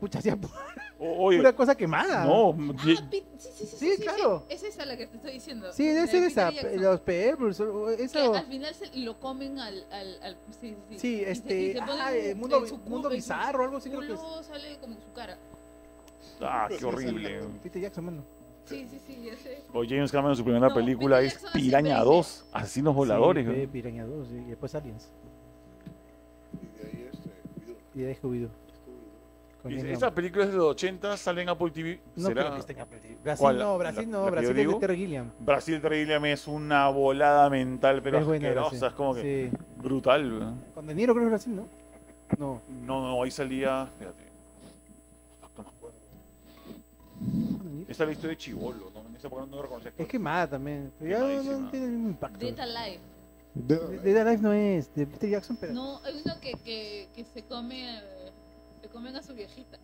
F: pucha, hacía pu-
C: O- oye,
F: pura cosa quemada.
C: no,
D: Ah,
C: ye-
D: Pit- sí, sí, sí,
F: Sí, claro.
D: Es esa la que te estoy diciendo.
F: Sí,
D: La
F: debe
D: de
F: ser
D: Peter
F: esa.
D: Jackson.
F: pe- Los Pebbles, o- o
D: Que
F: eso.
D: al final se y lo comen al. al, al- sí, sí, sí.
F: Sí,
D: Y se- y
F: este.
D: se ponen
F: ah,
D: en
F: eh, mundo,
D: su culo-
F: mundo
D: en su
F: bizarro, algo así creo que es.
D: culo sale como su cara.
C: ah, qué horrible.
F: Peter Jackson, mano.
D: Sí, sí, sí, ya sé.
C: O James Cameron, su primera
D: No,
C: película
D: Peter
C: es
D: Jackson hace
C: Piraña
D: Braindead.
C: 2, Asesinos Voladores.
F: Sí,
C: güey.
F: de Piraña 2 y después Aliens.
A: Y de ahí, este, cuidado,
F: Y de Scooby-Doo. con
C: Y
F: James
C: Estas
F: Gunn.
C: películas de los 80 salen en Apple TV.
F: No
C: será-
F: creo que esté en Apple TV. Brasil
C: ¿Cuál?
F: no,
C: ¿La-
F: Brasil
C: la que
F: no,
C: yo
F: Brasil es de
C: digo?
F: Terry Gilliam.
C: Brasil Trilliam es una volada mental, pero
F: es buena.
C: asquerosa,
F: Brasil.
C: es como que
F: Sí.
C: brutal. ¿verdad?
F: Con De Niro creo que es Brasil, ¿no? No,
C: No, no, ahí salía. Espérate. No me acuerdo.
F: De Niro.
C: Esta la historia de Chibolo, ¿no? En esa época no lo reconocía.
F: Es quemada también. pero Ya no,
C: Quemadísima.
F: tiene el mismo impacto.
D: Data Life.
A: cuidado.
F: Dead Alive no es de Peter Jackson, pero.
D: No, hay uno que, que, que se come. eh, Se comen a su viejita.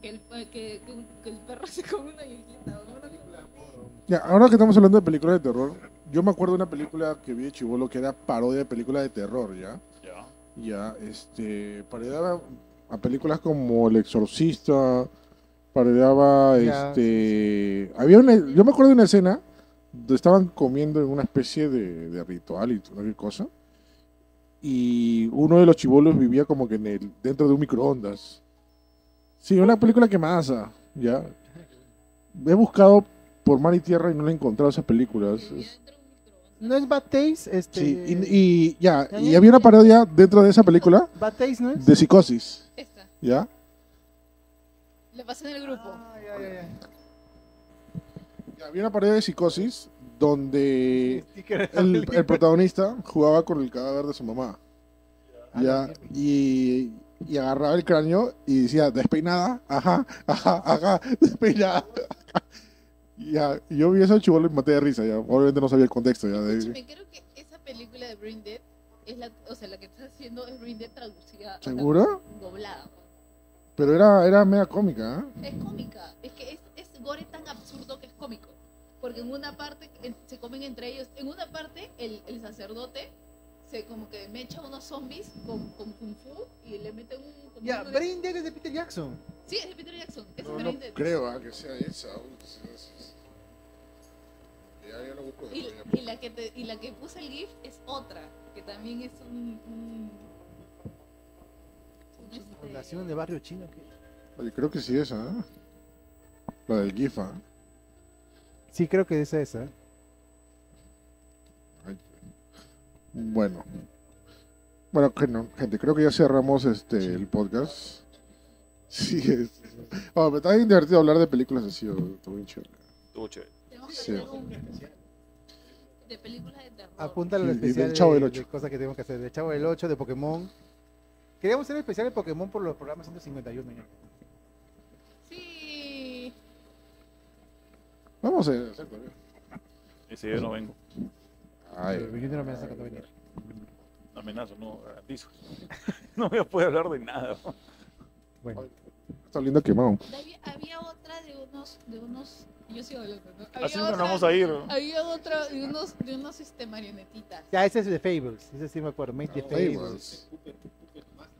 D: Que el, que, que, que el perro se come una viejita. ¿no?
A: Ya, ahora que estamos hablando de películas de terror, yo me acuerdo de una película que vi de Chivolo que era parodia de películas de terror, ¿ya?
C: Ya.
A: Ya, este, parodiaba a películas como El Exorcista, parodiaba,
F: Ya,
A: este, había una, yo me acuerdo de una escena donde estaban comiendo en una especie de, de ritual y no sé qué cosa, y uno de los chivolos vivía como que en el, dentro de un microondas. Sí, una película quemada, ya. He buscado por mar y tierra y no la he encontrado esas películas.
D: Que vivía
A: Es-
D: dentro de un microondas.
F: No es Bad Taste, este.
A: Sí, y, y ya, y
F: ¿También?
A: había una parodia dentro de esa película
F: Bad Taste, ¿no es?
A: de psicosis,
D: Esta.
A: ¿ya?
D: La pasé en el grupo.
F: Ah, ya, ya, ya.
A: Ya, Había una parodia de psicosis donde
F: Sí, que era-
A: el, el protagonista jugaba con el cadáver de su mamá.
F: Ah,
A: Ya, y y agarraba el cráneo y decía, despeinada, ajá, ajá, ajá, despeinada. ajá". Y ya, y yo vi eso chivolo y me maté de risa, ya. Obviamente no sabía el contexto, ya. de-
D: Escúchame, creo que esa película de Brain Dead es la, o sea, la que estás haciendo es Brain Dead traducida. o sea,
A: ¿Seguro?
D: doblada.
A: Pero era, era media cómica, ¿eh?
D: Es cómica. Es que es, es gore tan absurdo que es cómico. Porque en una parte eh, se comen entre ellos. En una parte el, el sacerdote se como que mecha unos zombies con, con kung fu y le mete un... como
F: Ya,
D: un-
F: Brain Dead es de Peter Jackson.
D: Sí, es de Peter Jackson. Es
A: No, no
D: Brain Dead.
A: creo ¿eh? que sea esa. uy, sí, sí, sí. Ya, ya lo busco
D: Y,
A: después, ya.
D: y la que te- y la que puse el GIF es otra, que también es un... un- un este-
F: Fundación de Barrio Chino. ¿qué?
A: Oye, creo que sí esa, ¿eh? La del ¿ah? GIFA.
F: Sí, creo que es esa.
A: Bueno. Bueno, que no, gente, creo que ya cerramos este el podcast. Sí, es. Oh, pero está bien divertido hablar de películas así, o- está bien chévere.
C: Estuvo chévere.
D: Tenemos que
A: Sí.
D: hacer un... De películas de terror.
F: Apúntale
A: Y-
F: al
A: y del
F: especial de,
A: Chavo del
F: de
A: Ocho.
F: cosas que tenemos que hacer. De Chavo del 8, de Pokémon. Queríamos hacer especial de Pokémon por los programas 151. ya.
D: Sí.
A: Vamos a hacer todavía.
C: Ese yo no vengo.
F: Pero
A: Ay,
F: yo no me hace cuando venir.
C: No amenazo, no garantizo. No voy a poder hablar de nada.
F: Bueno,
A: está lindo quemado.
D: De ahí había otra de unos, de unos, yo sigo hablando, ¿no? Había
C: Así nos
D: otra-
C: vamos a ir.
D: Había otra de unos, de unos este, marionetitas.
F: ya ese es de Fables. Ese sí me acuerdo. Mate de Fables.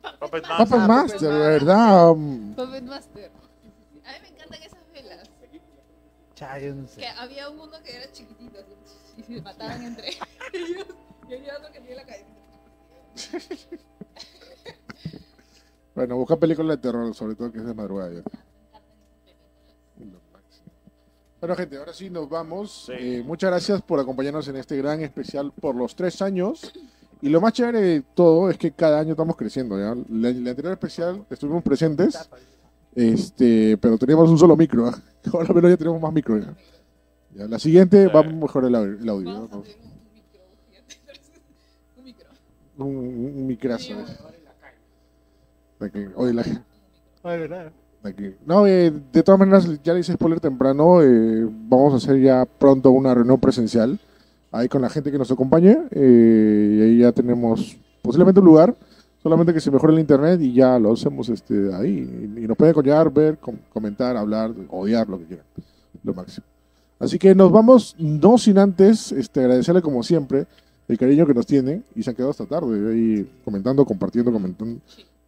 A: Ah, Fables.
C: Puppet
D: Master.
C: Master.
A: Puppet
D: pues
A: Master, pues de verdad. um,
D: Puppet Master. A mí me encantan esas velas.
F: Cha, yo no
D: Que
F: sé.
D: había uno que era chiquitito así, y se mataban entre ellos. Y había otro que tenía la cabeza.
A: Bueno, busca películas de terror, sobre todo que es de madrugada ya. Lo máximo. Bueno, gente, ahora sí nos vamos.
C: Sí.
A: Eh, muchas gracias por acompañarnos en este gran especial por los tres años. Y lo más chévere de todo es que cada año estamos creciendo. ¿ya? La, la anterior especial estuvimos presentes, este, pero teníamos un solo micro. ¿ah? Ahora menos ya tenemos más micro. ¿ya? Ya, la siguiente
C: Sí.
A: vamos a mejorar el, au- el audio.
D: Vamos a
A: ¿no?
D: hacer un, un micro, fíjate. Un micro.
A: Un, un- un micrazo.
D: Sí,
A: ¿eh? De que- Oye, la,
F: Ay, verdad.
A: Aquí. No, eh, de todas maneras, ya le hice spoiler temprano. eh, vamos a hacer ya pronto una reunión presencial ahí con la gente que nos acompañe. eh, y ahí ya tenemos posiblemente un lugar, solamente que se mejore el internet y ya lo hacemos este, ahí. Y, y nos pueden acompañar, ver, com- comentar, hablar, odiar, lo que quieran. Lo máximo. Así que nos vamos, no sin antes este, agradecerle como siempre el cariño que nos tienen y se han quedado hasta tarde ahí comentando, compartiendo, comentando,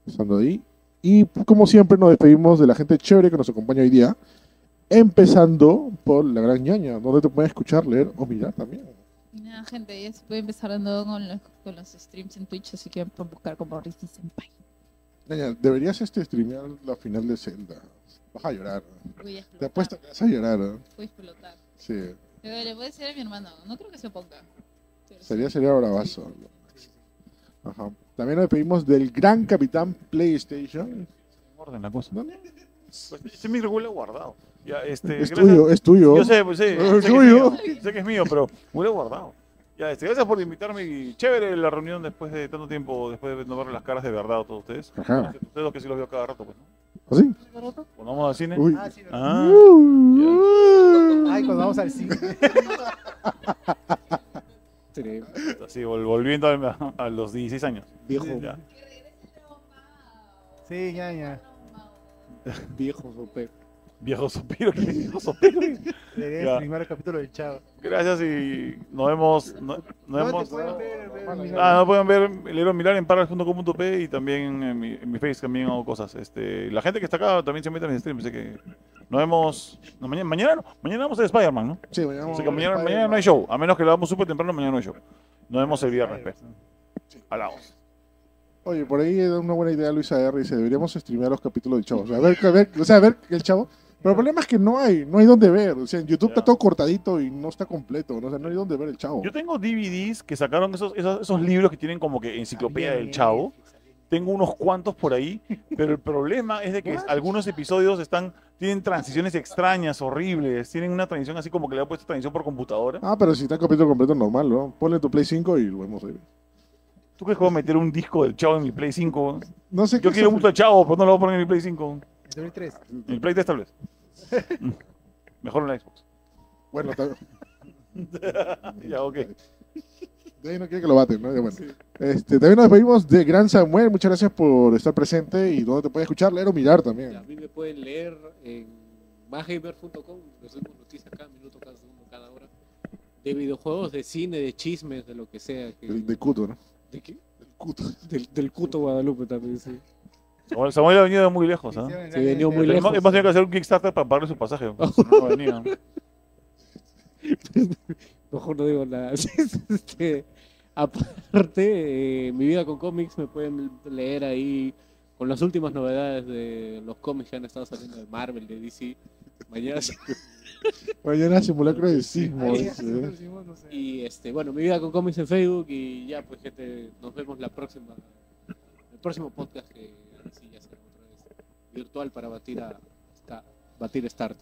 A: estando ahí. Y como siempre nos despedimos de la gente chévere que nos acompaña hoy día, empezando por La Gran Ñaña, donde te pueden escuchar, leer o mirar también.
D: Y nada, gente, ya se puede empezar de nuevo con los, con los streams en Twitch, así que pueden buscar como Ricky Senpai.
A: Ñaña, deberías este, streamear la final de Zelda. Vas a llorar.
D: Voy a
A: Te
D: explotar.
A: apuesto que vas a llorar. ¿eh?
D: Voy a explotar.
A: Sí,
D: Pero le voy a decir a mi hermano, no creo que se oponga. Pero
A: sería, sería bravazo. Ajá. También nos despedimos del gran capitán PlayStation.
C: Orden la cosa.
A: No, no,
C: Pues, Ese micro huele a guardado. Ya, este,
A: Es
C: gracias-
A: tuyo, es tuyo.
C: Yo sé, pues, sí,
A: Es
C: sé que es
A: tuyo.
C: mío, sé que es mío, pero huele a guardado. Ya, este, gracias por invitarme y chévere la reunión después de tanto tiempo, después de no ver las caras de verdad a todos ustedes.
A: Ajá.
C: Ustedes los que sí los veo cada rato, pues, ¿no?
A: ¿Así?
C: Cuando vamos al cine.
A: Uy.
F: Ah, sí, verdad.
C: Ah,
F: Ay, cuando vamos al cine.
C: así, vol- volviendo al- a, los 16 años.
G: Viejo,
C: Ya.
D: sí. Que regrese traumado.
F: Sí, ya, ya.
D: Traumado.
G: viejo, sope.
C: Viejo sopiro, qué viejo sopiro.
F: Debería
C: Ya.
F: streamar el capítulo del Chavo.
C: Gracias y nos vemos. no- nos
F: No,
C: vemos.
F: te pueden ver, ver,
A: Ah,
F: mirar.
C: Ah, no pueden ver, leer o mirar en paral.com.p y también en mi, en mi Face también hago cosas. Este, la gente que está acá también se mete en mis streams, así que nos vemos. no, mañana, mañana, no, mañana vamos a Spider-Man, ¿no?
A: Sí, mañana vamos
C: Así
A: a
C: que
A: ver
C: mañana,
A: Spider-Man.
C: mañana no hay show, a menos que lo hagamos súper temprano, mañana no hay show. Nos vemos el viernes, pe. Hablamos.
A: Oye, por ahí da una buena idea Luisa R. Dice, deberíamos streamear los capítulos del chavo. O sea, a ver, a ver, o sea, a ver el chavo. Pero el problema es que no hay, no hay dónde ver. O sea, en YouTube
C: Ya.
A: está todo cortadito y no está completo. ¿no? O sea, no hay dónde ver el chavo.
C: Yo tengo DVDs que sacaron esos, esos, esos libros que tienen como que enciclopedia del chavo. Tengo unos cuantos por ahí, pero el problema es de que algunos episodios están, tienen transiciones extrañas, horribles, tienen una transición así como que le han puesto transición por computadora.
A: Ah, pero si está el capítulo completo normal, ¿no? Ponle tu Play 5 y lo vemos ahí.
C: ¿Tú crees que voy a meter un disco del Chavo en mi Play 5?
A: No sé
C: Yo
A: qué
C: quiero
A: es-
C: mucho al Chavo, pero no lo voy a poner en mi Play 5.
F: En 2003.
C: En el Play 3 tal vez. Mm. Mejor en la Xbox. Ah,
A: Bueno, tal-
C: ya, ok.
A: de ahí no quiere que lo baten, ¿no? Ya, bueno. Este, también nos despedimos de Gran Samuel. Muchas gracias por estar presente y donde te puedes escuchar, leer o mirar
E: Y A
A: también.
E: mí me pueden leer en másgamer.com, les subimos noticias cada minuto, cada segundo, cada hora. De videojuegos, de cine, de chismes, de lo que sea. que-
A: El de Cuto, ¿no?
E: ¿De qué?
A: El Cuto.
E: Del, del cuto Guadalupe también, sí.
C: Samuel- Samuel ha venido de muy lejos, ¿ah?
E: Se venía muy
C: Hemos-
E: lejos.
C: Hemos tenido que hacer un Kickstarter para pagarle su pasaje. No venía.
E: Mejor no digo nada. Este, aparte, eh, mi vida con cómics me pueden leer ahí con las últimas novedades de los cómics que han estado saliendo de Marvel, de DC. Mañana
A: Mañana simulacro de sismo. dice, ¿eh?
E: Y este, bueno, mi vida con cómics en Facebook y ya pues gente, nos vemos la próxima, el próximo podcast que ahora sí ya será otra vez virtual para batir a esta- batir Start.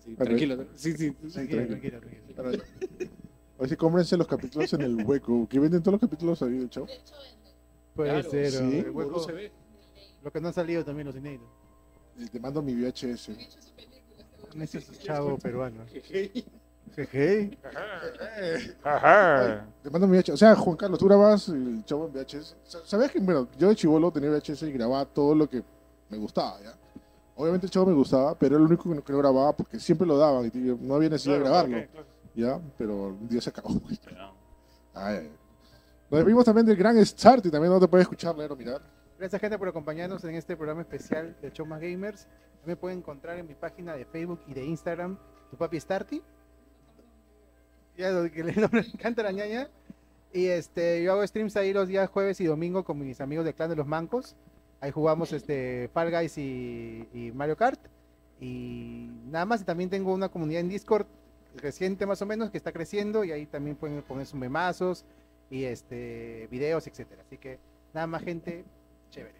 E: Así, tranquilo, tra- sí, sí,
A: Sí,
F: Tranquilo, tranquilo,
A: tranquilo.
F: tranquilo.
A: Ahora, ahora sí, cómprense los capítulos en el hueco. Que venden todos los capítulos ahí del Chavo.
D: De hecho, en-
F: Puede
E: Claro,
F: ser.
A: sí.
F: el hueco-
E: Gurú se ve.
F: lo que no han salido también los inéditos.
A: Y te mando mi VHS.
D: de hecho, su película, seguro.
F: Ese es el chavo peruano.
E: Jeje.
F: Jeje.
C: Ajá.
A: Te mando mi VHS. O sea, Juan Carlos, tú grababas el Chavo en VHS. Sa- ¿Sabías que, bueno, yo de chivolo tenía VHS y grababa todo lo que me gustaba, ¿ya? Obviamente el Chavo me gustaba, pero era lo único que no, que no grababa porque siempre lo daban y tío, no había necesidad de
C: Claro,
A: grabarlo,
C: claro,
A: ¿ya? Pero un día se acabó. pues,
C: claro.
A: Ay, ay. Nos despedimos también del gran Start y también no te puedes escuchar, leer o mirar.
F: Gracias, gente, por acompañarnos en este programa especial de Show Más Gamers. Me pueden encontrar en mi página de Facebook y de Instagram, tu papi Starty. Ya lo que le no me encanta la ñaña. Y este, yo hago streams ahí los días jueves y domingo con mis amigos del Clan de los Mancos. Ahí jugamos este, Fall Guys y, y Mario Kart. Y nada más, y también tengo una comunidad en Discord reciente más o menos que está creciendo y ahí también pueden poner sus memazos y este, videos, etcétera. Así que nada más, gente, chévere.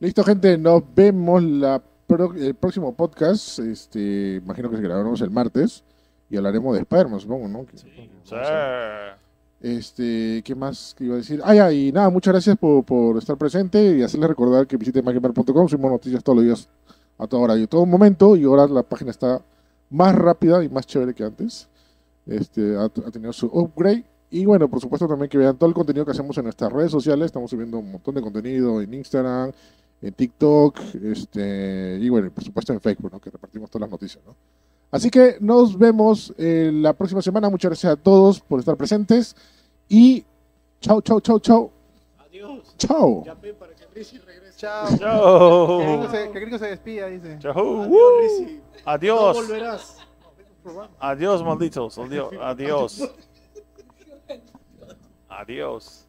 A: Listo, gente, nos vemos la pro- el próximo podcast. Este, imagino que grabaremos el martes y hablaremos de Spider-Man, supongo, ¿no? Que-
C: Sí.
A: Este, ¿qué más que iba a decir? Ah, ya, y nada, muchas gracias por, por estar presente y hacerles recordar que visiten MyGamer.com, subimos noticias todos los días a toda hora y en todo momento, y ahora la página está más rápida y más chévere que antes. Este, ha, ha tenido su upgrade. Y bueno, por supuesto también que vean todo el contenido que hacemos en nuestras redes sociales. Estamos subiendo un montón de contenido en Instagram, en TikTok, este, y bueno, y por supuesto en Facebook, ¿no? Que repartimos todas las noticias, ¿no? Así que nos vemos eh, la próxima semana. Muchas gracias a todos por estar presentes. Y chao, chao, chao, chao,
G: Adiós.
A: chao.
G: Llamé para que Richie regrese.
F: Chao. Que gringo
C: Chao.
F: se- que gringo se despida, dice.
C: Chao.
G: Adiós,
C: Uh.
G: Richie. No
C: Adiós.
G: volverás.
C: Adiós, malditos. Adiós. Adiós. Adiós.